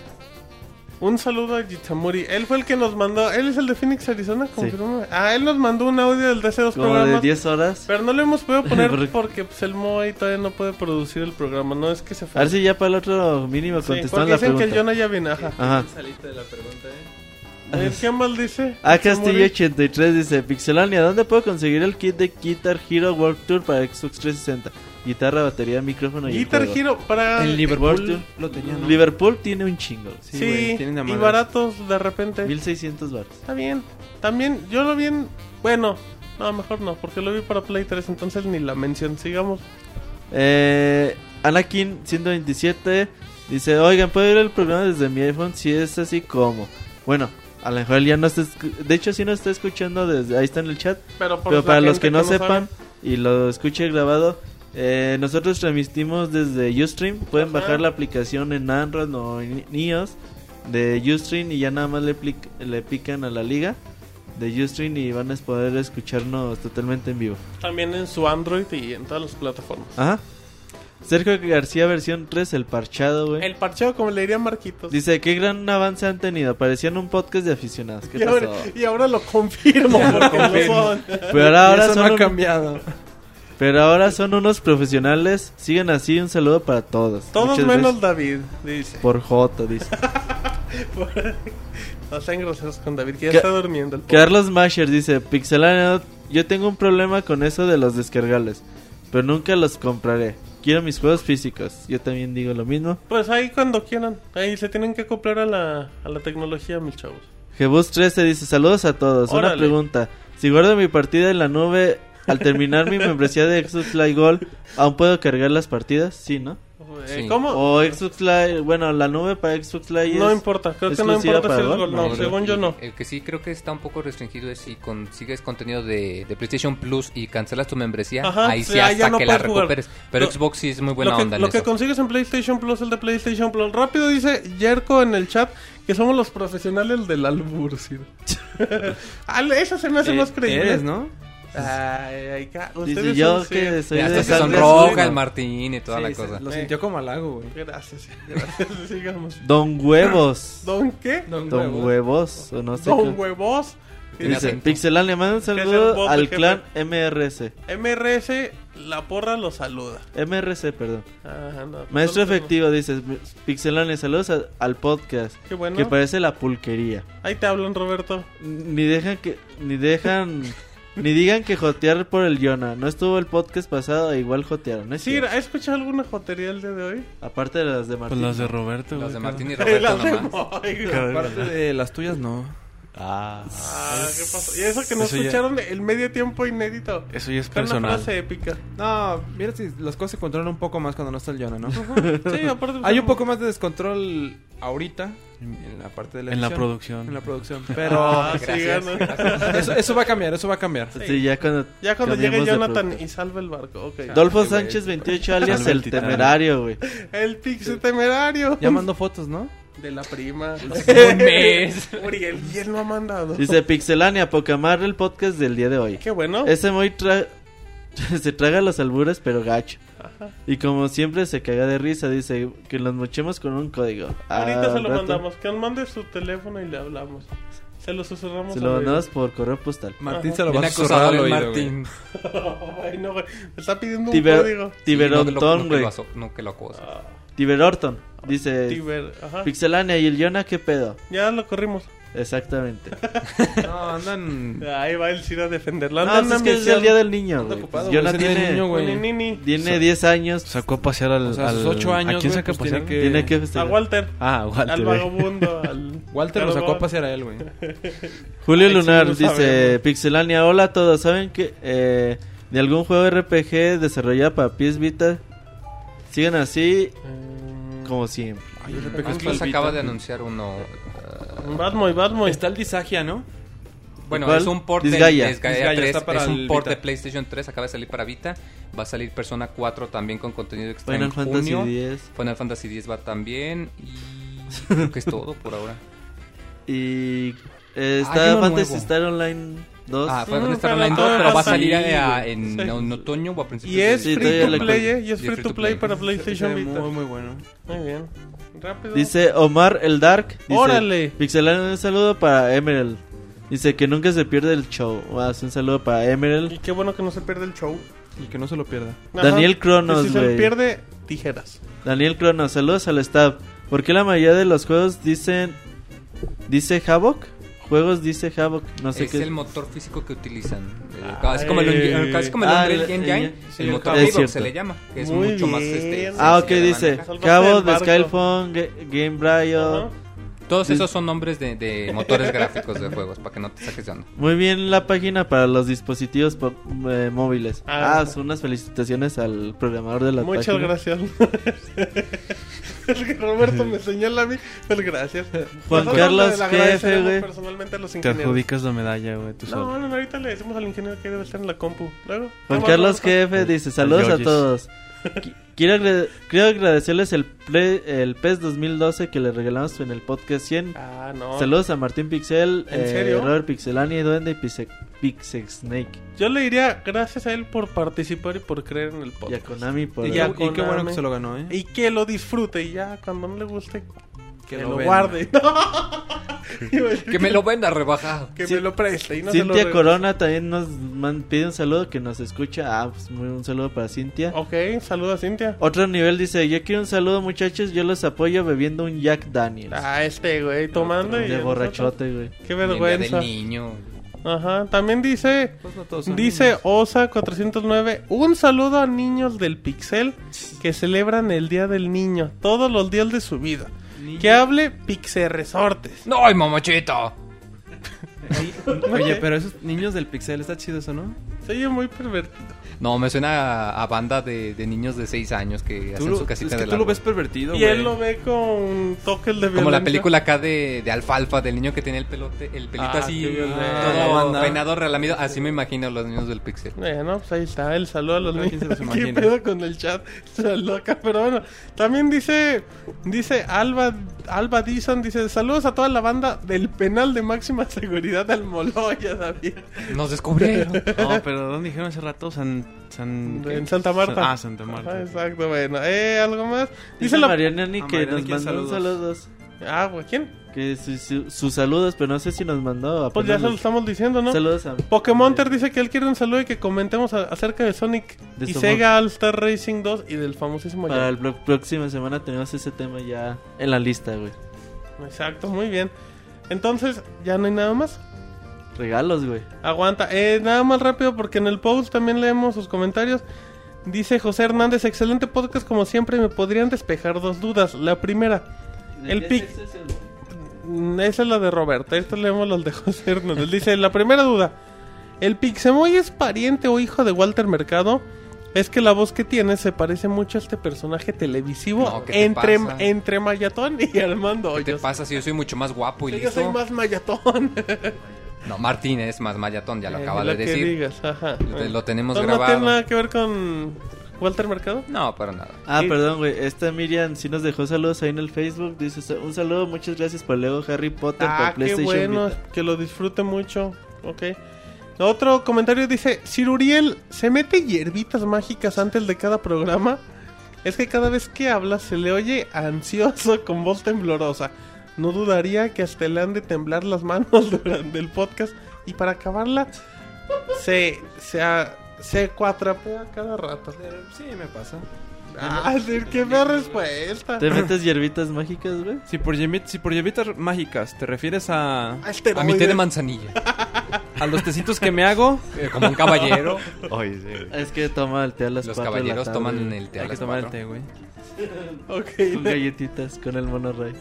B: Un saludo a Jitsamuri. Él fue el que nos mandó. Él es el de Phoenix, Arizona. Confirma. Ah, él nos mandó un audio del DC2
D: Como de
B: programas.
D: 10 horas.
B: Pero no lo hemos podido poner
D: Porque-
B: porque pues, el Moy todavía no puede producir el programa. No es que se
D: A
B: fue.
D: ver si ya para el otro mínimo
B: Sí,
D: contestaron
B: porque
D: la
B: dicen que el
D: pregunta.
B: Jonah ya viene. Ajá.
D: Ajá.
E: Saliste de la pregunta, ¿eh?
B: ¿El qué mal dice?
D: A
B: Jitsamuri.
D: Castillo83 dice: Pixelania, ¿dónde puedo conseguir el kit de Guitar Hero World Tour para Xbox 360? Guitarra, batería, micrófono y. el
B: Guitar
D: juego.
B: Hero para...
D: En Liverpool.
E: Tú lo tenías, ¿no?
D: Liverpool tiene un chingo.
E: Sí,
B: Sí,
E: güey, tienen de
B: y
E: madres.
B: baratos de repente.
D: 1600 baros.
B: Está bien. También, yo lo vi en... Bueno, no, mejor no, porque lo vi para Play 3, entonces ni la mención. Sigamos.
D: Eh, Anakin 127 dice, oigan, ¿puedo ver el programa desde mi iPhone? Si es así, como Bueno, a lo mejor él ya no está... escu- De hecho, sí no está escuchando desde... Ahí está en el chat.
B: Pero, por
D: Pero
B: la
D: para los
B: gente
D: que no
B: sabe,
D: sepan y lo escuche grabado, eh, nosotros transmitimos desde Ustream. Pueden
B: Ajá.
D: bajar la aplicación en Android o en iOS de Ustream y ya nada más le, plic- le pican a la liga de Ustream y van a poder escucharnos totalmente en vivo.
B: También en su Android y en todas las plataformas.
D: Ajá. Sergio García versión 3, el parchado, güey.
B: El parcheo, como le diría Marquitos.
D: Dice, qué gran avance han tenido. Parecían un podcast de aficionados. ¿Qué
B: y, ahora,
D: pasó?
B: y ahora lo confirmo, porque lo son.
D: Pero ahora,
E: Eso
D: son
E: no ha
D: un-
E: cambiado.
D: pero ahora son unos profesionales. Sigan así. Un saludo para todos.
B: Todos
D: Muchas
B: menos
D: gracias.
B: David, dice.
D: Por Joto, dice.
B: No sean groseros con David, que ya
D: Ca-
B: está durmiendo el pobre.
D: Carlos Masher dice, Pixelania, yo tengo un problema con eso de los descargables. Pero nunca los compraré. Quiero mis juegos físicos. Yo también digo lo mismo.
B: Pues ahí cuando quieran. Ahí se tienen que acoplar a la, a la tecnología, mis chavos.
D: Jebus 13 dice, saludos a todos.
B: Órale.
D: Una pregunta. Si guardo mi partida en la nube, al terminar mi membresía de Xbox Live Gold, ¿aún puedo cargar las partidas? Sí, ¿no?
B: Eh,
C: Sí.
B: ¿Cómo?
D: O Xbox Live, bueno, la nube para Xbox Live
B: No
D: es-
B: importa, creo que no
D: ¿Exclusiva
B: importa si
D: para
B: es
D: Gold?
B: Gold. No,
C: No,
B: según yo no.
C: El que sí creo que está un poco restringido es si consigues contenido de, de PlayStation Plus y cancelas tu membresía,
B: Ajá,
C: ahí
B: sí,
C: sí
B: ahí
C: hasta
B: ya no
C: que la
B: puedes jugar.
C: recuperes. Pero
B: Lo-
C: Xbox sí es muy buena
B: lo que,
C: onda en
B: lo que
C: eso.
B: consigues en PlayStation Plus, el de PlayStation Plus. Rápido dice Yerko en el chat que somos los profesionales del albur, Ciro. Al- Eso se me hace
F: Eh,
B: más creíble.
E: Eres, ¿no?
B: Ay, ay, ca-
D: Dice
B: ustedes
D: yo
B: son
D: que
B: sí.
D: soy
C: Ya
D: de
C: hasta se
B: esas
D: sangre
B: sonroja
C: sonroja
D: azul.
C: el Martín y toda
B: Sí,
C: la
B: sí,
C: cosa.
E: Lo
B: Eh.
E: sintió como halago, güey.
B: Gracias, gracias. Sigamos.
D: Don Huevos.
B: ¿Don qué?
E: Don
D: Don
E: Huevo.
D: Huevos, o no sé.
B: Don
D: qué.
B: Huevos. que
C: Tiene
B: dice,
D: Dice,
C: acento.
D: Pixelania, manda un
B: es el
D: saludo
B: Bob, el
D: al
B: jefe.
D: clan MRC.
B: MRS, la porra lo saluda.
D: MRC, perdón.
B: Ajá, no, pues
D: Maestro
B: no lo tengo.
D: efectivo, dices, Pixelania, saludos a- al podcast.
B: Qué bueno.
D: Que parece la pulquería.
B: Ahí te hablan, Roberto.
D: Ni dejan que. Ni dejan. ni digan que jotear por el Yona. No estuvo el podcast pasado, e igual jotearon. ¿no es
B: Sí,
D: cierto?
B: ¿has escuchado alguna jotería el día de hoy?
D: Aparte de las de Martín.
F: Pues las de Roberto,
C: Los de
F: güey,
C: Martín y
B: Las
C: Roberto
B: de
C: nomás.
B: Moy, güey.
E: Aparte de las tuyas, no.
F: Ah,
B: Ah, ¿qué pasó? Y eso que no
F: Eso ya-
B: escucharon el medio tiempo inédito.
F: eso ya es
B: Fue una
F: personal.
B: frase épica.
E: No, mira si las cosas se controlan un poco más cuando no está el Jonah, ¿no?
B: Sí, aparte.
E: Hay un poco más de descontrol ahorita en la parte de la
F: En la
E: edición,
F: producción.
E: en la producción,
B: Ah,
E: pero
B: sí,
C: Gracias,
B: gana.
E: eso, eso va a cambiar, eso va a cambiar.
D: Sí, ya cuando.
B: Ya cuando
D: cambiamos
B: llegue
D: de
B: Jonathan
D: producto.
B: y salve el barco. Ok.
D: Dolfo
E: Ay, güey.
D: Sánchez 28 alias
F: Salve
D: el
F: el titán.
D: temerario, güey.
B: El pixel temerario.
E: Ya mando fotos, ¿no?
B: De la prima.
C: Un mes.
B: Uriel. Y él no ha mandado.
D: Dice Pixelania, Pocamar el podcast del día de hoy.
B: Qué bueno.
D: Ese muy tra- se traga los albures, pero gacho. Y como siempre se caga de risa, dice que los mochemos con un código. Ah,
B: Ahorita se lo
D: rato.
B: mandamos. Que nos mande su teléfono y le hablamos. Se lo susurramos.
D: Se
B: al
D: lo
B: oído.
D: mandamos por correo postal.
E: Martín se lo
C: Bien
E: va a susurrar
C: acusador el
E: al oído, güey.
C: Martín.
B: Ay, no, güey. Me está pidiendo un
D: Tiber-
B: código.
D: Tiberontón, güey.
C: No que lo acosa.
B: Ah,
D: Tiberorton. Dice
B: Tiber. Ajá.
D: Pixelania y el Yona, ¿qué pedo?
B: Ya lo corrimos.
D: Exactamente.
E: No, andan
B: Ahí va el Ciro a defenderla.
D: no, pues es que es el día del niño,
E: Anda
D: güey.
E: ocupado,
D: Pues
E: güey,
D: Yona
E: es el día del
D: tiene,
E: niño, güey.
B: Con Nini.
D: tiene 10 años.
F: Sacó a pasear al.
E: O sea, a sus
F: al-
E: ocho años,
F: ¿A quién
E: güey,
F: saca a
E: pues,
F: pasear?
E: tiene que-
D: tiene que
B: A
D: festejar.
B: Walter.
D: eh.
F: Ah,
B: al
F: Walter. güey.
B: vagabundo. Al...
E: Walter lo sacó a
B: Cargo-
E: pasear a él, güey.
D: Julio
B: Ay, sí,
D: Lunar
B: no
D: dice,
B: sabemos.
D: Pixelania, hola a todos, ¿saben que eh, de algún juego RPG desarrollado para PS Vita? Sigan así
E: Eh,
D: como siempre.
C: Xbox pues, acaba de anunciar uno.
B: Batmoy, Batmoy.
E: Está el Disagia, ¿no?
C: Bueno,
D: ¿Cuál?
C: es un port
D: Disgaea.
C: de Disgaea
E: Disgaea
C: 3,
E: está para
C: es
E: el
C: un port
E: Vita.
C: de PlayStation 3, acaba de salir para Vita, va a salir Persona 4 también con contenido extra
D: Final
C: en
D: Fantasy
C: junio.
D: X
C: Final Fantasy X va también y creo que es todo por ahora.
D: y eh,
C: Ah,
D: está
C: hay uno
D: Fantasy
C: nuevo.
D: Star Online 2.
C: Ah,
B: Mm,
C: fue estar
B: pero
C: Online
B: todo
C: 2, pero va a
B: pasa
C: salir
B: ahí,
C: a-
B: güey.
C: en,
B: Sí.
C: en otoño o a principios
B: Y es
C: de
D: Sí,
B: free
D: todavía
B: to
D: le
B: play,
D: cuelgo.
B: ¿eh? Y es free to play para PlayStation
E: Se ve
B: Vita.
E: Muy, muy bueno.
B: Muy bien. Rápido.
D: Dice Omar el Dark. Dice,
B: Órale.
D: Pixelania, un saludo para Emerald. Dice que nunca se pierde el show. Ah, sí, un saludo para
B: Y
D: Emerald.
B: qué bueno que no se pierde el show.
E: Y que no se lo pierda.
B: Ajá.
D: Daniel Cronos,
B: Que Si se
D: güey.
B: pierde, tijeras.
D: Daniel Crono, saludos al staff. ¿Por qué la mayoría de los juegos dicen. Dice Havoc? Juegos dice Havoc, no sé
C: es
D: qué.
C: el motor físico que utilizan.
B: Ah,
C: Eh, es como el,
B: Ay.
C: Unreal- es como el
D: Ah,
C: Unreal
D: el-
C: Engine,
D: el- sí,
C: el
D: el
C: motor
D: Havoc. Es
C: Havoc se
D: cierto.
C: le llama, que es
B: Muy
C: mucho más
B: bien.
C: este,
D: Ah, ok,
C: sencillo de
D: dice.
C: manejar.
B: Salvaste
D: Cabo
B: del
D: de
B: barco.
D: Skyphone, Ga- Game Brio.
B: Ajá.
C: Todos esos son nombres de, de motores gráficos de juegos, para que no te saques de onda.
D: Muy bien la página para los dispositivos po- eh, móviles.
B: Ah.
D: Ah, son unas felicitaciones al programador de la
B: Muchas
D: página.
B: gracias. el que Roberto me señala a mí. Pues gracias. Nosotros le
D: Carlos,
B: agradecemos
D: jefe, güey.
B: Personalmente a los
F: Te
B: ingenieros.
F: adjudicas la medalla, güey, tú
B: No,
F: solo.
B: no, no, ahorita le decimos al ingeniero que debe estar en la compu. Luego.
D: Juan
B: ¿qué
D: Carlos
B: más, Roberto?
D: Jefe dice:
F: El-
D: Saludos a
F: el Yoyis.
D: todos. Qui- Quiero, agrade- quiero agradecerles el, play- el E PES 2012 que le regalamos en el podcast 100.
B: Ah, no.
D: Saludos a Martín Pixel,
B: ¿En
D: eh,
B: serio?
D: Robert Pixelani, Duende y Pixe- Pixesnake.
B: Yo le diría gracias a él por participar y por creer en el
D: Y a
B: podcast.
D: Konami por...
E: Y,
B: ya
E: y
B: con
E: qué bueno
B: Ame.
E: que se lo ganó, ¿eh?
B: Y que lo disfrute y ya cuando no le guste que,
E: lo
B: lo,
E: venda.
B: guarde. Iba a decir
C: Que me lo venda rebajado.
B: que
D: Sí.
B: me lo preste y no se lo
D: Cintia
B: regrese.
D: Corona también nos man- pide un saludo que nos escucha. Ah, pues muy- un saludo para Cintia.
B: Ok, saluda a Cintia.
D: Otro nivel dice, yo quiero un saludo muchachos, yo los apoyo bebiendo un Jack Daniels.
B: Ah, este güey tomando y
D: de borrachote, güey.
B: Qué
C: Y el día
B: vergüenza.
C: del niño.
B: Ajá, también dice
E: Pues no todos son
B: dice Osa 409, un saludo a niños del Pixel que celebran el Día del Niño todos los días de su vida.
E: niños.
B: Que hable Pixel Resortes.
C: ¡No, mamachito!
E: Oye, pero esos niños del pixel, está chido eso, ¿no?
B: Se oye muy pervertido.
C: No, me suena a, a banda de, de niños de 6 años que
E: Tú
C: hacen
E: lo,
C: su
E: es
C: casita de
E: que tú lo
C: árbol.
E: ves pervertido,
B: Y
E: güey.
B: él lo ve con toques de violencia.
C: Como la película acá de, de Alfalfa, del niño que tenía el pelote, el pelito
B: Ah,
C: así,
B: qué violento.
E: La
C: todo
E: banda.
C: peinado, relamido. Así me imagino los niños del Pixel.
B: Bueno, pues ahí está, el saludo a los
E: No,
B: niños.
E: ¿quién se los
B: ¿Qué
E: imagina?
B: pedo con el chat? Está loca, pero bueno. También dice, dice Alba, Alba Dison, dice, saludos a toda la banda del penal de máxima seguridad al Moloya, David.
C: Nos descubrieron.
F: No, oh, pero ¿dónde dijeron hace rato? San... San ¿qué?
B: En Santa Marta.
F: Ah, Santa
B: Ajá,
F: Marta.
B: exacto, bueno. Eh, ¿algo más?
D: Dice
B: Dice la...
D: Marianani
E: a
D: que
E: Mariana
D: nos
E: quiere
D: mandó saludos. saludos.
B: Ah, güey, ¿quién?
D: Que su- su- sus saludos, pero no sé si nos mandó.
B: Pues ya
D: apenas
B: se lo
D: nos-
B: estamos diciendo, ¿no?
D: Saludos a eh,
B: Pokémonter dice que él quiere un saludo y que comentemos a- acerca de Sonic
D: De
B: y
D: su
B: Sega All Star Racing 2 y del famosísimo
D: Para
B: Jack.
D: la próxima semana tenemos ese tema ya en la lista, güey.
B: Exacto, muy bien. Entonces, ya no hay nada más.
D: Regalos, güey.
B: Aguanta. Eh, nada más rápido porque en el post también leemos sus comentarios. Dice José Hernández, excelente podcast como siempre, me podrían despejar dos dudas. La primera, El
D: ¿De qué
B: pic-
D: sexo es el-
B: mm, esa es la de Roberto, esta leemos los de José Hernández. Dice, la primera duda, ¿el Pixemoy es pariente o hijo de Walter Mercado? Es que la voz que tiene se parece mucho a este personaje televisivo
C: No, ¿qué te
B: entre,
C: pasa?
B: entre Mayatón y Armando
C: ¿Qué te
B: Hoyos.
C: pasa si yo soy mucho más guapo y
B: Sí, yo
C: listo?
B: soy más Mayatón.
C: No, Martín es más mayatón, ya lo
B: Eh,
C: acaba
B: lo
C: de
B: que
C: decir.
B: digas, ajá.
C: Lo te- lo tenemos
B: Entonces, ¿No
C: grabado.
B: tiene nada que ver con Walter Mercado?
C: No, para nada.
D: Ah,
B: Sí.
D: perdón, güey. Esta Miriam sí nos dejó saludos ahí en el Facebook. Dice "Sa- un saludo, muchas gracias por Lego Harry Potter
B: Ah,
D: por
B: qué
D: PlayStation.
B: bueno,
D: Vita".
B: que lo disfrute mucho. Ok. Otro comentario dice, Sir Uriel, ¿se mete hierbitas mágicas antes de cada programa? Es que cada vez que habla se le oye ansioso con voz temblorosa. No dudaría que hasta le han de temblar las manos durante el podcast. Y para acabarla, se, se, a- se cuatrapea cada rato.
E: Sí, me pasa.
B: Ah, Sir, qué fea respuesta.
D: ¿Te metes hierbitas mágicas, güey?
E: Si por, yemi- si por llevitas mágicas te refieres a,
B: Ah, este
C: A mí té de
B: Asteroides.
C: manzanilla.
E: a los tecitos que me hago,
C: eh, Como un caballero.
D: Es que toma el té a las
C: Los
D: cuatro de la
C: caballeros
D: tarde,
C: toman
D: güey.
C: el té a
E: hay que
C: las
E: tomar el
C: cuatro.
E: té, güey.
B: Ok,
D: Con galletitas, con el mono rey.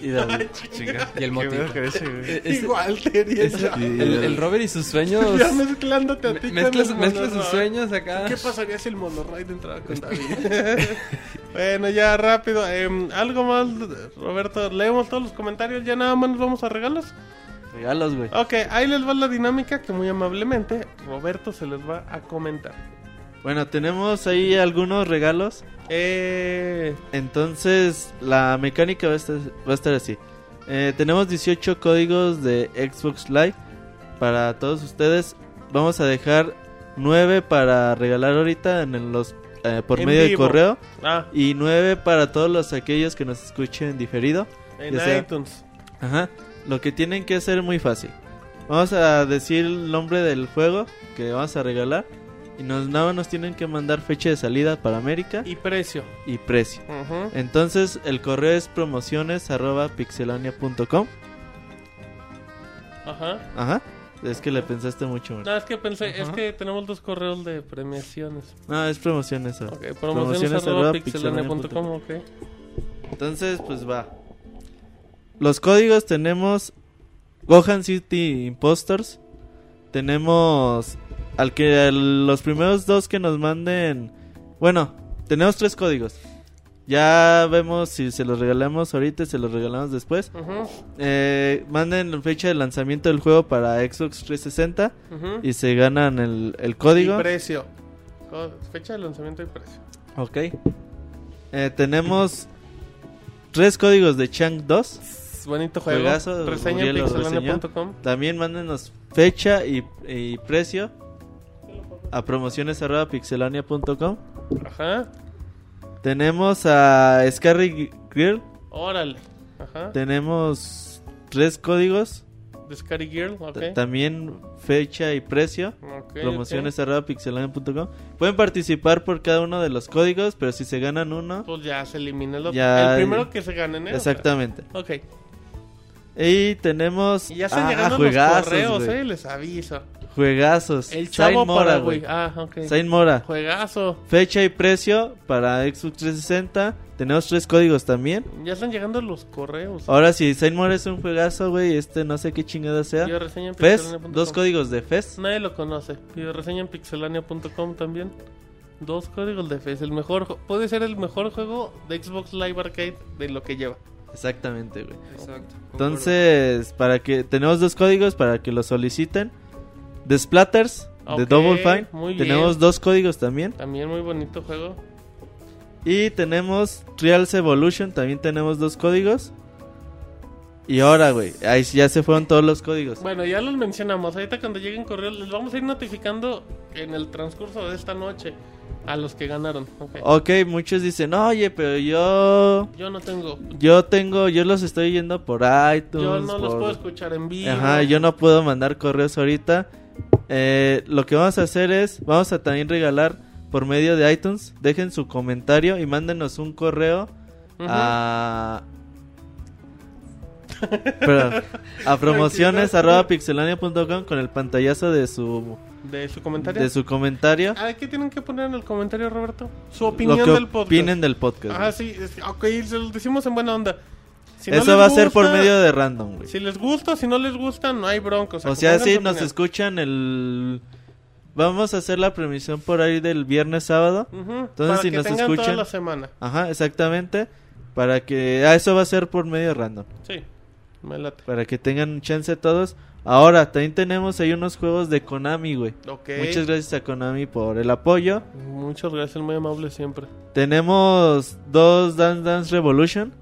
D: Y David.
C: Y el motivo.
E: Es-
B: igual te haría
E: es-
B: yo.
E: el, el Robert y sus sueños.
B: Ya mezclándote a ti
E: me-
B: con
E: mezclas
B: el
E: mezclas sus
B: monorraíl.
E: sueños acá.
B: ¿Qué pasaría si el monorraid entraba con David? bueno, ya rápido. em, Algo más, Roberto. Leemos todos los comentarios. Ya nada más nos vamos a regalos.
D: Regalos, güey.
B: Ok, ahí les va la dinámica que muy amablemente Roberto se les va a comentar.
D: Bueno, tenemos ahí algunos regalos.
B: Eh,
D: Entonces, la mecánica va a estar, va a estar así. Eh, tenemos 18 códigos de Xbox Live para todos ustedes. Vamos a dejar 9 para regalar ahorita en el- los eh, por
B: En
D: medio
B: vivo.
D: de correo
B: ah,
D: y 9 para todos los aquellos que nos escuchen diferido.
B: en
D: Ya sea.
B: iTunes.
D: Ajá. Lo que tienen que hacer es muy fácil. Vamos a decir el nombre del juego que vamos a regalar y nos nada más nos tienen que mandar fecha de salida para América
B: Y precio.
D: y precio.
B: Ujú.
D: Entonces el correo es promociones arroba pixelania.com.
B: Ajá.
D: Ajá. Es que le pensaste mucho. man.
B: No, es que pensé, es que tenemos dos correos de premiaciones.
D: No, es promociones. ah.
B: Ok,
D: Promociones
B: promociones
D: arroba
B: arroba pixelania punto com, ok.
D: Entonces pues va. Los códigos tenemos Gohan City Impostors. Tenemos al que al- los primeros dos que nos manden. Bueno, tenemos tres códigos. Ya vemos si se los regalamos ahorita, si se los regalamos después.
B: Ujú,
D: Eh, manden la fecha de lanzamiento del juego para Xbox 360.
B: ujú.
D: y se ganan el, el código.
B: Y precio. Co- Fecha de lanzamiento y precio.
D: Ok. Eh, tenemos tres códigos de Chang 2.
B: Bonito juego.
D: Juegazo,
B: Reseña
D: Uriel lo
B: pixelania.com.
D: También mándenos fecha y, y precio a promociones arroba pixelania.com.
B: Ajá.
D: Tenemos a Scarry Girl.
B: Órale. Ajá.
D: Tenemos tres códigos.
B: The Scary Girl. Ok.
D: t- También fecha y precio.
B: Ok,
D: promociones arroba pixelania.com. Pueden participar por cada uno de los códigos, pero si se ganan uno.
B: ok. Pues ya se elimina el otro.
D: Ya-
B: el primero que se gane, ¿no?
D: Exactamente.
B: Ok.
D: Y tenemos.
B: Y ya están
D: Ah,
B: llegando
D: juegazos,
B: los correos,
D: güey.
B: eh. Les aviso.
D: Juegazos.
B: El chavo
D: Saint
B: para,
D: Mora,
B: güey.
D: güey.
B: Ah, ok.
D: Saint Mora.
B: Juegazo.
D: Fecha y precio para Xbox 360. Tenemos tres códigos también.
B: Ya están llegando los correos.
D: Ahora si Saint Mora es un juegazo, güey, este no sé qué chingada sea.
B: Yo reseña en
D: FES,
B: pixelania punto
D: dos
B: com.
D: códigos de FES.
B: Nadie lo conoce. Pido reseña en pixelania.com también. Dos códigos de FES. El mejor, ju- puede ser el mejor juego de Xbox Live Arcade de lo que lleva.
D: Exactamente, güey.
E: Exacto.
D: Entonces, para que tenemos dos códigos para que lo soliciten. De Splatters, de
B: Ok,
D: Double Fine.
B: muy bien.
D: Tenemos dos códigos también.
B: También muy bonito juego.
D: Y tenemos Trials Evolution, también tenemos dos códigos. Y ahora, güey, ahí ya se fueron todos los códigos.
B: Bueno, ya los mencionamos. Ahorita cuando lleguen correos les vamos a ir notificando en el transcurso de esta noche a los que ganaron. Ok.
D: Ok, muchos dicen, oye, pero yo...
B: Yo no tengo.
D: Yo tengo, yo los estoy yendo por iTunes.
B: Yo no los
D: por-
B: puedo escuchar en vivo.
D: Ajá, yo no puedo mandar correos ahorita. Eh, lo que vamos a hacer es, vamos a también regalar por medio de iTunes. Dejen su comentario y mándenos un correo
B: Ujú.
D: ah, a... Perdón, a promociones arroba pixelania.com con el pantallazo de su
B: De su comentario.
D: de su comentario
B: Ah, ¿Qué tienen que poner en el comentario, Roberto? Su
D: lo
B: opinión
D: que
B: del podcast.
D: opinen del podcast.
B: Ah, sí, es- ok, se los decimos en buena onda. Si no
D: Eso
B: les
D: va a ser por
B: gusta,
D: medio de random, güey.
B: Si les gusta, si no les gusta, no hay broncos.
D: O sea, si nos escuchan el... Vamos a hacer la premisión por ahí del viernes sábado.
B: Entonces, si nos escuchan. toda
D: escuchan-
B: la semana.
D: Ajá, exactamente. Para que... Ah, eso va a ser por medio random.
B: Sí, me late.
D: Para que tengan chance todos. Ahora, también tenemos ahí unos juegos de Konami, güey.
B: Ok.
D: Muchas gracias a Konami por el apoyo.
B: Muchas gracias, muy amable siempre.
D: Tenemos dos Dance Dance Revolution.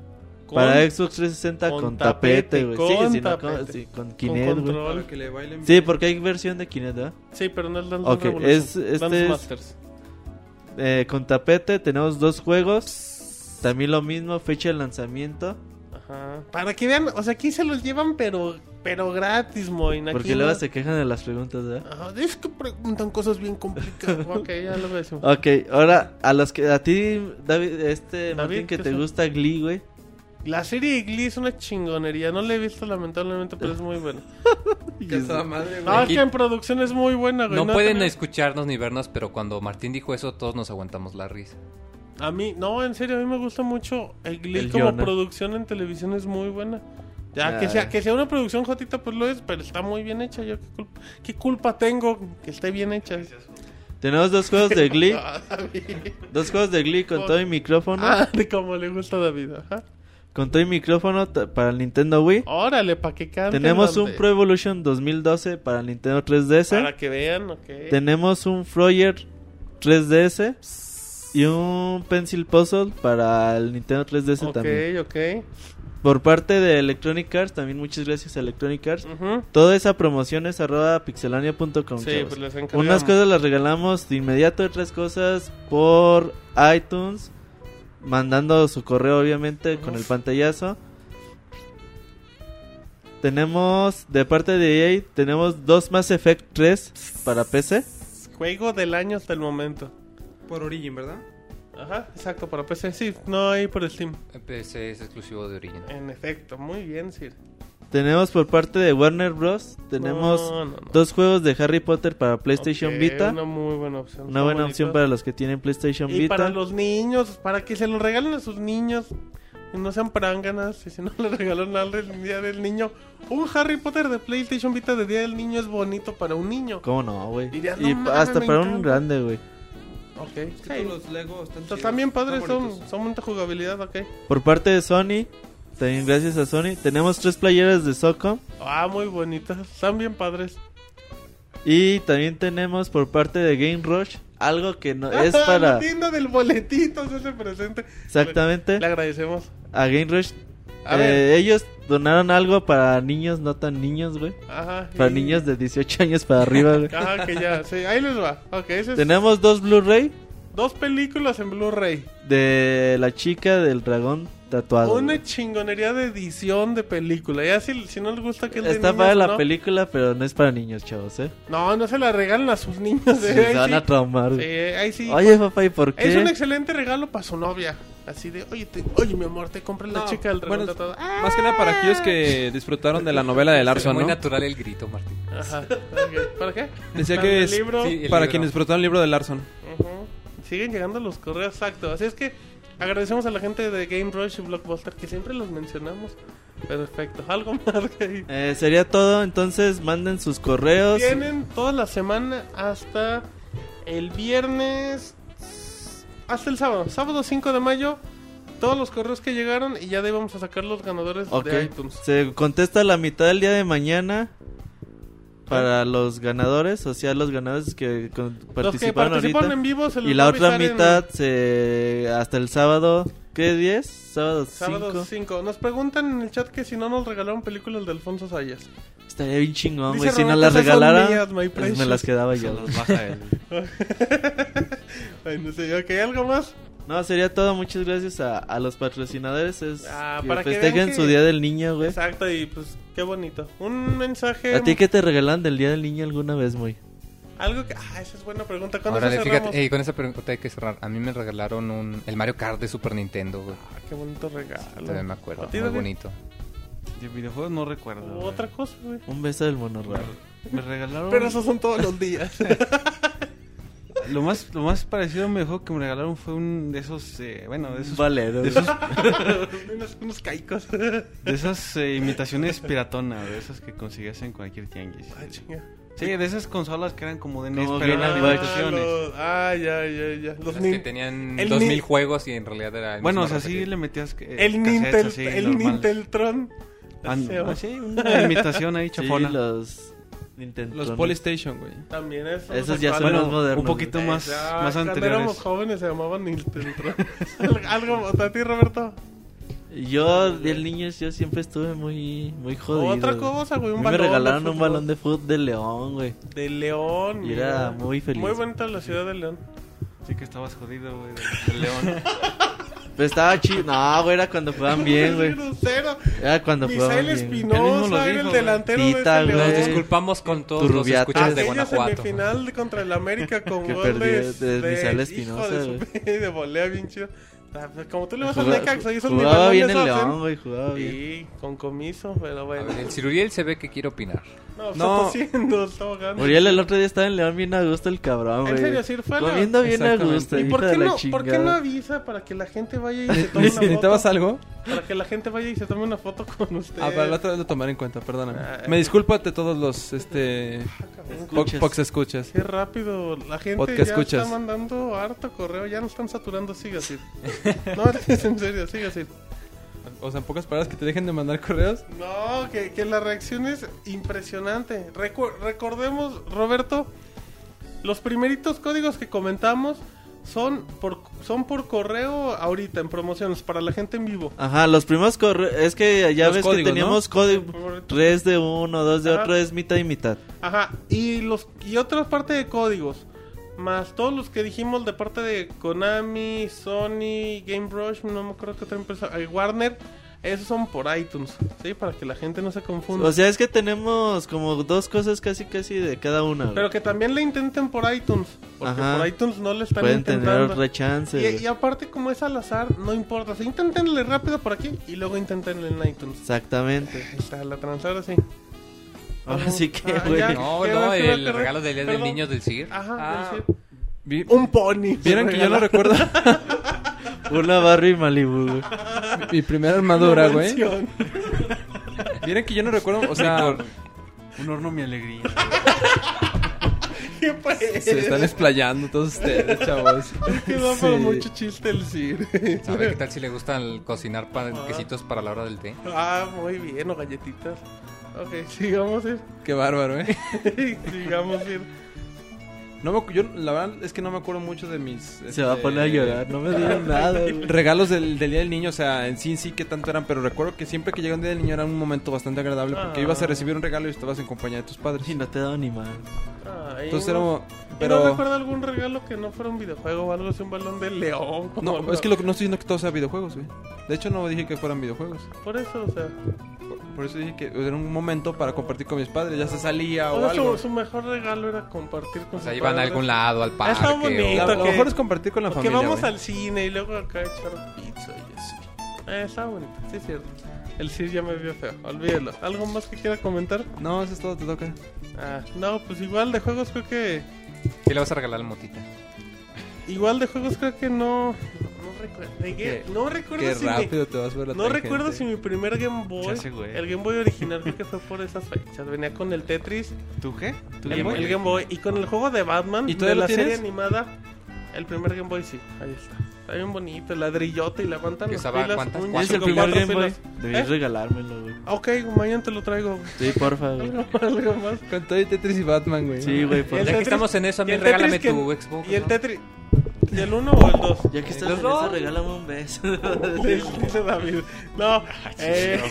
B: Con-
D: para Xbox 360
B: con
D: con, tapete,
B: tapete,
D: güey.
B: con
D: Sí, sí, no,
B: tapete.
D: con, sí, con Kinect, güey.
B: control.
E: Para que le bailen
D: Sí,
E: bien.
D: porque hay versión de Kinect, ¿verdad?
B: Sí, pero no es Dance
D: Ok,
B: Revolution,
D: es- este
B: Dance
D: es-
B: Masters.
D: Eh, con tapete tenemos dos juegos. También lo mismo, fecha de lanzamiento.
B: Ajá. Para que vean, o sea, aquí se los llevan, pero pero gratis, Moin. Aquí
D: Porque
B: no-
D: luego se quejan de las preguntas, ¿verdad?
B: Ajá, es que preguntan cosas bien complicadas. ok, ya lo decimos.
D: Ok, ahora a los que a ti David
B: David,
D: este Martín que
B: ¿qué
D: te
B: son?
D: gusta Glee, güey.
B: La serie de Glee es una chingonería. No la he visto, lamentablemente, pero es muy buena.
E: Que toda madre, güey.
B: No, es
C: Aquí-
B: que en producción es muy buena, güey.
C: No pueden
B: tenía-
C: escucharnos ni vernos, pero cuando Martín dijo eso, todos nos aguantamos la risa.
B: A mí, no, en serio, a mí me gusta mucho el Glee
D: El
B: como
D: guion, ¿no?
B: producción en televisión es muy buena. Ya,
D: Ah.
B: que sea, que sea una producción jotita, pues lo es, pero está muy bien hecha. Yo, ¿qué, culpa, qué culpa tengo que esté bien hecha?
D: Tenemos dos juegos de Glee,
B: Ah, David.
D: dos juegos de Glee con
B: Por-
D: todo y micrófono,
B: Ah, de como le gusta a David. Ajá.
D: con todo y micrófono ta- para el Nintendo Wii.
B: Órale, para que canten.
D: Tenemos un
B: Dante.
D: Pro Evolution 2012 para el Nintendo 3DS.
B: Para que vean, ok.
D: Tenemos un Froyer 3DS y un Pencil Puzzle para el Nintendo 3DS
B: ok,
D: también.
B: ok.
D: Por parte de Electronic Arts, también muchas gracias a Electronic Arts.
B: Ujú.
D: Toda esa promoción es arroba pixelania.com.
B: Mm. Sí,
D: chavos.
B: pues les encargamos.
D: Unas cosas las regalamos de inmediato, otras cosas por iTunes, mandando su correo obviamente
B: Ujú.
D: con el pantallazo. Tenemos, de parte de EA, tenemos dos Mass Effect 3 para PC.
B: Juego del año hasta el momento.
E: Por Origin, ¿verdad?
B: Ajá, exacto, para PC. Sí, no hay por Steam.
C: Ese Eh, pues, es exclusivo de origen.
B: En efecto, muy bien, Sir.
D: Tenemos por parte de Warner Bros. Tenemos
B: No, no, no.
D: dos juegos de Harry Potter para PlayStation
B: Ah. Ok,
D: Vita.
B: Una muy buena opción.
D: Una
B: Son
D: buena
B: bonitos.
D: opción para los que tienen PlayStation
B: Y
D: Vita.
B: para los niños, para que se lo regalen a sus niños. Y no sean pránganas. Y si no le regalaron al del Día del Niño, un Harry Potter de PlayStation Vita de Día del Niño es bonito para un niño.
D: ¿Cómo no, güey? Y
B: Dirías, "No mames,
D: pa- hasta
B: me
D: para un
B: encanta".
D: grande, güey.
B: Ok.
E: Es
B: sí.
E: que todos los Lego están
B: Entonces
E: chidos,
B: también padres
E: están
B: son,
E: bonitos.
B: son mucha jugabilidad, ok.
D: Por parte de Sony, también gracias a Sony, tenemos tres playeras de Socom.
B: Ah, muy bonitas. Están bien padres.
D: Y también tenemos por parte de Game Rush algo que no es
B: Ah,
D: para. ¿Eh?
B: lo lindo del boletito se hace presente.
D: Exactamente.
B: Le agradecemos.
D: A Game Rush.
B: A
D: eh,
B: ver.
D: ellos donaron algo para niños no tan niños, güey.
B: Ajá.
D: Para
B: y-
D: niños de 18 años para arriba, güey.
B: Ajá, que ya. Sí, ahí les va. Ok, ese es
D: Tenemos dos Blu-ray
B: Dos películas en Blu-ray.
D: de la chica del dragón tatuado.
B: Una
D: güey.
B: chingonería de edición de película. Ya si, si no les gusta que el de
D: Está
B: niños,
D: para la
B: ¿no?
D: película, pero no es para niños, chavos, ¿eh?
B: No, no se la regalen a sus niños. eh,
D: Se
B: ahí
D: van
B: sí.
D: a traumar,
B: Sí,
D: güey.
B: ahí sí.
D: Oye, papá, ¿y por qué?
B: es un excelente regalo para su novia. Así de, oye, te- oye mi amor, te compré la
E: No,
B: chica del
E: bueno,
B: bueno, todo.
E: Más que nada para aquellos que disfrutaron de la novela de
C: Es
E: Larson,
C: muy
E: ¿no?
C: natural el grito, Martín.
B: Ajá. ok. ¿Para qué?
E: Decía
B: Para
E: que
B: el
E: es
B: libro.
C: sí, el
E: para
C: libro.
E: quienes disfrutaron el libro de Larson.
B: Ujú. Siguen llegando los correos, exacto. Así es que agradecemos a la gente de Game Rush y Blockbuster que siempre los mencionamos. Perfecto. Algo más que ahí.
D: Eh, sería todo, entonces manden sus correos.
B: Tienen toda la semana hasta el viernes. Hasta el sábado. Sábado 5 de mayo. Todos los correos que llegaron y ya de ahí vamos a sacar los ganadores
D: Ok.
B: de iTunes.
D: Se contesta la mitad del día de mañana para los ganadores, o sea, los ganadores que con-
B: Ah. los que
D: participaron
B: participan
D: ahorita.
B: en vivo se les
D: Y
B: va
D: la
B: a
D: otra
B: avisar en
D: mitad se hasta el sábado, ¿qué 10? Sábado
B: Sábado
D: 5.
B: 5. Nos preguntan en el chat que si no nos regalaron películas de Alfonso Sayas.
D: Estaría bien chingón,
B: Dice
D: güey, si no
B: Roberto,
D: las
B: "Esas son
D: regalara,
B: mías, my
D: pues me
B: precious".
D: las quedaba
F: Se
D: yo.
F: los baja el-
B: Ay, no sé, ok, ¿algo más?
D: No, sería todo. Muchas gracias a, a los patrocinadores. Es
B: Ah,
D: que
B: para que
D: festejen
B: vean
D: su
B: que-
D: Día del Niño, güey.
B: Exacto, y pues qué bonito. Un mensaje.
D: ¿A ti qué te regalan del Día del Niño alguna vez, muy?
B: Algo que. Ah, esa es buena pregunta. ¿Cuándo
C: Ahora,
B: se
C: fíjate,
B: cerramos?
C: ey, con esa pregunta hay que cerrar. A mí me regalaron un, el Mario Kart de Super Nintendo, güey.
B: Ah, qué bonito regalo.
C: También me
B: ¿A
C: acuerdo.
B: ti,
C: Muy
B: David?
C: bonito.
F: De videojuegos no
B: O
F: recuerdo. güey.
B: Otra cosa, güey.
D: Un beso del mono raro.
F: Me regalaron.
B: Pero esos son todos los días.
F: Lo más, lo más parecido a un videojuego que me regalaron fue un de esos, eh, bueno, de esos,
D: Vale,
F: de esos-
B: unos, unos caicos.
F: de esas eh, imitaciones piratona, de esas que conseguías en cualquier tianguis.
B: Ay, Ah, chinga. Ah,
F: Sí, de esas consolas que eran como de NES,
D: Como
F: pero
D: bien
F: eran
D: al-
F: imitaciones.
B: los- Ah, ya, ya, ya. Los
C: Las
B: nin-
C: que tenían
B: el
C: 2000
B: ni-
C: juegos y en realidad era. el
F: Bueno, o
C: mismo
F: sea, sí
C: repetido.
F: le metías eh,
B: El
F: cassettes
B: Nintel.
F: así,
B: el
F: normales.
B: Ninteltron.
F: Ah,
B: Así se
F: no,
B: llama.
F: sí, una imitación ahí
D: Sí,
F: chafona.
D: los Nintendo.
E: Los Polystation, güey.
B: También es.
D: Esos ya son
F: Bueno,
D: los modernos.
F: un poquito
D: güey.
F: más,
B: Ya,
F: más
B: cuando éramos
F: anteriores.
B: jóvenes se llamaban Ninteltron. Algo, ¿a ti, Roberto?
D: Yo, del niño, yo siempre estuve muy, muy jodido.
B: Otra
D: güey.
B: cosa, güey.
D: A
B: Un
D: mí
B: balón.
D: me regalaron
B: de
D: un
B: fútbol.
D: balón de fútbol de León, güey.
B: De León.
D: Y era muy feliz.
B: Muy bonita la ciudad de León.
F: Sí que estabas jodido, güey, de- de León.
D: Pero estaba chido. No, güey, era cuando jugaban bien,
B: Qué
D: güey.
B: grosero.
D: Era cuando jugaban
B: Misael
D: bien. güey.
F: Él mismo lo
B: Espinosa era
F: dijo,
B: el
F: güey.
B: delantero
D: Pita,
B: de
D: güey.
C: Nos
B: este León.
C: disculpamos con todos los
D: Turrubiato.
C: escuchas de
B: Aquella
C: Guanajuato.
B: semifinal contra el América con
D: Que
B: goles
D: perdió de Misael
B: hijo
D: Espinosa,
B: de, su-
D: güey.
B: de volea bien chido. Ah, pues Como tú le vas al
D: Jugaba-
B: Necaxa y esos
D: Jugaba bien el
B: hacen-
D: León, güey, jugaba bien.
B: Sí, con comiso, pero
C: A
B: bueno.
C: ver, el Ciruriel se ve que quiere opinar.
B: No,
E: No.
B: no. está tosiendo, está ahogando.
D: Muriel el otro día estaba en León bien a gusto el cabrón,
B: ¿En
D: güey.
B: serio, sí, fue a la-
D: Comiendo bien a
E: Exactamente.
D: gusto.
B: ¿Y
D: hijo
B: por
D: de
B: qué,
D: la
B: no, por qué no
D: chingada.
B: avisa para que la gente vaya y se tome una
E: ¿Necesitabas
B: foto?
E: algo?
B: Para que la gente vaya y se tome una foto con usted.
E: Ah, para la otra vez lo tomaré en cuenta, perdóname.
B: Ah,
E: Me disculpo ante todos los este
D: Escuchas.
E: Pox escuchas.
B: Qué rápido, la gente
E: Podcast
B: ya
E: escuchas.
B: está mandando harto correo, ya nos están saturando, sigue así. No, es en serio, sigue así.
E: O sea, en pocas palabras que te dejen de mandar correos.
B: No, que, que la reacción es impresionante. Recu- recordemos, Roberto, los primeritos códigos que comentamos son por, son por correo ahorita, en promociones, para la gente en vivo.
D: Ajá, los primeros correos. Es que ya
E: Los
D: ves
E: códigos,
D: que teníamos código.
B: Correcto.
D: Tres de uno, dos de
B: Ajá.
D: otro, es mitad y mitad.
B: Ajá, y los y otra parte de códigos, más todos los que dijimos de parte de Konami, Sony, Game Rush, no me acuerdo qué otra empresa, eh, Warner, esos son por iTunes, ¿sí? Para que la gente no se confunda.
D: O sea, es que tenemos como dos cosas casi, casi de cada una. güey.
B: Pero que también le intenten por iTunes, porque
D: Ajá.
B: por iTunes no le están
D: Pueden
B: intentando.
D: tener rechance.
B: y, y aparte como es al azar, no importa, o sea, inténtenle rápido por aquí y luego inténtenle en iTunes.
D: Exactamente.
B: Ahí está la transada, sí.
D: Ahora
B: Ajá.
D: sí que,
B: Ah,
D: güey.
B: ya.
C: No,
B: ¿Qué
C: no,
B: vas a
C: el
B: hacer?
C: regalo del día del
B: Perdón.
C: niño del CIR.
B: Ajá,
C: Ah,
B: es decir,
E: Vi-
B: un pony.
E: Vieron que yo no
B: Regalaron.
E: recuerdo
D: Una Barbie Malibu, güey.
E: mi primera armadura, güey.
B: Mención.
E: Vieron que yo no recuerdo, o sea,
F: Un horno mi alegría.
B: ¿Qué fue?
E: se están explayando todos ustedes, chavos.
B: Quedó
E: Sí.
B: para mucho chiste el Sir.
C: A ver, ¿qué tal si le gustan el- cocinar panquecitos para la hora del té?
B: Ah, muy bien, o galletitas. Ok, sigamos ir.
E: Qué bárbaro, eh.
B: sigamos ir.
E: No me, acu- yo la verdad es que no me acuerdo mucho de mis
D: Se va a
E: este,
D: poner a llorar, no me digan nada, güey.
E: Regalos del, del Día del Niño, o sea, en sí en sí que tanto eran, pero recuerdo que siempre que llegaba un Día del Niño era un momento bastante agradable porque
B: Ah.
E: ibas a recibir un regalo y estabas en compañía de tus padres.
D: Y no te da ni mal.
B: Ay,
E: Entonces
B: no.
E: era
B: Yo no
E: pero
B: recuerdo algún regalo que no fuera un videojuego o algo así, un balón de león. como
E: no,
B: algo-
E: es que lo que no estoy diciendo que todos sean videojuegos, güey. De hecho no dije que fueran videojuegos.
B: Por eso, o sea.
E: Por, Por eso dije que era un momento para compartir con mis padres. Ya se salía Ah, o,
B: O sea,
E: algo.
B: su, su mejor regalo era compartir con
C: O sea,
B: sus
C: iban a
B: padres.
C: algún lado, al parque.
B: Está bonito.
E: La- lo
B: que-
E: mejor es compartir con la
B: O que
E: familia.
B: vamos
E: güey.
B: al cine y luego acá echar pizza y así. Eh, está bonito, sí es cierto. El Sir ya me vio feo, olvídelo. ¿Algo más que quiera comentar?
E: No, eso es todo, te toca.
B: Ah, no, pues igual de juegos creo que...
C: ¿Qué le vas a regalar al motita?
B: Igual de juegos creo que no... No recuerdo, de Game- no recuerdo
E: Qué
B: si mi-
E: rápido te vas a ver la
B: No recuerdo si mi primer Game Boy,
F: Ya sé, güey.
B: el Game Boy original creo que fue por esas fechas. Venía con el Tetris,
F: ¿Tú qué? ¿Tú
B: el, el Game Boy y con el juego de Batman
E: ¿Y
B: de
E: todavía lo
B: la serie
E: tienes?
B: animada. El primer Game Boy sí, ahí está. Está bien bonito, el ladrillote y la aguantan
C: ¿Y
B: las
C: usaba
B: pilas.
C: cuántas?
B: un
C: ¿Cuál
D: ¿Es
C: es
B: chingo,
D: el primer
B: cuatro
D: Game Boy?
B: pilas.
D: Debías
B: ¿Eh?
D: regalármelo, güey.
B: Ok, mañana te lo traigo. güey.
D: Sí, porfa, güey.
B: Algo más, algo más.
E: Con todo y Tetris y Batman, güey.
D: Sí, güey,
F: pues,
B: El
C: Pues Ya
D: porfa.
B: Tetris-
C: que estamos en eso, a
B: y
C: mí
B: el Tetris
C: regálame
B: que-
C: tu Xbox.
B: ¿Y el
C: ¿no?
B: Tetris? ¿Y el 1 o el 2?
D: Ya que estás
C: Los
D: en
C: dos.
D: eso, regálame un beso.
B: Dice David. No, eh,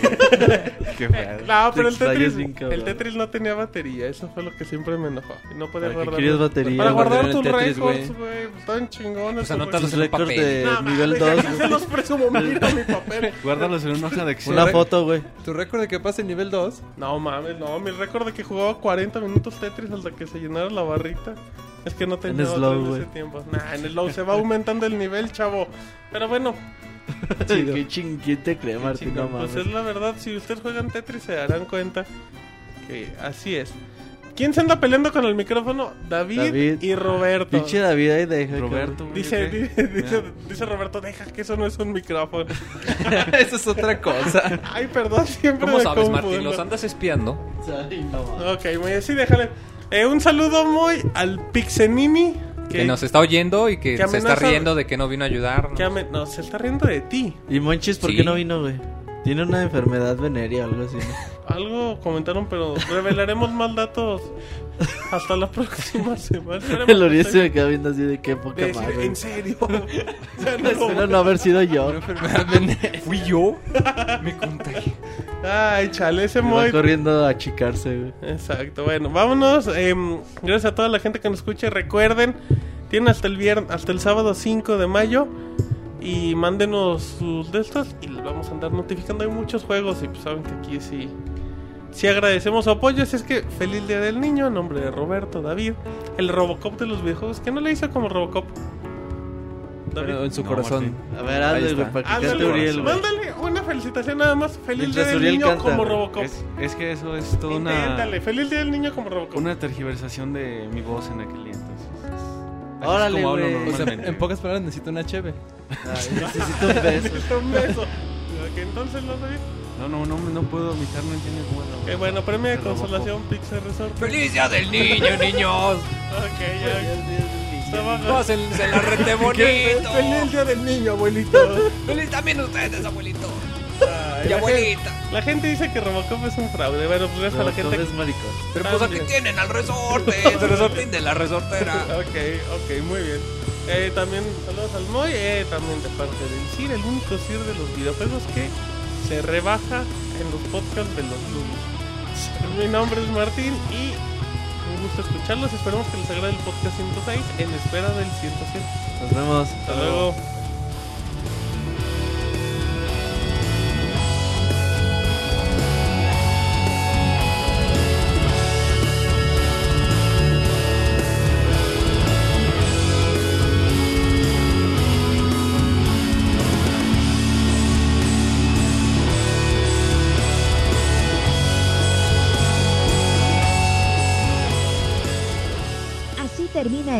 F: Qué
B: Eh,
F: feo.
B: No, pero el
D: extrañas
B: Tetris,
D: bien, cabrón.
B: el Tetris no tenía batería, eso fue lo que siempre me enojó. y No podía
D: ¿Para qué
B: guardar.
D: querías batería,
B: Para
D: güey?
B: guardar
E: En el
B: tus
E: Tetris,
B: récords, güey. Están chingones.
C: Pues anótalos
D: Tus
C: en un
D: récords
C: papel.
D: de
B: No, mames,
D: nivel 2.
B: ya Se los presumo, me mira mi papel.
F: Guárdalos en una hoja de Excel.
D: Una foto, güey.
E: Tu récord de que pase el nivel 2.
B: No mames, no, mi récord de que jugaba 40 minutos Tetris hasta que se llenara la barrita. Es que no tenía otro
D: slow,
B: en ese
D: güey.
B: tiempo. Nah, en el low se va aumentando el nivel, chavo. Pero bueno,
D: Qué ching, ¿quién te cree, Martín? No
B: Chingón, pues es
D: mames.
B: la verdad, si ustedes juegan Tetris se darán cuenta que así es. ¿Quién se anda peleando con el micrófono? David,
D: David.
B: y Roberto.
D: Pinche David ahí de
F: Roberto.
B: Dice,
F: güey,
B: dice, dice-
F: Mira.
B: dice Roberto, deja que eso no es un micrófono.
E: Eso es otra cosa.
B: Ay, perdón, siempre
C: ¿Cómo
B: me
C: sabes,
B: confundo.
C: Martín? ¿Los andas espiando?
D: Ay, no mames.
B: Ok, muy bien, sí, déjale. Eh, un saludo muy al Pixenimi.
C: Que nos está oyendo y que,
B: que
C: se está
B: amenaza-
C: riendo de que no vino a ayudar.
B: que ame- no, se está riendo de ti.
D: ¿Y Monchis por
C: Sí.
D: qué no vino, güey? Tiene una enfermedad venérea o algo así, ¿no?
B: Algo comentaron, pero revelaremos más datos hasta la próxima semana.
D: El Uriel se me queda viendo así de qué poca
B: De decir,
D: madre.
B: en serio. O sea, no.
D: Espero no haber sido yo.
C: ¿Fui yo? Me contagié.
B: Ay, chale, ese
D: Va
B: muy.
D: corriendo a achicarse, güey.
B: Exacto, bueno, vámonos. em, gracias a toda la gente que nos escucha. Recuerden, tienen hasta el viernes, hasta el sábado 5 de mayo. Y mándenos sus de estas y les vamos a andar notificando. Hay muchos juegos y pues saben que aquí sí. Sí agradecemos su apoyo, así es que feliz día del niño, en nombre de Roberto, David, el Robocop de los videojuegos, que no le hizo como Robocop. David.
E: en su
F: No,
E: corazón.
D: A ver,
E: Ahí
D: hazle,
E: está.
D: güey, para que
B: Ándale,
D: cante Uriel, güey.
B: Ah, mándale una felicitación nada más. Feliz
D: Mientras
B: día del
D: Uriel
B: niño
D: canta,
B: como
D: güey.
B: Robocop.
F: Es, es que eso es toda una,
B: Inténtale, feliz día del niño como Robocop.
F: una tergiversación de mi voz en aquel día. Entonces, es- así
D: Órale,
F: es como hablo
D: güey.
E: O sea,
F: normalmente.
E: en pocas palabras necesito una cheve.
D: Ay, necesito un beso.
B: Necesito un beso. Ok, entonces no David.
F: No, no, no, no puedo imitar, no entiendo cómo hablo,
B: Ok,
F: güey.
B: Eh, bueno, premio de
F: El Robocop.
B: consolación Pixar Resort. Ok,
C: ¡Feliz día del niño, niños!
B: ya. Estaba-
C: Pásense en la rete bonito.
B: Feliz día del niño, abuelito.
C: ¡Feliz también ustedes, abuelito!
B: Ay,
C: ¡Y
B: la, gente,
C: abuelita!
B: la gente dice que Robocop es un fraude. Bueno, pues gracias a la
D: Tú
B: gente.
D: eres maricón.
C: Pero pues aquí
B: Ándale.
C: tienen al resorte, el resortín de la resortera.
B: Ah, Ok, ok, muy bien. Eh, también saludos al Moy, eh, también de parte del CIR, el único CIR de los videojuegos que se rebaja en los podcasts de los lunes. Mi nombre es Martín y un gusto escucharlos. Esperemos que les agrade el podcast 106 en espera del 107.
D: Nos vemos.
B: Hasta luego.
A: Así termina